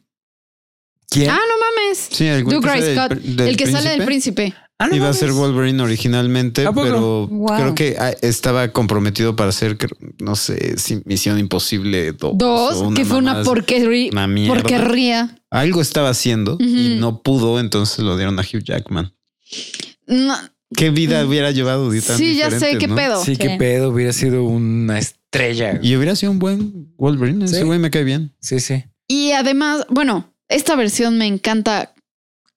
[SPEAKER 1] ¿Quién?
[SPEAKER 3] Ah, no mames.
[SPEAKER 2] Sí, el güey que
[SPEAKER 3] Dougray
[SPEAKER 2] sale del
[SPEAKER 3] Scott,
[SPEAKER 2] pr- del
[SPEAKER 3] el que sale del
[SPEAKER 2] príncipe.
[SPEAKER 3] príncipe.
[SPEAKER 1] Ah, no
[SPEAKER 2] Iba a
[SPEAKER 1] mames.
[SPEAKER 2] ser Wolverine originalmente,
[SPEAKER 1] ¿A poco?
[SPEAKER 2] pero
[SPEAKER 5] Wow.
[SPEAKER 2] creo que ah, estaba comprometido para hacer, creo, no sé, si Misión Imposible 2.
[SPEAKER 3] Dos,
[SPEAKER 2] o
[SPEAKER 3] que fue una
[SPEAKER 2] mamada así.
[SPEAKER 3] porquería.
[SPEAKER 2] Una mierda.
[SPEAKER 3] Porquería.
[SPEAKER 2] Algo estaba haciendo
[SPEAKER 3] Ujú.
[SPEAKER 2] y no pudo, entonces lo dieron a Hugh Jackman.
[SPEAKER 3] No,
[SPEAKER 2] ¿Qué vida hubiera llevado Di tan
[SPEAKER 3] sí, ya sé
[SPEAKER 2] diferente,
[SPEAKER 3] qué
[SPEAKER 2] no?
[SPEAKER 3] pedo.
[SPEAKER 1] Sí, qué
[SPEAKER 5] Sí.
[SPEAKER 1] pedo. Hubiera sido una estrella. güey.
[SPEAKER 2] Y hubiera sido un buen Wolverine.
[SPEAKER 1] Sí.
[SPEAKER 2] Ese güey me cae bien.
[SPEAKER 1] Sí, sí.
[SPEAKER 3] Y además, bueno, esta versión me encanta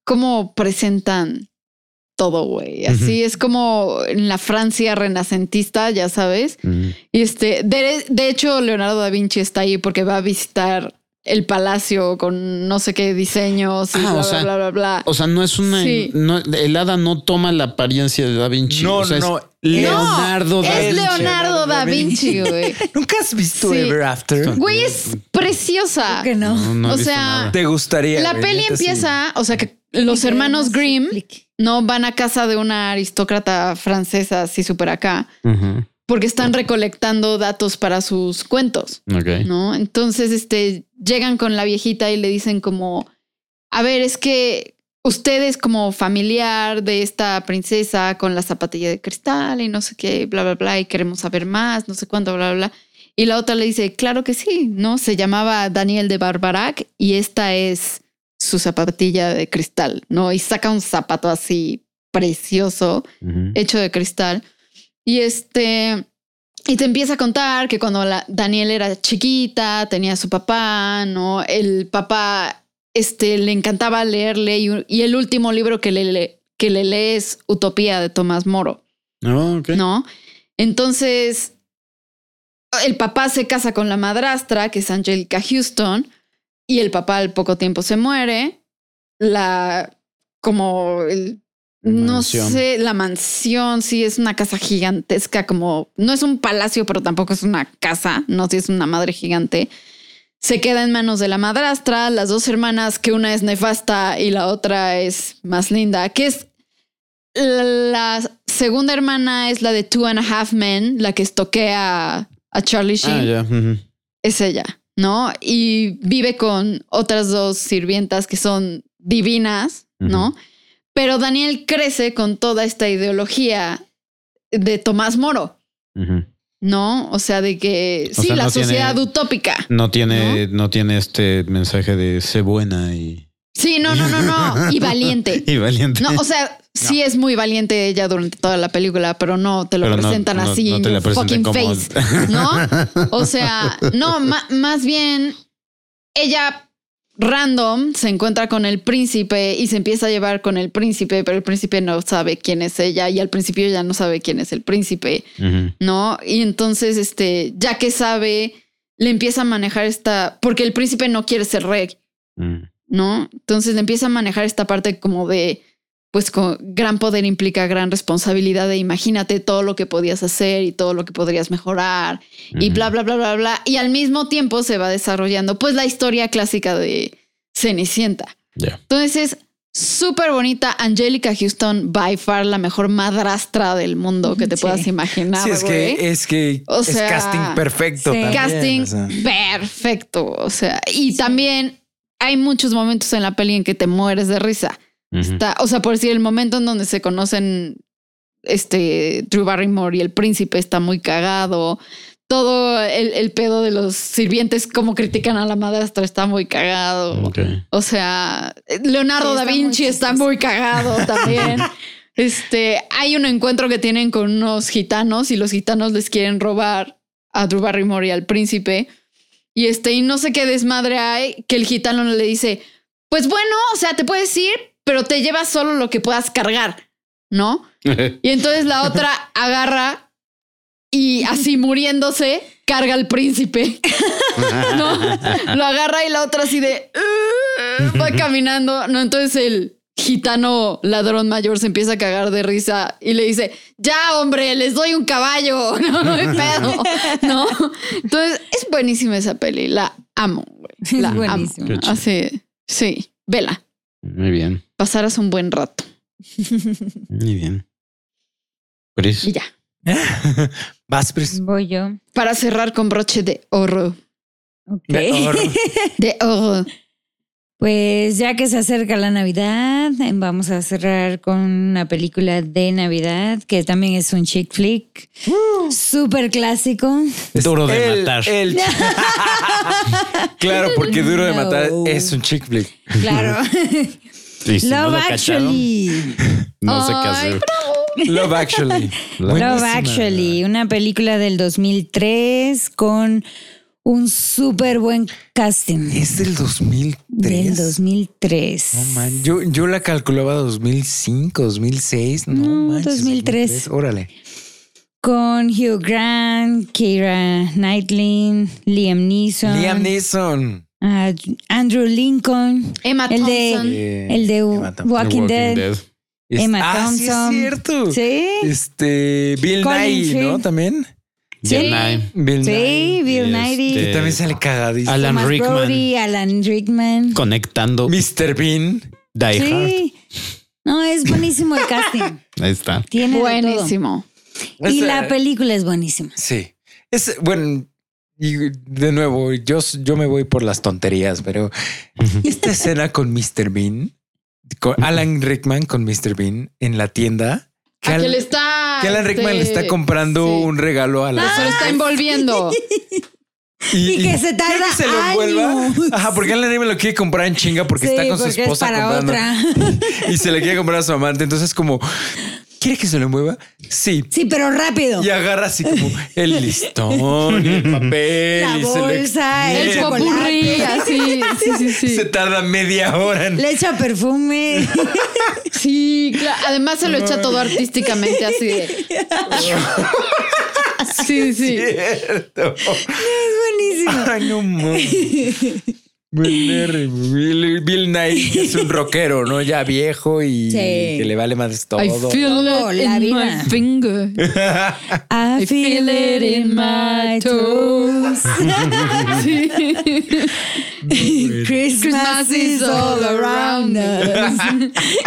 [SPEAKER 3] cómo presentan todo, güey. Así es como en la Francia renacentista, ya sabes. Y este, de, de hecho, Leonardo da Vinci está ahí porque va a visitar el palacio con no sé qué diseños y
[SPEAKER 2] Ah,
[SPEAKER 3] bla,
[SPEAKER 2] o
[SPEAKER 3] bla,
[SPEAKER 2] sea,
[SPEAKER 3] bla, bla, bla.
[SPEAKER 2] O sea, no es una.
[SPEAKER 3] Sí.
[SPEAKER 2] No, el hada no toma la apariencia de Da Vinci.
[SPEAKER 1] No,
[SPEAKER 2] o sea, es
[SPEAKER 1] no.
[SPEAKER 2] Leonardo da
[SPEAKER 3] es
[SPEAKER 2] Vinci.
[SPEAKER 3] Leonardo da Vinci, güey.
[SPEAKER 1] ¿Nunca has visto
[SPEAKER 3] Sí.
[SPEAKER 1] Ever After?
[SPEAKER 3] Güey, es preciosa.
[SPEAKER 5] Que no.
[SPEAKER 2] No, no he
[SPEAKER 3] O
[SPEAKER 2] visto
[SPEAKER 3] sea,
[SPEAKER 2] nada.
[SPEAKER 1] Te gustaría.
[SPEAKER 3] La
[SPEAKER 1] güey,
[SPEAKER 3] peli
[SPEAKER 1] neta, sí.
[SPEAKER 3] empieza, o sea, que los hermanos Grimm no van a casa de una aristócrata francesa así súper acá,
[SPEAKER 2] Ujú,
[SPEAKER 3] porque están recolectando datos para sus cuentos,
[SPEAKER 2] ok.
[SPEAKER 3] ¿no? Entonces, este, llegan con la viejita y le dicen como, a ver, es que usted es como familiar de esta princesa con la zapatilla de cristal y no sé qué, bla, bla, bla, y queremos saber más, no sé cuánto, bla, bla, bla. Y la otra le dice, claro que sí, ¿no? Se llamaba Daniel de Barbarac y esta es su zapatilla de cristal, ¿no? Y saca un zapato así precioso
[SPEAKER 2] Ujú.
[SPEAKER 3] hecho de cristal. Y este. Y te empieza a contar que cuando la Daniel era chiquita, tenía a su papá, ¿no? El papá este, le encantaba leerle y, y el último libro que le, le- que le lee es Utopía de Tomás Moro,
[SPEAKER 2] Ah, ok.
[SPEAKER 3] ¿no? Entonces, el papá se casa con la madrastra, que es Angelica Houston, y el papá al poco tiempo se muere. La, como el no
[SPEAKER 2] Mansión.
[SPEAKER 3] sé, la mansión, sí, es una casa gigantesca, como no es un palacio, pero tampoco es una casa, no, sí es una madre gigante. Se queda en manos de la madrastra, las dos hermanas, que una es nefasta y la otra es más linda, que es la segunda hermana es la de Two and a Half Men, la que estoquea a Charlie Sheen
[SPEAKER 2] Ah, ya. ujú.
[SPEAKER 3] es ella, ¿no? Y vive con otras dos sirvientas que son divinas, ¿no? Pero Daniel crece con toda esta ideología de Tomás Moro,
[SPEAKER 2] Ujú.
[SPEAKER 3] ¿no? O sea, de que
[SPEAKER 2] O
[SPEAKER 3] sí,
[SPEAKER 2] sea,
[SPEAKER 3] la
[SPEAKER 2] no tiene-
[SPEAKER 3] sociedad utópica.
[SPEAKER 2] No tiene, ¿No? tiene este mensaje de sé buena y,
[SPEAKER 3] Sí, no, no, no, no. Y valiente.
[SPEAKER 2] y valiente.
[SPEAKER 3] No, o sea, sí es muy valiente ella durante toda la película, pero no te lo
[SPEAKER 2] Pero no-
[SPEAKER 3] presentan
[SPEAKER 2] no-
[SPEAKER 3] así
[SPEAKER 2] no te
[SPEAKER 3] in
[SPEAKER 2] la
[SPEAKER 3] your fucking
[SPEAKER 2] presentan como-
[SPEAKER 3] face, ¿no? O sea, no, ma- más bien ella random se encuentra con el príncipe y se empieza a llevar con el príncipe, pero el príncipe no sabe quién es ella y al principio ya no sabe quién es el príncipe, ¿no? Y entonces, este, ya que sabe, le empieza a manejar esta, porque el príncipe no quiere ser rey, ¿no? Entonces le empieza a manejar esta parte como de, pues con gran poder implica gran responsabilidad de imagínate todo lo que podías hacer y todo lo que podrías mejorar y bla, bla, bla, bla, bla. Y al mismo tiempo se va desarrollando pues la historia clásica de Cenicienta.
[SPEAKER 2] Ya.
[SPEAKER 3] Entonces es súper bonita. Angélica Houston, by far la mejor madrastra del mundo que te
[SPEAKER 5] Sí.
[SPEAKER 3] puedas imaginar.
[SPEAKER 7] sí, es
[SPEAKER 3] güey.
[SPEAKER 7] que es que
[SPEAKER 3] O
[SPEAKER 7] es
[SPEAKER 3] sea,
[SPEAKER 7] casting perfecto.
[SPEAKER 5] sí.
[SPEAKER 7] también,
[SPEAKER 3] casting
[SPEAKER 7] o sea.
[SPEAKER 3] perfecto. O sea, y también hay muchos momentos en la peli en que te mueres de risa. Está- o sea, por decir, el momento en donde se conocen este Drew Barrymore y el príncipe está muy cagado. Todo el, el pedo de los sirvientes, cómo critican a la madrastra, está muy cagado. O sea, Leonardo
[SPEAKER 5] Sí,
[SPEAKER 3] da
[SPEAKER 5] está
[SPEAKER 3] Vinci
[SPEAKER 5] muy
[SPEAKER 3] está
[SPEAKER 5] chistoso.
[SPEAKER 3] muy cagado también. Este, hay un encuentro que tienen con unos gitanos y los gitanos les quieren robar a Drew Barrymore y al príncipe. Y este, y no sé qué desmadre hay que el gitano le dice, pues bueno, o sea, te puedes ir, pero te llevas solo lo que puedas cargar, ¿no? Y entonces la otra agarra y así muriéndose carga al príncipe. no, lo agarra y la otra así de "Uh", va caminando. No, entonces el gitano ladrón mayor se empieza a cagar de risa y le dice, ya hombre, les doy un caballo, no, no hay pedo, ¿no? Entonces es buenísima esa peli, la amo, güey, la
[SPEAKER 5] Es buenísima.
[SPEAKER 3] amo.
[SPEAKER 2] Qué chido.
[SPEAKER 3] Así, sí, vela,
[SPEAKER 2] Muy bien.
[SPEAKER 3] pasarás un buen rato
[SPEAKER 2] Muy bien. Chris.
[SPEAKER 3] y ya.
[SPEAKER 7] Vas, Pris.
[SPEAKER 5] Voy yo.
[SPEAKER 3] Para cerrar con broche de oro,
[SPEAKER 5] Ok.
[SPEAKER 7] Ahora,
[SPEAKER 3] de oh, oro.
[SPEAKER 5] Pues ya que se acerca la Navidad, eh, vamos a cerrar con una película de Navidad que también es un chick flick, súper clásico.
[SPEAKER 2] Duro de
[SPEAKER 7] el-
[SPEAKER 2] matar.
[SPEAKER 7] el- claro, porque Duro de Matar
[SPEAKER 5] No.
[SPEAKER 7] es un chick flick.
[SPEAKER 5] Claro.
[SPEAKER 2] Y si no
[SPEAKER 5] Love
[SPEAKER 2] lo cacharon,
[SPEAKER 5] Actually.
[SPEAKER 2] no sé qué
[SPEAKER 3] Ay,
[SPEAKER 2] hacer.
[SPEAKER 7] Love Actually.
[SPEAKER 5] Love Actually, una película del 2003 con un súper buen casting
[SPEAKER 7] Es del 2003.
[SPEAKER 5] del 2003.
[SPEAKER 7] No man, yo, yo la calculaba 2005, 2006. No,
[SPEAKER 5] No,
[SPEAKER 7] manches,
[SPEAKER 5] 2003.
[SPEAKER 7] Órale.
[SPEAKER 5] Con Hugh Grant, Keira Knightley, Liam Neeson,
[SPEAKER 7] Liam Neeson.
[SPEAKER 5] ah, Andrew Lincoln,
[SPEAKER 3] Emma
[SPEAKER 5] El de-
[SPEAKER 3] Thompson.
[SPEAKER 7] Eh,
[SPEAKER 5] el de
[SPEAKER 7] Emma
[SPEAKER 5] Walking,
[SPEAKER 7] Thompson.
[SPEAKER 5] Dead.
[SPEAKER 7] Es-
[SPEAKER 5] Emma
[SPEAKER 7] ah, sí
[SPEAKER 5] Thompson.
[SPEAKER 7] es cierto.
[SPEAKER 5] Sí,
[SPEAKER 7] Este, Bill
[SPEAKER 5] Colin
[SPEAKER 7] Nye, ¿no?
[SPEAKER 5] Firth.
[SPEAKER 7] También.
[SPEAKER 2] Bill Nye.
[SPEAKER 7] Bill
[SPEAKER 5] sí,
[SPEAKER 7] Nye.
[SPEAKER 5] Bill
[SPEAKER 2] Este,
[SPEAKER 5] Knighty,
[SPEAKER 7] Que también sale cagadísimo.
[SPEAKER 2] Alan
[SPEAKER 5] Thomas
[SPEAKER 2] Rickman.
[SPEAKER 5] Brody, Alan Rickman.
[SPEAKER 2] Conectando
[SPEAKER 7] Mr. Bean.
[SPEAKER 2] Die Hard.
[SPEAKER 5] Sí. No, es buenísimo el casting.
[SPEAKER 2] Ahí está.
[SPEAKER 5] Tiene de todo.
[SPEAKER 3] Buenísimo.
[SPEAKER 5] Y
[SPEAKER 7] O sea,
[SPEAKER 5] la película es buenísima.
[SPEAKER 7] Sí. Es, bueno, y de nuevo, yo, yo me voy por las tonterías, pero esta escena con Mr. Bean, con Alan Rickman con Mr. Bean en la tienda.
[SPEAKER 5] Ah,
[SPEAKER 3] A
[SPEAKER 7] Al-
[SPEAKER 3] que le está.
[SPEAKER 7] que Alan Rickman le está
[SPEAKER 3] este,
[SPEAKER 7] comprando
[SPEAKER 3] sí. Ah,
[SPEAKER 7] un regalo a la
[SPEAKER 3] Se lo está envolviendo.
[SPEAKER 5] Y que se tarda
[SPEAKER 7] ¿quiere que se lo envuelva?
[SPEAKER 5] años.
[SPEAKER 7] Ajá, porque Alan Rickman lo quiere comprar en chinga porque
[SPEAKER 5] Sí,
[SPEAKER 7] está con su
[SPEAKER 5] porque
[SPEAKER 7] esposa
[SPEAKER 5] es para
[SPEAKER 7] comprando-
[SPEAKER 5] otra.
[SPEAKER 7] y se le quiere comprar a su amante. Entonces, como, ¿quiere que se lo envuelva? Sí.
[SPEAKER 5] Sí, pero rápido.
[SPEAKER 7] Y agarra así como el listón, y el papel,
[SPEAKER 5] La
[SPEAKER 7] y se lo
[SPEAKER 5] bolsa,
[SPEAKER 7] extiende.
[SPEAKER 5] el
[SPEAKER 3] El
[SPEAKER 5] chocolate.
[SPEAKER 3] popurrí, así. Sí, sí, sí.
[SPEAKER 7] Se tarda media hora en
[SPEAKER 5] Le echa perfume.
[SPEAKER 3] Sí, claro. Además se lo echa todo artísticamente así de. Sí, sí.
[SPEAKER 7] cierto.
[SPEAKER 5] es buenísimo.
[SPEAKER 7] Ay, no mames. Bill, Bill, Bill Nye que es un rockero, ¿no? Ya viejo y
[SPEAKER 5] Sí.
[SPEAKER 7] que le vale más todo.
[SPEAKER 3] I feel
[SPEAKER 5] Todo,
[SPEAKER 3] it
[SPEAKER 5] la
[SPEAKER 3] in
[SPEAKER 5] vida.
[SPEAKER 3] my finger.
[SPEAKER 5] I feel it in my toes.
[SPEAKER 3] Sí.
[SPEAKER 5] Christmas is all around us.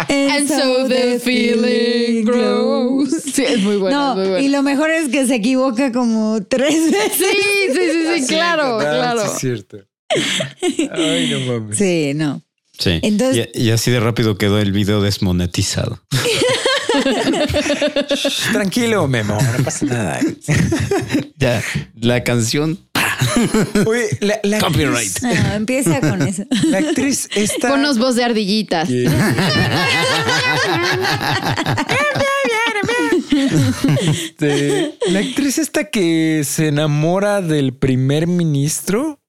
[SPEAKER 3] And so the feeling grows. Sí, es muy bueno.
[SPEAKER 5] No,
[SPEAKER 3] es muy bueno.
[SPEAKER 5] y lo mejor es que se equivoca como tres veces.
[SPEAKER 3] Sí, sí, sí, sí, claro,
[SPEAKER 7] Sí,
[SPEAKER 3] claro.
[SPEAKER 7] sí, es cierto. Ay, no mames.
[SPEAKER 5] Sí, no.
[SPEAKER 2] Sí.
[SPEAKER 5] Entonces-
[SPEAKER 2] y, y así de rápido quedó el video desmonetizado.
[SPEAKER 7] Tranquilo, Memo, no pasa nada.
[SPEAKER 2] Ya, la canción.
[SPEAKER 7] Oye, la, la
[SPEAKER 2] Copyright.
[SPEAKER 7] actriz-
[SPEAKER 5] No, empieza con eso.
[SPEAKER 7] la actriz esta.
[SPEAKER 3] Ponos voz de ardillitas.
[SPEAKER 7] que- Este, la actriz esta que se enamora del primer ministro.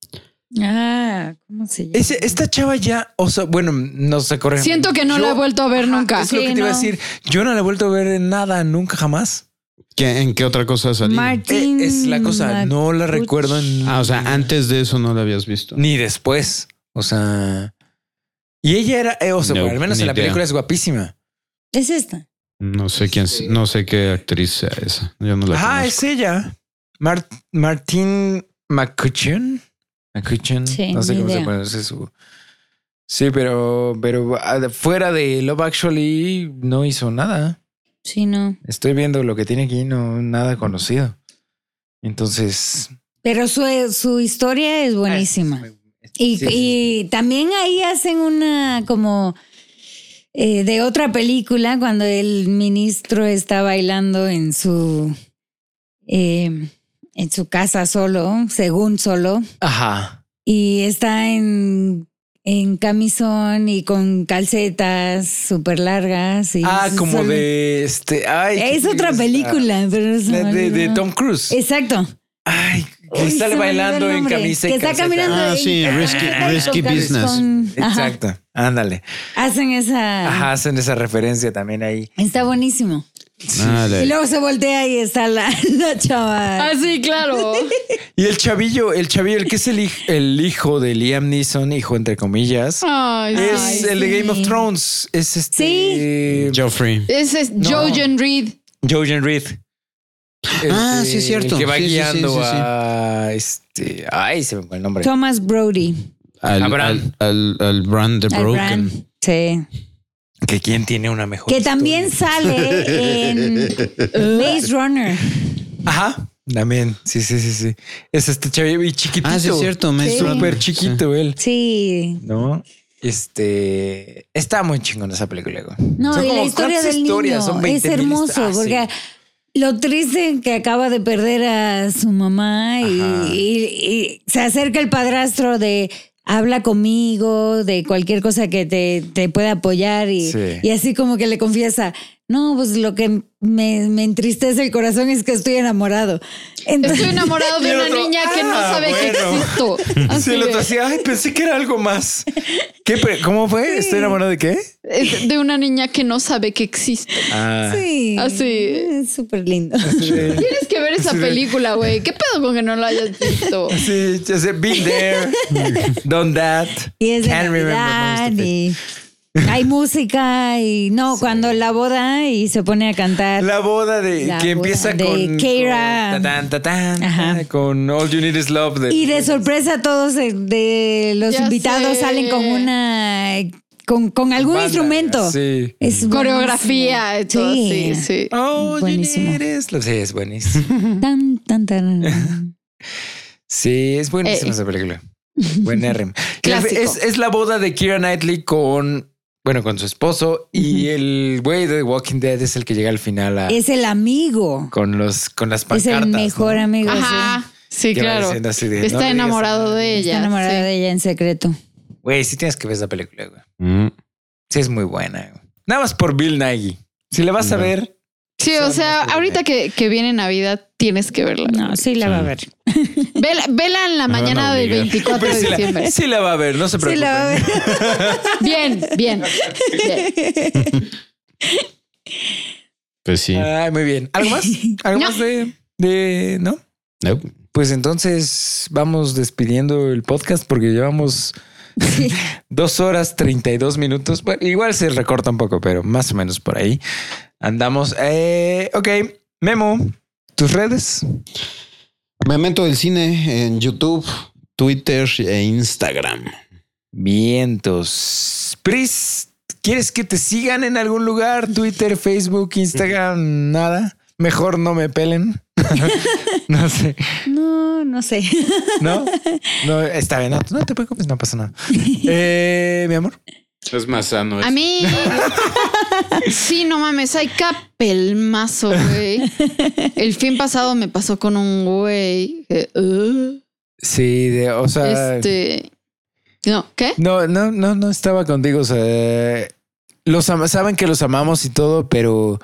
[SPEAKER 5] Ah, ¿cómo se llama?
[SPEAKER 7] Ese- esta chava ya, o sea, bueno, no se corre.
[SPEAKER 3] Siento que no la he vuelto a ver nunca.
[SPEAKER 7] Es lo que
[SPEAKER 5] Sí,
[SPEAKER 7] te iba a
[SPEAKER 5] no.
[SPEAKER 7] decir. Yo no la he vuelto a ver en nada, nunca jamás.
[SPEAKER 2] ¿Qué- ¿En qué otra cosa salió?
[SPEAKER 5] Martin.
[SPEAKER 7] Eh, es la cosa, no la
[SPEAKER 5] Macuch-
[SPEAKER 7] recuerdo en-
[SPEAKER 2] Ah, o sea, antes de eso no la habías visto.
[SPEAKER 7] ni después. O sea, y ella era, eh, o sea,
[SPEAKER 2] No,
[SPEAKER 7] al menos
[SPEAKER 2] ni
[SPEAKER 7] en la
[SPEAKER 2] idea.
[SPEAKER 7] película es guapísima.
[SPEAKER 5] Es esta.
[SPEAKER 2] No sé quién, no sé qué actriz sea esa. Yo no la
[SPEAKER 7] Ajá,
[SPEAKER 2] conozco.
[SPEAKER 7] es ella. Mar- Martín McCutcheon. McCutcheon.
[SPEAKER 5] Sí,
[SPEAKER 7] no sé
[SPEAKER 5] ni
[SPEAKER 7] cómo se
[SPEAKER 5] idea.
[SPEAKER 7] pronuncia su. Sí, pero, pero ah, fuera de Love Actually no hizo nada.
[SPEAKER 5] Sí, no.
[SPEAKER 7] Estoy viendo lo que tiene aquí, no nada conocido. Entonces.
[SPEAKER 5] Pero su, eh, su historia es buenísima. Y,
[SPEAKER 7] Sí, sí.
[SPEAKER 5] y también ahí hacen una como eh, de otra película cuando el ministro está bailando en su eh, en su casa solo, según solo,
[SPEAKER 7] Ajá.
[SPEAKER 5] y está en en camisón y con calcetas súper largas. y
[SPEAKER 7] Ah,
[SPEAKER 5] es
[SPEAKER 7] como
[SPEAKER 5] solo-
[SPEAKER 7] de este. Ay, ¿qué
[SPEAKER 5] Es otra
[SPEAKER 7] película
[SPEAKER 5] película,
[SPEAKER 7] está?
[SPEAKER 5] pero se
[SPEAKER 7] La
[SPEAKER 5] me
[SPEAKER 7] de, de
[SPEAKER 5] olvidó.
[SPEAKER 7] Tom Cruise.
[SPEAKER 5] Exacto.
[SPEAKER 7] Ay, que
[SPEAKER 5] Uy, se me olvidó
[SPEAKER 7] sale
[SPEAKER 5] el
[SPEAKER 7] bailando en
[SPEAKER 5] nombre.
[SPEAKER 7] camisa. y
[SPEAKER 5] Que está
[SPEAKER 7] calceta.
[SPEAKER 5] caminando.
[SPEAKER 2] Ah,
[SPEAKER 5] y-
[SPEAKER 2] sí, Risky-
[SPEAKER 5] Exacto,
[SPEAKER 2] Risky
[SPEAKER 5] con-
[SPEAKER 2] Business.
[SPEAKER 5] con- ajá.
[SPEAKER 7] Exacto. Ándale.
[SPEAKER 5] Hacen esa.
[SPEAKER 7] Ajá, hacen esa referencia también ahí.
[SPEAKER 5] Está buenísimo.
[SPEAKER 2] Ah, la-
[SPEAKER 5] Y luego se voltea y está la, la chava.
[SPEAKER 3] Ah, sí, claro.
[SPEAKER 7] Y el chavillo, el chavillo, el que es el, hij- el hijo de Liam Neeson, hijo entre comillas,
[SPEAKER 3] Ay,
[SPEAKER 7] es
[SPEAKER 3] sí.
[SPEAKER 7] el de Game of
[SPEAKER 5] sí.
[SPEAKER 7] Thrones. Es este.
[SPEAKER 5] Sí.
[SPEAKER 2] Joffrey.
[SPEAKER 3] Ese es
[SPEAKER 7] No.
[SPEAKER 3] Jojen Reed.
[SPEAKER 7] Jojen Reed.
[SPEAKER 2] Ah,
[SPEAKER 7] Este,
[SPEAKER 2] sí, es cierto.
[SPEAKER 7] el que va
[SPEAKER 2] Sí, sí, sí,
[SPEAKER 7] guiando
[SPEAKER 2] sí, sí.
[SPEAKER 7] a este. Ay, se me fue el nombre.
[SPEAKER 5] Thomas Brody.
[SPEAKER 2] Al,
[SPEAKER 7] Abraham.
[SPEAKER 2] Al, al, al Brand the
[SPEAKER 5] al
[SPEAKER 2] Broken.
[SPEAKER 5] Bran. Sí.
[SPEAKER 7] Que quién tiene una mejor.
[SPEAKER 5] Que también sale en Maze Runner.
[SPEAKER 7] Ajá. También. Sí, sí, sí, sí. Es este chavillo y chiquitito.
[SPEAKER 2] Ah, sí, es cierto. Me
[SPEAKER 5] Sí.
[SPEAKER 2] suena.
[SPEAKER 7] Súper chiquito él.
[SPEAKER 5] Sí.
[SPEAKER 7] ¿No? Este. Está muy chingón esa película. güey.
[SPEAKER 5] No,
[SPEAKER 7] Son
[SPEAKER 5] y la
[SPEAKER 7] como,
[SPEAKER 5] historia
[SPEAKER 7] ¿cuántas
[SPEAKER 5] del niño
[SPEAKER 7] historias? Son
[SPEAKER 5] es
[SPEAKER 7] 20,000
[SPEAKER 5] hermoso
[SPEAKER 7] historias. Ah,
[SPEAKER 5] porque
[SPEAKER 7] sí.
[SPEAKER 5] lo triste que acaba de perder a su mamá y,
[SPEAKER 7] Ajá.
[SPEAKER 5] y- y se acerca el padrastro de habla conmigo, de cualquier cosa que te, te pueda apoyar y,
[SPEAKER 7] Sí.
[SPEAKER 5] y así como que le confiesa, no, pues lo que me, me entristece el corazón es que estoy enamorado. Entonces-
[SPEAKER 3] Estoy enamorado de
[SPEAKER 7] Y
[SPEAKER 3] una
[SPEAKER 7] otro,
[SPEAKER 3] niña que no
[SPEAKER 7] ah,
[SPEAKER 3] sabe
[SPEAKER 7] bueno.
[SPEAKER 3] que existo. Así
[SPEAKER 7] Sí, el otro
[SPEAKER 3] de,
[SPEAKER 7] así, ay, pensé que era algo más. ¿Qué, pre- ¿Cómo fue? ¿Estoy enamorado de qué?
[SPEAKER 3] es de una niña que no sabe que existo.
[SPEAKER 7] Ah.
[SPEAKER 5] Sí,
[SPEAKER 3] Así.
[SPEAKER 5] es súper lindo.
[SPEAKER 3] Tienes que ver esa
[SPEAKER 7] Sí.
[SPEAKER 3] película, güey. ¿Qué pedo con que no la hayas visto?
[SPEAKER 7] Sí, ya sé, been there, done that.
[SPEAKER 5] Y es de
[SPEAKER 7] can't remember most
[SPEAKER 5] Navidad
[SPEAKER 7] of it.
[SPEAKER 5] y hay música y no, cuando la boda y se pone a cantar.
[SPEAKER 7] La boda de
[SPEAKER 5] La
[SPEAKER 7] que
[SPEAKER 5] boda
[SPEAKER 7] empieza
[SPEAKER 5] de
[SPEAKER 7] con,
[SPEAKER 5] Keira.
[SPEAKER 7] con tatán, tatán,
[SPEAKER 5] Ajá.
[SPEAKER 7] eh, con All You Need Is Love de,
[SPEAKER 5] y de sorpresa todos eh, de los
[SPEAKER 3] Ya
[SPEAKER 5] invitados
[SPEAKER 3] sé.
[SPEAKER 5] salen con una con, con algún
[SPEAKER 7] banda,
[SPEAKER 5] instrumento.
[SPEAKER 7] Sí.
[SPEAKER 5] Es
[SPEAKER 3] Coreografía y todo
[SPEAKER 5] Sí.
[SPEAKER 3] así, sí.
[SPEAKER 7] All
[SPEAKER 5] Buenísimo.
[SPEAKER 7] You Need Is Love. Sí, es buenísimo.
[SPEAKER 5] buenísimo. Tan, tan, tan.
[SPEAKER 7] Sí, es buenísima
[SPEAKER 3] Eh.
[SPEAKER 7] esa película. Buen RM.
[SPEAKER 3] Clásico.
[SPEAKER 7] Es, es la boda de Kira Knightley con, bueno, con su esposo y el güey de Walking Dead es el que llega al final a,
[SPEAKER 5] es el amigo.
[SPEAKER 7] con los con las
[SPEAKER 5] Es
[SPEAKER 7] pancartas.
[SPEAKER 5] el mejor
[SPEAKER 7] ¿no?
[SPEAKER 5] amigo. sí.
[SPEAKER 3] Ajá. Sí,
[SPEAKER 7] Que va
[SPEAKER 3] claro.
[SPEAKER 7] diciendo así de, "No
[SPEAKER 5] Este
[SPEAKER 7] le
[SPEAKER 3] Está
[SPEAKER 7] digas
[SPEAKER 3] enamorado
[SPEAKER 7] a nadie".
[SPEAKER 3] de
[SPEAKER 5] Está
[SPEAKER 3] ella.
[SPEAKER 5] enamorado
[SPEAKER 3] sí.
[SPEAKER 5] de ella en secreto.
[SPEAKER 7] Güey, sí tienes que ver esa película, güey.
[SPEAKER 2] Mm.
[SPEAKER 7] Sí es muy buena. güey. Nada más por Bill Nagy. Si la vas a
[SPEAKER 2] No.
[SPEAKER 7] ver,
[SPEAKER 3] Sí,
[SPEAKER 7] Son
[SPEAKER 3] o
[SPEAKER 7] los
[SPEAKER 3] sea,
[SPEAKER 7] primeros.
[SPEAKER 3] ahorita que, que viene Navidad, tienes que verla.
[SPEAKER 5] No, sí la va a ver.
[SPEAKER 3] Vela, vela en la
[SPEAKER 2] Me van a
[SPEAKER 3] mañana del
[SPEAKER 2] obligar.
[SPEAKER 3] 24
[SPEAKER 7] pero
[SPEAKER 3] de
[SPEAKER 7] sí
[SPEAKER 3] diciembre.
[SPEAKER 7] la, sí la va a ver, no se preocupen.
[SPEAKER 5] Sí la va a ver.
[SPEAKER 3] Bien, bien, bien.
[SPEAKER 2] Pues sí.
[SPEAKER 7] Ay, muy bien. ¿Algo más? ¿Algo
[SPEAKER 3] No.
[SPEAKER 7] más de, de no?
[SPEAKER 2] Nope.
[SPEAKER 7] Pues entonces vamos despidiendo el podcast porque llevamos dos horas 32 minutos. Bueno, igual se recorta un poco, pero más o menos por ahí andamos. Eh, ok, Memo, tus redes.
[SPEAKER 2] Memento del cine en YouTube, Twitter e Instagram.
[SPEAKER 7] Vientos. Pris, ¿quieres que te sigan en algún lugar? Twitter, Facebook, Instagram, nada. Mejor no me pelen. no sé.
[SPEAKER 5] No, no sé.
[SPEAKER 7] No, no, está bien. No, no te preocupes, no pasa nada. Eh, mi amor.
[SPEAKER 2] Es más sano.
[SPEAKER 3] A mí. Sí, no mames, hay capelmazo, güey. El fin pasado me pasó con un güey. que, uh,
[SPEAKER 7] Sí, de, o sea,
[SPEAKER 3] este. No, ¿qué?
[SPEAKER 7] no, no, no, no estaba contigo. O sea, los ama- saben que los amamos y todo, pero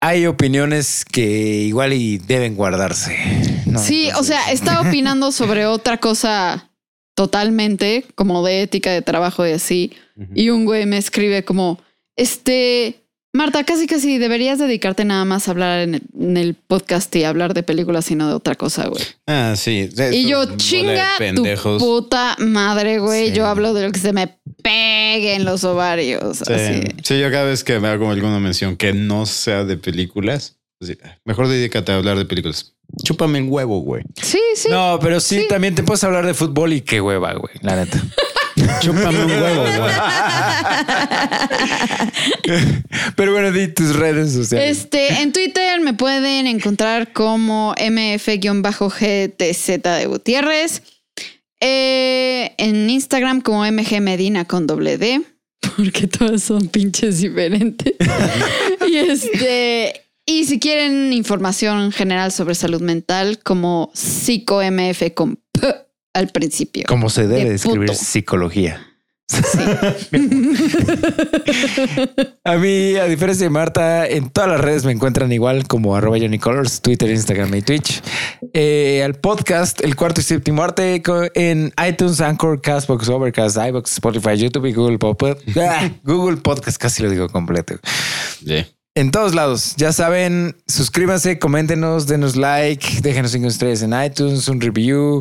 [SPEAKER 7] hay opiniones que igual y deben guardarse. ¿no?
[SPEAKER 2] Ah,
[SPEAKER 3] sí, o
[SPEAKER 7] Entonces,
[SPEAKER 3] sea, estaba opinando sobre otra cosa totalmente como de ética de trabajo y así.
[SPEAKER 2] Ujú.
[SPEAKER 3] Y un güey me escribe como, este, Marta, casi casi deberías dedicarte nada más a hablar en el, en el podcast y hablar de películas y no de otra cosa, güey.
[SPEAKER 2] Ah, sí.
[SPEAKER 3] Y
[SPEAKER 2] Eso,
[SPEAKER 3] yo,
[SPEAKER 2] bola de
[SPEAKER 3] chinga tu
[SPEAKER 2] pendejos.
[SPEAKER 3] puta madre, güey.
[SPEAKER 2] Sí.
[SPEAKER 3] Yo hablo de lo que se me pegue en los ovarios.
[SPEAKER 2] Sí.
[SPEAKER 3] Así.
[SPEAKER 2] Sí, yo cada vez que me hago alguna mención que no sea de películas, así, "Ah, mejor dedícate a hablar de películas. Chúpame el huevo, güey.
[SPEAKER 3] Sí, sí.
[SPEAKER 7] No, pero sí, también te puedes hablar de fútbol y qué hueva, güey. La neta.
[SPEAKER 2] Chúpame un huevo, güey.
[SPEAKER 7] Pero bueno, di tus redes sociales.
[SPEAKER 3] Este, en Twitter me pueden encontrar como mf-gtz de Gutiérrez. Eh, en Instagram como mg Medina con doble D. Porque todas son pinches diferentes. y este. Y si quieren información general sobre salud mental, como psicomf con P al principio.
[SPEAKER 7] Eh, Como se debe
[SPEAKER 3] de
[SPEAKER 7] describir
[SPEAKER 3] puto.
[SPEAKER 7] psicología. A mí, a diferencia de Marta, en todas las redes me encuentran igual como arroba Johnny Colors, Twitter, Instagram y Twitch. Eh, al podcast, el cuarto y séptimo arte, co- en iTunes, Anchor, Castbox, Overcast, iBox, Spotify, YouTube y Google Podcast. Google Podcast, casi lo digo completo.
[SPEAKER 2] Sí.
[SPEAKER 7] En todos lados, ya saben, suscríbanse, coméntenos, denos like, déjenos cinco estrellas en iTunes, un review,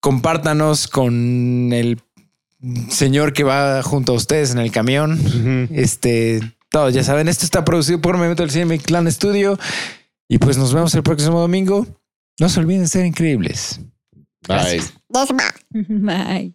[SPEAKER 7] compártanos con el señor que va junto a ustedes en el camión. Este, todo, ya saben, esto está producido por Memento del Cine Clan Studio y pues nos vemos el próximo domingo. No se olviden de ser increíbles.
[SPEAKER 2] Bye.
[SPEAKER 5] Bye.